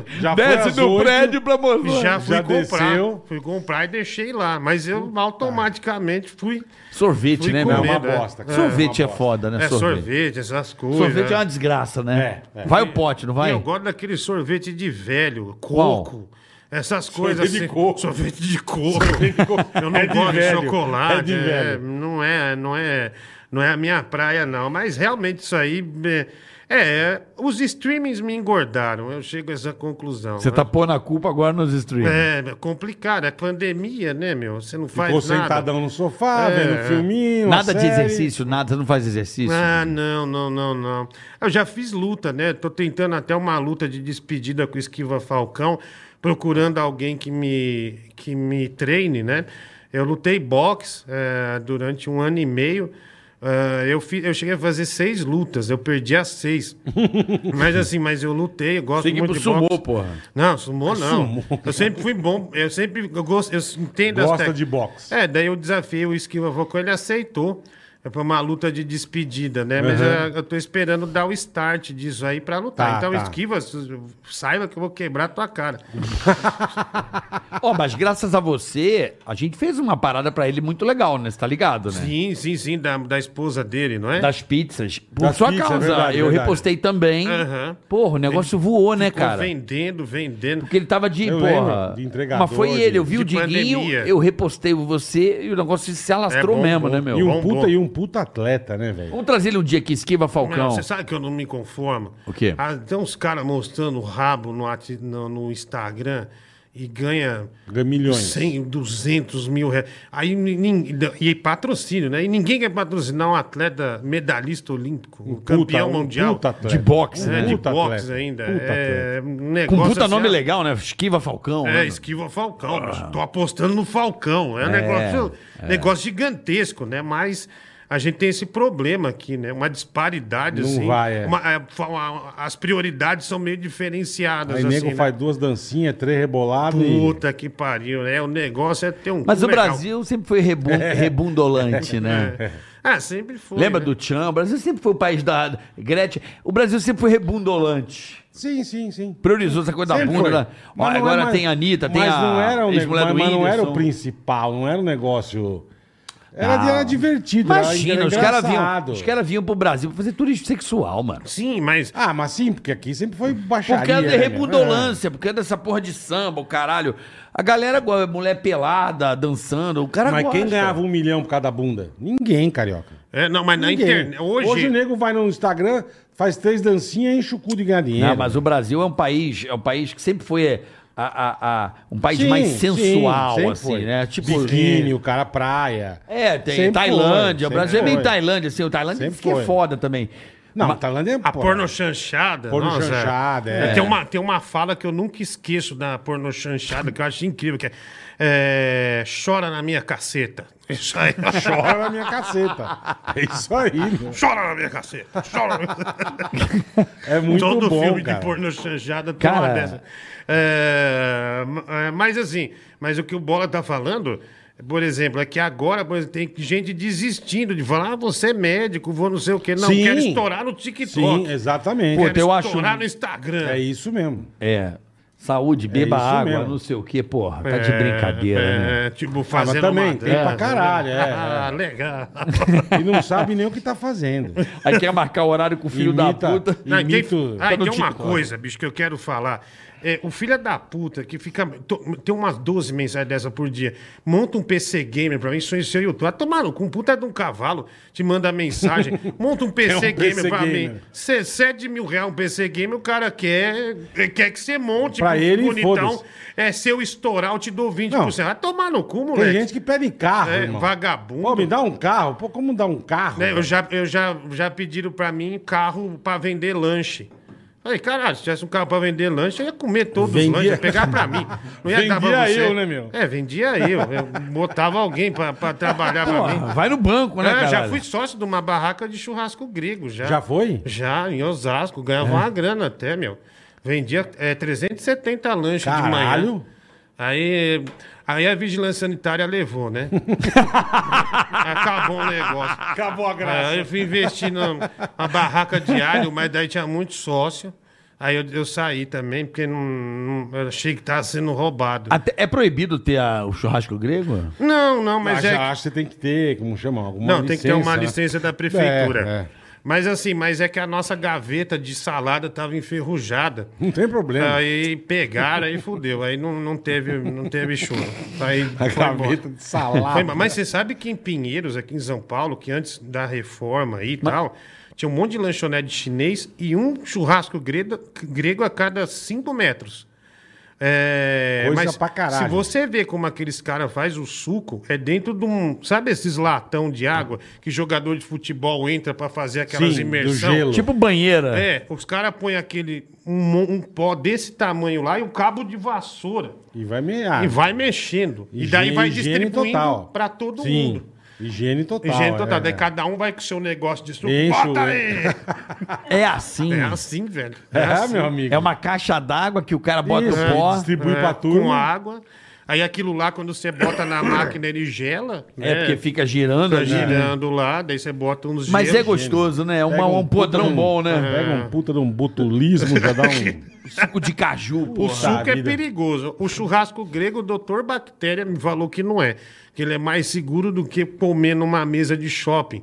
Speaker 5: desce,
Speaker 2: já foi
Speaker 5: desce
Speaker 2: às
Speaker 5: do
Speaker 2: oito,
Speaker 5: prédio pra mostrar.
Speaker 4: Já fui
Speaker 2: já
Speaker 4: comprar.
Speaker 2: desceu.
Speaker 4: Fui comprar e deixei lá. Mas eu automaticamente fui.
Speaker 5: Sorvete,
Speaker 4: Fui
Speaker 5: né,
Speaker 4: comer,
Speaker 2: é uma
Speaker 4: medo, é.
Speaker 2: bosta. cara.
Speaker 5: Sorvete
Speaker 2: uma
Speaker 5: é
Speaker 2: bosta.
Speaker 5: foda, né?
Speaker 4: É sorvete, essas coisas.
Speaker 5: Sorvete é uma desgraça, né?
Speaker 2: É,
Speaker 5: Vai o pote, não
Speaker 4: E
Speaker 5: vai?
Speaker 4: Eu gosto daquele sorvete de velho,
Speaker 5: Qual?
Speaker 4: coco. Essas coisas
Speaker 2: de
Speaker 4: assim.
Speaker 2: coco.
Speaker 4: Sorvete de coco. Eu não
Speaker 2: É de
Speaker 4: gosto de,
Speaker 2: velho.
Speaker 4: chocolate.
Speaker 2: É de
Speaker 4: é,
Speaker 2: velho.
Speaker 4: não é, não é, não é a minha praia não. Mas realmente isso aí é, é, os streamings me engordaram. Eu chego a essa conclusão.
Speaker 5: Você
Speaker 4: né?
Speaker 5: tá pondo a culpa agora nos streams.
Speaker 4: é é complicado, é pandemia, né, meu? Você não faz
Speaker 2: Ficou
Speaker 4: nada.
Speaker 2: sentadão no sofá,
Speaker 4: É.
Speaker 2: vendo um filminho. uma
Speaker 5: Nada de
Speaker 2: série.
Speaker 5: exercício, nada, você não faz exercício.
Speaker 4: Ah, não, não, não, não. Eu já fiz luta, né? Tô tentando até uma luta de despedida com o Esquiva Falcão, procurando alguém que me, que me treine, né? Eu lutei boxe eh, durante um ano e meio. Ah, eu, fi, eu cheguei a fazer seis lutas, eu perdi as seis. mas assim, mas eu lutei, eu gosto
Speaker 5: Tem que ir
Speaker 4: muito
Speaker 5: pro
Speaker 4: de
Speaker 5: sumô,
Speaker 4: boxe.
Speaker 5: porra.
Speaker 4: Não, sumô não. Eu sempre fui bom, eu sempre eu gosto, eu entendo as
Speaker 2: Gosta
Speaker 4: tec-
Speaker 2: de boxe.
Speaker 4: é, daí eu desafio o Esquiva Vocal, ele aceitou. É pra uma luta de despedida, né? Mas eh, eu, tô esperando dar o start disso aí pra lutar.
Speaker 2: Tá, É.
Speaker 4: então,
Speaker 2: tá.
Speaker 4: Esquiva, su- saiba que eu vou quebrar tua cara.
Speaker 3: Ó, mas graças a você, a gente fez uma parada pra ele muito legal, né? Você tá ligado, né?
Speaker 4: Sim, sim, sim, da, da esposa dele, não é?
Speaker 3: Das pizzas. Por
Speaker 2: Das
Speaker 3: sua
Speaker 2: pizzas, é
Speaker 3: causa,
Speaker 2: verdade,
Speaker 3: eu
Speaker 2: verdade.
Speaker 3: repostei também.
Speaker 4: Aham.
Speaker 3: Porra, o negócio voou, né,
Speaker 4: Ficou
Speaker 3: cara?
Speaker 4: Vendendo, vendendo.
Speaker 3: Porque ele tava de,
Speaker 2: Eu
Speaker 3: porra.
Speaker 2: lembro, de entregador,
Speaker 3: mas foi
Speaker 2: de-
Speaker 3: ele, eu vi
Speaker 4: de
Speaker 3: o Diguinho,
Speaker 4: pandemia.
Speaker 3: eu repostei você e o negócio se alastrou
Speaker 4: É, bom,
Speaker 3: mesmo,
Speaker 4: bom.
Speaker 3: né, meu?
Speaker 2: E um,
Speaker 4: Bom,
Speaker 2: puta,
Speaker 4: bom.
Speaker 2: e um puta atleta, né, velho?
Speaker 3: Vamos trazer ele um dia aqui, esquiva Falcão.
Speaker 4: Não, você sabe que eu não me conformo.
Speaker 3: O quê?
Speaker 4: Ah, tem uns caras mostrando o rabo no, ati- no, no Instagram e ganha
Speaker 2: Ganha milhões.
Speaker 4: 100, 200 mil reais. Aí, nin- e patrocínio, né? E ninguém quer patrocinar um atleta medalhista olímpico, um
Speaker 2: Puta,
Speaker 4: campeão
Speaker 2: um
Speaker 4: mundial.
Speaker 2: puta atleta.
Speaker 3: De boxe,
Speaker 4: É,
Speaker 3: né?
Speaker 4: de
Speaker 2: Puta
Speaker 4: boxe
Speaker 2: atleta.
Speaker 4: ainda.
Speaker 2: Puta
Speaker 4: é um
Speaker 3: Com
Speaker 4: negócio
Speaker 3: puta
Speaker 4: assim,
Speaker 3: nome
Speaker 4: ah,
Speaker 3: legal, né? Esquiva Falcão.
Speaker 4: É,
Speaker 3: né?
Speaker 4: esquiva Falcão.
Speaker 2: Ah.
Speaker 4: bicho. Tô apostando no Falcão. É um negócio, negócio gigantesco, né? Mas a gente tem esse problema aqui, né? Uma disparidade,
Speaker 2: Não
Speaker 4: assim.
Speaker 2: vai, é.
Speaker 4: Uma- é, fa- uma- as prioridades são meio diferenciadas,
Speaker 2: Aí
Speaker 4: assim,
Speaker 2: nego
Speaker 4: né?
Speaker 2: faz duas dancinhas, três rebolados e.
Speaker 4: Puta que pariu, né? O negócio é ter um
Speaker 3: Mas
Speaker 4: cu
Speaker 3: o
Speaker 4: legal.
Speaker 3: Brasil sempre foi rebu-
Speaker 2: É.
Speaker 3: rebundolante, né?
Speaker 4: Ah, sempre foi.
Speaker 3: Lembra
Speaker 4: né?
Speaker 3: do Tchan? O Brasil sempre foi o país da Gretchen. O Brasil sempre foi rebundolante.
Speaker 2: Sim, sim, sim.
Speaker 3: Priorizou essa coisa da
Speaker 2: Sempre
Speaker 3: bunda.
Speaker 2: foi.
Speaker 3: né? Ó,
Speaker 2: Mas não
Speaker 3: agora
Speaker 2: é mais-
Speaker 3: tem a Anitta, tem
Speaker 2: mas
Speaker 3: a
Speaker 2: não era o neg-
Speaker 3: ex-mulher
Speaker 2: mas,
Speaker 3: do
Speaker 2: mas não era o
Speaker 3: Whindersson. Ah,
Speaker 2: principal, não era o negócio. Era, era divertido.
Speaker 3: Imagina,
Speaker 2: era, era
Speaker 3: os caras
Speaker 2: engraçado.
Speaker 3: vinham, os cara vinham pro Brasil pra fazer turismo sexual, mano.
Speaker 4: Sim, mas.
Speaker 2: Ah, mas sim, porque aqui sempre foi baixaria.
Speaker 3: Por causa da
Speaker 2: né, meu?
Speaker 3: rebundolância, por causa dessa porra de samba, o caralho. A galera, gosta, mulher pelada, dançando, o
Speaker 2: É.
Speaker 3: cara
Speaker 2: Mas
Speaker 3: gosta.
Speaker 2: quem ganhava um milhão por causa da bunda? Ninguém, carioca.
Speaker 4: É, não, mas na
Speaker 2: Ninguém.
Speaker 4: internet. Hoje.
Speaker 2: o nego vai no Instagram, faz três dancinhas, enche o cu de ganhar dinheiro.
Speaker 3: Não, mas o Brasil é um país, é um país que sempre foi é, a- a- a- um país
Speaker 2: Sim,
Speaker 3: mais
Speaker 2: sim,
Speaker 3: sensual,
Speaker 2: sempre
Speaker 3: assim,
Speaker 2: foi.
Speaker 3: né? Tipo.
Speaker 2: Biquíni, o cara praia.
Speaker 3: É, tem
Speaker 2: Sempre
Speaker 3: Tailândia.
Speaker 2: foi,
Speaker 3: o Brasil é
Speaker 2: sempre
Speaker 3: meio
Speaker 2: foi.
Speaker 3: Tailândia, assim. O Tailândia
Speaker 2: Sempre
Speaker 3: diz que é
Speaker 2: foi.
Speaker 3: foda também.
Speaker 2: Não,
Speaker 3: Mas-
Speaker 2: Tailândia é
Speaker 4: A
Speaker 2: pô,
Speaker 4: porno chanchada.
Speaker 2: Porno
Speaker 4: nossa.
Speaker 2: chanchada, é.
Speaker 4: Tem, uma, tem uma fala que eu nunca esqueço da porno chanchada, que eu acho incrível, que é, é, Chora na minha caceta. Isso aí.
Speaker 2: Chora na minha caceta. É isso aí. meu.
Speaker 4: Chora na minha caceta. Chora na minha
Speaker 2: É muito
Speaker 4: Todo
Speaker 2: bom,
Speaker 4: filme
Speaker 2: cara.
Speaker 4: de porno chanchada tem uma
Speaker 3: Cara.
Speaker 4: dessa. É, m- é, mas assim, mas o que o Bola tá falando... Por exemplo, é que agora por exemplo, tem gente desistindo de falar, ah, você é médico, vou não sei o quê. Não,
Speaker 2: Sim.
Speaker 4: quero estourar no TikTok.
Speaker 2: Sim, exatamente.
Speaker 3: Pô, um-
Speaker 4: Quero
Speaker 3: eu acho-
Speaker 4: estourar no Instagram.
Speaker 2: É isso mesmo.
Speaker 3: É. Saúde, beba
Speaker 2: isso
Speaker 3: água,
Speaker 2: mesmo.
Speaker 3: não sei o quê, porra. Tá de brincadeira, né?
Speaker 4: É, tipo, fazendo
Speaker 2: Ah, mas também
Speaker 4: uma
Speaker 2: tem pra
Speaker 4: dança,
Speaker 2: caralho,
Speaker 4: né?
Speaker 2: é, é.
Speaker 4: Ah, legal.
Speaker 2: E não sabe nem o que tá fazendo.
Speaker 3: Aí quer marcar o horário com o filho
Speaker 2: Imita-
Speaker 3: da puta.
Speaker 4: Não, e tem,
Speaker 2: Imito-
Speaker 4: ah, e
Speaker 3: Tá no
Speaker 4: tem
Speaker 2: tipo,
Speaker 4: uma
Speaker 3: TikTok.
Speaker 4: coisa, bicho, que eu quero falar. É, o filho da puta que fica. to- tem umas 12 mensagens dessa por dia. Monta um PC Gamer pra mim, sou em seu YouTube. Ah, tomar no cu, um puta de um cavalo, te manda mensagem. Monta um PC
Speaker 2: um
Speaker 4: Gamer
Speaker 2: PC
Speaker 4: pra mim.
Speaker 2: gamer.
Speaker 4: Cê- 7 mil reais um PC Gamer, o cara quer, quer que você monte.
Speaker 2: Pra
Speaker 4: porque
Speaker 2: ele, foda-se.
Speaker 4: bonitão. É, se eu estourar, eu te dou 20%. Ah, tomar no cu,
Speaker 2: Tem
Speaker 4: moleque.
Speaker 2: gente que pede carro,
Speaker 4: É,
Speaker 2: irmão.
Speaker 4: vagabundo.
Speaker 2: Pô, me dá um carro. Pô, como dá um carro?
Speaker 4: Né, eu
Speaker 2: velho?
Speaker 4: já, eu já, já pediram pra mim carro pra vender lanche. Falei, caralho, se tivesse um carro pra vender lanche, eu ia comer todos
Speaker 2: Vendia-
Speaker 4: os lanches, ia pegar pra mim. Não ia dar pra
Speaker 2: Vendia
Speaker 4: você.
Speaker 2: eu, né, meu?
Speaker 4: É, vendia eu. Eu botava alguém pra, pra trabalhar pra mim.
Speaker 3: Vai no banco, né,
Speaker 4: É,
Speaker 3: cara?
Speaker 4: já fui sócio de uma barraca de churrasco grego, já.
Speaker 2: Já É. foi?
Speaker 4: Já, em Osasco. Ganhava uma grana até, meu. Vendia é, 370 lanches de manhã.
Speaker 2: Caralho.
Speaker 4: Aí, aí a vigilância sanitária levou, né? Acabou o negócio.
Speaker 2: Acabou a graça.
Speaker 4: É,
Speaker 3: É,
Speaker 4: Aí eu fui investir numa numa barraca de alho, mas daí tinha muito sócio. Aí eu, eu saí também, porque não, não- eu achei que estava sendo roubado.
Speaker 3: Até- é proibido ter a- o churrasco grego?
Speaker 4: Tipo Não, não, mas
Speaker 2: Mas
Speaker 4: é.
Speaker 2: Ah, já acho que você tem que ter, como chama? Alguma
Speaker 4: Não, tem que ter uma
Speaker 2: né?
Speaker 4: licença da prefeitura.
Speaker 2: É, é.
Speaker 4: Mas assim, mas é que a nossa gaveta de salada estava enferrujada.
Speaker 2: Não tem problema.
Speaker 4: Aí pegaram, aí fudeu. Aí não, não teve, não teve chuva. Aí
Speaker 2: a
Speaker 4: foi embora.
Speaker 2: gaveta de
Speaker 4: Foi,
Speaker 2: salada.
Speaker 4: mas você sabe que em Pinheiros, aqui em São Paulo, que antes da reforma e tal, tinha um monte de lanchonete chinês e um churrasco grego, grego a cada cinco metros. É,
Speaker 2: Coisa
Speaker 4: mas
Speaker 2: pra caralho.
Speaker 4: se você vê como aqueles caras faz o suco, é dentro de um. Sabe esses latão de água que jogador de futebol entra pra fazer aquelas
Speaker 2: Tá. Sim, do
Speaker 4: imersões?
Speaker 2: gelo.
Speaker 3: Tipo banheira.
Speaker 4: É, os caras põem aquele. Um, mon- um pó desse tamanho lá e um cabo de vassoura.
Speaker 2: E vai Ah, mear.
Speaker 4: E vai mexendo. e daí vai distribuindo pra todo mundo.
Speaker 2: Higiene total.
Speaker 4: Higiene total.
Speaker 2: é.
Speaker 4: Daí cada um vai com o seu negócio de suco.
Speaker 2: Enche
Speaker 4: Bota
Speaker 2: o-
Speaker 4: aí!
Speaker 3: É assim.
Speaker 4: É assim, velho.
Speaker 2: É, meu amigo.
Speaker 3: É uma caixa d'água que o cara bota
Speaker 2: Isso,
Speaker 3: o pó.
Speaker 2: distribui
Speaker 4: É,
Speaker 2: pra
Speaker 4: Com
Speaker 2: turma.
Speaker 4: água. Aí aquilo lá, quando você bota na máquina, ele gela.
Speaker 3: É, porque fica girando
Speaker 4: Tá
Speaker 3: ali. né?
Speaker 4: girando lá, daí você bota uns
Speaker 3: Mas é
Speaker 4: gelos.
Speaker 3: gostoso, né? É
Speaker 2: Pega
Speaker 3: uma- um podrão
Speaker 2: puta de um-
Speaker 3: bom, né?
Speaker 2: Pega um puta de um botulismo, já dá um.
Speaker 3: Suco de caju,
Speaker 4: O
Speaker 3: porra.
Speaker 4: suco é
Speaker 2: vida.
Speaker 4: perigoso. O churrasco grego, o doutor Bactéria me falou que não é. Que ele é mais seguro do que comer numa mesa de shopping.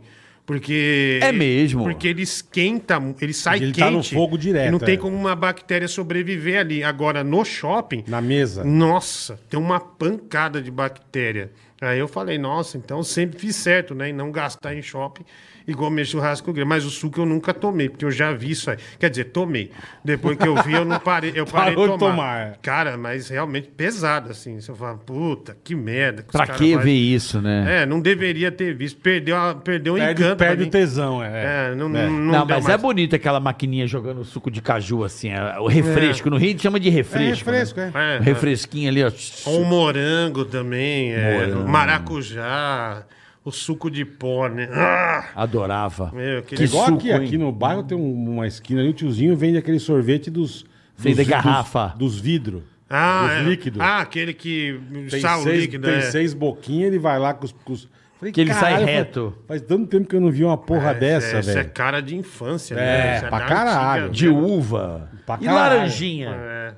Speaker 4: Porque.
Speaker 3: É mesmo?
Speaker 4: Porque ele esquenta, mu- ele sai
Speaker 2: Ele
Speaker 4: quente.
Speaker 2: tá no fogo direto,
Speaker 4: Não
Speaker 2: é.
Speaker 4: tem como uma bactéria sobreviver ali. Agora, no shopping.
Speaker 2: Na mesa.
Speaker 4: É, Nossa, tem uma pancada de bactéria. Aí eu falei, nossa, então sempre fiz certo, né? E não gastar em shopping e comer churrasco grego. Mas o suco eu nunca tomei, porque eu já vi isso aí. Quer dizer, tomei. Depois que eu vi, eu não parei. Eu parei
Speaker 2: Parou de
Speaker 4: de tomar.
Speaker 2: tomar, é.
Speaker 4: Cara, mas realmente pesado, assim. Você fala, puta, que merda. que os
Speaker 3: Pra
Speaker 4: cara
Speaker 3: que
Speaker 4: faz.
Speaker 3: ver isso, né?
Speaker 4: É, não deveria ter visto. Perdeu, a, perdeu o
Speaker 2: Perde,
Speaker 4: encanto. pra
Speaker 2: perde
Speaker 4: mim.
Speaker 2: o tesão, é.
Speaker 4: É, não,
Speaker 2: É.
Speaker 4: não, não,
Speaker 3: Não,
Speaker 4: deu
Speaker 3: mas é
Speaker 4: mais.
Speaker 3: bonito aquela maquininha jogando suco de caju, assim. é, O refresco. No Rio a gente chama de refresco.
Speaker 2: É refresco,
Speaker 3: né?
Speaker 4: é.
Speaker 3: O refresquinho ali, ó.
Speaker 4: Ou um morango também, é, maracujá, o suco de pó, né? Ah,
Speaker 3: Adorava.
Speaker 4: meu, aquele
Speaker 2: É Igual
Speaker 3: suco,
Speaker 2: aqui,
Speaker 3: hein?
Speaker 2: aqui no bairro tem um- uma esquina ali, o tiozinho vende aquele sorvete dos.
Speaker 3: Vem
Speaker 2: dos-
Speaker 3: da
Speaker 2: dos-
Speaker 3: garrafa.
Speaker 2: Dos, vidros.
Speaker 4: Ah,
Speaker 2: dos
Speaker 4: é.
Speaker 2: líquidos.
Speaker 4: Ah, aquele que
Speaker 2: tem
Speaker 4: sal
Speaker 2: seis,
Speaker 4: líquido,
Speaker 2: Tem
Speaker 4: é.
Speaker 2: seis boquinhas, ele vai lá com os. com os- Falei,
Speaker 3: Que ele sai
Speaker 2: "Caralho,
Speaker 3: reto."
Speaker 2: Faz tanto tempo que eu não vi uma porra
Speaker 4: É,
Speaker 2: dessa,
Speaker 4: é, Isso é
Speaker 2: velho.
Speaker 4: cara de infância,
Speaker 2: É,
Speaker 4: né? Isso
Speaker 2: pra
Speaker 4: da
Speaker 2: caralho. um-
Speaker 4: antiga-
Speaker 3: De uva.
Speaker 2: Pra
Speaker 3: E
Speaker 2: caralho.
Speaker 3: laranjinha.
Speaker 4: É.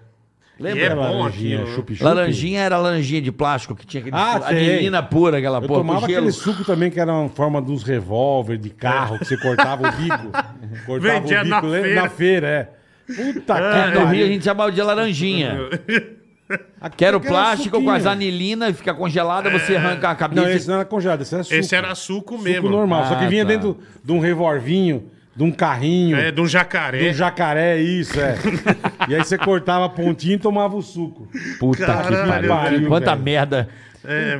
Speaker 3: Lembra?
Speaker 4: E é
Speaker 2: Aquela
Speaker 4: bom
Speaker 2: laranjinha,
Speaker 4: aquilo, né?
Speaker 2: chup-chup?
Speaker 3: Laranjinha era laranjinha de plástico que tinha aquele
Speaker 2: É, Ah,
Speaker 3: suco-
Speaker 2: sei.
Speaker 3: anilina pura, aquela
Speaker 2: Eu
Speaker 3: porra. com
Speaker 2: tomava
Speaker 3: gelo.
Speaker 2: aquele suco também que era uma forma de uns revólver de carro, que você cortava o bico. Cortava
Speaker 4: Vendia
Speaker 2: o bico
Speaker 4: na
Speaker 2: lembra?
Speaker 4: feira.
Speaker 2: na feira, é. Puta
Speaker 3: É,
Speaker 2: que
Speaker 3: no Rio a
Speaker 2: pariu.
Speaker 3: gente chamava de laranjinha. Que era o plástico com as anilinas e fica congelada, você arranca a cabeça.
Speaker 2: É. Não, esse não era congelado, esse era suco.
Speaker 4: Esse era suco
Speaker 2: suco
Speaker 4: mesmo.
Speaker 2: normal, só que
Speaker 3: Ah,
Speaker 2: vinha
Speaker 3: tá.
Speaker 2: dentro de um revolvinho, de um carrinho,
Speaker 4: É, de um
Speaker 2: de
Speaker 4: jacaré.
Speaker 2: um jacaré, isso, é. e aí você cortava a pontinha e tomava o suco.
Speaker 3: Puta
Speaker 4: Caralho,
Speaker 3: que pariu.
Speaker 2: é velho. É,
Speaker 3: Quanta merda.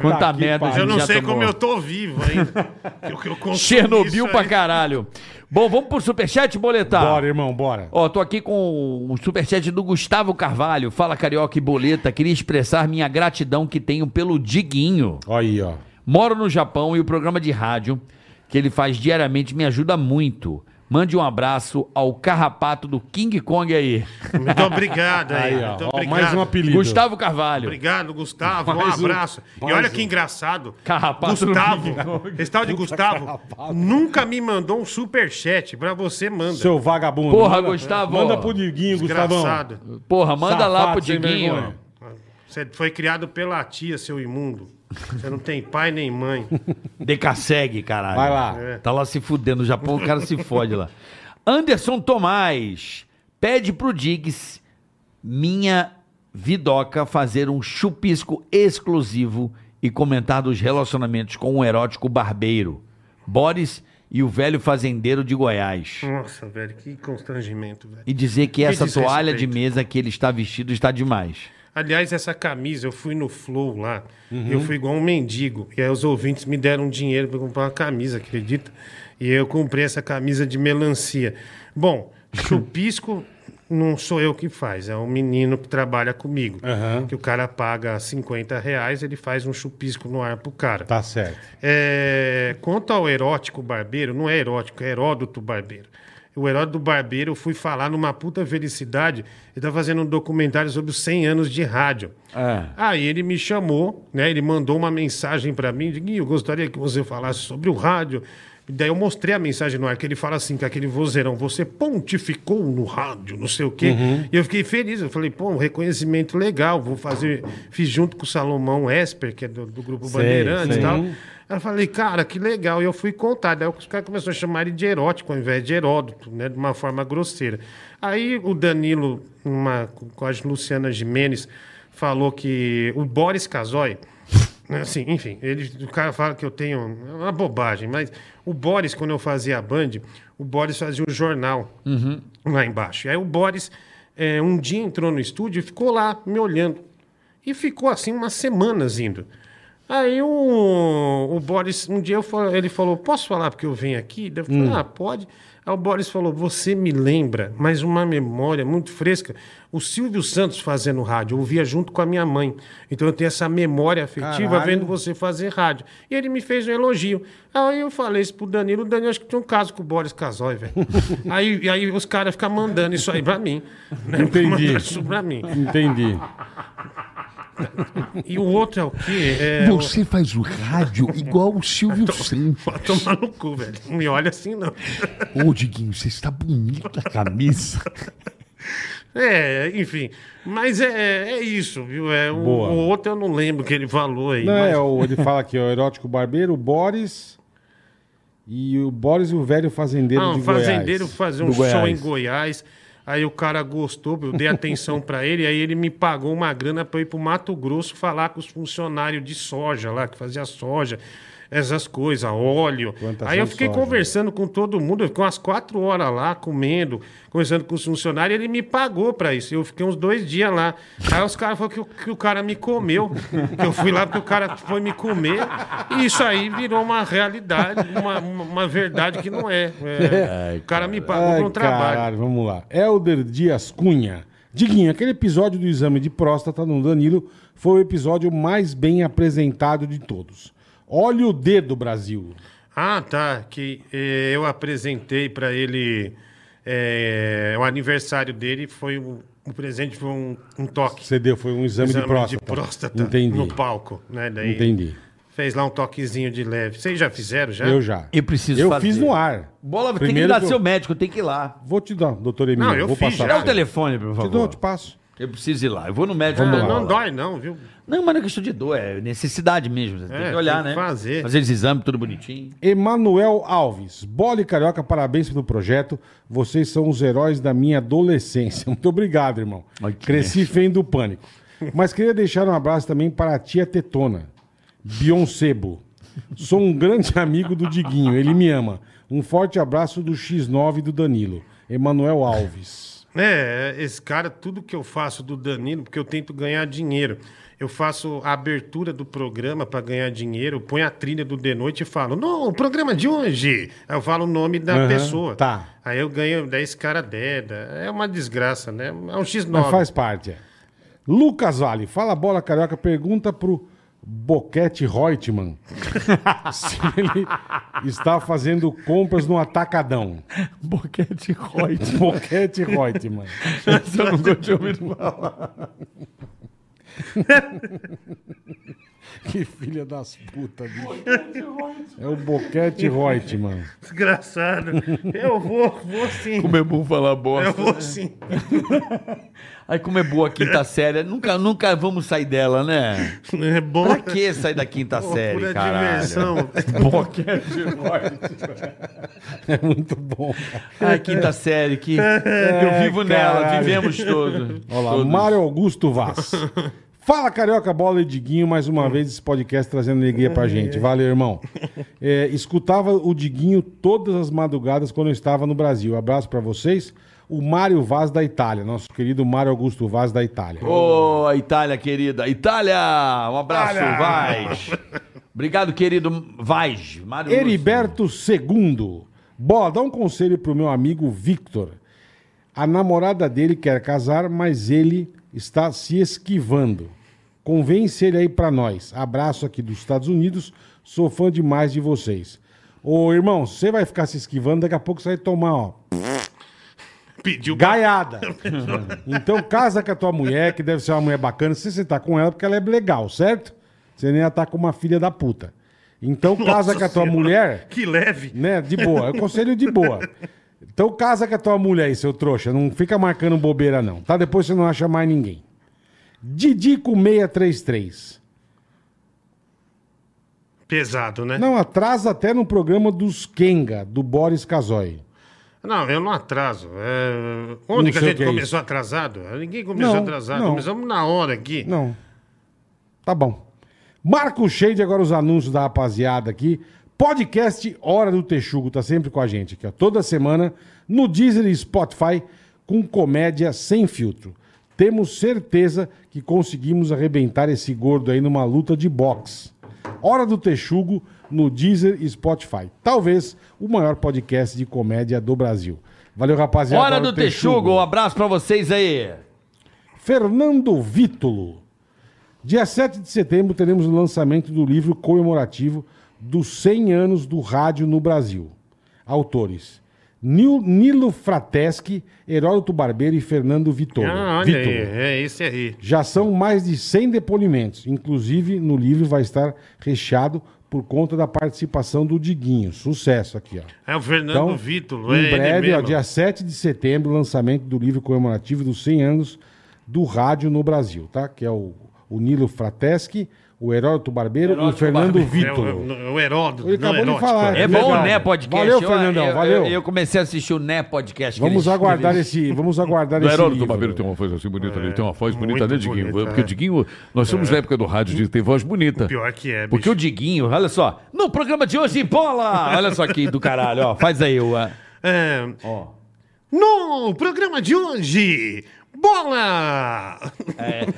Speaker 3: Quanta
Speaker 2: puta que
Speaker 3: merda. a
Speaker 2: pariu.
Speaker 3: gente
Speaker 4: Eu não
Speaker 3: já
Speaker 4: sei
Speaker 3: tomou.
Speaker 4: como eu tô vivo ainda. Eu- eu consumo isso
Speaker 3: Chernobyl
Speaker 4: aí.
Speaker 3: pra caralho. Bom, vamos pro superchat, boletar?
Speaker 2: Bora, irmão, bora.
Speaker 3: Ó, tô aqui com o superchat do Gustavo Carvalho. Fala, Carioca e Boleta. Queria expressar minha gratidão que tenho pelo Diguinho.
Speaker 2: Ó aí, ó.
Speaker 3: Moro no Japão e o programa de rádio que ele faz diariamente me ajuda muito. Mande um abraço ao carrapato do King Kong aí.
Speaker 4: Muito obrigado aí.
Speaker 2: Aí, ó.
Speaker 4: muito
Speaker 2: Ó,
Speaker 4: então obrigado.
Speaker 2: mais um apelido.
Speaker 3: Gustavo Carvalho.
Speaker 4: Obrigado, Gustavo.
Speaker 2: Mais um.
Speaker 4: um abraço.
Speaker 2: Mais
Speaker 4: e olha
Speaker 2: um.
Speaker 4: que engraçado.
Speaker 3: Carrapato
Speaker 4: Gustavo,
Speaker 3: no
Speaker 4: esse tal de Gustavo, nunca me mandou um superchat. Pra você, manda.
Speaker 2: Seu vagabundo.
Speaker 3: Porra, Gustavo.
Speaker 2: Manda pro Diguinho, Gustavão.
Speaker 4: Desgraçado.
Speaker 3: Porra, manda lá
Speaker 2: Safado,
Speaker 3: pro
Speaker 2: sem
Speaker 3: Diguinho.
Speaker 2: vergonha.
Speaker 4: Você foi criado pela tia, seu imundo. Você não tem pai nem mãe.
Speaker 3: Decassegue, caralho.
Speaker 2: Vai lá.
Speaker 3: Tá lá se fudendo. No Japão o cara se fode lá. Anderson Tomás pede pro Diggs, minha vidoca, fazer um chupisco exclusivo e comentar dos relacionamentos com o erótico barbeiro, Boris e o velho fazendeiro de Goiás.
Speaker 4: Nossa, velho, que constrangimento, velho.
Speaker 3: E dizer que, essa
Speaker 4: desrespeito.
Speaker 3: toalha de mesa que ele está vestido está demais.
Speaker 4: Aliás, essa camisa, eu fui no Flow lá, eu fui igual um mendigo. E aí os ouvintes me deram dinheiro pra comprar uma camisa, acredita? E eu comprei essa camisa de melancia. Bom, chupisco não sou eu que faz, é um menino que trabalha comigo. Que o cara paga 50 reais, ele faz um chupisco no ar pro cara.
Speaker 2: Tá certo.
Speaker 4: É, quanto ao erótico barbeiro, não é erótico, é Heródoto Barbeiro. O Heródoto Barbeiro, eu fui falar numa puta felicidade, ele tá fazendo um documentário sobre os 100 anos de rádio. Aí ele me chamou, né? Ele mandou uma mensagem para mim, Diguinho, eu gostaria que você falasse sobre o rádio. E daí eu mostrei a mensagem no ar, que ele fala assim, com aquele vozeirão, você pontificou no rádio, não sei o quê. E eu fiquei feliz, eu falei, pô, um reconhecimento legal, vou fazer, fiz junto com o Salomão Esper, que é do, do Grupo Bandeirantes
Speaker 2: sei.
Speaker 4: e tal. Aí eu falei, cara, que legal. E eu fui contar. Daí os caras começaram a chamar ele de erótico ao invés de Heródoto, né? De uma forma grosseira. Aí o Danilo, uma, com a Luciana Jimenez, falou que o Boris Casoy. né, Assim, enfim, ele, o cara fala que eu tenho. É uma bobagem, mas o Boris, quando eu fazia a Band, o Boris fazia o jornal
Speaker 2: Uhum.
Speaker 4: lá embaixo. E aí o Boris, eh, um dia entrou no estúdio e ficou lá me olhando. E ficou assim umas semanas indo. Aí o, o Boris, um dia eu fa- ele falou, posso falar porque eu venho aqui? Daí Eu falei,
Speaker 2: Hum.
Speaker 4: ah, pode. Aí o Boris falou, você me lembra, mas uma memória muito fresca, o Silvio Santos fazendo rádio, eu ouvia junto com a minha mãe. Então eu tenho essa memória afetiva
Speaker 2: Caralho.
Speaker 4: vendo você fazer rádio. E ele me fez um elogio. Aí eu falei isso pro Danilo, o Danilo acho que tinha um caso com o Boris Casoy, velho. aí, aí os caras ficam mandando isso aí pra mim. Né?
Speaker 2: Entendi.
Speaker 4: Mandando isso pra mim.
Speaker 2: Entendi.
Speaker 4: E o outro é o quê? É, o-
Speaker 7: Você faz o rádio igual o Silvio Santos.
Speaker 4: Vai tomar no cu, velho. Não me olha assim, não.
Speaker 7: Ô, Diguinho, você está bonita a camisa.
Speaker 4: É, enfim. Mas é, é isso, viu? É, o,
Speaker 2: Boa.
Speaker 4: o outro eu não lembro o que ele falou aí.
Speaker 2: Não,
Speaker 4: mas-
Speaker 2: é, o, ele fala aqui, ó, erótico barbeiro, o Boris. E o Boris e o velho fazendeiro
Speaker 4: Ah,
Speaker 2: de
Speaker 4: um
Speaker 2: Goiás.
Speaker 4: fazendeiro fazer um
Speaker 2: Do
Speaker 4: som em
Speaker 2: Goiás.
Speaker 4: Goiás. Aí o cara gostou, eu dei atenção pra ele, aí ele me pagou uma grana pra eu ir pro Mato Grosso falar com os funcionários de soja lá, que fazia soja, essas coisas, óleo.
Speaker 2: Plantação
Speaker 4: aí eu
Speaker 2: de
Speaker 4: fiquei
Speaker 2: soja.
Speaker 4: conversando com todo mundo, eu fiquei umas quatro horas lá comendo, conversando com os funcionários, ele me pagou pra isso. Eu fiquei uns dois dias lá. Aí os caras falaram que, o- que o cara me comeu. que Eu fui lá porque o cara foi me comer. E isso aí virou uma realidade, uma, uma- uma verdade que não é. É, o cara me pagou
Speaker 2: Ai,
Speaker 4: por um trabalho.
Speaker 2: Caralho, vamos lá. Helder Dias Cunha. Diguinho, aquele episódio do exame de próstata no Danilo foi o episódio mais bem apresentado de todos. Olha o dedo, Brasil.
Speaker 4: Ah, tá. Que eh, eu apresentei pra ele eh, o aniversário dele, foi o, o presente foi um, um toque.
Speaker 2: Você deu, foi um exame, de próstata. Entendi.
Speaker 4: no palco, né? Daí
Speaker 2: Entendi.
Speaker 4: Fez lá um toquezinho de leve. Vocês já fizeram já?
Speaker 2: Eu já.
Speaker 5: Eu preciso
Speaker 2: Eu
Speaker 5: fazer.
Speaker 2: fiz no ar.
Speaker 5: Bola, tem que
Speaker 2: Primeiro
Speaker 5: dar
Speaker 2: que eu-
Speaker 5: seu médico, tem que ir lá.
Speaker 2: Vou te dar, doutor Emílio.
Speaker 4: Não, eu
Speaker 2: vou
Speaker 4: fiz
Speaker 2: passar.
Speaker 4: já.
Speaker 3: um
Speaker 5: Dá
Speaker 4: Dá
Speaker 5: o
Speaker 4: o
Speaker 5: telefone, por
Speaker 2: Te dou, eu
Speaker 5: favor.
Speaker 2: te passo.
Speaker 5: Eu preciso ir lá. Eu vou no médico.
Speaker 4: Ah,
Speaker 5: vou lá.
Speaker 4: não dói não, viu?
Speaker 5: Não, mas não é questão de dor, é necessidade mesmo. Você tem
Speaker 4: É,
Speaker 5: que olhar,
Speaker 4: tem que
Speaker 5: né?
Speaker 4: fazer.
Speaker 5: Fazer esse exame, tudo bonitinho.
Speaker 2: Emanuel Alves, Bola e Carioca, parabéns pelo projeto. Vocês são os heróis da minha adolescência. Muito obrigado, irmão.
Speaker 5: Ai, que
Speaker 2: Cresci feio do pânico. Mas queria deixar um abraço também para a tia Tetona, Beyoncebo. Sou um grande amigo do Diguinho, ele me ama. Um forte abraço do X9 do Danilo, Emanuel Alves.
Speaker 4: É, esse cara, tudo que eu faço do Danilo, porque eu tento ganhar dinheiro. Eu faço a abertura do programa para ganhar dinheiro, eu ponho a trilha do De Noite e falo, não, o programa é de hoje. Aí eu falo o nome da
Speaker 2: Aham,
Speaker 4: pessoa.
Speaker 2: tá.
Speaker 4: Aí eu ganho 10 cara deda. É uma desgraça, né? É um
Speaker 2: Mas
Speaker 4: X9.
Speaker 2: faz parte. é. Lucas Vale, fala bola carioca, pergunta pro Boquete Reutemann se ele está fazendo compras no atacadão.
Speaker 5: Boquete Reut.
Speaker 2: Boquete Reutemann.
Speaker 5: eu nunca tinha ouvido falar.
Speaker 2: Que filha das putas, bicho. É o Boquete Reutemann.
Speaker 4: Desgraçado. Eu vou, vou sim.
Speaker 5: Como é bom falar
Speaker 4: Eu
Speaker 5: bosta.
Speaker 4: vou sim.
Speaker 5: Aí como é boa a quinta série, nunca, nunca vamos sair dela, né?
Speaker 4: É bom.
Speaker 5: Pra que sair da quinta série,
Speaker 4: Pura
Speaker 5: cara?
Speaker 4: diversão.
Speaker 5: Boquete
Speaker 2: É muito bom. cara.
Speaker 5: Ai, quinta série, que
Speaker 4: É,
Speaker 5: eu vivo nela,
Speaker 2: caralho.
Speaker 5: vivemos
Speaker 3: Uhum.
Speaker 5: todos.
Speaker 2: Olha lá,
Speaker 5: todos.
Speaker 2: Mário Augusto Vaz. Fala, Carioca Bola e Diguinho, mais uma vez esse podcast trazendo alegria pra gente. Valeu, irmão. É, escutava o Diguinho todas as madrugadas quando eu estava no Brasil. Abraço pra vocês. O Mário Vaz da Itália, nosso querido Mário Augusto Vaz da Itália.
Speaker 5: Ô, Itália, querida. Itália! Um abraço,
Speaker 4: Itália!
Speaker 5: Vaz. Obrigado, querido Vaz. Mário
Speaker 2: Heriberto II. Bola, dá um conselho pro meu amigo Victor. A namorada dele quer casar, mas ele está se esquivando. Convence ele aí pra nós. Abraço aqui dos Estados Unidos. Sou fã demais de vocês. Ô, irmão, você vai ficar se esquivando, daqui a pouco você vai tomar, ó,
Speaker 4: Pediu pra
Speaker 2: gaiada. então casa com a tua mulher, que deve ser uma mulher bacana, se você tá com ela, porque ela é legal, certo? Você nem tá com uma filha da puta. Então casa
Speaker 4: Nossa
Speaker 2: com a tua
Speaker 4: Senhora,
Speaker 2: mulher
Speaker 4: Que leve.
Speaker 2: né? De boa. Eu conselho de boa. Então casa com a tua mulher aí, seu trouxa. Não fica marcando bobeira, não. Tá? Depois você não acha mais ninguém. Didico 633.
Speaker 4: Pesado, né?
Speaker 2: Não, atrasa até no programa dos Kenga, do Boris Casoy.
Speaker 4: Não, eu não atraso. É, Onde
Speaker 2: Não
Speaker 4: que a
Speaker 2: sei
Speaker 4: gente
Speaker 2: o que é
Speaker 4: começou atrasado? Ninguém começou
Speaker 2: Não,
Speaker 4: atrasado.
Speaker 2: não.
Speaker 4: Começamos na hora aqui.
Speaker 2: Não. Tá bom. Marco Shade, agora os anúncios da rapaziada aqui. Podcast Hora do Texugo, tá sempre com a gente aqui, ó. Toda semana, no Deezer e Spotify, com comédia sem filtro. Temos certeza que conseguimos arrebentar esse gordo aí numa luta de boxe. Hora do Texugo, no Deezer e Spotify. Talvez o maior podcast de comédia do Brasil. Valeu,
Speaker 5: Vaz.
Speaker 2: rapaziada.
Speaker 5: Hora do Texugo. Um abraço pra vocês aí.
Speaker 2: Fernando Vítulo. Dia 7 de setembro teremos o lançamento do livro comemorativo dos 100 anos do rádio no Brasil. Autores: Nil- Nilo Frateschi, Heródoto Barbeiro e Fernando Vitolo.
Speaker 4: Ah, olha aí,
Speaker 2: Vítulo.
Speaker 4: é esse aí.
Speaker 2: Já são mais de 100 depoimentos. Inclusive, no livro vai estar recheado por conta da participação do Diguinho. Sucesso aqui, ó.
Speaker 4: É o Fernando Vitor,
Speaker 2: Então, em
Speaker 4: é
Speaker 2: breve,
Speaker 4: ele
Speaker 2: ó,
Speaker 4: mesmo.
Speaker 2: dia 7 de setembro, lançamento do livro comemorativo dos 100 anos do rádio no Brasil, tá? Que é o, o Nilo Frateschi, o Heródoto Barbeiro e o Fernando
Speaker 4: É
Speaker 2: Vitor.
Speaker 4: o, é o Heródoto,
Speaker 2: Ele
Speaker 4: não
Speaker 2: acabou de
Speaker 4: erótico.
Speaker 2: falar.
Speaker 3: É
Speaker 2: Legal.
Speaker 3: bom o Né Podcast.
Speaker 2: Valeu,
Speaker 3: Eu-
Speaker 2: Fernandão,
Speaker 3: eu- eu-
Speaker 2: valeu.
Speaker 3: Eu, comecei a assistir o Né Podcast. que
Speaker 2: Vamos
Speaker 3: ele
Speaker 2: aguardar
Speaker 3: escreveu.
Speaker 2: esse, vamos aguardar
Speaker 7: O
Speaker 2: esse
Speaker 7: Heródoto
Speaker 2: livro.
Speaker 7: Barbeiro tem uma voz assim bonita, ele tem uma voz
Speaker 4: muito
Speaker 7: bonita, né, Diguinho?
Speaker 4: bonita,
Speaker 7: Porque
Speaker 4: é.
Speaker 7: o Diguinho, nós somos da época do rádio, de tem voz bonita.
Speaker 4: Pior que é, bicho.
Speaker 3: Porque o Diguinho, olha só, no programa de hoje, bola! Olha só que do caralho, ó. Faz aí o. ah,
Speaker 4: É, No programa de hoje, bola!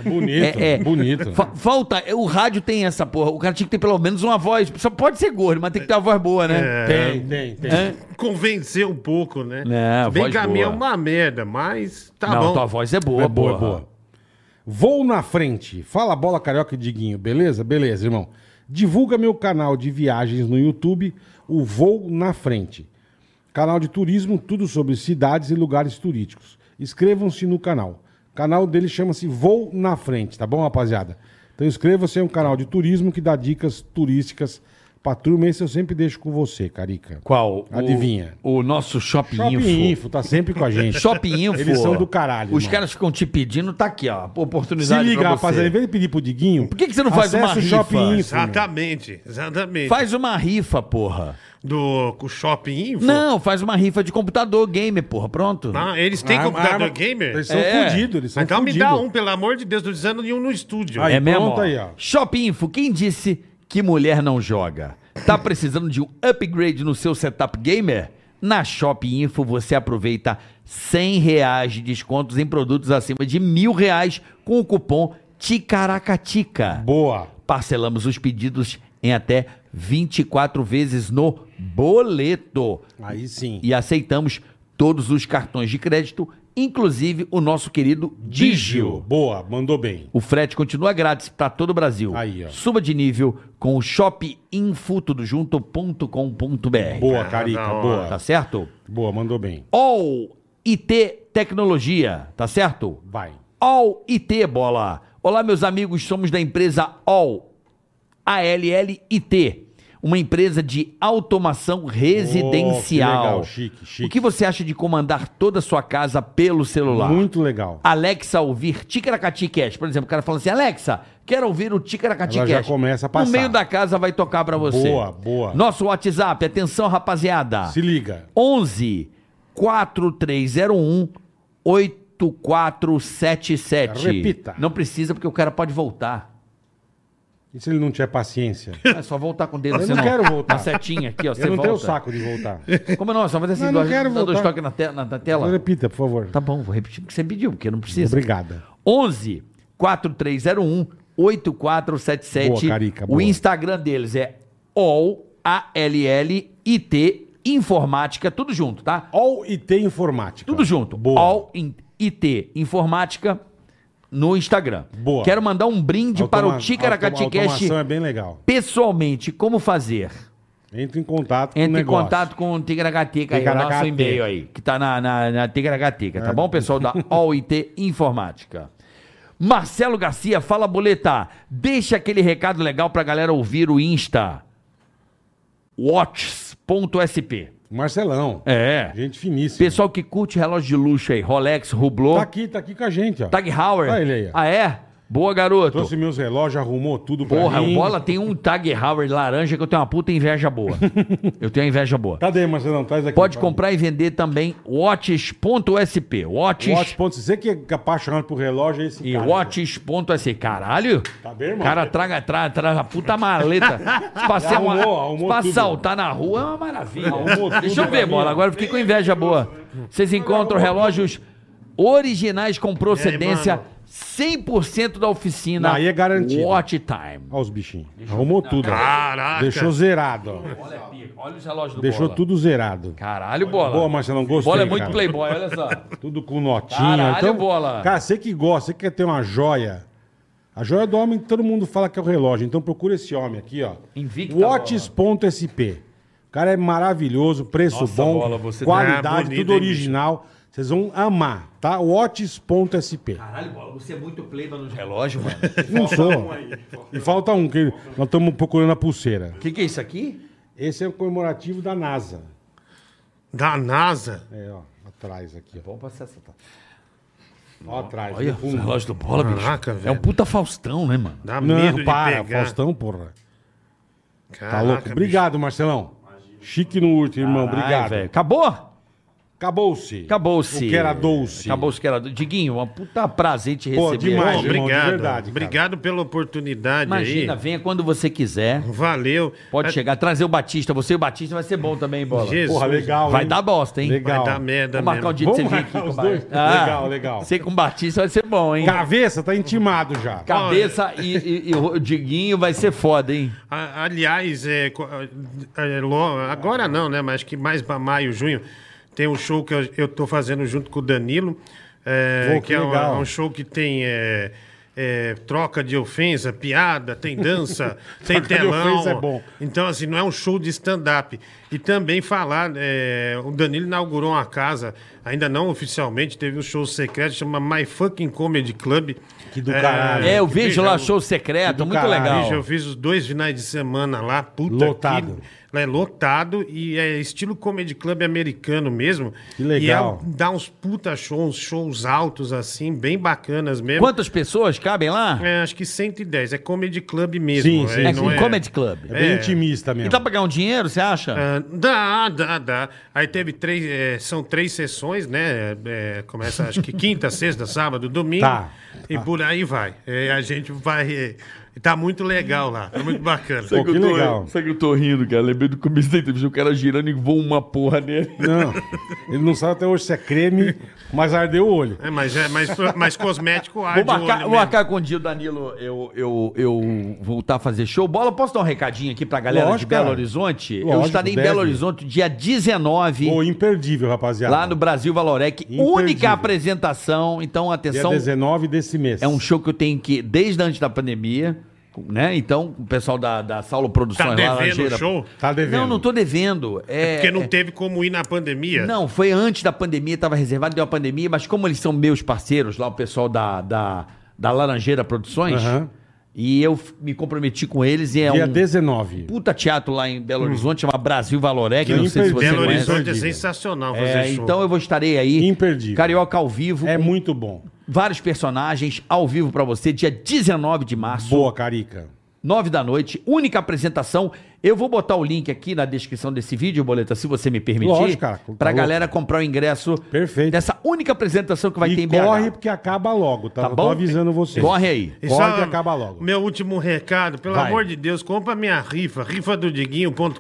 Speaker 2: Bonito,
Speaker 3: É, é.
Speaker 2: bonito.
Speaker 3: Fa- falta, é, o rádio tem essa porra. O cara tinha que ter pelo menos uma voz. Só pode ser gordo, mas tem que ter uma voz boa, né?
Speaker 4: um
Speaker 2: Tem, tem, tem.
Speaker 4: Convenceu um pouco, né?
Speaker 3: É, a
Speaker 4: Bem
Speaker 3: voz
Speaker 4: caminho é
Speaker 3: boa.
Speaker 4: uma merda, mas tá
Speaker 3: Não,
Speaker 4: bom.
Speaker 3: tua voz é boa,
Speaker 2: é boa, é
Speaker 3: porra.
Speaker 2: boa. Vou na frente. Fala bola carioca e Diguinho, beleza? Beleza, irmão. Divulga meu canal de viagens no YouTube, o Vou na Frente. Canal de turismo, tudo sobre cidades e lugares turísticos. Inscrevam-se no canal. O canal dele chama-se Vou na Frente, tá bom, rapaziada? Então inscreva-se, é um canal de turismo que dá dicas turísticas pra turma. Esse eu sempre deixo com você, Carica.
Speaker 3: Qual? O-
Speaker 2: Adivinha.
Speaker 3: O, nosso Shopping,
Speaker 2: Shopping Info.
Speaker 3: Info.
Speaker 2: tá sempre com a gente.
Speaker 3: Shopping Info.
Speaker 2: Eles são do caralho,
Speaker 3: Os
Speaker 2: irmão.
Speaker 3: caras ficam te pedindo, tá aqui, ó.
Speaker 2: Se
Speaker 3: Oportunidade
Speaker 2: liga,
Speaker 3: pra você.
Speaker 2: rapaziada, em vez de pedir pro Diguinho.
Speaker 3: Por que que você não faz
Speaker 2: acessa
Speaker 3: uma
Speaker 2: o Shopping
Speaker 3: rifa?
Speaker 2: Info,
Speaker 4: Ah, tá.
Speaker 2: meu.
Speaker 4: Exatamente, exatamente.
Speaker 3: Faz uma rifa, porra.
Speaker 4: Do com o Shopping Info.
Speaker 3: Não, faz uma rifa de computador game, porra. Pronto.
Speaker 4: Ah, eles têm
Speaker 2: Arma-
Speaker 4: computador
Speaker 2: arma-
Speaker 4: gamer?
Speaker 2: Eles são
Speaker 3: É.
Speaker 2: fudidos, eles são
Speaker 4: Então me
Speaker 2: fudidos.
Speaker 4: dá um, pelo amor de Deus, tô precisando de um no estúdio.
Speaker 2: Aí,
Speaker 3: é mesmo?
Speaker 2: pronto
Speaker 3: ó.
Speaker 2: aí, ó.
Speaker 3: Shopping Info, quem disse que mulher não joga? Tá precisando de um upgrade no seu setup gamer? Na Shopping Info você aproveita R$ 100 reais de descontos em produtos acima de mil reais com o cupom TICARACATICA.
Speaker 2: Boa.
Speaker 3: Parcelamos os pedidos em até 24 vezes no boleto.
Speaker 2: Aí sim.
Speaker 3: E aceitamos todos os cartões de crédito, inclusive o nosso querido Digio.
Speaker 2: Boa, mandou bem.
Speaker 3: O frete continua grátis para todo o Brasil.
Speaker 2: Aí, ó.
Speaker 3: Suba de nível com o shopinfutudojunto.com.br.
Speaker 4: Ah,
Speaker 2: Boa, Carica,
Speaker 4: da hora.
Speaker 2: boa.
Speaker 3: Tá certo?
Speaker 2: Boa, mandou bem.
Speaker 3: All IT Tecnologia, tá certo?
Speaker 2: Vai.
Speaker 3: All IT Bola. Olá, meus amigos, somos da empresa All ALLIT, uma empresa de automação residencial.
Speaker 2: que Oh, legal, chique, chique.
Speaker 3: O que você acha de comandar toda a sua casa pelo celular?
Speaker 2: Muito legal.
Speaker 3: Ah. Alexa ouvir Ticaracati Cash. Por exemplo, o cara fala assim, Alexa, quero ouvir o Ticaracati
Speaker 2: Ela
Speaker 3: Cash.
Speaker 2: já começa a passar.
Speaker 3: No meio da casa vai tocar pra você.
Speaker 2: Boa, boa.
Speaker 3: Nosso WhatsApp, atenção rapaziada.
Speaker 2: Se liga.
Speaker 3: 11 4301 8477.
Speaker 2: Repita.
Speaker 3: Não precisa porque o cara pode voltar.
Speaker 2: E se ele não tiver paciência?
Speaker 3: É só voltar com o dedo.
Speaker 2: Eu
Speaker 3: você
Speaker 2: não quero voltar.
Speaker 3: Na setinha aqui, ó.
Speaker 2: Eu
Speaker 3: você
Speaker 2: não tenho
Speaker 3: volta.
Speaker 2: saco de voltar.
Speaker 3: Como não? Só fazer assim,
Speaker 2: Não, não
Speaker 3: dois-
Speaker 2: quero
Speaker 3: dá dois
Speaker 2: voltar.
Speaker 3: toques na, te- na- na tela.
Speaker 2: Repita, por favor.
Speaker 3: Tá bom, vou repetir o que você pediu, porque não precisa.
Speaker 2: Obrigada.
Speaker 3: 11 4301 8477.
Speaker 2: Boa, Carica,
Speaker 3: o
Speaker 2: boa.
Speaker 3: Instagram deles é all a l l i t informática, tudo junto, tá?
Speaker 2: All IT Informática.
Speaker 3: Tudo junto.
Speaker 2: Tá. Boa.
Speaker 3: All in- IT informática no Instagram.
Speaker 2: Boa.
Speaker 3: Quero mandar um brinde para o Ticaracati
Speaker 2: Automa-
Speaker 3: Cash
Speaker 2: automação é bem legal.
Speaker 3: pessoalmente, como fazer?
Speaker 2: Entra em contato com o
Speaker 3: Entre em
Speaker 2: negócio.
Speaker 3: contato com o Tigracateca aí, é o
Speaker 2: Tigragateca.
Speaker 3: nosso e-mail aí, que tá na, na, na Tigragateca,
Speaker 2: É.
Speaker 3: tá bom, pessoal da OIT Informática. Marcelo Garcia, fala boleta, deixa aquele recado legal pra galera ouvir o Insta. Watches.sp
Speaker 2: Marcelão.
Speaker 3: É.
Speaker 2: Gente finíssima.
Speaker 3: Pessoal que curte relógio de luxo aí, Rolex, Hublot,
Speaker 2: Tá aqui, tá aqui com a gente, ó.
Speaker 3: Tag Heuer.
Speaker 2: Olha ele aí, ó.
Speaker 3: Ah, é? Boa, garoto.
Speaker 2: Trouxe meus relógios, arrumou tudo pra
Speaker 3: Porra,
Speaker 2: mim.
Speaker 3: o Bola tem um Tag Heuer laranja que eu tenho uma puta inveja boa. eu tenho uma inveja boa.
Speaker 2: Cadê, Marcelão? Traz aqui.
Speaker 3: Pode
Speaker 2: pra
Speaker 3: comprar e vender também
Speaker 2: mim.
Speaker 3: watches.sp. Watches
Speaker 2: Watch. ponto- Você que é apaixonado por relógio, é esse
Speaker 3: e
Speaker 2: cara.
Speaker 3: watches.sc. Caralho!
Speaker 2: Tá bem, irmão?
Speaker 3: Cara, traga, traga, traga a puta maleta. Se passar uma-
Speaker 2: Arrumou, arrumou
Speaker 3: se pra
Speaker 2: tudo.
Speaker 3: saltar na rua é uma maravilha.
Speaker 2: Arrumou tudo
Speaker 3: Deixa eu
Speaker 2: pra
Speaker 3: ver,
Speaker 2: mim,
Speaker 3: bola.
Speaker 2: ó.
Speaker 3: Agora eu fiquei com inveja boa. Vocês encontram relógios originais com procedência
Speaker 4: mano?
Speaker 3: 100% da oficina.
Speaker 2: Não, aí é garantido.
Speaker 3: Watch Time.
Speaker 2: Olha os bichinhos. Arrumou tudo. ó.
Speaker 4: Caraca.
Speaker 2: Deixou zerado, ó.
Speaker 3: Olha, pica, olha os relógios do
Speaker 2: Deixou
Speaker 3: bola.
Speaker 2: tudo zerado.
Speaker 3: Caralho, bola.
Speaker 2: Boa, Marcelão, gostei.
Speaker 3: Bola é muito
Speaker 2: cara.
Speaker 3: playboy, olha só.
Speaker 2: Tudo com notinha.
Speaker 3: Caralho,
Speaker 2: então,
Speaker 3: Bola.
Speaker 2: Cara, você que gosta, você que quer ter uma joia. A joia do homem, todo mundo fala que é o relógio. Então procura esse homem aqui, ó.
Speaker 3: Invicta,
Speaker 2: Watches.sp. O cara é maravilhoso, preço bom,
Speaker 3: Bola, você tá-
Speaker 2: qualidade,
Speaker 4: Ah, bonito,
Speaker 2: tudo
Speaker 4: hein,
Speaker 2: original. Vocês vão amar, tá? Watches.sp.
Speaker 3: Caralho, bola, você é muito pleiba nos relógios, mano.
Speaker 2: Não sou. E falta um, que nós estamos procurando a pulseira.
Speaker 3: O que, que é isso aqui?
Speaker 2: Esse é o comemorativo da NASA.
Speaker 4: Da NASA.
Speaker 2: É, ó, atrás aqui, ó.
Speaker 3: Vamos passar essa. tá?
Speaker 2: Ó, atrás.
Speaker 3: Olha,
Speaker 2: no
Speaker 3: o
Speaker 2: fundo.
Speaker 3: relógio do bola, bicho.
Speaker 4: Caraca,
Speaker 3: É um
Speaker 4: velho.
Speaker 3: puta Faustão, né, mano?
Speaker 4: Dá medo
Speaker 2: Não,
Speaker 4: de
Speaker 2: para,
Speaker 4: pegar.
Speaker 2: Faustão, porra.
Speaker 4: Caraca,
Speaker 2: Tá louco.
Speaker 4: bicho.
Speaker 2: Obrigado, Marcelão. Chique no último, irmão.
Speaker 3: Ai,
Speaker 2: Obrigado.
Speaker 3: velho. Acabou?
Speaker 2: Acabou-se.
Speaker 3: Acabou-se.
Speaker 2: O que era doce.
Speaker 3: Acabou-se que era doce. Diguinho, uma puta prazer te
Speaker 2: Pô,
Speaker 3: receber.
Speaker 2: demais,
Speaker 4: Bom,
Speaker 2: irmão, de
Speaker 4: obrigado.
Speaker 2: verdade, cara.
Speaker 4: obrigado pela oportunidade
Speaker 3: Imagina,
Speaker 4: aí.
Speaker 3: venha quando você quiser.
Speaker 4: Valeu.
Speaker 3: Pode
Speaker 2: É.
Speaker 4: Vai-
Speaker 3: chegar, trazer o Batista. Você e o Batista vai ser bom também, bola.
Speaker 4: Jesus,
Speaker 2: Porra, legal.
Speaker 3: Vai
Speaker 2: hein?
Speaker 3: dar bosta, hein?
Speaker 2: Legal.
Speaker 4: Vai dar merda
Speaker 3: Vou marcar
Speaker 4: mesmo.
Speaker 3: o dia de você
Speaker 2: Vamos
Speaker 3: vir aqui
Speaker 2: marcar
Speaker 3: com o
Speaker 2: os dois.
Speaker 3: Batista. Ah,
Speaker 2: Legal, legal.
Speaker 3: Você com o Batista vai ser bom, hein?
Speaker 2: Cabeça tá intimado já.
Speaker 3: Cabeça e, e- e o Diguinho vai ser foda, hein?
Speaker 4: A- aliás, é, co- é, lo- agora não, né? Mas que mais para maio, junho, tem um show que eu, eu tô fazendo junto com o Danilo. é,
Speaker 2: Pô, que
Speaker 4: que é um,
Speaker 2: legal.
Speaker 4: é um show que tem. é, é, troca de ofensa, piada, tem dança, tem
Speaker 2: Troca de
Speaker 4: telão.
Speaker 2: ofensa é bom.
Speaker 4: Então, assim, não é um show de stand-up. E também falar, é, o Danilo inaugurou uma casa, ainda não oficialmente, teve um show secreto, chama My Fucking Comedy Club.
Speaker 2: Ah, Que do caralho.
Speaker 3: É, eu
Speaker 4: que um
Speaker 3: vejo
Speaker 4: beijão.
Speaker 3: lá show secreto,
Speaker 2: do
Speaker 3: muito
Speaker 2: caralho.
Speaker 3: legal.
Speaker 4: Bicho, eu fiz os dois finais de semana lá, puta
Speaker 2: Lotado.
Speaker 4: que- é lotado e é estilo comedy club americano mesmo.
Speaker 2: Que legal.
Speaker 4: E é, dá uns puta shows, shows altos assim, bem bacanas mesmo.
Speaker 3: Quantas pessoas cabem lá?
Speaker 4: É, acho que 110, é comedy club mesmo.
Speaker 2: Sim, sim,
Speaker 4: é,
Speaker 3: É,
Speaker 2: sim.
Speaker 4: não é-
Speaker 3: Comedy Club.
Speaker 2: É bem
Speaker 4: É.
Speaker 2: intimista mesmo.
Speaker 3: E dá pra ganhar um dinheiro, você acha?
Speaker 9: É.
Speaker 4: Ah, dá, dá, dá. Aí teve três, é, são três sessões, né? É, começa acho que quinta, sexta, sábado, domingo.
Speaker 2: Tá.
Speaker 4: E por aí vai. É, a gente vai. é, tá muito legal lá, tá muito bacana.
Speaker 2: Pô, que legal.
Speaker 9: Sabe que eu tô rindo, cara? Lembrei do começo da entrevista, o cara girando e voa uma porra nele.
Speaker 2: Não, ele não sabe até hoje se é creme, mas ardeu o olho.
Speaker 4: É, mas, é, mas, mas cosmético
Speaker 3: Vou
Speaker 4: arde o
Speaker 3: marcar,
Speaker 4: olho
Speaker 3: vou
Speaker 4: mesmo.
Speaker 3: marcar com o dia, o Danilo, eu, eu, eu voltar a fazer show. Bola, posso dar um recadinho aqui pra galera de
Speaker 2: Lógico,
Speaker 3: Belo
Speaker 2: cara.
Speaker 3: Horizonte? eu
Speaker 2: Lógico,
Speaker 3: estarei em
Speaker 2: deve.
Speaker 3: Belo Horizonte dia 19,
Speaker 2: Pô, imperdível, rapaziada.
Speaker 3: lá no Brasil Valorec.
Speaker 2: Imperdível.
Speaker 3: Única apresentação, então
Speaker 2: Dia
Speaker 3: atenção.
Speaker 2: 19 desse mês.
Speaker 3: É um show que eu tenho que, desde antes da pandemia, né? Então, o pessoal da, da Saulo Produções
Speaker 4: Tá
Speaker 3: lá,
Speaker 4: devendo
Speaker 3: Laranjeira-
Speaker 4: o show?
Speaker 2: Tá devendo.
Speaker 3: Não, não tô devendo. É,
Speaker 4: Porque não teve como ir na
Speaker 2: É.
Speaker 4: pandemia.
Speaker 3: Não, foi antes da pandemia, estava reservado, deu a pandemia, mas como eles são meus parceiros lá, o pessoal da, da, da Laranjeira Produções,
Speaker 2: Aham.
Speaker 3: e eu f- me comprometi com eles, e é
Speaker 2: Dia
Speaker 3: um
Speaker 2: 19.
Speaker 3: puta teatro lá em Belo Horizonte, chama Brasil Valorec,
Speaker 2: Que
Speaker 3: não sei se você
Speaker 4: Belo
Speaker 3: conhece.
Speaker 4: Horizonte é
Speaker 2: Imperdível.
Speaker 4: sensacional fazer
Speaker 3: É,
Speaker 4: show.
Speaker 3: então eu vou estarei aí.
Speaker 2: Imperdível.
Speaker 3: Carioca ao vivo,
Speaker 2: É
Speaker 3: com
Speaker 2: muito bom.
Speaker 3: vários personagens ao vivo pra você, dia 19 de março.
Speaker 2: Boa, Carica.
Speaker 3: 9 da noite, única apresentação. Eu vou botar o link aqui na descrição desse vídeo, Boleta, se você me permitir.
Speaker 2: Lógico, cara. Tá
Speaker 3: pra
Speaker 2: louco.
Speaker 3: galera comprar o ingresso
Speaker 2: Perfeito.
Speaker 3: dessa única apresentação que vai ter
Speaker 2: e
Speaker 3: em BH.
Speaker 2: corre porque acaba logo, tá?
Speaker 3: Tá
Speaker 2: Eu
Speaker 3: bom?
Speaker 2: Tô avisando vocês.
Speaker 3: Corre aí.
Speaker 4: E
Speaker 2: Corre
Speaker 4: só
Speaker 2: que acaba logo.
Speaker 4: é Meu último recado, pelo
Speaker 3: Vai.
Speaker 4: amor de Deus, compra minha rifa, rifadodiguinho.com.br.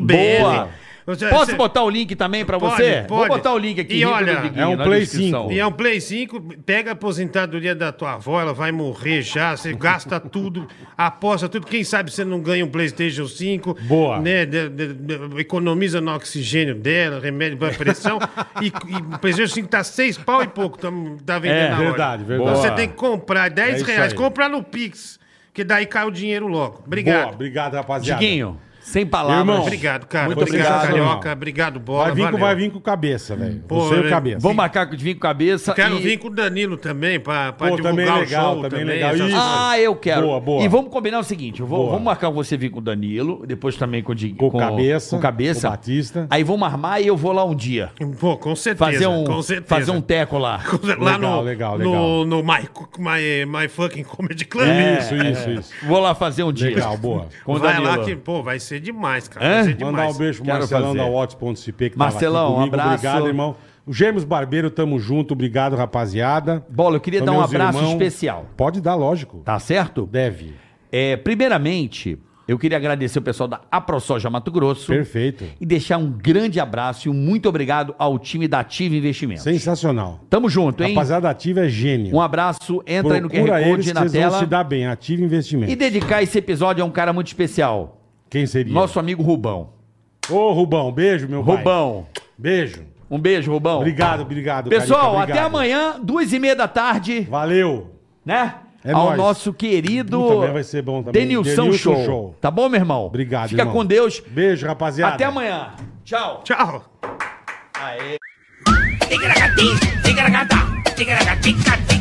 Speaker 3: Boa.
Speaker 4: Você-
Speaker 3: Posso
Speaker 4: você-
Speaker 3: botar o link também pra
Speaker 4: Pode,
Speaker 3: você? Vou
Speaker 4: pode.
Speaker 3: botar o link aqui.
Speaker 4: E
Speaker 3: Rifa do
Speaker 4: olha,
Speaker 3: Diguinho,
Speaker 2: É um
Speaker 3: na
Speaker 2: Play
Speaker 3: descrição.
Speaker 9: 5.
Speaker 4: E é um Play 5, pega a aposentadoria da tua avó, ela vai morrer já, você gasta tudo, aposta tudo. Quem sabe você não ganha um PlayStation 5.
Speaker 2: Boa.
Speaker 4: Né, de- de- de- economiza no oxigênio dela, remédio para pressão. e, e o PlayStation 5 tá seis pau e pouco, tá, tá vendendo
Speaker 3: É,
Speaker 4: na hora.
Speaker 2: verdade, verdade.
Speaker 4: Então você
Speaker 2: Boa. É
Speaker 4: tem que comprar 10
Speaker 2: isso
Speaker 4: reais,
Speaker 2: aí.
Speaker 4: compra no Pix, que daí cai o dinheiro logo.
Speaker 2: Boa,
Speaker 4: Obrigado.
Speaker 2: obrigado, rapaziada.
Speaker 3: Diguinho, sem palavras.
Speaker 2: Irmão,
Speaker 4: Obrigado, cara.
Speaker 2: Muito
Speaker 4: obrigado,
Speaker 2: obrigado,
Speaker 4: Carioca.
Speaker 2: irmão.
Speaker 4: Obrigado, Bola.
Speaker 2: Vai vir, com,
Speaker 4: valeu.
Speaker 2: vai vir com cabeça,
Speaker 3: Hum.
Speaker 2: velho.
Speaker 4: Pô,
Speaker 2: Você e o
Speaker 4: eu-
Speaker 2: cabeça.
Speaker 3: Vou marcar com o Divinho com cabeça.
Speaker 4: Quero
Speaker 3: e-
Speaker 4: vir com o Danilo também, pra, pra
Speaker 2: Pô,
Speaker 4: divulgar
Speaker 2: também
Speaker 4: o
Speaker 2: legal,
Speaker 4: show
Speaker 2: também
Speaker 4: também.
Speaker 2: legal.
Speaker 4: essas
Speaker 2: Isso.
Speaker 4: coisas.
Speaker 3: Ah, eu quero.
Speaker 2: Boa, boa.
Speaker 3: E vamos combinar o seguinte: eu vou,
Speaker 2: Boa.
Speaker 3: vamos marcar você vir com o Danilo, depois também com o Di-
Speaker 2: Com Cabeça,
Speaker 3: com cabeça.
Speaker 2: com Batista.
Speaker 3: Aí vamos armar e eu vou lá um dia.
Speaker 4: Pô, com certeza.
Speaker 3: Fazer um,
Speaker 4: com certeza. é
Speaker 3: fazer um teco lá.
Speaker 4: Lá
Speaker 2: Legal,
Speaker 4: no,
Speaker 2: legal, legal.
Speaker 4: no, no my, my, my Fucking Comedy Club.
Speaker 2: Isso, isso, isso.
Speaker 3: Vou lá fazer um dia.
Speaker 2: É, Legal, boa.
Speaker 3: É, Com o
Speaker 4: Vai
Speaker 3: Danilo. É?
Speaker 4: lá que, pô, vai ser demais, cara.
Speaker 3: Hã?
Speaker 4: Vai ser demais.
Speaker 2: Mandar um beijo pro
Speaker 3: Quero
Speaker 2: Marcelão
Speaker 3: fazer.
Speaker 2: da Watts.cp que
Speaker 3: Marcelão,
Speaker 2: tava
Speaker 3: um
Speaker 2: aqui comigo.
Speaker 3: abraço.
Speaker 2: Obrigado, irmão. O James Barbeiro, tamo junto. Obrigado, rapaziada.
Speaker 3: Bola, eu queria
Speaker 2: São
Speaker 3: dar um
Speaker 2: meus
Speaker 3: abraço
Speaker 2: irmãos.
Speaker 3: especial.
Speaker 2: Pode dar, lógico.
Speaker 3: Tá certo?
Speaker 2: Deve.
Speaker 3: É, primeiramente, eu queria agradecer o pessoal da AproSoja Mato Grosso.
Speaker 2: Perfeito.
Speaker 3: E deixar um grande abraço e um muito obrigado ao time da Ativa Investimentos.
Speaker 2: Sensacional.
Speaker 3: Tamo junto, hein?
Speaker 2: Rapaziada ativa é gênio.
Speaker 3: Um abraço, entra aí no QR
Speaker 2: Procura eles
Speaker 3: Code
Speaker 2: que
Speaker 3: na
Speaker 2: vocês
Speaker 3: tela.
Speaker 2: vão se dar bem. Ativa investimento.
Speaker 3: E dedicar esse episódio a um cara muito especial.
Speaker 2: Quem seria?
Speaker 3: Nosso amigo Rubão.
Speaker 2: Ô, Rubão, beijo, meu pai.
Speaker 3: Rubão.
Speaker 2: Beijo.
Speaker 3: Um beijo, Rubão.
Speaker 2: Obrigado, obrigado.
Speaker 3: Pessoal,
Speaker 2: Carica, obrigado.
Speaker 3: até amanhã, duas e meia da tarde,
Speaker 2: Valeu.
Speaker 3: né?
Speaker 2: É
Speaker 3: Ao
Speaker 2: nóis.
Speaker 3: nosso querido
Speaker 2: Puta, amanhã vai ser bom também.
Speaker 3: Denilson
Speaker 2: Denilson
Speaker 3: Show.
Speaker 2: Show.
Speaker 3: Tá bom, meu irmão?
Speaker 2: Obrigado,
Speaker 3: Fica
Speaker 2: irmão.
Speaker 3: com Deus.
Speaker 2: Beijo, rapaziada.
Speaker 3: Até amanhã. Tchau.
Speaker 4: Tchau.
Speaker 3: Aê.
Speaker 1: tica tica tica tica tica tica tica tica tica